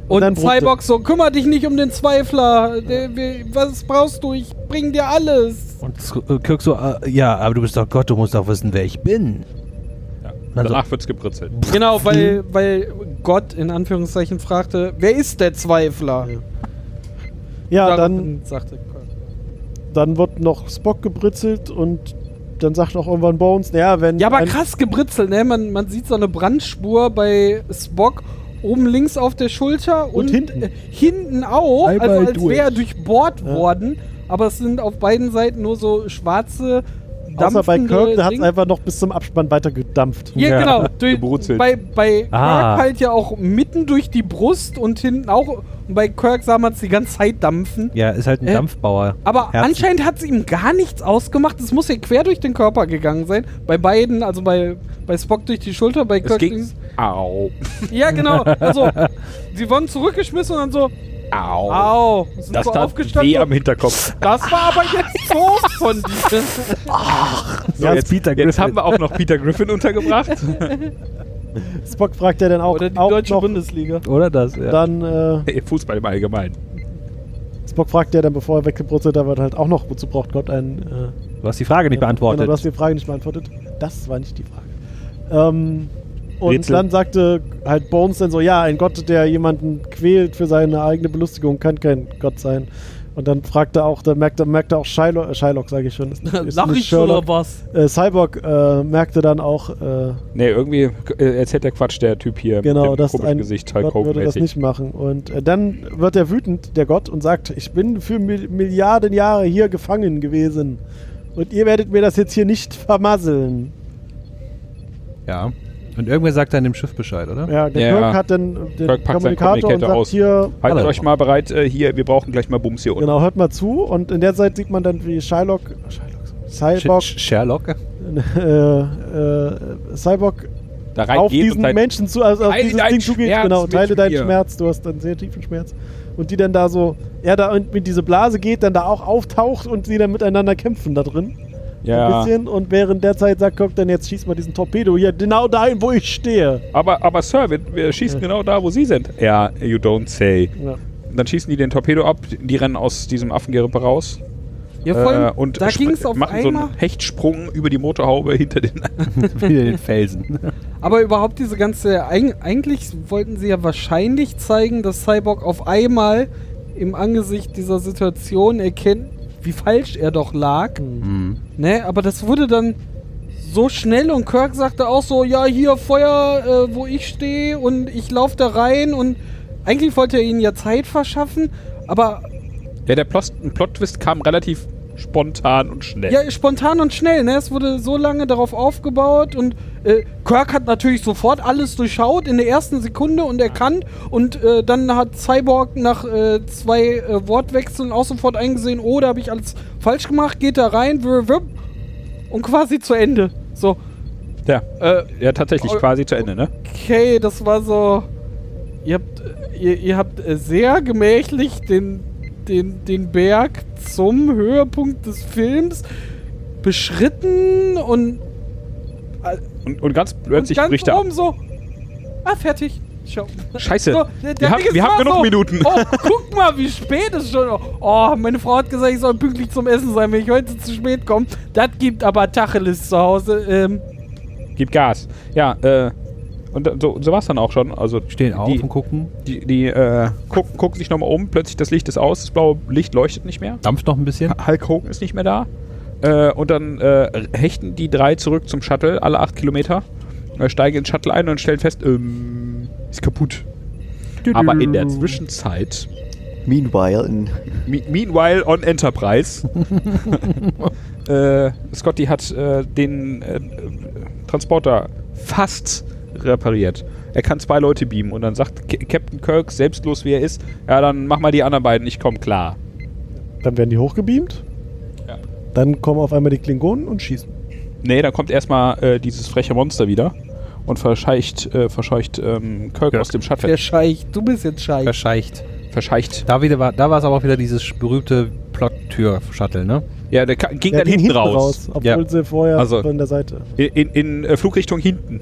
Speaker 2: Und,
Speaker 6: dann brummte-
Speaker 2: Cyborg so, kümmere dich nicht um den Zweifler. Der, wir, was brauchst du? Ich bring dir alles.
Speaker 7: Und Z- äh, Kirk so, äh, ja, aber du bist doch Gott, du musst doch wissen, wer ich bin.
Speaker 4: Ja.
Speaker 7: Also-
Speaker 4: Danach wird's gebritzelt.
Speaker 6: Mhm.
Speaker 2: Genau, weil, weil Gott in Anführungszeichen fragte, wer ist der Zweifler?
Speaker 6: Ja. Ja, dann,
Speaker 2: Daraufhin sagte Kirk.
Speaker 6: dann wird noch Spock gebritzelt und dann sagt auch irgendwann Bones, naja, wenn.
Speaker 2: Ja, aber
Speaker 6: ein-
Speaker 2: krass gebritzelt, ne? Man, man sieht so eine Brandspur bei Spock oben links auf der Schulter und,
Speaker 6: Und hinten.
Speaker 2: äh, hinten auch,
Speaker 6: Einmal
Speaker 2: also als
Speaker 6: durch.
Speaker 2: wäre er durchbohrt
Speaker 6: Ja.
Speaker 2: worden, aber es sind auf beiden Seiten nur so schwarze
Speaker 6: Außer bei Kirk, da hat es
Speaker 2: Dinge.
Speaker 6: einfach noch bis zum Abspann weitergedampft.
Speaker 2: Ja,
Speaker 7: Ja.
Speaker 2: genau.
Speaker 6: [LAUGHS]
Speaker 2: Durch,
Speaker 4: Gebrutzelt.
Speaker 2: bei bei
Speaker 7: Ah.
Speaker 2: Kirk halt ja auch mitten durch die Brust und hinten auch. Und bei Kirk sah man es die ganze Zeit dampfen.
Speaker 7: Ja, ist halt ein
Speaker 2: Äh,
Speaker 7: Dampfbauer.
Speaker 2: Aber
Speaker 7: Herzen.
Speaker 2: anscheinend hat es ihm gar nichts ausgemacht. Es muss ja quer durch den Körper gegangen sein. Bei beiden, also bei, bei Spock durch die Schulter, bei
Speaker 4: Es
Speaker 2: Kirk
Speaker 4: ging.
Speaker 2: links.
Speaker 4: Au.
Speaker 2: Ja, genau. Also, sie wurden zurückgeschmissen und dann so,
Speaker 4: Au.
Speaker 2: au. Sind
Speaker 4: Das
Speaker 2: so
Speaker 4: tat weh am Hinterkopf.
Speaker 2: Das war aber jetzt so von dir.
Speaker 4: So,
Speaker 7: Ja,
Speaker 4: jetzt,
Speaker 7: Peter
Speaker 4: jetzt
Speaker 7: Griffin.
Speaker 4: haben wir auch noch Peter Griffin
Speaker 6: [LAUGHS]
Speaker 4: untergebracht.
Speaker 6: Spock fragt ja dann auch,
Speaker 2: Oder die
Speaker 6: auch
Speaker 2: deutsche
Speaker 6: noch,
Speaker 2: Bundesliga.
Speaker 7: Oder das, ja.
Speaker 6: dann, äh,
Speaker 4: Fußball im Allgemeinen.
Speaker 6: Spock fragt ja dann, bevor er weggebrutzelt wird, halt auch noch, wozu braucht Gott ein. Äh,
Speaker 7: Du hast die Frage nicht
Speaker 6: Ja,
Speaker 7: beantwortet.
Speaker 6: Genau, du hast die Frage nicht beantwortet. Das war nicht die Frage. Ähm, und
Speaker 4: Rätsel.
Speaker 6: dann sagte halt Bones dann so, ja, ein Gott, der jemanden quält für seine eigene Belustigung, kann kein Gott sein. Und dann fragte auch, dann merkte, merkte auch Shylock, äh, Shylock sage ich schon, ist, ist
Speaker 2: Lach
Speaker 6: nicht
Speaker 2: ich oder
Speaker 6: Sherlock.
Speaker 2: was?
Speaker 6: Äh, Cyborg äh, merkte dann auch, äh,
Speaker 4: Nee, irgendwie äh, erzählt der Quatsch, der Typ hier
Speaker 6: genau,
Speaker 4: mit dem
Speaker 6: dass
Speaker 4: komischen
Speaker 6: ein
Speaker 4: Gesicht, Hulk
Speaker 6: Gott würde das
Speaker 4: Hogan-mäßig.
Speaker 6: nicht machen. Und äh, dann wird er wütend, der Gott, und sagt, ich bin für Mil Milliarden Jahre hier gefangen gewesen. Und ihr werdet mir das jetzt hier nicht vermasseln.
Speaker 7: ja. Und irgendwer sagt dann dem Schiff Bescheid, oder?
Speaker 6: Ja, der
Speaker 4: Ja.
Speaker 6: Kirk hat dann den
Speaker 4: Kirk packt seinen
Speaker 6: Kommunikator und
Speaker 4: Kommunikator
Speaker 6: sagt
Speaker 4: aus.
Speaker 6: hier,
Speaker 4: Haltet
Speaker 7: Hallo.
Speaker 4: euch mal bereit, äh, hier, wir brauchen gleich mal Bums hier unten.
Speaker 6: genau, hört mal zu. Und in der Zeit sieht man dann, wie Shylock, Shylock
Speaker 7: Sch-
Speaker 6: Cyborg,
Speaker 7: Sch- Sherlock? [LAUGHS]
Speaker 6: äh, äh, Cyborg
Speaker 4: Da rein
Speaker 6: auf
Speaker 4: geht
Speaker 6: diesen
Speaker 4: und dann-
Speaker 6: Menschen zu, also auf
Speaker 4: Teile
Speaker 6: dieses
Speaker 4: deinen
Speaker 6: Ding zugeht,
Speaker 4: Schmerz
Speaker 6: genau,
Speaker 4: mit
Speaker 6: teile deinen
Speaker 4: mir.
Speaker 6: Schmerz, du hast einen sehr tiefen Schmerz. Und die dann da so, er da in in diese Blase geht, dann da auch auftaucht und sie dann miteinander kämpfen da drin. Ein
Speaker 4: Ja,
Speaker 6: bisschen. Und während der Zeit sagt Kirk dann, jetzt schieß mal diesen Torpedo hier genau dahin, wo ich stehe.
Speaker 4: aber, aber Sir, wir, wir schießen genau da, wo Sie sind. Ja, you don't say.
Speaker 6: Ja.
Speaker 4: Dann schießen die den Torpedo ab, die rennen aus diesem Affengerippe raus.
Speaker 2: Ja, vor allem,
Speaker 4: äh, und
Speaker 2: da
Speaker 4: sp-
Speaker 2: ging es auf
Speaker 4: machen so
Speaker 2: einmal.
Speaker 4: einen Hechtsprung über die Motorhaube hinter den.
Speaker 7: Wieder den Felsen.
Speaker 6: [LAUGHS]
Speaker 2: Aber überhaupt diese ganze. eig- Eigentlich wollten sie ja wahrscheinlich zeigen, dass Cyborg auf einmal im Angesicht dieser Situation erkennt, wie falsch er doch lag. Ne? Aber das wurde dann so schnell und Kirk sagte auch so: Ja, hier Feuer, äh, wo ich stehe und ich laufe da rein und eigentlich wollte er ihnen ja Zeit verschaffen, aber
Speaker 4: [LAUGHS] ja, der Plot- Plot-Twist kam relativ spontan und schnell.
Speaker 2: Ja, spontan und schnell, ne? Es wurde so lange darauf aufgebaut und äh, Kirk hat natürlich sofort alles durchschaut in der ersten Sekunde und erkannt und äh, dann hat Cyborg nach äh, zwei äh, Wortwechseln auch sofort eingesehen, oh, da habe ich alles falsch gemacht, geht da rein, wr, wr, und quasi zu Ende. So,
Speaker 4: Ja,
Speaker 2: äh,
Speaker 4: ja tatsächlich,
Speaker 2: Oh,
Speaker 4: quasi zu Ende, ne?
Speaker 2: okay, das war so. Ihr habt, äh, ihr, ihr habt äh, sehr gemächlich den den, den Berg zum Höhepunkt des Films beschritten und,
Speaker 4: Und, und ganz
Speaker 2: und
Speaker 4: plötzlich
Speaker 2: ganz
Speaker 4: bricht er ab.
Speaker 2: oben so. Ah, fertig. Schau.
Speaker 4: Scheiße,
Speaker 2: der- der
Speaker 4: wir haben-
Speaker 2: Ding ist
Speaker 4: wir haben
Speaker 2: mal
Speaker 4: genug
Speaker 2: so,
Speaker 4: Minuten.
Speaker 2: Oh, guck mal, wie spät es schon. Oh, meine Frau hat gesagt, ich soll pünktlich zum Essen sein, wenn ich heute zu spät komme. Das gibt aber Tacheles zu Hause. Ähm,
Speaker 4: Gib Gas. Ja, äh, und da- so, so war es dann auch schon. Also
Speaker 7: Stehen auf
Speaker 4: die,
Speaker 7: und gucken.
Speaker 4: die, die äh, gucken, gucken sich nochmal um, plötzlich das Licht ist aus, das blaue Licht leuchtet nicht mehr.
Speaker 7: Dampft noch ein bisschen.
Speaker 4: Hulk Hogan ist nicht mehr da. Äh, und dann äh, hechten die drei zurück zum Shuttle, alle acht Kilometer, äh, steigen ins Shuttle ein und stellen fest, ähm, ist kaputt. Aber in der Zwischenzeit,
Speaker 5: Meanwhile, in,
Speaker 4: me meanwhile on Enterprise, [LAUGHS] äh, Scotty hat äh, den äh, Transporter fast repariert. Er kann zwei Leute beamen und dann sagt Ca- Captain Kirk, selbstlos wie er ist, ja, dann mach mal die anderen beiden, ich komm klar.
Speaker 6: Dann werden die hochgebeamt.
Speaker 4: Ja.
Speaker 6: Dann kommen auf einmal die Klingonen und schießen.
Speaker 4: Nee, da kommt erstmal äh, dieses freche Monster wieder und verscheucht, äh, verscheucht ähm, Kirk,
Speaker 7: Kirk.
Speaker 4: aus dem Shuttle.
Speaker 2: der Scheich, du bist jetzt Scheich.
Speaker 7: Verscheicht.
Speaker 4: verscheucht.
Speaker 7: Da, wieder war, da war es aber auch wieder dieses berühmte Plot-Tür-Shuttle, ne?
Speaker 4: Ja, der ka- ging
Speaker 6: Der
Speaker 4: dann
Speaker 6: ging
Speaker 4: hinten raus.
Speaker 6: obwohl
Speaker 7: Ja.
Speaker 6: sie vorher
Speaker 4: Also-
Speaker 6: von der Seite.
Speaker 4: In, in, in äh, Flugrichtung hinten.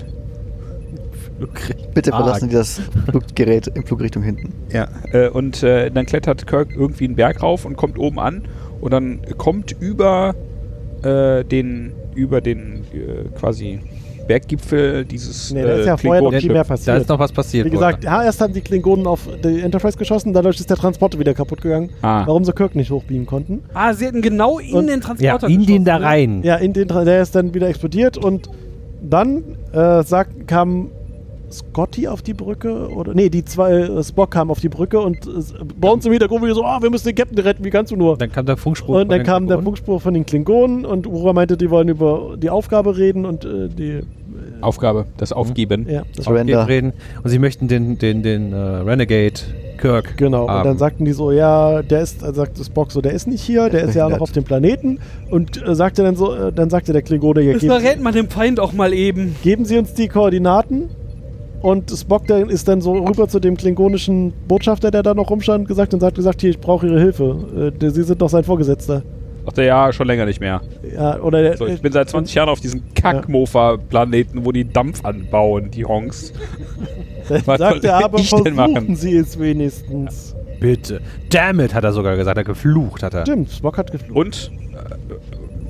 Speaker 5: bitte
Speaker 7: Ah.
Speaker 5: verlassen Sie das Fluggerät in Flugrichtung hinten.
Speaker 4: Ja. Äh, und äh, dann klettert Kirk irgendwie einen Berg rauf und kommt oben an und dann kommt über äh, den über den äh, quasi Berggipfel dieses äh,
Speaker 6: Nee, da ist ja vorher noch
Speaker 4: Klingonenschiff.
Speaker 6: viel mehr
Speaker 7: Da
Speaker 6: passiert.
Speaker 7: ist noch was passiert.
Speaker 6: Wie gesagt, ja, erst haben die Klingonen auf die Enterprise geschossen, dadurch ist der Transporter wieder kaputt gegangen.
Speaker 4: Ah.
Speaker 6: Warum sie Kirk nicht hochbeamen konnten.
Speaker 2: Ah, sie hätten genau in
Speaker 6: Und-
Speaker 2: den
Speaker 7: ja,
Speaker 2: Transporter
Speaker 7: in
Speaker 2: geschossen,
Speaker 7: den da
Speaker 2: ne?
Speaker 4: Hm.
Speaker 7: rein.
Speaker 6: Ja, in den, Tra- der ist dann wieder explodiert und dann äh, sagt, kam Scotty auf die Brücke oder nee, die zwei äh, Spock kamen auf die Brücke und äh, Bones im Hintergrund wieder so, ah, wir müssen den Captain retten, wie kannst du nur?
Speaker 7: Dann kam der Funkspruch. von
Speaker 6: Und dann
Speaker 7: den
Speaker 6: kam der
Speaker 7: Klingonen.
Speaker 6: Funkspruch von den Klingonen und Uhura meinte, die wollen über die Aufgabe reden und äh, die,
Speaker 4: Aufgabe, das Aufgeben.
Speaker 6: ja, das war
Speaker 5: Surrender.
Speaker 7: reden und sie möchten den, den, den äh, Renegade Kirk.
Speaker 6: Genau, und dann
Speaker 7: haben.
Speaker 6: sagten die so, ja, der ist, äh, sagt Spock so, der ist nicht hier, der ist ja noch auf dem Planeten. Und äh, sagte dann so, äh, dann sagte der Klingone, ja,
Speaker 2: Das verrät
Speaker 6: geben,
Speaker 2: man dem Feind auch mal eben.
Speaker 6: geben Sie uns die Koordinaten. Und Spock dann ist dann so rüber zu dem klingonischen Botschafter, der da noch rumstand, gesagt und sagt gesagt, hier, ich brauche Ihre Hilfe. Äh, der- Sie sind doch sein Vorgesetzter.
Speaker 4: Dachte, ja, schon länger nicht mehr.
Speaker 6: Ja, oder der,
Speaker 4: So, ich bin seit 20 Jahren auf diesem Kackmofa-Planeten, wo die Dampf anbauen, die Honks.
Speaker 6: Dann [LAUGHS]
Speaker 4: Was
Speaker 6: sagt
Speaker 4: soll
Speaker 6: er aber,
Speaker 4: ich denn machen?
Speaker 6: versuchen Sie es wenigstens.
Speaker 7: Bitte. Damn it, hat er sogar gesagt. Er hat geflucht, hat er.
Speaker 6: Stimmt, Spock hat geflogen.
Speaker 4: Und äh,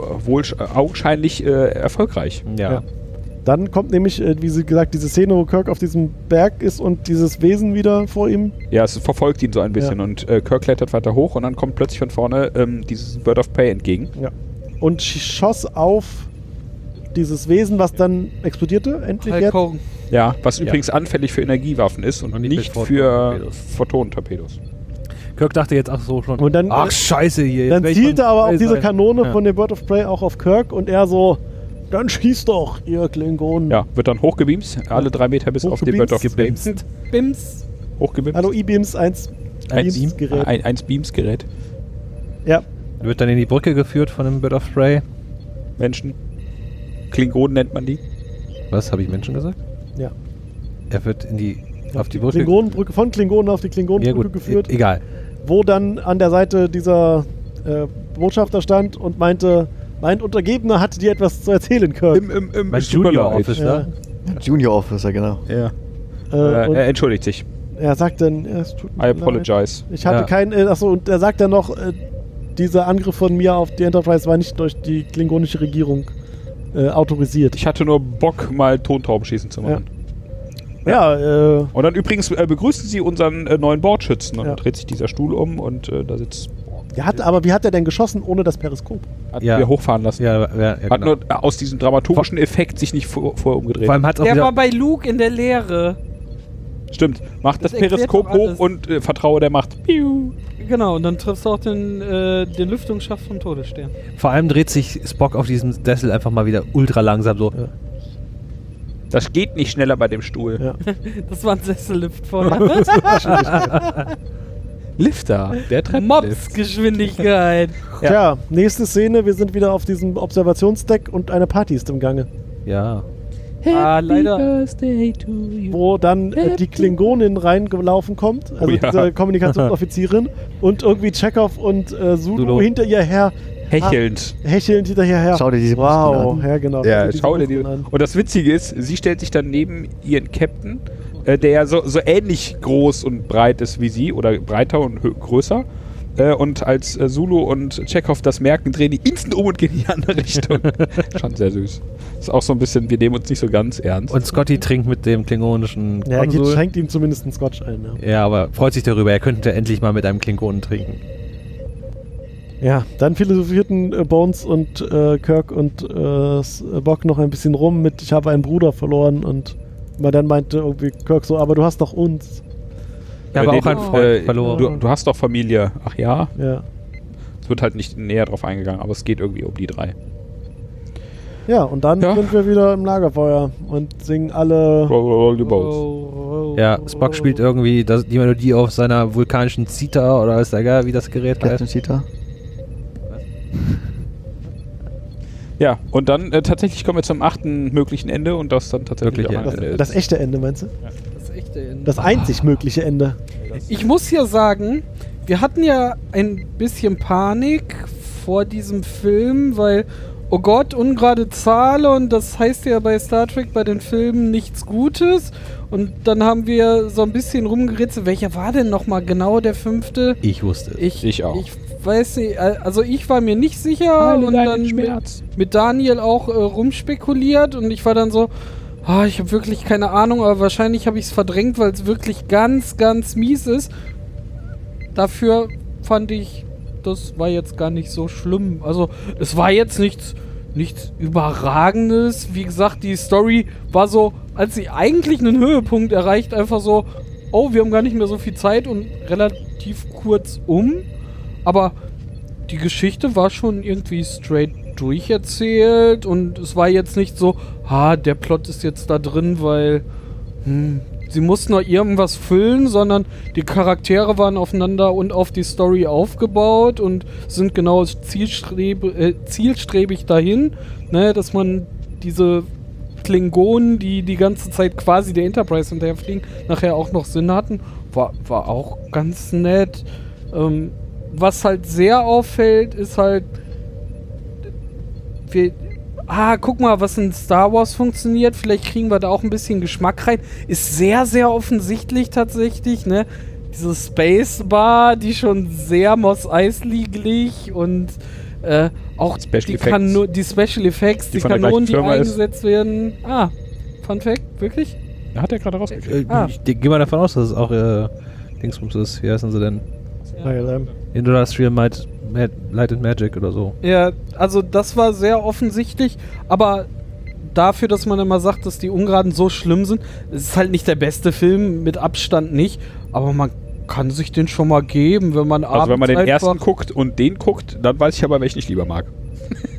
Speaker 4: äh, wohl sch- äh, augenscheinlich äh, erfolgreich.
Speaker 7: Ja.
Speaker 6: Ja. Dann kommt nämlich, äh, wie Sie gesagt, diese Szene, wo Kirk auf diesem Berg ist und dieses Wesen wieder vor ihm
Speaker 4: Ja, es verfolgt ihn so ein bisschen
Speaker 6: Ja.
Speaker 4: und äh, Kirk klettert weiter hoch und dann kommt plötzlich von vorne ähm, dieses Bird of Prey entgegen.
Speaker 6: Ja. Und sch- schoss auf dieses Wesen, was dann explodierte, endlich
Speaker 2: Hulk
Speaker 6: jetzt.
Speaker 2: Hogan.
Speaker 4: Ja, was
Speaker 7: Ja.
Speaker 4: übrigens anfällig für Energiewaffen ist und,
Speaker 7: Und nicht
Speaker 4: nicht
Speaker 7: für
Speaker 4: für
Speaker 7: Photonentorpedos.
Speaker 4: Photonentorpedos.
Speaker 7: Kirk dachte jetzt ach so schon.
Speaker 6: Und dann-
Speaker 7: ach scheiße hier. jetzt
Speaker 6: Dann
Speaker 7: werd ich
Speaker 6: zielte
Speaker 7: von-
Speaker 6: aber auch diese
Speaker 7: Ja.
Speaker 6: Kanone
Speaker 7: Ja.
Speaker 6: von dem Bird of Prey auch auf Kirk und er so, dann schießt doch, ihr Klingonen.
Speaker 4: Ja, wird dann hochgebeamt, alle drei Meter bis auf den Bird of Prey.
Speaker 6: Hochgebimst.
Speaker 2: Bims.
Speaker 4: Hochgebeamt.
Speaker 6: Hallo E-Beams 1.
Speaker 4: Ein,
Speaker 6: Beams Gerät.
Speaker 4: ein, eins Beamsgerät.
Speaker 6: Ja,
Speaker 7: Wird dann in die Brücke geführt von dem Bird of Prey.
Speaker 4: Menschen. Klingonen nennt man die.
Speaker 7: Was habe ich Menschen gesagt?
Speaker 6: ja.
Speaker 7: Er wird in die auf die Brücke
Speaker 6: Klingonenbrücke, von Klingonen auf die
Speaker 7: ja,
Speaker 6: Klingonenbrücke
Speaker 7: gut,
Speaker 6: geführt,
Speaker 7: E egal.
Speaker 6: wo dann an der Seite dieser äh, Botschafter stand und meinte, mein Untergebener hatte dir etwas zu erzählen, Kirk.
Speaker 4: Im, im, im
Speaker 7: Mein Junior Office,
Speaker 6: Ja.
Speaker 7: ne?
Speaker 5: Junior Officer, genau.
Speaker 4: Ja.
Speaker 6: Äh,
Speaker 4: Äh,
Speaker 6: und
Speaker 4: er entschuldigt sich.
Speaker 6: er sagt dann, ja, es tut mir
Speaker 4: I
Speaker 6: leid.
Speaker 4: apologize.
Speaker 6: Ich hatte
Speaker 7: Ja.
Speaker 6: keinen. Äh, achso, und er sagt dann noch, äh, dieser Angriff von mir auf die Enterprise war nicht durch die klingonische Regierung äh, autorisiert.
Speaker 4: Ich hatte nur Bock, mal Tontauben schießen zu machen.
Speaker 6: ja, äh,
Speaker 4: Und dann übrigens äh, begrüßen sie unseren äh, neuen Bordschützen. Und
Speaker 6: Ja.
Speaker 4: dann dreht sich dieser Stuhl um und äh, da sitzt.
Speaker 6: er hat, aber wie hat er denn geschossen ohne das Periskop?
Speaker 4: Hat
Speaker 7: Ja.
Speaker 4: wir hochfahren lassen.
Speaker 7: Ja, ja, ja
Speaker 4: Hat
Speaker 7: genau.
Speaker 4: nur äh, aus diesem dramaturgischen Effekt sich nicht vor, vorher umgedreht.
Speaker 7: Vor allem hat auch
Speaker 2: Der war
Speaker 7: wieder
Speaker 2: bei Luke in der Lehre.
Speaker 4: Stimmt. Macht das,
Speaker 2: Das erklärt
Speaker 4: Periskop
Speaker 2: doch
Speaker 4: hoch
Speaker 2: alles.
Speaker 4: und äh, vertraue der Macht. Piu.
Speaker 2: Genau, und dann triffst du auch den, äh, den Lüftungsschacht vom Todesstern.
Speaker 7: vor allem dreht sich Spock auf diesem Dessel einfach mal wieder ultra langsam so.
Speaker 4: Das geht nicht schneller bei dem Stuhl.
Speaker 6: Ja.
Speaker 2: Das war ein Sessellift
Speaker 4: [LAUGHS]
Speaker 2: vorher.
Speaker 4: Lifter. Der Treppenlift.
Speaker 2: Mobs-Geschwindigkeit.
Speaker 4: Ja.
Speaker 6: Tja, nächste Szene, wir sind wieder auf diesem Observationsdeck und eine Party ist im Gange.
Speaker 7: Ja.
Speaker 2: Ah, leider.
Speaker 6: wo dann äh, die Klingonin reingelaufen kommt, also
Speaker 4: Oh ja.
Speaker 6: diese
Speaker 4: [LAUGHS]
Speaker 6: Kommunikationsoffizierin, und irgendwie Chekhov und äh, Zulu,
Speaker 7: Zulu.
Speaker 6: hinter ihr her,
Speaker 4: Hechelnd.
Speaker 6: hechelnd hinterher her.
Speaker 5: Schau dir diese
Speaker 6: Wow,
Speaker 5: Muskeln
Speaker 6: ja genau.
Speaker 4: Ja,
Speaker 6: diese
Speaker 4: schau dir die.
Speaker 6: Muskeln an.
Speaker 4: Und das Witzige ist, sie stellt sich dann neben ihren Captain, äh, der ja so, so ähnlich groß und breit ist wie sie oder breiter und hö- größer. Äh, und als äh, Zulu und Chekhov das merken, drehen die instant um und gehen in die andere Richtung. [LAUGHS] Schon sehr süß. Ist auch so ein bisschen, wir nehmen uns nicht so ganz ernst.
Speaker 7: Und Scotty trinkt mit dem klingonischen
Speaker 6: Ja, er geht-
Speaker 7: Konsul.
Speaker 6: schenkt ihm zumindest einen Scotch ein. Ja,
Speaker 7: Ja, aber freut sich darüber, er könnte endlich mal mit einem Klingonen trinken.
Speaker 6: ja dann philosophierten äh, Bones und äh, Kirk und äh, S- äh, Bock noch ein bisschen rum mit, ich habe einen Bruder verloren und man dann meinte irgendwie Kirk so, aber du hast doch uns.
Speaker 7: Ja, aber
Speaker 4: nee,
Speaker 7: auch ein
Speaker 4: du-
Speaker 7: Freund
Speaker 4: äh,
Speaker 7: verloren.
Speaker 4: Du, du hast doch Familie. Ach ja,
Speaker 6: Ja.
Speaker 4: es wird halt nicht näher drauf eingegangen, aber es geht irgendwie um die drei.
Speaker 6: Ja, und dann
Speaker 4: Ja.
Speaker 6: sind wir wieder im Lagerfeuer und singen alle
Speaker 4: Roll, roll, roll the boats.
Speaker 7: Oh. Ja, Spock spielt irgendwie das, die Melodie auf seiner vulkanischen Zita oder ist egal, wie das Gerät heißt.
Speaker 5: Captain Cheetah.
Speaker 4: Ja, und dann äh, tatsächlich kommen wir zum achten möglichen Ende und das dann tatsächlich
Speaker 7: Wirklich,
Speaker 4: auch
Speaker 7: ja.
Speaker 4: ein
Speaker 6: das,
Speaker 4: Ende ist.
Speaker 6: das echte Ende, meinst du?
Speaker 2: Das ist Oh, echt, ey.
Speaker 6: Das einzig mögliche Ende.
Speaker 2: Ich muss hier sagen, wir hatten ja ein bisschen Panik vor diesem Film, weil, oh Gott, ungerade Zahl und das heißt ja bei Star Trek bei den Filmen nichts Gutes. Und dann haben wir so ein bisschen rumgeritzelt, welcher war denn nochmal genau der fünfte?
Speaker 7: Ich wusste es.
Speaker 2: Ich,
Speaker 4: Ich auch.
Speaker 2: Ich weiß nicht, al- also ich war mir nicht sicher
Speaker 4: Heile
Speaker 2: und
Speaker 4: deinen
Speaker 2: dann
Speaker 4: Schmerz.
Speaker 2: Mit, mit Daniel auch äh, rumspekuliert und ich war dann so, ah, ich habe wirklich keine Ahnung, aber wahrscheinlich habe ich es verdrängt, weil es wirklich ganz, ganz mies ist. Dafür fand ich, das war jetzt gar nicht so schlimm. Also es war jetzt nichts, nichts Überragendes. Wie gesagt, die Story war so, als sie eigentlich einen Höhepunkt erreicht, einfach so, oh, wir haben gar nicht mehr so viel Zeit und relativ kurz um. Aber die Geschichte war schon irgendwie straight durcherzählt und es war jetzt nicht so, ha, der Plot ist jetzt da drin, weil hm, sie mussten noch irgendwas füllen, sondern die Charaktere waren aufeinander und auf die Story aufgebaut und sind genau zielstrebe, äh, zielstrebig dahin, ne, dass man diese Klingonen, die die ganze Zeit quasi der Enterprise hinterherfliegen, nachher auch noch Sinn hatten, war, war auch ganz nett. Ähm, was halt sehr auffällt, ist halt, wir, ah, guck mal, was in Star Wars funktioniert, vielleicht kriegen wir da auch ein bisschen Geschmack rein. Ist sehr, sehr offensichtlich tatsächlich, ne? Diese Space Bar, die schon sehr Moss Eisley-glich und äh, auch
Speaker 4: Special
Speaker 2: die,
Speaker 4: Effects.
Speaker 2: Kano die Special Effects, die,
Speaker 4: Die von der gleichen
Speaker 2: Kanonen, die
Speaker 4: Firma ist.
Speaker 2: eingesetzt werden. Ah, Fun Fact, wirklich?
Speaker 4: Hat er gerade rausgekriegt.
Speaker 7: Äh,
Speaker 2: Ah.
Speaker 7: Ich de- gehe mal davon aus, dass es auch äh, Dingsbums ist. Wie heißen sie denn?
Speaker 6: Ja.
Speaker 7: Industrial Might, Mad, Light and Magic oder so.
Speaker 2: Ja, also das war sehr offensichtlich, aber dafür, dass man immer sagt, dass die Ungeraden so schlimm sind, es ist halt nicht der beste Film, mit Abstand nicht, aber man kann sich den schon mal geben, wenn man
Speaker 4: also wenn man den
Speaker 2: abends
Speaker 4: ersten
Speaker 2: einfach-
Speaker 4: guckt und den guckt, dann weiß ich aber, welchen ich lieber mag.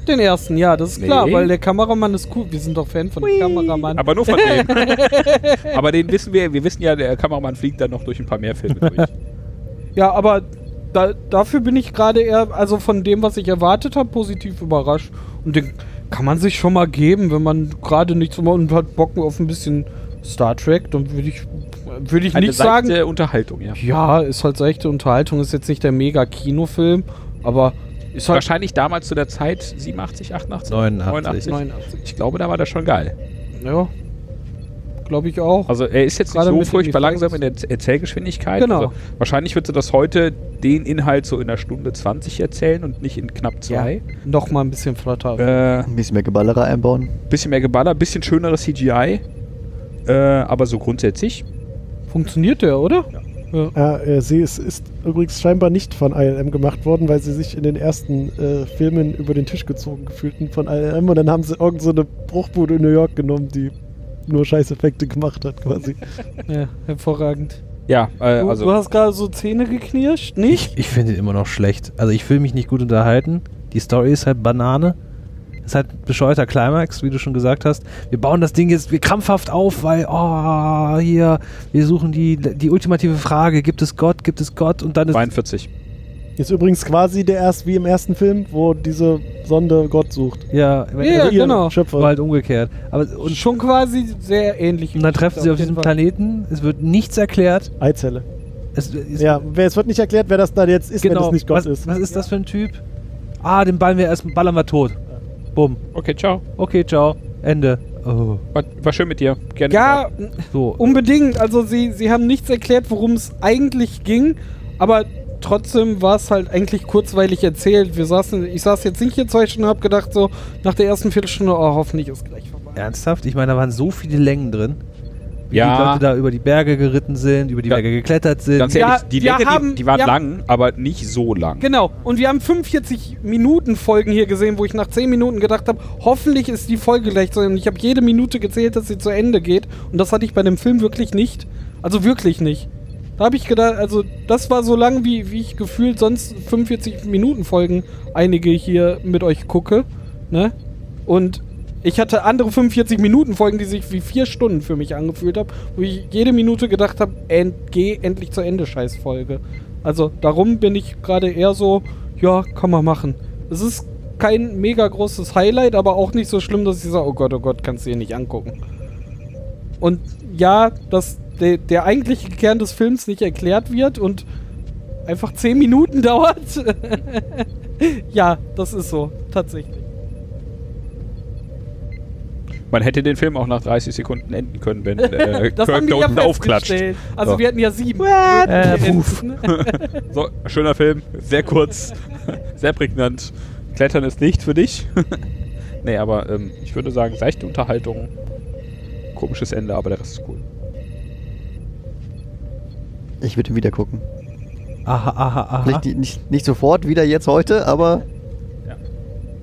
Speaker 2: Den ersten, ja, das ist
Speaker 4: Nee.
Speaker 2: klar, weil der Kameramann ist cool. Wir sind doch Fan von dem Kameramann.
Speaker 4: Aber nur
Speaker 2: [LAUGHS]
Speaker 4: von dem. aber den wissen wir, wir wissen ja, der Kameramann fliegt dann noch durch ein paar mehr Filme durch.
Speaker 2: ja, aber da, dafür bin ich gerade eher, also von dem, was ich erwartet habe, positiv überrascht. Und den kann man sich schon mal geben, wenn man gerade nichts so und hat Bock auf ein bisschen Star Trek, dann würde ich, würde ich
Speaker 4: Eine
Speaker 2: nicht sagen,
Speaker 4: seichte Unterhaltung, ja.
Speaker 2: Ja, ist halt so echte Unterhaltung, ist jetzt nicht der mega Kinofilm, aber ist halt
Speaker 4: Wahrscheinlich damals zu der Zeit 87, 88?
Speaker 7: 89.
Speaker 2: 89.
Speaker 4: Ich glaube, da war das schon geil.
Speaker 2: Ja. Glaube ich auch.
Speaker 4: Also er ist jetzt nicht
Speaker 2: Gerade
Speaker 4: so
Speaker 2: mit den
Speaker 4: furchtbar
Speaker 2: Effekten.
Speaker 4: langsam in der Z- Erzählgeschwindigkeit.
Speaker 2: Genau.
Speaker 4: Also, wahrscheinlich würdest du das heute den Inhalt so in einer Stunde 20 erzählen und nicht in knapp zwei.
Speaker 2: Noch mal ein bisschen flotter.
Speaker 4: Äh,
Speaker 5: Ein bisschen mehr Geballerer einbauen.
Speaker 4: bisschen mehr Geballer, bisschen schöneres CGI. Äh, aber so grundsätzlich.
Speaker 2: Funktioniert der, oder?
Speaker 6: Ja, äh, sie ist, ist übrigens scheinbar nicht von ILM gemacht worden, weil sie sich in den ersten äh, Filmen über den Tisch gezogen gefühlten von ILM und dann haben sie irgend so eine Bruchbude in New York genommen, die nur Scheißeffekte gemacht hat quasi.
Speaker 2: Ja, hervorragend.
Speaker 4: Ja, äh,
Speaker 2: Du,
Speaker 4: also.
Speaker 2: du hast gerade so Zähne geknirscht, nicht?
Speaker 7: Ich, ich finde ihn immer noch schlecht. Also ich will mich nicht gut unterhalten. Die Story ist halt Banane. Ist halt ein bescheuerter Climax, wie du schon gesagt hast. Wir bauen das Ding jetzt wir krampfhaft auf, weil, oh, hier, wir suchen die, die ultimative Frage, gibt es Gott, gibt es Gott? Und dann ist
Speaker 4: 42.
Speaker 6: Ist übrigens quasi der erst wie im ersten Film, wo diese Sonde Gott sucht.
Speaker 7: Ja, also
Speaker 2: Ja,
Speaker 6: ihren
Speaker 2: genau.
Speaker 6: Schöpfer.
Speaker 7: war halt umgekehrt. Aber,
Speaker 2: Und
Speaker 7: und,
Speaker 2: schon quasi sehr ähnlich.
Speaker 7: und dann treffen sie auf
Speaker 2: jeden
Speaker 7: diesem
Speaker 2: Fall.
Speaker 7: Planeten, es wird nichts erklärt.
Speaker 6: Eizelle.
Speaker 7: Es, es, genau.
Speaker 6: Ja, wer- es wird nicht erklärt, wer das da jetzt ist, wenn es nicht Gott
Speaker 7: was,
Speaker 6: Genau. ist.
Speaker 7: Was ist das für ein Typ? Ah, den ballen wir erst, ballern wir tot. Bumm.
Speaker 4: Okay, ciao.
Speaker 7: Okay, ciao. Ende. Oh.
Speaker 4: War, war schön mit dir. Gerne.
Speaker 2: Ja,
Speaker 4: wieder.
Speaker 7: So.
Speaker 6: Um
Speaker 2: unbedingt. Also sie, sie haben nichts erklärt, worum es eigentlich ging, aber trotzdem war es halt eigentlich kurzweilig erzählt. Wir saßen, ich saß jetzt nicht hier zwei Stunden und habe gedacht so, nach der ersten Viertelstunde, oh, hoffentlich ist gleich vorbei.
Speaker 7: Ernsthaft? Ich meine, da waren so viele Längen drin. Wie die
Speaker 4: Ja.
Speaker 7: Leute da über die Berge geritten sind, über die
Speaker 4: Ja.
Speaker 7: Berge geklettert sind.
Speaker 4: Ganz
Speaker 2: Ja,
Speaker 4: ehrlich, die
Speaker 2: wir
Speaker 4: Länge, die,
Speaker 2: haben-
Speaker 4: die waren
Speaker 2: wir haben-
Speaker 4: lang, aber nicht so lang.
Speaker 2: Genau, und wir haben 45 Minuten Folgen hier gesehen, wo ich nach 10 Minuten gedacht habe, hoffentlich ist die Folge gleich zu Ende. Ich habe jede Minute gezählt, dass sie zu Ende geht und das hatte ich bei dem Film wirklich nicht. Also wirklich nicht. Da habe ich gedacht, also das war so lang, wie, wie ich gefühlt sonst 45 Minuten Folgen einige hier mit euch gucke. Ne? Und ich hatte andere 45 Minuten Folgen, die sich wie vier Stunden für mich angefühlt haben, wo ich jede Minute gedacht habe, end, geh endlich zu Ende, scheiß Folge. Also darum bin ich gerade eher so, ja, kann man machen. Es ist kein mega großes Highlight, aber auch nicht so schlimm, dass ich sage, oh Gott, oh Gott, kannst du dir nicht angucken. Und ja, dass de, der eigentliche Kern des Films nicht erklärt wird und einfach 10 Minuten [LAUGHS] dauert. ja, das ist so, tatsächlich.
Speaker 4: Man hätte den Film auch nach 30 Sekunden enden können, wenn äh,
Speaker 2: [LAUGHS] Das
Speaker 4: Kirk
Speaker 2: haben wir ja
Speaker 4: Dalton aufklatscht.
Speaker 2: festgestellt. Also
Speaker 4: So.
Speaker 2: wir hatten ja sieben.
Speaker 7: Äh, puff.
Speaker 4: So, schöner Film,
Speaker 2: [LAUGHS]
Speaker 4: sehr kurz, sehr prägnant. Klettern ist nicht für dich. [LAUGHS] nee, aber ähm, ich würde sagen, seichte Unterhaltung, komisches Ende, aber der Rest ist cool.
Speaker 5: Ich würde ihn wieder gucken.
Speaker 7: Aha, aha, aha.
Speaker 5: Nicht, die- nicht, nicht sofort, wieder jetzt heute, aber
Speaker 4: Ja.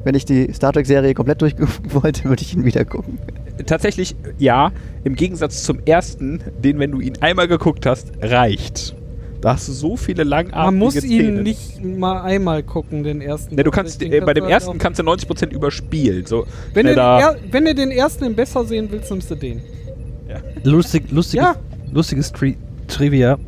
Speaker 5: wenn ich die Star Trek-Serie komplett durchgucken [LAUGHS] wollte, würde ich ihn wieder gucken.
Speaker 4: Tatsächlich, ja, im Gegensatz zum ersten, den, wenn du ihn einmal geguckt hast, reicht. Da hast du so viele langatmige
Speaker 2: Man muss
Speaker 4: Szenen.
Speaker 2: ihn nicht mal einmal gucken, den ersten.
Speaker 4: Nee, du kannst,
Speaker 2: Deswegen
Speaker 4: äh, bei dem
Speaker 2: kannst du
Speaker 4: ersten
Speaker 2: halt
Speaker 4: kannst du 90% überspielen. So,
Speaker 2: auch- wenn,
Speaker 4: ne,
Speaker 2: du den
Speaker 4: da-
Speaker 2: er, wenn du den ersten im besser sehen willst, nimmst du
Speaker 4: [LAUGHS]
Speaker 2: den.
Speaker 7: Lustig, lustiges,
Speaker 2: Ja.
Speaker 7: lustiges Tri Trivia.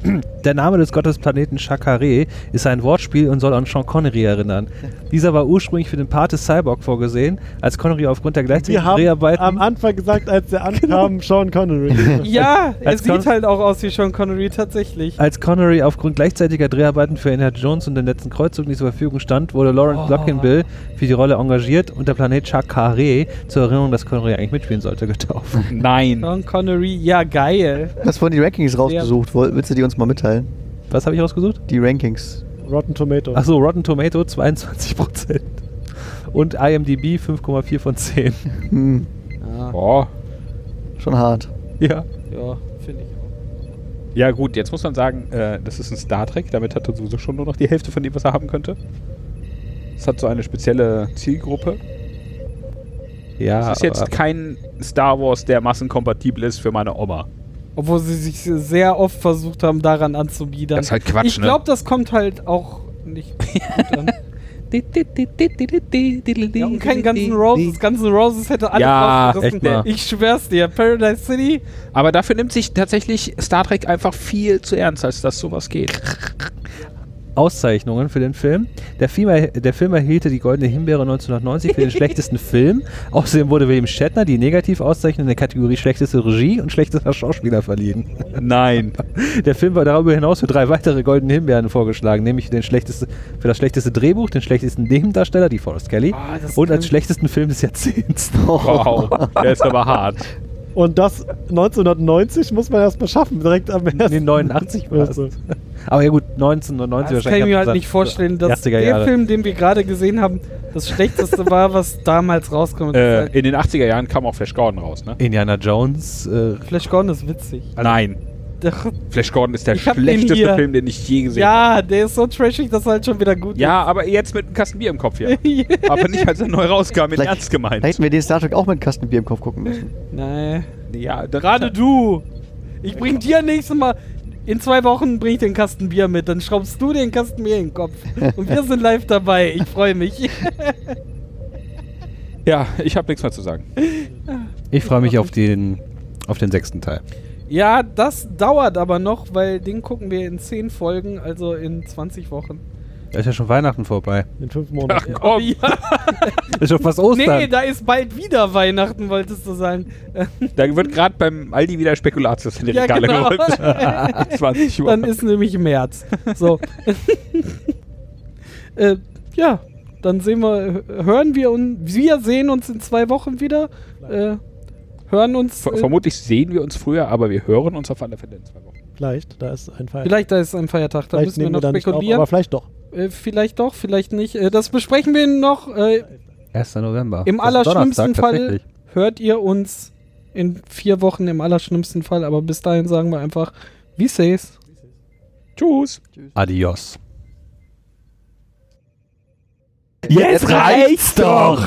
Speaker 7: Der Name des Gottesplaneten Shakare ist ein Wortspiel und soll an Sean Connery erinnern. Dieser war ursprünglich für den Part des Cyborg vorgesehen, als Connery aufgrund der
Speaker 6: Wir
Speaker 7: gleichzeitigen
Speaker 6: haben
Speaker 7: Dreharbeiten
Speaker 6: am Anfang gesagt, als [LAUGHS] der ankam, Sean Connery.
Speaker 2: Ja, er
Speaker 7: Als Con-
Speaker 2: sieht halt auch aus wie Sean Connery tatsächlich.
Speaker 4: Ähm.
Speaker 7: Als Connery aufgrund gleichzeitiger Dreharbeiten für Indiana Jones und den letzten Kreuzzug nicht zur Verfügung stand, wurde
Speaker 4: Oh.
Speaker 7: Lawrence Luckinbill für die Rolle engagiert und der Planet Chakare zur Erinnerung, dass Connery eigentlich mitspielen sollte, [LAUGHS] getauft.
Speaker 4: Nein.
Speaker 2: Sean Connery, ja geil.
Speaker 5: Du hast vorhin die Rankings rausgesucht. Woll- Willst du die uns mal mitteilen?
Speaker 7: Was habe ich rausgesucht?
Speaker 5: Die Rankings.
Speaker 6: Rotten Tomato.
Speaker 7: Achso, Rotten Tomato 22% und IMDb 5,4 von 10.
Speaker 5: Hm,
Speaker 4: Boah.
Speaker 5: schon hart.
Speaker 7: Ja.
Speaker 2: Ja, finde ich auch.
Speaker 4: Ja gut, jetzt muss man sagen, äh, das ist ein Star Trek, damit hat er sowieso schon nur noch die Hälfte von dem, was er haben könnte. Es hat so eine spezielle Zielgruppe.
Speaker 7: Ja,
Speaker 4: Es ist jetzt
Speaker 7: aber-
Speaker 4: kein Star Wars, der massenkompatibel ist für meine Oma.
Speaker 2: Obwohl sie sich sehr oft versucht haben, daran anzubiedern.
Speaker 4: Das ist halt Quatsch,
Speaker 2: Ich
Speaker 4: ne?
Speaker 2: glaube, das kommt halt auch
Speaker 4: [LAUGHS]
Speaker 2: nicht gut an. Ja,
Speaker 7: um
Speaker 2: und kein ganzen Roses. ganzen Roses hätte alles
Speaker 4: Ja, ne?
Speaker 2: rausgerissen.
Speaker 7: echt mal.
Speaker 2: Ich schwör's dir, Paradise City.
Speaker 4: Aber dafür nimmt sich tatsächlich Star Trek einfach viel zu ernst, als dass sowas geht.
Speaker 7: Auszeichnungen für den Film. Der Film, erh- der Film erhielt die Goldene Himbeere
Speaker 2: [LAUGHS]
Speaker 7: 1990 für den schlechtesten Film. Außerdem wurde William Shatner die Negativauszeichnung in der Kategorie schlechteste Regie und schlechtester Schauspieler verliehen. [LAUGHS]
Speaker 4: Nein.
Speaker 7: Der Film war darüber hinaus für drei weitere Goldene Himbeeren vorgeschlagen, nämlich für, den schlechteste, für das schlechteste Drehbuch, den schlechtesten Nebendarsteller, die Forrest Kelly,
Speaker 2: Ah, das
Speaker 7: und als
Speaker 2: kann-
Speaker 7: schlechtesten Film des Jahrzehnts.
Speaker 5: Oh.
Speaker 4: Wow, der ist aber hart.
Speaker 6: Und das 1990 muss man erst mal schaffen, direkt am ersten.
Speaker 7: Nee, 89 war es.
Speaker 6: Also,
Speaker 7: Aber ja gut, 1990
Speaker 2: Das kann ich mir halt nicht vorstellen, dass der
Speaker 7: 80er Jahre.
Speaker 2: Film, den wir gerade gesehen haben, das [LAUGHS] schlechteste war, was damals rauskommt. halt
Speaker 4: Äh, in den 80er Jahren kam auch Flash Gordon raus, ne?
Speaker 7: Indiana Jones. Äh,
Speaker 2: Flash Gordon ist witzig.
Speaker 4: Also Nein.
Speaker 2: Doch,
Speaker 4: Flash Gordon ist der
Speaker 2: Ich hab den
Speaker 4: schlechteste
Speaker 2: hier.
Speaker 4: Film, den ich je gesehen habe.
Speaker 2: ja, der ist so trashig, dass er halt schon wieder gut
Speaker 4: Ja, aber jetzt mit einem Kasten Bier im Kopf [LAUGHS] hier.
Speaker 2: ist. [LAUGHS]
Speaker 4: Aber nicht, als er neu rauskam, in Ernst gemeint.
Speaker 5: Vielleicht hätten wir den Star Trek auch mit Kasten Bier im Kopf gucken müssen.
Speaker 2: Nein.
Speaker 4: Ja, da-
Speaker 2: Gerade du. Ich bring dir nächstes Mal. In zwei Wochen bring ich den Kasten Bier mit. Dann schraubst du den Kasten Bier in den Kopf. Und wir sind live dabei. Ich freue mich. [LAUGHS]
Speaker 4: Ja, ich habe nichts mehr zu sagen.
Speaker 7: ich freue mich auf den, auf den sechsten Teil.
Speaker 2: Ja, das dauert aber noch, weil den gucken wir in 10 Folgen, also in 20 Wochen.
Speaker 7: Da ist ja schon Weihnachten vorbei.
Speaker 6: In fünf Monaten.
Speaker 2: [LAUGHS]
Speaker 4: Ach komm,
Speaker 2: Ja,
Speaker 7: Ist schon fast Ostern.
Speaker 2: nee, da ist bald wieder Weihnachten, wolltest du sagen.
Speaker 4: da wird gerade beim Aldi wieder Spekulatius in
Speaker 2: [LAUGHS]
Speaker 4: die
Speaker 2: Ja,
Speaker 4: Regale
Speaker 2: genau.
Speaker 4: [LAUGHS] geräumt. 20
Speaker 2: [LAUGHS]
Speaker 4: Uhr.
Speaker 2: Dann ist nämlich März.
Speaker 6: [LAUGHS]
Speaker 2: So. äh, ja, dann sehen wir, hören wir uns, wir sehen uns in zwei Wochen wieder. Äh, hören uns.
Speaker 4: Ver
Speaker 2: Äh,
Speaker 4: vermutlich sehen wir uns früher, aber wir hören uns auf alle Fälle in zwei Wochen.
Speaker 6: Vielleicht, da ist ein Feiertag.
Speaker 2: vielleicht da ist ein Feiertag, da
Speaker 6: Vielleicht
Speaker 2: müssen wir
Speaker 6: nehmen
Speaker 2: noch
Speaker 6: da nicht auf,
Speaker 2: spekulieren.
Speaker 6: aber vielleicht doch.
Speaker 2: äh, vielleicht doch, vielleicht nicht. Äh, das besprechen wir noch. Äh,
Speaker 7: 1. November.
Speaker 2: Im
Speaker 7: Das ist
Speaker 2: allerschlimmsten
Speaker 7: Donnerstag,
Speaker 2: Fall
Speaker 7: tatsächlich.
Speaker 2: hört ihr uns in vier Wochen im allerschlimmsten Fall, aber bis dahin sagen wir einfach, wie says.
Speaker 4: Tschüss.
Speaker 7: Adios.
Speaker 5: Jetzt reicht's doch!